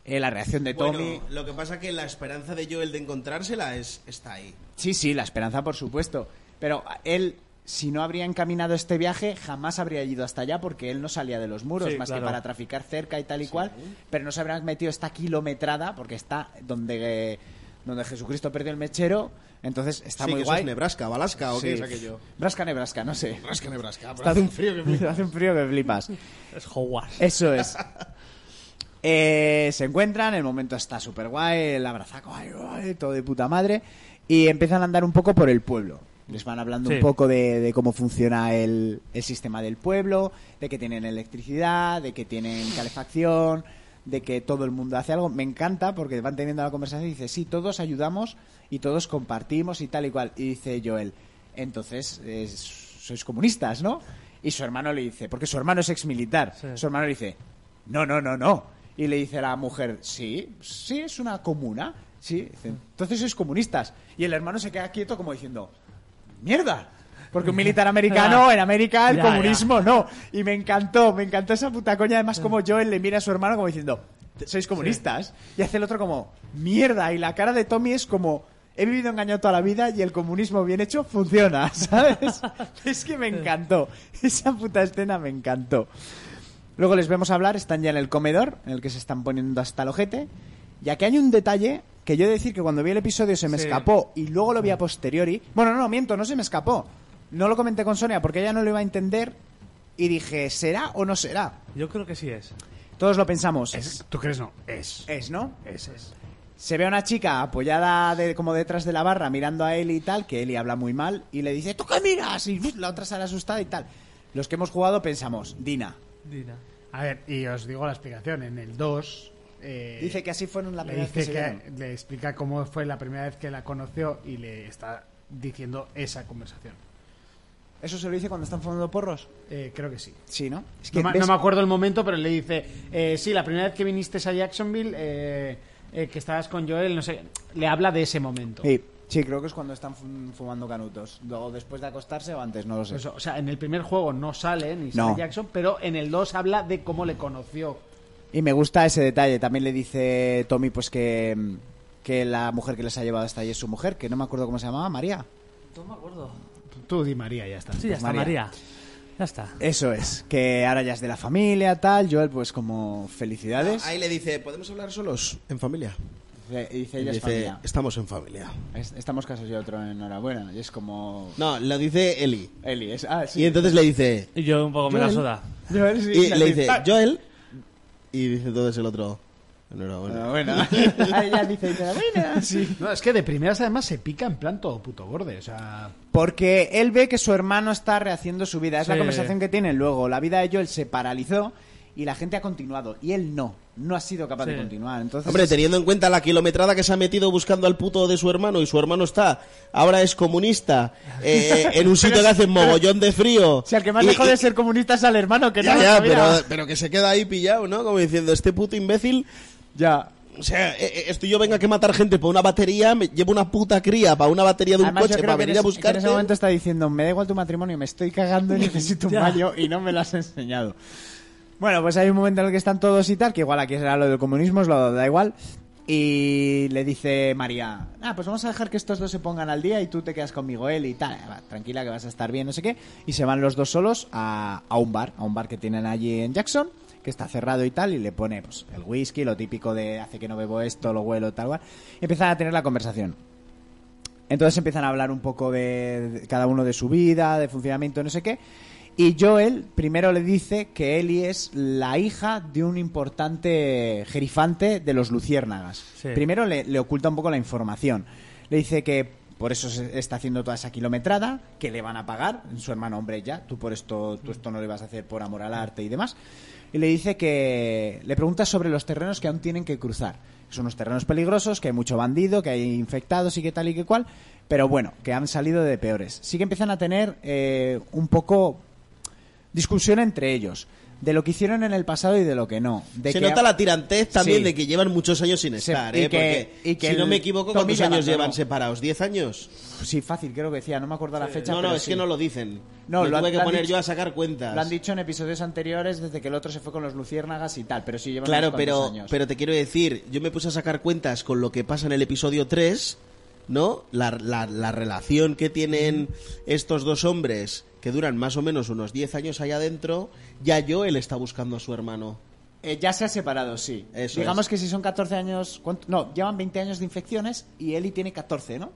Eh, la reacción de Tommy... Bueno, lo que pasa que la esperanza de Joel de encontrársela es, está ahí. Sí, sí, la esperanza, por supuesto. Pero él, si no habría encaminado este viaje, jamás habría ido hasta allá porque él no salía de los muros, Sí, más que claro. para traficar cerca y tal y cual. Pero no se habrían metido esta kilometrada porque está donde, eh, donde Jesucristo perdió el mechero. Entonces está Sí, muy que eso guay. es Nebraska, Alaska o Sí. qué es aquello. Brasca, Nebraska, no (laughs) sé. Nebraska, Nebraska. hace un frío que hace un frío que flipas. Es Howard. Eso es. Eh, se encuentran, el momento está súper guay, el abrazaco, ay, ay, todo de puta madre, y empiezan a andar un poco por el pueblo. Les van hablando Sí. un poco de, de cómo funciona el, el sistema del pueblo, de que tienen electricidad, de que tienen calefacción, de que todo el mundo hace algo. Me encanta porque van teniendo la conversación y dice, sí, todos ayudamos y todos compartimos y tal y cual. Y dice Joel, entonces es- sois comunistas, ¿no? Y su hermano le dice, porque su hermano es exmilitar, Sí. su hermano le dice, no, no, no, no. Y le dice la mujer, sí, sí, es una comuna. Sí, Dice, entonces sois comunistas. Y el hermano se queda quieto como diciendo, mierda. Porque un (laughs) militar americano en América el Ya, comunismo no. Y me encantó, me encantó esa puta coña. Además, como Joel le mira a su hermano como diciendo, sois comunistas. Y hace el otro como, mierda. Y la cara de Tommy es como, he vivido engañado toda la vida y el comunismo bien hecho funciona, (laughs) (laughs) ¿sabes? es que me encantó. Esa puta escena me encantó. Luego les vemos hablar, están ya en el comedor, en el que se están poniendo hasta el ojete. Y aquí hay un detalle que yo he de decir que cuando vi el episodio se me Sí. escapó y luego lo vi a posteriori. Bueno, no, miento, no se me escapó. No lo comenté con Sonia porque ella no lo iba a entender y dije, ¿será o no será? Yo creo que sí es. Todos lo pensamos. ¿Tú crees no? Es. Es, ¿no? Es, es. Se ve a una chica apoyada de, como detrás de la barra mirando a Eli y tal, que Eli habla muy mal y le dice, ¿tú qué miras? Y uf, la otra sale asustada y tal. Los que hemos jugado pensamos, Dina. Dina. A ver, y os digo la explicación. En el 2... eh, Dice que así fueron la le primera vez que dice se vieron. que le explica cómo fue la primera vez que la conoció y le está diciendo esa conversación. ¿Eso se lo dice cuando están fumando porros? Eh, creo que sí. Sí, ¿no? Es No, me- ¿ves? no me acuerdo el momento, pero le dice, eh, sí, la primera vez que viniste a Jacksonville, eh, eh, que estabas con Joel, no sé, le habla de ese momento. Sí, sí, creo que es cuando están fum- fumando canutos. O después de acostarse o antes, no lo sé. Eso, o sea, en el primer juego no sale ni No. Sam Jackson, pero en el 2 habla de cómo le conoció. Y me gusta ese detalle. También le dice Tommy pues que, que la mujer que les ha llevado hasta allí es su mujer, que no me acuerdo cómo se llamaba, María. No me acuerdo. Tú di María, ya está. Sí, ya está, María. María. Ya está. Eso es, que ahora ya es de la familia, tal. Joel, pues como felicidades. Ahí le dice, ¿podemos hablar solos? En familia. Dice- y dice Y ella es dice, familia. estamos en familia. Es- Estamos casos y otro enhorabuena. Y es como... No, lo dice Eli. Eli, es... Ah, sí. Y entonces le dice, Y yo un poco me la Joel. soda. Joel, sí, y le dice, "Ah, Joel. Y dice entonces el otro, Ah, enhorabuena. Enhorabuena. (laughs) Ahí ya dice enhorabuena. Sí. No, es que de primeras además se pica en plan todo puto borde, o sea... Porque él ve que su hermano está rehaciendo su vida. Es la Sí. conversación que tienen luego. La vida de Joel se paralizó y la gente ha continuado. Y él no. No ha sido capaz de Sí. continuar. Entonces, Hombre, teniendo en cuenta la kilometrada que se ha metido buscando al puto de su hermano y su hermano está, ahora (laughs) es comunista, eh, en un sitio que hace mogollón de frío. si al que más Y- le jode y- es ser comunista es al hermano, que Ya, no. ya, no, mira. pero, pero que se queda ahí pillado, ¿no? Como diciendo, este puto imbécil. Ya. O sea, eh, eh, esto yo venga que matar gente por una batería, me llevo una puta cría para una batería de un Además, yo coche creo para que en venir a ese- que buscarte. En ese momento está diciendo, me da igual tu matrimonio, me estoy (laughs) cagando y necesito un Ya. baño y no me lo has enseñado. Bueno, pues hay un momento en el que están todos y tal, que igual aquí será lo del comunismo, es lo da igual. Y le dice María, ah, pues vamos a dejar que estos dos se pongan al día y tú te quedas conmigo él y tal, "Ah, va, tranquila que vas a estar bien, no sé qué. Y se van los dos solos a, a un bar, a un bar que tienen allí en Jackson, que está cerrado y tal, y le pone pues, el whisky, lo típico de hace que no bebo esto, lo huelo, tal, cual. Y empiezan a tener la conversación. Entonces empiezan a hablar un poco de, de cada uno de su vida, de funcionamiento, no sé qué. Y Joel primero le dice que Ellie es la hija de un importante jerifante de los luciérnagas. Sí. Primero le, le oculta un poco la información. Le dice que por eso se está haciendo toda esa kilometrada, que le van a pagar, su hermano hombre ya, tú por esto, tú esto no lo ibas a hacer por amor al arte y demás. Y le dice que le pregunta sobre los terrenos que aún tienen que cruzar. Son unos terrenos peligrosos, que hay mucho bandido, que hay infectados y que tal y que cual, pero bueno, que han salido de peores. Sí que empiezan a tener eh, un poco discusión entre ellos, de lo que hicieron en el pasado y de lo que no. De se que- nota la tirantez también Sí. de que llevan muchos años sin Se- estar, y ¿eh? que- Porque, y que si no el me equivoco, Tommy ¿cuántos le años abandonó. llevan separados? ¿10 años? Sí, fácil, creo que decía, no me acuerdo la fecha. no, no, pero es sí. que no lo dicen. No, me lo han- tuve que lo han poner dicho- yo a sacar cuentas. Lo han dicho en episodios anteriores desde que el otro se fue con los luciérnagas y tal, pero sí llevan Claro, unos cuantos pero, años. pero te quiero decir, yo me puse a sacar cuentas con lo que pasa en el episodio 3, ¿no? La, la- la relación que tienen estos dos hombres, que duran más o menos unos 10 años allá adentro, ya Joel está buscando a su hermano. Eh, ya se ha separado, sí. Eso Digamos es. que si son 14 años, ¿cuánto? no, llevan 20 años de infecciones y Eli tiene 14, ¿no?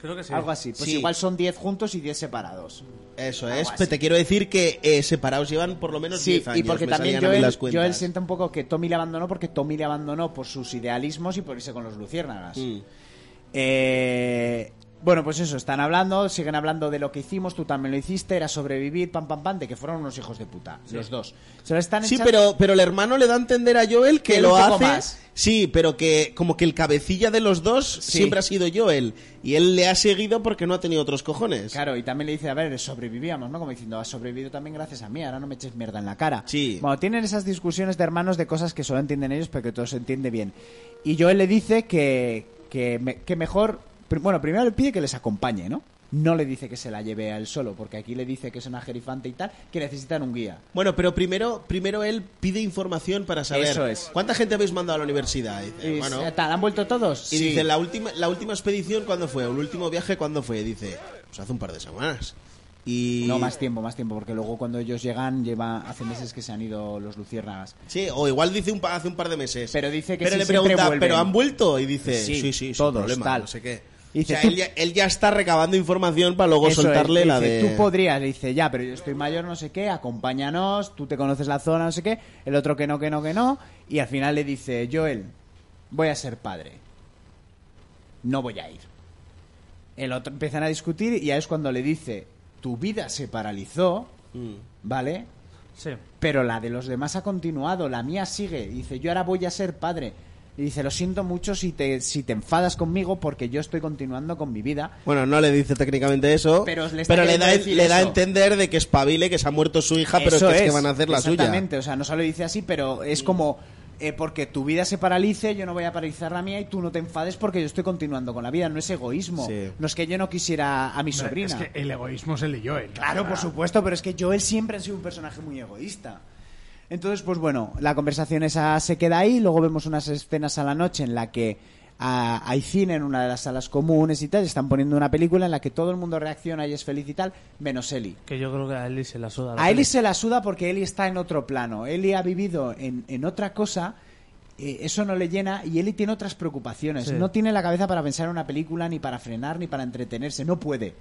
Creo que sí. Algo así. Pues Sí. igual son 10 juntos y 10 separados. Eso Algo es, así. pero te quiero decir que eh, separados llevan por lo menos Sí, 10 años. y porque me también salían a mí Joel, las cuentas. Joel siente un poco que Tommy le abandonó porque Tommy le abandonó por sus idealismos y por irse con los luciérnagas. Mm. Eh, Bueno, pues eso, están hablando, siguen hablando de lo que hicimos, tú también lo hiciste, era sobrevivir, pam, pam, pam, de que fueron unos hijos de puta, los dos. Se lo están Sí, echando- pero, pero el hermano le da a entender a Joel que Que lo un poco hace. más. Sí, pero que como que el cabecilla de los dos Sí. siempre ha sido Joel. Y él le ha seguido porque no ha tenido otros cojones. Claro, y también le dice, a ver, sobrevivíamos, ¿no? Como diciendo, has sobrevivido también gracias a mí, ahora no me eches mierda en la cara. Sí. Bueno, tienen esas discusiones de hermanos de cosas que solo entienden ellos, pero que todo se entiende bien. Y Joel le dice que, que, me- que mejor... pr- Bueno, primero le pide que les acompañe, ¿no? No le dice que se la lleve a él solo, porque aquí le dice que es una jerifante y tal, que necesitan un guía. Bueno, pero primero, primero él pide información para saber Eso es. cuánta gente habéis mandado a la universidad. Y dice, Y bueno, se- tal, ¿Han vuelto todos? y Sí. dice, la última, la última expedición cuándo fue, el último viaje cuándo fue. Dice, pues hace un par de semanas. Y No, más tiempo, más tiempo, porque luego cuando ellos llegan, lleva hace meses que se han ido los luciérnagas. Sí, o igual dice un, pa- hace un par de meses. Pero dice que Pero sí, le siempre pregunta, vuelven. ¿pero han vuelto? Y dice, Sí, sí, sí, sin todos, problema, tal. no sé qué. Y dice, o sea, tú- él ya, él ya está recabando información para luego Eso es, soltarle le la dice, de... Tú podrías, le dice, ya, pero yo estoy mayor, no sé qué, acompáñanos, tú te conoces la zona, no sé qué, el otro que no, que no, que no, y al final le dice, Joel, voy a ser padre, no voy a ir. El otro empiezan a discutir y ahí es cuando le dice, tu vida se paralizó, ¿vale? Sí. Pero la de los demás ha continuado, la mía sigue. Dice, yo ahora voy a ser padre. Y dice, lo siento mucho si te, si te enfadas conmigo porque yo estoy continuando con mi vida. Bueno, no le dice técnicamente eso, Pero pero le le, está queriendo da, decir le da a eso. entender de que espabile, que se ha muerto su hija, Ah, pero Eso que es, que van a hacer la suya. Mm. Exactamente, o sea, no se lo dice así, pero es como, eh, porque tu vida se paralice, yo no voy a paralizar la mía y tú no te enfades porque yo estoy continuando con la vida. No es egoísmo. Sí. No es que yo no quisiera a mi sobrina. Es que Ah. el egoísmo es el de Joel. Claro, por supuesto, pero es que Joel siempre ha sido un personaje muy egoísta. Entonces, pues bueno, la conversación esa se queda ahí, luego vemos unas escenas a la noche en la que ah, hay cine en una de las salas comunes y tal, están poniendo una película en la que todo el mundo reacciona y es feliz y tal, menos Eli. Que yo creo que a Eli se la suda. la A Eli peli. se la suda porque Eli está en otro plano. Eli ha vivido en, en otra cosa, eh, eso no le llena y Eli tiene otras preocupaciones. Sí. No tiene la cabeza para pensar en una película, ni para frenar, ni para entretenerse. No puede.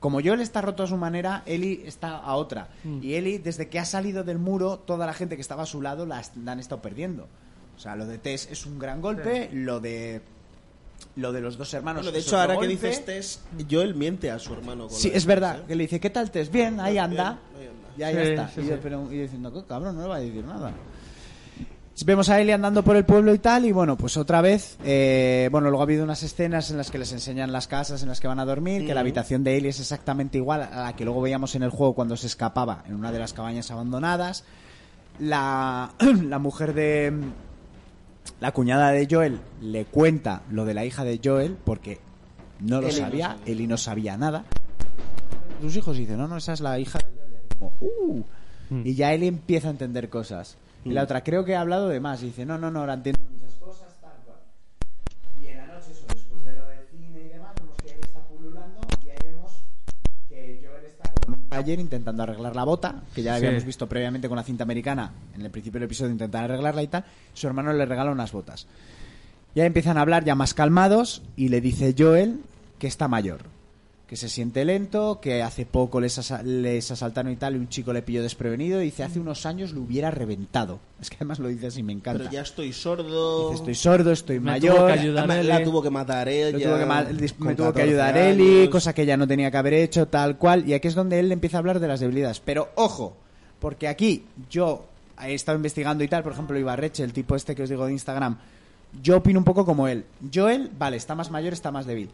Como Joel está roto a su manera, Eli está a otra. Mm. Y Eli, desde que ha salido del muro, toda la gente que estaba a su lado la, est- la han estado perdiendo. O sea, lo de Tess es un gran golpe, lo de lo de los dos hermanos. Bueno, de es hecho, otro ahora que este golpe. dices Tess, Joel miente a su hermano. Con Sí, lo de es Tess, verdad. ¿eh? Que le dice, ¿qué tal te es? Bien, ahí anda. ahí anda. Ya, ya Sí, está. sí, y, yo, sí. pero- y yo diciendo, "¿Qué cabrón, no le va a decir nada. Vemos a Eli andando por el pueblo y tal, y bueno, pues otra vez, eh, bueno, luego ha habido unas escenas en las que les enseñan las casas en las que van a dormir, que la habitación de Eli es exactamente igual a la que luego veíamos en el juego cuando se escapaba en una de las cabañas abandonadas. La, (clears throat) la mujer de... La cuñada de Joel le cuenta lo de la hija de Joel, porque no lo sabía, Eli no sabía nada tus hijos y dice, no, no, esa es la hija. Como, "Uh". Y ya él empieza a entender cosas. Y la otra, creo que ha hablado de más. Y dice, no, no, no, ahora entiendo muchas cosas, tal cual. Y en la noche, eso, después de lo del cine y demás, vemos que él está pululando y ahí vemos que Joel está con un taller intentando arreglar la bota, que ya Sí. habíamos visto previamente con la cinta americana en el principio del episodio, intentar arreglarla y tal. Su hermano le regala unas botas. Ya empiezan a hablar ya más calmados y le dice Joel que está mayor, que se siente lento, que hace poco les, asa- les asaltaron y tal y un chico le pilló desprevenido y dice hace Mm. unos años lo hubiera reventado. (laughs) Es que además lo dice así, me encanta. Pero ya estoy sordo. Dice, estoy sordo, estoy Me tuvo mayor, que ayudar la, Eli. la tuvo que matar ella. lo tuvo que mal- dis- con me tuvo que 14 ayudar Eli, años. cosa que ella no tenía que haber hecho, tal cual. Y aquí es donde él empieza a hablar de las debilidades. Pero ojo, porque aquí yo he estado investigando y tal, por ejemplo, Ibarreche, el tipo este que os digo de Instagram, yo opino un poco como él. Joel, vale, está más mayor, está más débil.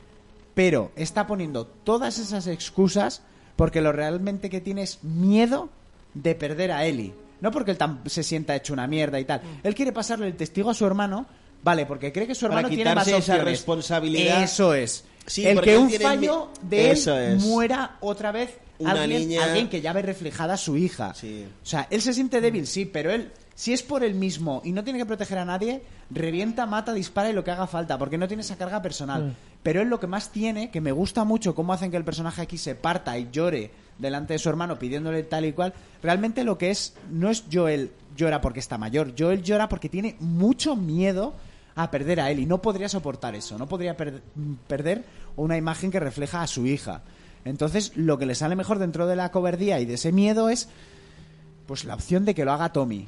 Pero está poniendo todas esas excusas porque lo realmente que tiene es miedo de perder a Eli. No porque él tam- se sienta hecho una mierda y tal. Él quiere pasarle el testigo a su hermano, vale, porque cree que su Mm. Para hermano tiene más quitarse esa opciones. responsabilidad. Eso es. Sí, el porque que él un tiene fallo mi- de él Eso es. muera otra vez Una alguien, niña- alguien que ya ve reflejada a su hija. Sí. O sea, él se siente débil, sí, pero él, si es por él mismo y no tiene que proteger a nadie, revienta, mata, dispara y lo que haga falta, porque no tiene esa carga personal. Pero él lo que más tiene, que me gusta mucho cómo hacen que el personaje aquí se parta y llore delante de su hermano pidiéndole tal y cual, realmente lo que es, no es Joel llora porque está mayor, Joel llora porque tiene mucho miedo a perder a él y no podría soportar eso, no podría per- perder una imagen que refleja a su hija. Entonces, lo que le sale mejor dentro de la cobardía y de ese miedo es pues la opción de que lo haga Tommy.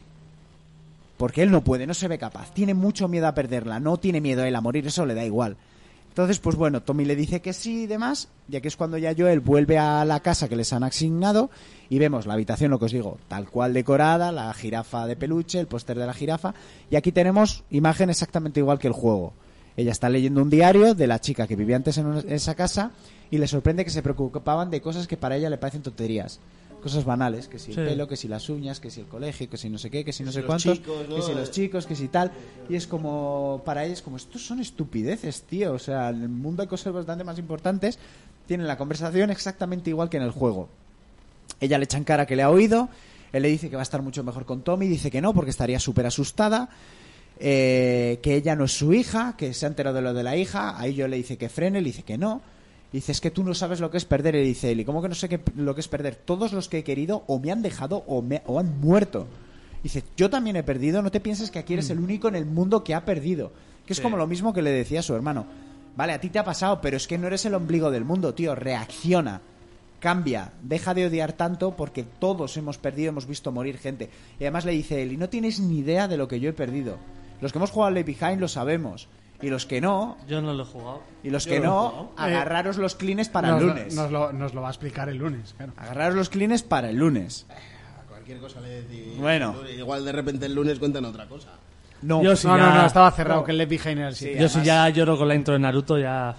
Porque él no puede, no se ve capaz. Tiene mucho miedo a perderla. No tiene miedo a él a morir, eso le da igual. Entonces, pues bueno, Tommy le dice que sí y demás, ya que es cuando ya Joel vuelve a la casa que les han asignado y vemos la habitación, lo que os digo, tal cual decorada, la jirafa de peluche, el póster de la jirafa, y aquí tenemos imagen exactamente igual que el juego. Ella está leyendo un diario de la chica que vivía antes en una- en esa casa y le sorprende que se preocupaban de cosas que para ella le parecen tonterías. Cosas banales, que si el Sí. pelo, que si las uñas, que si el colegio, que si no sé qué, que si no sé los cuántos, chicos, ¿no? que si los chicos, que si tal. Y es como, para ellos, como, estos son estupideces, tío. O sea, en el mundo hay cosas bastante más importantes. Tienen la conversación exactamente igual que en el juego. Ella le echa en cara que le ha oído. Él le dice que va a estar mucho mejor con Tommy. Dice que no, porque estaría súper asustada. eh, que ella no es su hija, que se ha enterado de lo de la hija. Ahí yo le dice que frene, le dice que no. Dice, es que tú no sabes lo que es perder. Y dice él, ¿y cómo que no sé qué- lo que es perder? Todos los que he querido o me han dejado o, me, o han muerto. Dice, yo también he perdido, no te pienses que aquí eres el único en el mundo que ha perdido. Que es como lo mismo que le decía a su hermano. Vale, a ti te ha pasado, pero es que no eres el ombligo del mundo, tío. Reacciona cambia, deja de odiar tanto porque todos hemos perdido, hemos visto morir gente. Y además le dice él, y no tienes ni idea de lo que yo he perdido. Los que hemos jugado al Left Behind lo sabemos. Y los que no, Yo no lo he jugado. y los que no, agarraros los clines para Eh, nos, el lo- lunes. Nos lo, nos lo va a explicar el lunes, claro. Agarraros los clines para el lunes. Cualquier cosa le decís. Bueno. Igual de repente el lunes cuentan otra cosa. No. Yo sí No, ya- no, no, estaba cerrado que el Left Behind era el sitio. Yo si ya lloro con la intro de Naruto, ya...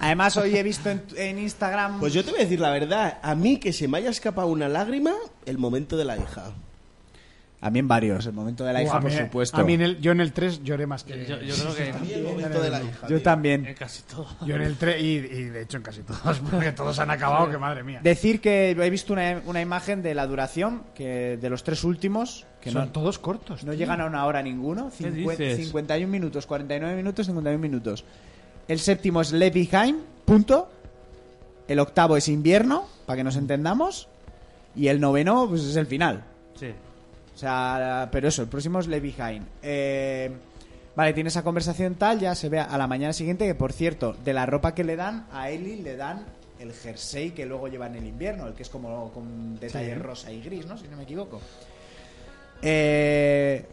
Además hoy he visto en, en Instagram... Pues yo te voy a decir la verdad. A mí que se me haya escapado una lágrima, el momento de la hija. A mí en varios, el momento de la Uh, hija, a mí- Ah, por supuesto. A mí en el- yo en el 3 lloré más Yo, que... yo creo que A mí el momento de la hija. Yo tío. también. en casi todo. Yo en el 3 y, y de hecho en casi todos, (laughs) porque todos han acabado, que madre mía. Decir que he visto una, una imagen de la duración que de los tres últimos, que no, Son todos cortos. No llegan a una hora ninguno. ¿Qué Cincuen- dices? 51 minutos, 49 minutos, 51 minutos. El séptimo es Left Behind, punto. El octavo es Invierno, para que nos entendamos. Y el noveno pues, es el final. Sí. O sea, pero eso, el próximo es Left Behind. Eh, vale, tiene esa conversación tal, ya se ve a la mañana siguiente que, por cierto, de la ropa que le dan, a Ellie le dan el jersey que luego lleva en el invierno, el que es como con detalle rosa y gris, ¿no? Si no me equivoco. Eh,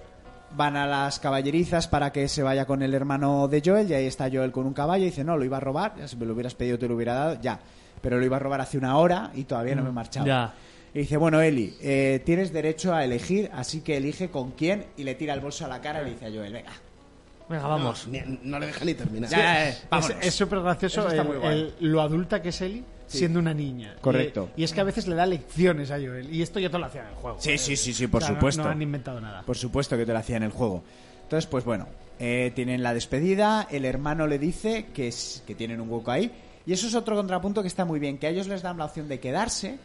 van a las caballerizas para que se vaya con el hermano de Joel y ahí está Joel con un caballo y dice, no, lo iba a robar, ya si me lo hubieras pedido te lo hubiera dado, ya. Pero lo iba a robar hace una hora y todavía Mm, no me he marchado. Ya. Y dice, bueno, Eli, eh, tienes derecho a elegir, así que elige con quién y le tira el bolso a la cara y le dice a Joel, venga. Venga, No, vamos. ni- no le deja ni terminar. Ya, eh, Es- vámonos. Es súper gracioso Eso está el- muy guay. el- lo adulta que es Ellie siendo una niña. Correcto. Y, y es que a veces le da lecciones a Joel. Y esto ya todo lo hacía en el juego. ¿eh? Sí, sí, sí, sí, O por sea, no- supuesto. No, han inventado nada. Por supuesto que te lo hacía en el juego. Entonces, pues bueno, eh, tienen la despedida, el hermano le dice que, es, que tienen un hueco ahí. Y eso es otro contrapunto que está muy bien, que a ellos les dan la opción de quedarse.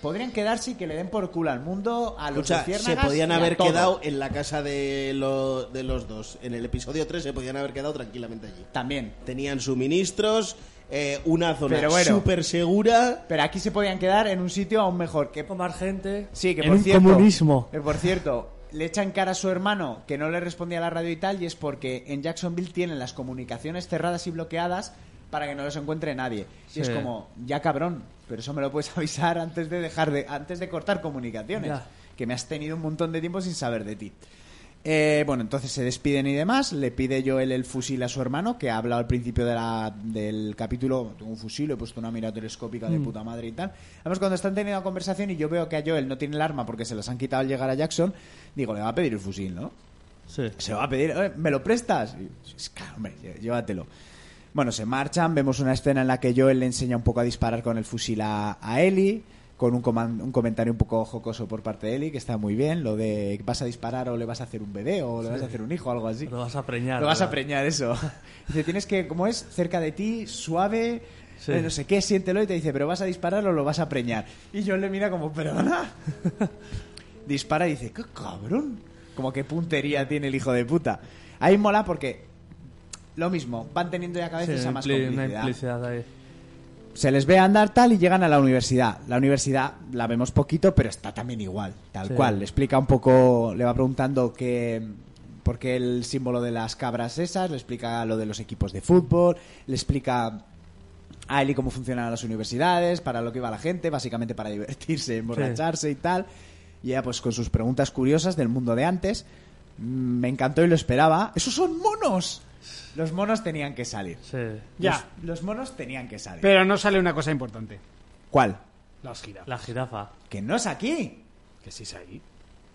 Podrían quedarse y que le den por culo al mundo, a los Escucha, se luciérnagas podían y a haber todo. quedado en la casa de, lo- de los dos. En el episodio 3 se podían haber quedado tranquilamente allí. También. Tenían suministros, eh, una zona Pero bueno. súper segura. Pero aquí se podían quedar en un sitio aún mejor. Que Con más gente. Sí, que en por un cierto, comunismo. que por cierto, le echan cara a su hermano que no le respondía a la radio y tal, y es porque en Jacksonville tienen las comunicaciones cerradas y bloqueadas para que no los encuentre nadie. Y es Sí. como, ya cabrón, pero eso me lo puedes (laughs) avisar antes de dejar de, antes de cortar comunicaciones. Ya. Que me has tenido un montón de tiempo sin saber de ti. Eh, bueno, entonces se despiden y demás. Le pide Joel el fusil a su hermano, que ha hablado al principio de la- del capítulo. Tengo un fusil, he puesto una mira telescópica de puta madre y tal. Además, cuando están teniendo la conversación y yo veo que a Joel no tiene el arma porque se las han quitado al llegar a Jackson, digo, le va a pedir el fusil, ¿no? Sí. se va a pedir, "Eh, ¿me lo prestas? Y, "Sí, claro, hombre, llé- llévatelo. Bueno, se marchan, vemos una escena en la que Joel le enseña un poco a disparar con el fusil a, a Ellie, con un, coman- un comentario un poco jocoso por parte de Ellie, que está muy bien, lo de vas a disparar o le vas a hacer un bebé o le vas a hacer un hijo, algo así. Lo vas a preñar. Lo vas a ¿verdad? preñar, eso. (laughs) Dice, tienes que, como es, cerca de ti, suave, Sí. eh, no sé qué, siéntelo y te dice, pero vas a disparar o lo vas a preñar. Y John le mira como, perdona. (laughs) Dispara y dice, qué cabrón. Como qué puntería tiene el hijo de puta. Ahí mola porque, lo mismo, van teniendo ya cada vez Sí, esa más impli- una complicidad implicidad ahí. se les ve andar tal y llegan a la universidad. La universidad la vemos poquito, pero está también igual, tal Sí. cual. Le explica un poco, le va preguntando qué, por qué el símbolo de las cabras esas, le explica lo de los equipos de fútbol, le explica a Eli cómo funcionan las universidades, para lo que iba la gente, básicamente para (laughs) divertirse, emborracharse y tal. Y ella pues con sus preguntas curiosas del mundo de antes, mm, me encantó y lo esperaba. ¡Esos son monos! Los monos tenían que salir. Sí. Ya. Los, los monos tenían que salir. Pero no sale una cosa importante. ¿Cuál? Las girafas. La jirafa. Que no es aquí. Que sí es ahí.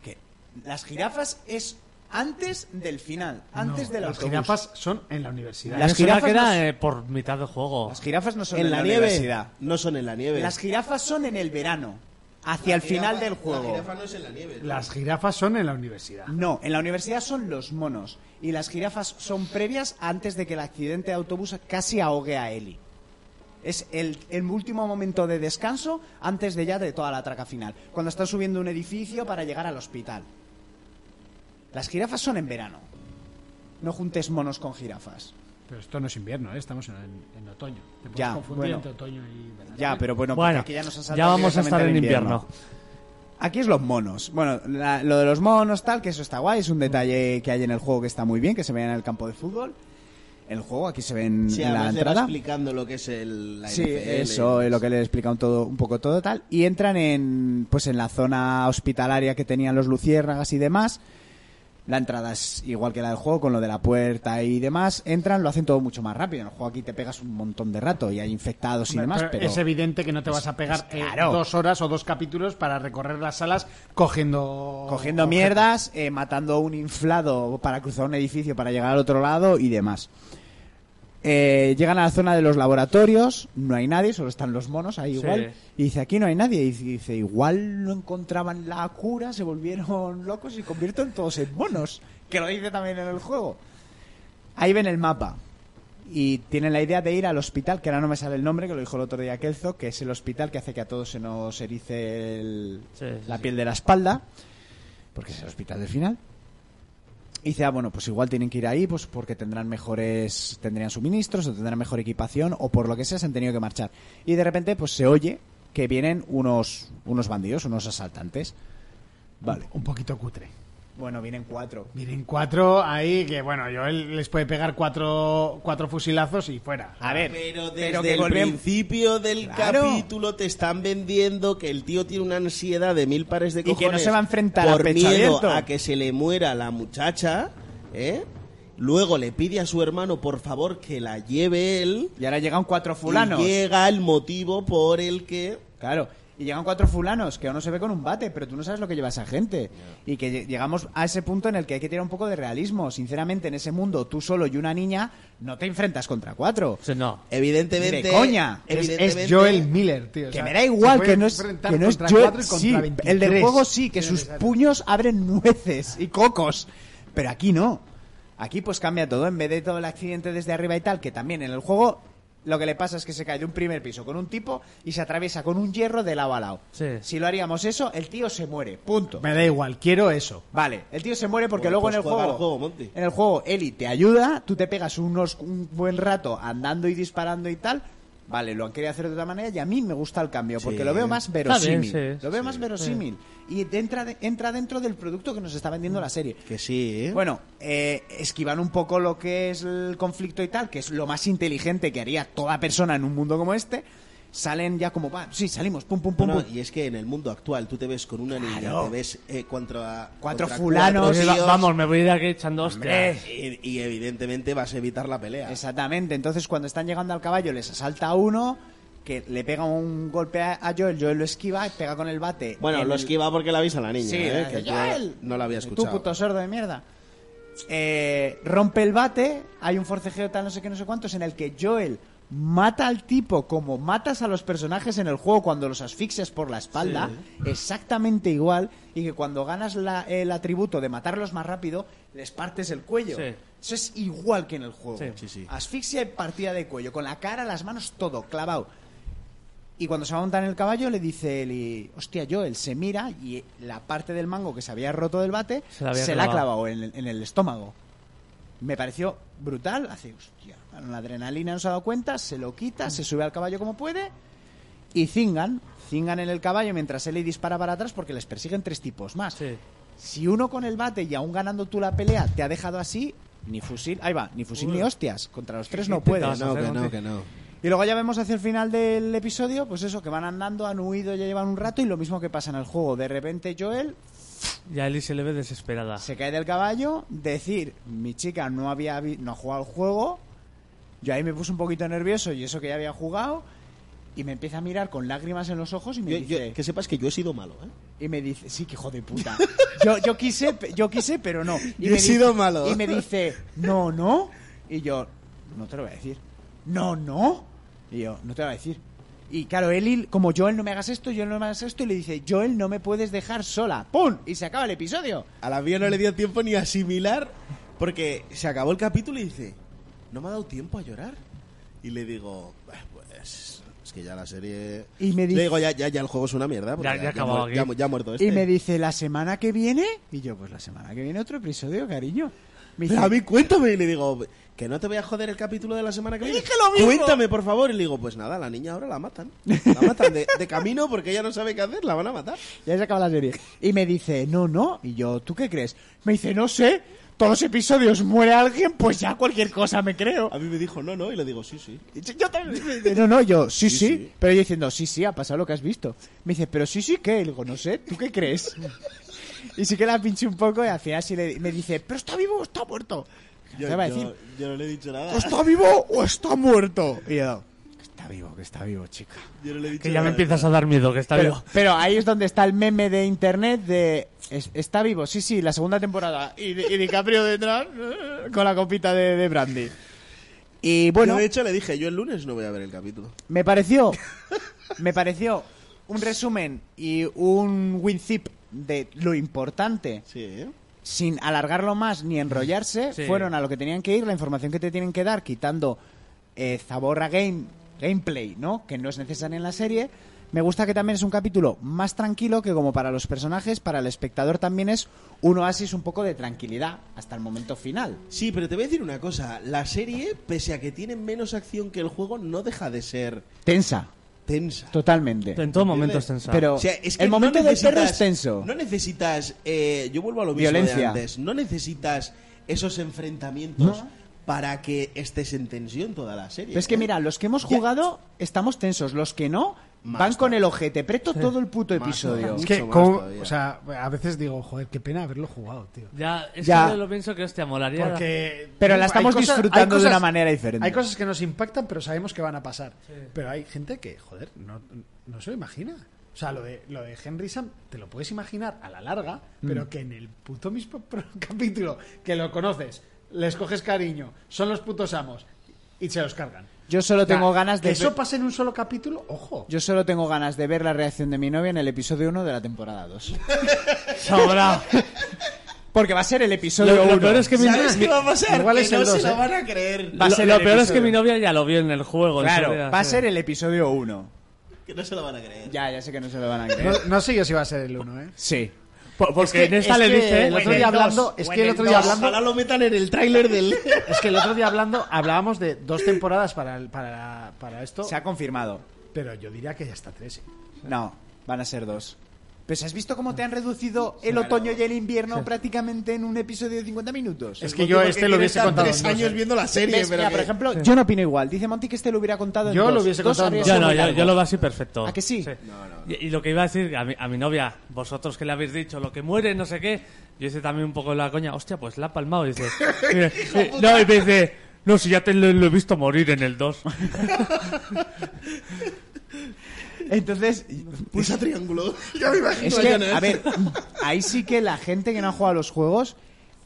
Que las jirafas es antes del final, antes del Las autobús. jirafas son en la universidad. Las Me suena jirafas que era no- eh, por mitad de juego. Las jirafas no son en la, nieve. universidad. No son en la nieve. Las jirafas son en el verano, hacia el final del La juego. jirafa no es en la nieve. Las jirafas son en la universidad. No, en la universidad son los monos y las jirafas son previas antes de que el accidente de autobús casi ahogue a Eli. Es el, el último momento de descanso antes de ya de toda la traca final, cuando están subiendo un edificio para llegar al hospital. Las jirafas son en verano. No juntes monos con jirafas. Pero esto no es invierno, ¿eh? estamos en, en otoño. Te puedes Ya, confundir bueno. entre otoño y verano. Ya, pero bueno, porque bueno, aquí ya, ya nos han saltado vamos a estar directamente en al invierno. Aquí es los monos. Bueno, la- lo de los monos, tal, que eso está guay, es un detalle que hay en el juego que está muy bien, que se ve en el campo de fútbol. El juego, aquí se ve en, Sí, en la además le va entrada. explicando lo que es el, la Sí, NFL. eso eh, es lo que le he explicado un todo, un poco todo tal. Y entran en, pues en la zona hospitalaria que tenían los luciérnagas y demás. La entrada es igual que la del juego, con lo de la puerta y demás. Entran, lo hacen todo mucho más rápido. En el juego aquí te pegas un montón de rato y hay infectados y Hombre, demás, pero pero... es evidente que no te vas a pegar pues eh, claro. dos horas o dos capítulos para recorrer las salas cogiendo cogiendo objetos. mierdas, eh, matando a un inflado para cruzar un edificio para llegar al otro lado y demás. Eh, llegan a la zona de los laboratorios, no hay nadie, solo están los monos ahí Sí. igual. Y dice, aquí no hay nadie. Y dice, igual no encontraban la cura, se volvieron locos y convierten todos en monos. Que lo dice también en el juego. Ahí ven el mapa. Y tienen la idea de ir al hospital, que ahora no me sale el nombre, que lo dijo el otro día Kelzo, que es el hospital que hace que a todos se nos erice el- Sí, sí, la sí. piel de la espalda, porque es el hospital del final. Y dice, ah, bueno, pues igual tienen que ir ahí, pues porque tendrán mejores, tendrían suministros o tendrán mejor equipación o por lo que sea se han tenido que marchar. Y de repente, pues se oye que vienen unos, unos bandidos, unos asaltantes. Vale. un poquito cutre. Bueno, vienen cuatro. Miren, cuatro ahí que, bueno, yo él les puede pegar cuatro, cuatro fusilazos y fuera. A ver, Pero desde pero que el volvemos- principio del Claro. capítulo te están vendiendo que el tío tiene una ansiedad de mil pares de que no cojones. se va a enfrentar a por pecho miedo abierto. a que se le muera la muchacha, ¿eh? Luego le pide a su hermano, por favor, que la lleve él. Y ahora llegan cuatro fulanos. Y llega el motivo por el que... Claro. Y llegan cuatro fulanos, que uno se ve con un bate, pero tú no sabes lo que lleva esa gente. Y que lle- llegamos a ese punto en el que hay que tirar un poco de realismo. Sinceramente, en ese mundo, tú solo y una niña, no te enfrentas contra cuatro. Sí, no. Evidentemente... De coña. Es, es evidentemente- Joel Miller, tío. o Que sea, me da se igual, puede que no es, enfrentar que no es contra Joel, cuatro y sí, contra 23. el del juego sí, que Sí, sus exacto. puños abren (laughs) nueces y cocos, pero aquí no. Aquí pues cambia todo, en vez de todo el accidente desde arriba y tal, que también en el juego lo que le pasa es que se cae de un primer piso con un tipo y se atraviesa con un hierro de lado a lado. Sí. Si lo haríamos eso, el tío se muere, punto. Me da igual, quiero eso. Vale, el tío se muere porque Bueno, luego pues en el juega juego, al juego, Monty. en el juego Eli te ayuda, tú te pegas unos un buen rato andando y disparando y tal. Vale, lo han querido hacer de otra manera y a mí me gusta el cambio porque Sí. lo veo más bien, verosímil. sí, lo veo más verosímil y de- entra de- entra dentro del producto que nos está vendiendo la serie. Que sí, ¿eh? Bueno, eh, esquivan un poco lo que es el conflicto y tal, que es lo más inteligente que haría toda persona en un mundo como este. Salen ya como, va, sí, salimos, pum, pum, No, pum, no, pum. y es que en el mundo actual tú te ves con una niña, Claro. te ves eh, contra, Cuatro contra fulanos, cuatro Pues va- tíos, vamos, me voy a ir de aquí echando hostias. y, y evidentemente vas a evitar la pelea. Exactamente, entonces cuando están llegando al caballo les asalta uno que le pega un golpe a a Joel, Joel lo esquiva, pega con el bate. Bueno, en lo el- esquiva porque la avisa la niña, Sí, ¿eh? la- que yo Joel, no la había Tú escuchado. puto sordo de mierda. Eh, rompe el bate, hay un forcejeo tal no sé qué, no sé cuántos, en el que Joel mata al tipo como matas a los personajes en el juego cuando los asfixias por la espalda, exactamente igual, y que cuando ganas la- el atributo de matarlos más rápido, les partes el cuello. Sí. Eso es igual que en el juego. Sí. Sí, sí. Asfixia y partida de cuello, con la cara, las manos, todo, clavado. Y cuando se va a montar en el caballo, le dice Eli, hostia, Joel, se mira y la parte del mango que se había roto del bate Se se, la la, había ha clavado. clavado en el, en el estómago. Me pareció brutal. Hace, hostia, la adrenalina no se ha dado cuenta, se lo quita, se sube al caballo como puede y cingan. Cingan en el caballo mientras Eli dispara para atrás porque les persiguen tres tipos más. Sí. Si uno con el bate y aún ganando tú la pelea te ha dejado así, ni fusil, ahí va, ni fusil ni hostias. Contra los tres no intentas puedes. hacer? No, que no, Monty? que no. Y luego ya vemos hacia el final del episodio, pues eso, que van andando, han huido, ya llevan un rato y lo mismo que pasa en el juego. De repente Joel Y a Ellie se le ve Ah. desesperada. se cae del caballo, decir, mi chica no había vi- no ha jugado al juego, yo ahí me puse un poquito nervioso y eso que ya había jugado, y me empieza a mirar con lágrimas en los ojos y me Yo- yo- dice, que sepas que yo he sido malo, ¿eh? y me dice, sí, que hijo de puta. Yo, yo quise, pe- yo quise, pero no. Y Yo me he sido dice- malo. Y me dice, no, no. Y yo, no te lo voy a decir. No, no. Y yo, no te lo voy a decir. Y claro, Eli, como Joel no me hagas esto, Joel no me hagas esto, y le dice, Joel, no me puedes dejar sola. ¡Pum! Y se acaba el episodio. A la mía no le dio tiempo ni a asimilar porque se acabó el capítulo y dice, ¿no me ha dado tiempo a llorar? Y le digo, "Ah, pues es que ya la serie... Y me dice- Le digo, ya, ya, ya el juego es una mierda. porque Ya- ya acabó mu- aquí. ya mu- ya ha muerto este. Y me dice, ¿la semana que viene? Y yo, pues la semana que viene otro episodio, cariño. Me dice, Pero a mí cuéntame. Y le digo, que no te voy a joder el capítulo de la semana que viene. dije lo mismo. Cuéntame, por favor. Y le digo, pues nada, la niña ahora la matan. La matan de, de camino porque ella no sabe qué hacer, la van a matar. ya se acaba la serie. Y me dice, no, no. Y yo, ¿tú qué crees? Me dice, no sé. Todos los episodios muere alguien, pues ya cualquier cosa me creo. A mí me dijo, no, no. Y le digo, sí, sí. Y Yo también. me dice, No, no, yo, sí, sí, Sí, sí. Pero yo diciendo, sí, sí, ha pasado lo que has visto. Me dice, pero sí, sí, ¿qué? Y le digo, no sé, ¿tú qué crees? (laughs) Y sí que la pinché un poco y al final sí le, me dice, ¿pero está vivo o está muerto? Yo, Te va a yo- (laughs) decir, Pues yo no le he dicho nada. ¿o está vivo o está muerto? Y yo, que está vivo, que está vivo, chica. Yo no le he dicho Que ya me nada. empiezas a dar miedo, que está Pero, vivo. pero ahí es donde está el meme de internet de... "Es- está vivo, sí, sí, la segunda temporada. Y, Di- y DiCaprio detrás eh, con la copita de, de brandy. Y Bueno, bueno, de hecho le dije, yo el lunes no voy a ver el capítulo. me pareció... Me pareció un resumen y un winzip de lo importante Sí, ¿eh? sin alargarlo más ni enrollarse, Sí. fueron a lo que tenían que ir, la información que te tienen que dar, quitando eh, Zaborra game, gameplay, ¿no? Que no es necesaria en la serie. Me gusta que también es un capítulo más tranquilo que como para los personajes, para el espectador también es un oasis un poco de tranquilidad hasta el momento final. Sí, pero te voy a decir una cosa. La serie, pese a que tiene menos acción que el juego, no deja de ser Tensa, tensa. totalmente. En todo momento ¿Entiendes? es tensa. Pero el momento del perro es tenso. No necesitas, eh, yo vuelvo a lo mismo de Violencia. antes, no necesitas esos enfrentamientos No. para que estés en tensión toda la serie. Pero es que ¿eh? mira, los que hemos Ya- jugado estamos tensos, los que no Más van con el ojete preto todo el puto episodio. Es Mucho que, más como, todavía. o sea, a veces digo, joder, qué pena haberlo jugado, tío. Ya, es Ya. que yo lo pienso que hostia, molaría. Porque. Pero la hay estamos cosas- disfrutando hay de una manera diferente. Hay cosas que nos impactan, pero sabemos que van a pasar. Pero hay gente que, joder, no, no se lo imagina. O sea, lo de, lo de Henry Sam te lo puedes imaginar a la larga, Mm. pero que en el puto mismo (laughs) pro- capítulo que lo conoces, les coges cariño, son los putos amos y se los cargan. Yo solo O sea, tengo ganas de Que eso ver- pase en un solo capítulo, ojo. Yo solo tengo ganas de ver la reacción de mi novia en el episodio 1 de la temporada 2. (laughs) (laughs) Sobra. Porque va a ser el episodio Lo, lo 1. peor es que mi, ¿Sabes mi- qué va a pasar? Igual que es no el dos, se la ¿eh? van a creer. lo- a ser lo el peor es que episodio. mi novia ya lo vio en el juego. en Claro, su día, va a sí. ser el episodio 1. Que no se la van a creer. Ya, ya sé que no se lo van a No, creer. no sé yo si va a ser el uno, ¿eh. Sí. Porque en esta es le que dice. el otro día hablando, es que el otro día hablando, Ojalá lo metan en el tráiler del... (laughs) es que el otro día hablando hablábamos de dos temporadas para el- para, para esto, Se ha confirmado. pero yo diría que ya está tres. ¿eh? No, van a ser dos. Pues has visto cómo te han reducido el otoño y el invierno prácticamente en un episodio de 50 minutos. Es que yo este lo hubiese contado tres en dos, años ¿eh? viendo la serie, ¿Ves? pero Mira, que- por ejemplo, yo no opino igual. Dice Monty que este lo hubiera contado en Yo lo dos. hubiese Dos contado en habría dos. Yo sido no, muy yo, largo. yo lo veo así perfecto. ¿A que sí? Y, y lo que iba a decir a mi, a mi novia, vosotros que le habéis dicho lo que muere, no sé qué, yo hice también un poco la coña, hostia, pues la ha palmado. Y (laughs) dice, eh, eh, no, y me dice, no, si ya te lo, lo he visto morir en el 2. Entonces, Pulsa triángulo. (laughs) Ya me imagino. Es a que, Jonas. a ver, ahí sí que la gente que no ha jugado a los juegos,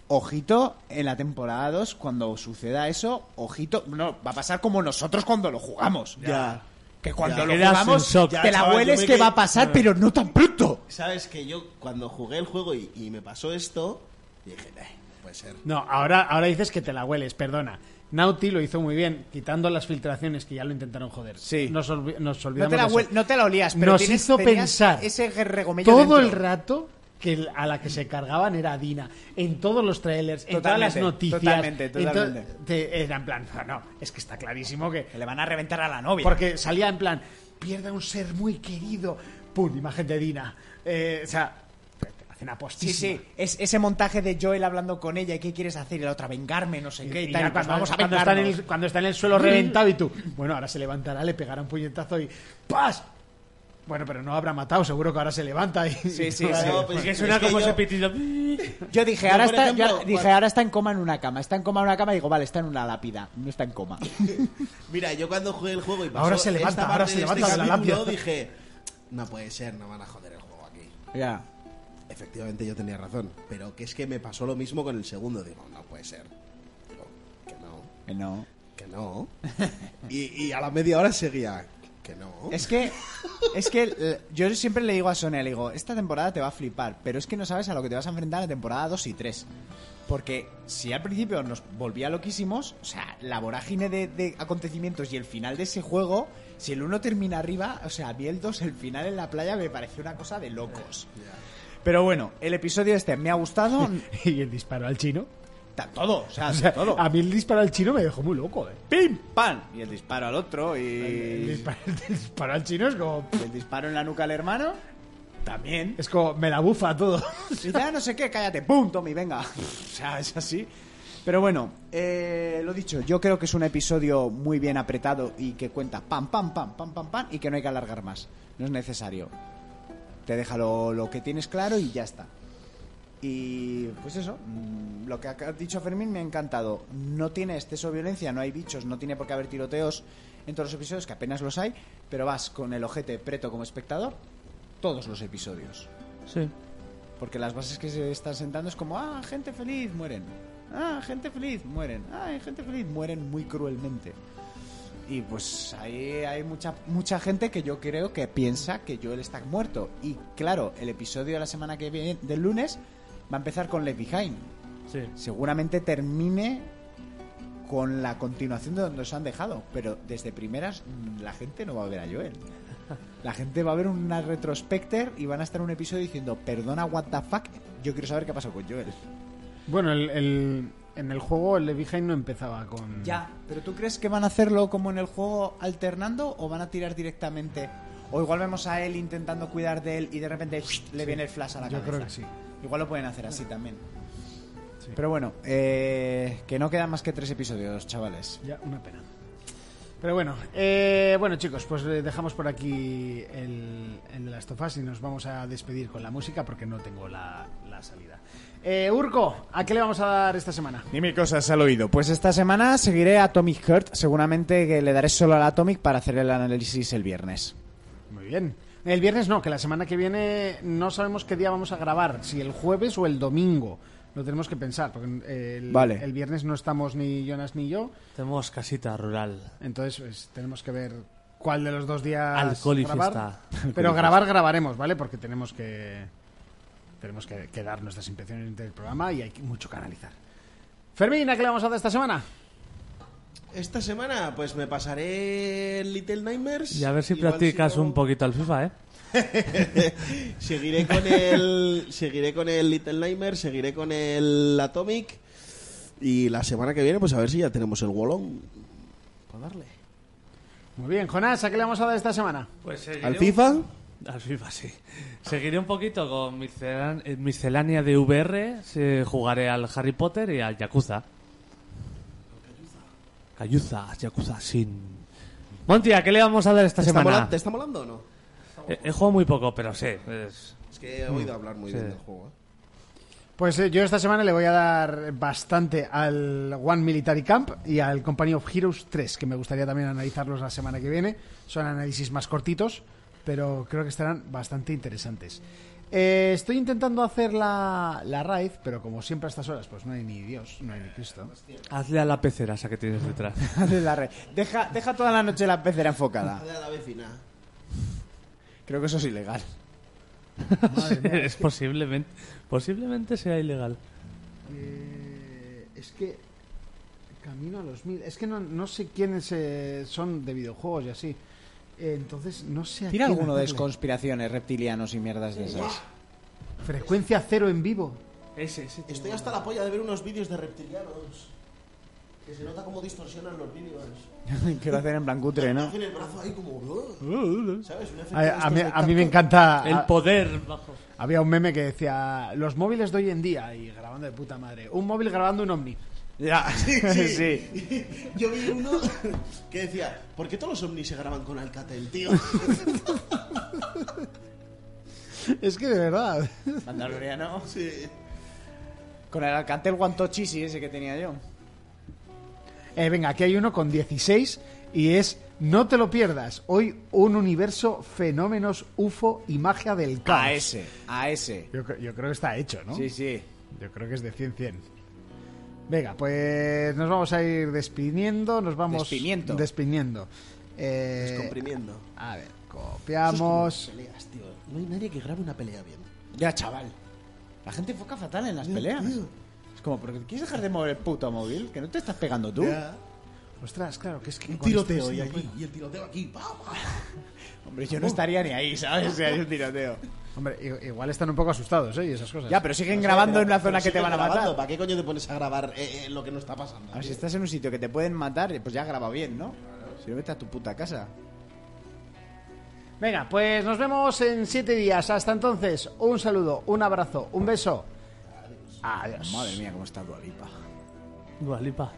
ojito, en la temporada 2, cuando suceda eso, ojito, no, va a pasar como nosotros cuando lo jugamos. Ya. Que cuando Ya. lo Quedas en jugamos, shock. te Ya, la chaval, hueles yo me que quedé- va a Ah. pasar, pero no tan pronto. Sabes que yo cuando jugué el juego y, y me pasó esto, dije, "Eh, no puede ser. No, ahora, ahora dices que te la hueles, perdona. Naughty lo hizo muy bien, quitando las filtraciones que ya lo intentaron joder. Sí. Nos, olvi- nos No olvidamos te, la de huel- eso. no te la olías, pero Nos tienes- hizo tenías pensar ese regomello Todo el dentro. rato que el- a la que se cargaban era a Dina. En todos los trailers, en todas Totalmente, las noticias. totalmente, en to- totalmente. te- era en plan, "Ah, no, es que está clarísimo que... Que Le van a reventar a la novia. Porque salía en plan, pierda un ser muy querido. Pum, imagen de Dina. Eh, o sea, te te la hacen Sí, apostísima. sí, es ese montaje de Joel hablando con ella y qué quieres hacer y la otra vengarme, no sé qué y, Y tal. ya y pues cuando, vamos a cuando está en vengarnos. Mm. el, cuando está en el suelo reventado y tú, bueno, ahora se levantará, le pegará un puñetazo y ¡pas! Bueno, pero no habrá matado, seguro que ahora se levanta y... Sí, sí, Claro, sí. pues que es suena que como yo- ese pitido. Yo dije, Yo, ahora por está, yo ejemplo, dije, cuando- ahora está en coma en una cama. Está en coma en una cama y digo, vale, está en una lápida. No está en (laughs) coma. Mira, yo cuando jugué el juego y pasó Ahora se levanta, esta ahora parte se de levanta este de la capítulo, lápida. dije, no puede ser, no van a joder el juego aquí. ya. Efectivamente yo tenía razón, pero que es que me pasó lo mismo con el segundo, digo, no puede ser. Digo, que no, Que No. que (laughs) no. Y, y a la media hora seguía, que no. Es que, es que eh, yo siempre le digo a Sonia, le digo, esta temporada te va a flipar, pero es que no sabes a lo que te vas a enfrentar en la temporada 2 y 3. Porque si al principio nos volvía loquísimos, o sea, la vorágine de, de acontecimientos y el final de ese juego, si el 1 termina arriba, o sea, a mí el 2, el final en la playa, me pareció una cosa de locos. Pero bueno, el episodio este me ha gustado. (laughs) y el disparo al chino. Ta- todo, (laughs) o sea, O sea, todo. a mí el disparo al chino me dejó muy loco, ¿eh? ¡Pim! ¡Pam! Y el disparo al otro y... El disparo, el disparo al chino es como... y el disparo en la nuca al hermano. También. Es como, me la bufa todo. (laughs) Y ya no sé qué, cállate, pum, Tommy, venga. (laughs) O sea, es así. Pero bueno, eh, lo dicho, yo creo que es un episodio muy bien apretado y que cuenta pam, pam, pam, pam, pam, pam, y que no hay que alargar más. No es necesario. Te deja lo, lo que tienes claro y ya está. Y pues eso, mm, lo que ha dicho Fermín me ha encantado. No tiene exceso de violencia, no hay bichos, no tiene por qué haber tiroteos en todos los episodios, que apenas los hay, pero vas con el ojete preto como espectador todos los episodios. Sí. Porque las bases que se están sentando es como, ah, gente feliz, mueren. Ah, gente feliz, mueren. Ah, gente feliz, mueren muy cruelmente. Y pues ahí hay mucha, mucha gente que yo creo que piensa que Joel está muerto. Y claro, el episodio de la semana que viene, del lunes, va a empezar con Left Behind. Sí. Seguramente termine con la continuación de donde nos han dejado. Pero desde primeras, mm, la gente no va a ver a Joel. La gente va a ver una retrospecter y van a estar en un episodio diciendo, perdona, what the fuck, yo quiero saber qué pasó con Joel. Bueno, el, el- en el juego el de Behind no empezaba con... ¿Pero tú crees que van a hacerlo como en el juego alternando o van a tirar directamente? O igual vemos a él intentando cuidar de él y de repente le viene el flash a la yo cabeza. creo que sí. Igual lo pueden hacer así también. Pero bueno, eh, que no quedan más que tres episodios, chavales. Ya, una pena. Pero bueno, eh, bueno chicos, pues eh, dejamos por aquí el, el de las tofas y nos vamos a despedir con la música porque no tengo la, la salida. Eh, Urco, ¿a qué le vamos a dar esta semana? Dime cosas al oído. Pues esta semana seguiré a Atomic Heart. Seguramente que le daré solo al Atomic para hacer el análisis el viernes. (laughs) Muy bien. El viernes no, que la semana que viene no sabemos qué día vamos a grabar, si el jueves o el domingo. Lo tenemos que pensar, porque eh, el, Vale. el viernes no estamos ni Jonas ni yo, Tenemos casita rural. entonces pues, tenemos que ver cuál de los dos días Alcohol y grabar. fiesta. (laughs) Pero grabar grabaremos, ¿vale? Porque tenemos que tenemos que, que dar nuestras impresiones del programa y hay mucho que analizar. Fermín, ¿a qué le vamos a dar esta semana? Esta semana pues me pasaré el Little Nightmares. Y a ver si Igual practicas no- un poquito al FIFA, ¿eh? seguiré (laughs) con el seguiré con el Little Nightmare, seguiré con el Atomic y la semana que viene pues a ver si ya tenemos el Wolong para darle. Muy bien, Jonás, ¿a qué le vamos a dar esta semana? Pues Al FIFA (laughs) Al FIFA, sí. Seguiré un poquito con miscelan- eh, miscelánea de VR. sí, jugaré al Harry Potter y al Yakuza. Cayuza, Yakuza sin. Monty, ¿a qué le vamos a dar esta ¿Te está, semana? mola- ¿Te está molando o no? Eh, He jugado muy poco, pero sí. es- Es que he Mm. oído hablar muy bien del juego. ¿eh? Pues eh, yo esta semana le voy a dar bastante al One Military Camp y al Company of Heroes 3, que me gustaría también analizarlos la semana que viene. Son análisis más cortitos, pero creo que estarán bastante interesantes. Eh, estoy intentando hacer la, la raid, pero como siempre a estas horas, pues no hay ni Dios, no hay ni Cristo. Hazle a la pecera esa que tienes (laughs) detrás. Hazle la re- deja, deja toda la noche la pecera enfocada. Dale a la vecina. Creo que eso es ilegal. es posiblemente, posiblemente sea ilegal. Eh, es que camino a los mil. Es que no, no sé quiénes eh, son de videojuegos y así. Eh, entonces no sé. a Tira quién alguno de hacerle. conspiraciones, reptilianos y mierdas de esas. Frecuencia cero en vivo. Ese, ese. Estoy hasta la polla de ver unos vídeos de reptilianos. Que se nota cómo distorsionan los vídeos. (laughs) que lo hacen en blancutre, ¿no? Hacen el brazo ahí como... ¿Sabes? (laughs) Un efecto A, de a estos mí, de a mí me tacto. encanta. El a- poder bajo. había un meme que decía: Los móviles de hoy en día y grabando de puta madre. Un móvil grabando un ovni. Ya, Sí, sí. sí. (laughs) Yo vi uno que decía, ¿por qué todos los ovnis se graban con Alcatel, (laughs) tío? Es que de verdad. Mandaloriano. Sí. Con el Alcantel Guantochisi ese que tenía yo. (laughs) Eh, venga, aquí hay uno con 16 y es No te lo pierdas. Hoy un universo, fenómenos, UFO y magia del caos. A ese, a ese. Yo, cre- yo creo que está hecho, ¿no? Sí, sí. Yo creo que es de 100 100. Venga, pues nos vamos a ir despidiendo, nos vamos Despiniendo. despidiendo. Eh, Descomprimiendo. a ver, Eso copiamos. es como las peleas, tío. No hay nadie que grabe una pelea bien. Ya, chaval. La gente enfoca fatal en las peleas. Es como, ¿pero quieres dejar de mover el puto móvil? Que no te estás pegando tú. Ya. Ostras, claro, que es que Un con esto tiroteo es y muy allí, bueno. y el tiroteo aquí. pa, pa. Hombre, yo no estaría ni ahí, ¿sabes? Si hay un tiroteo. Pues Hombre, i- igual están un poco asustados, ¿eh? Y esas cosas. Ya, pero siguen grabando en una Pero zona que sigue te van a grabando, matar. ¿Para qué coño te pones a grabar eh, eh, lo que no está pasando? A ver, si tío? estás en un sitio que te pueden matar, pues ya graba bien, ¿no? Si no, vete a tu puta casa. Venga, pues nos vemos en 7 días. Hasta entonces, un saludo, un abrazo, un beso. Adiós. Madre mía, cómo está tu alipa. Dualipa.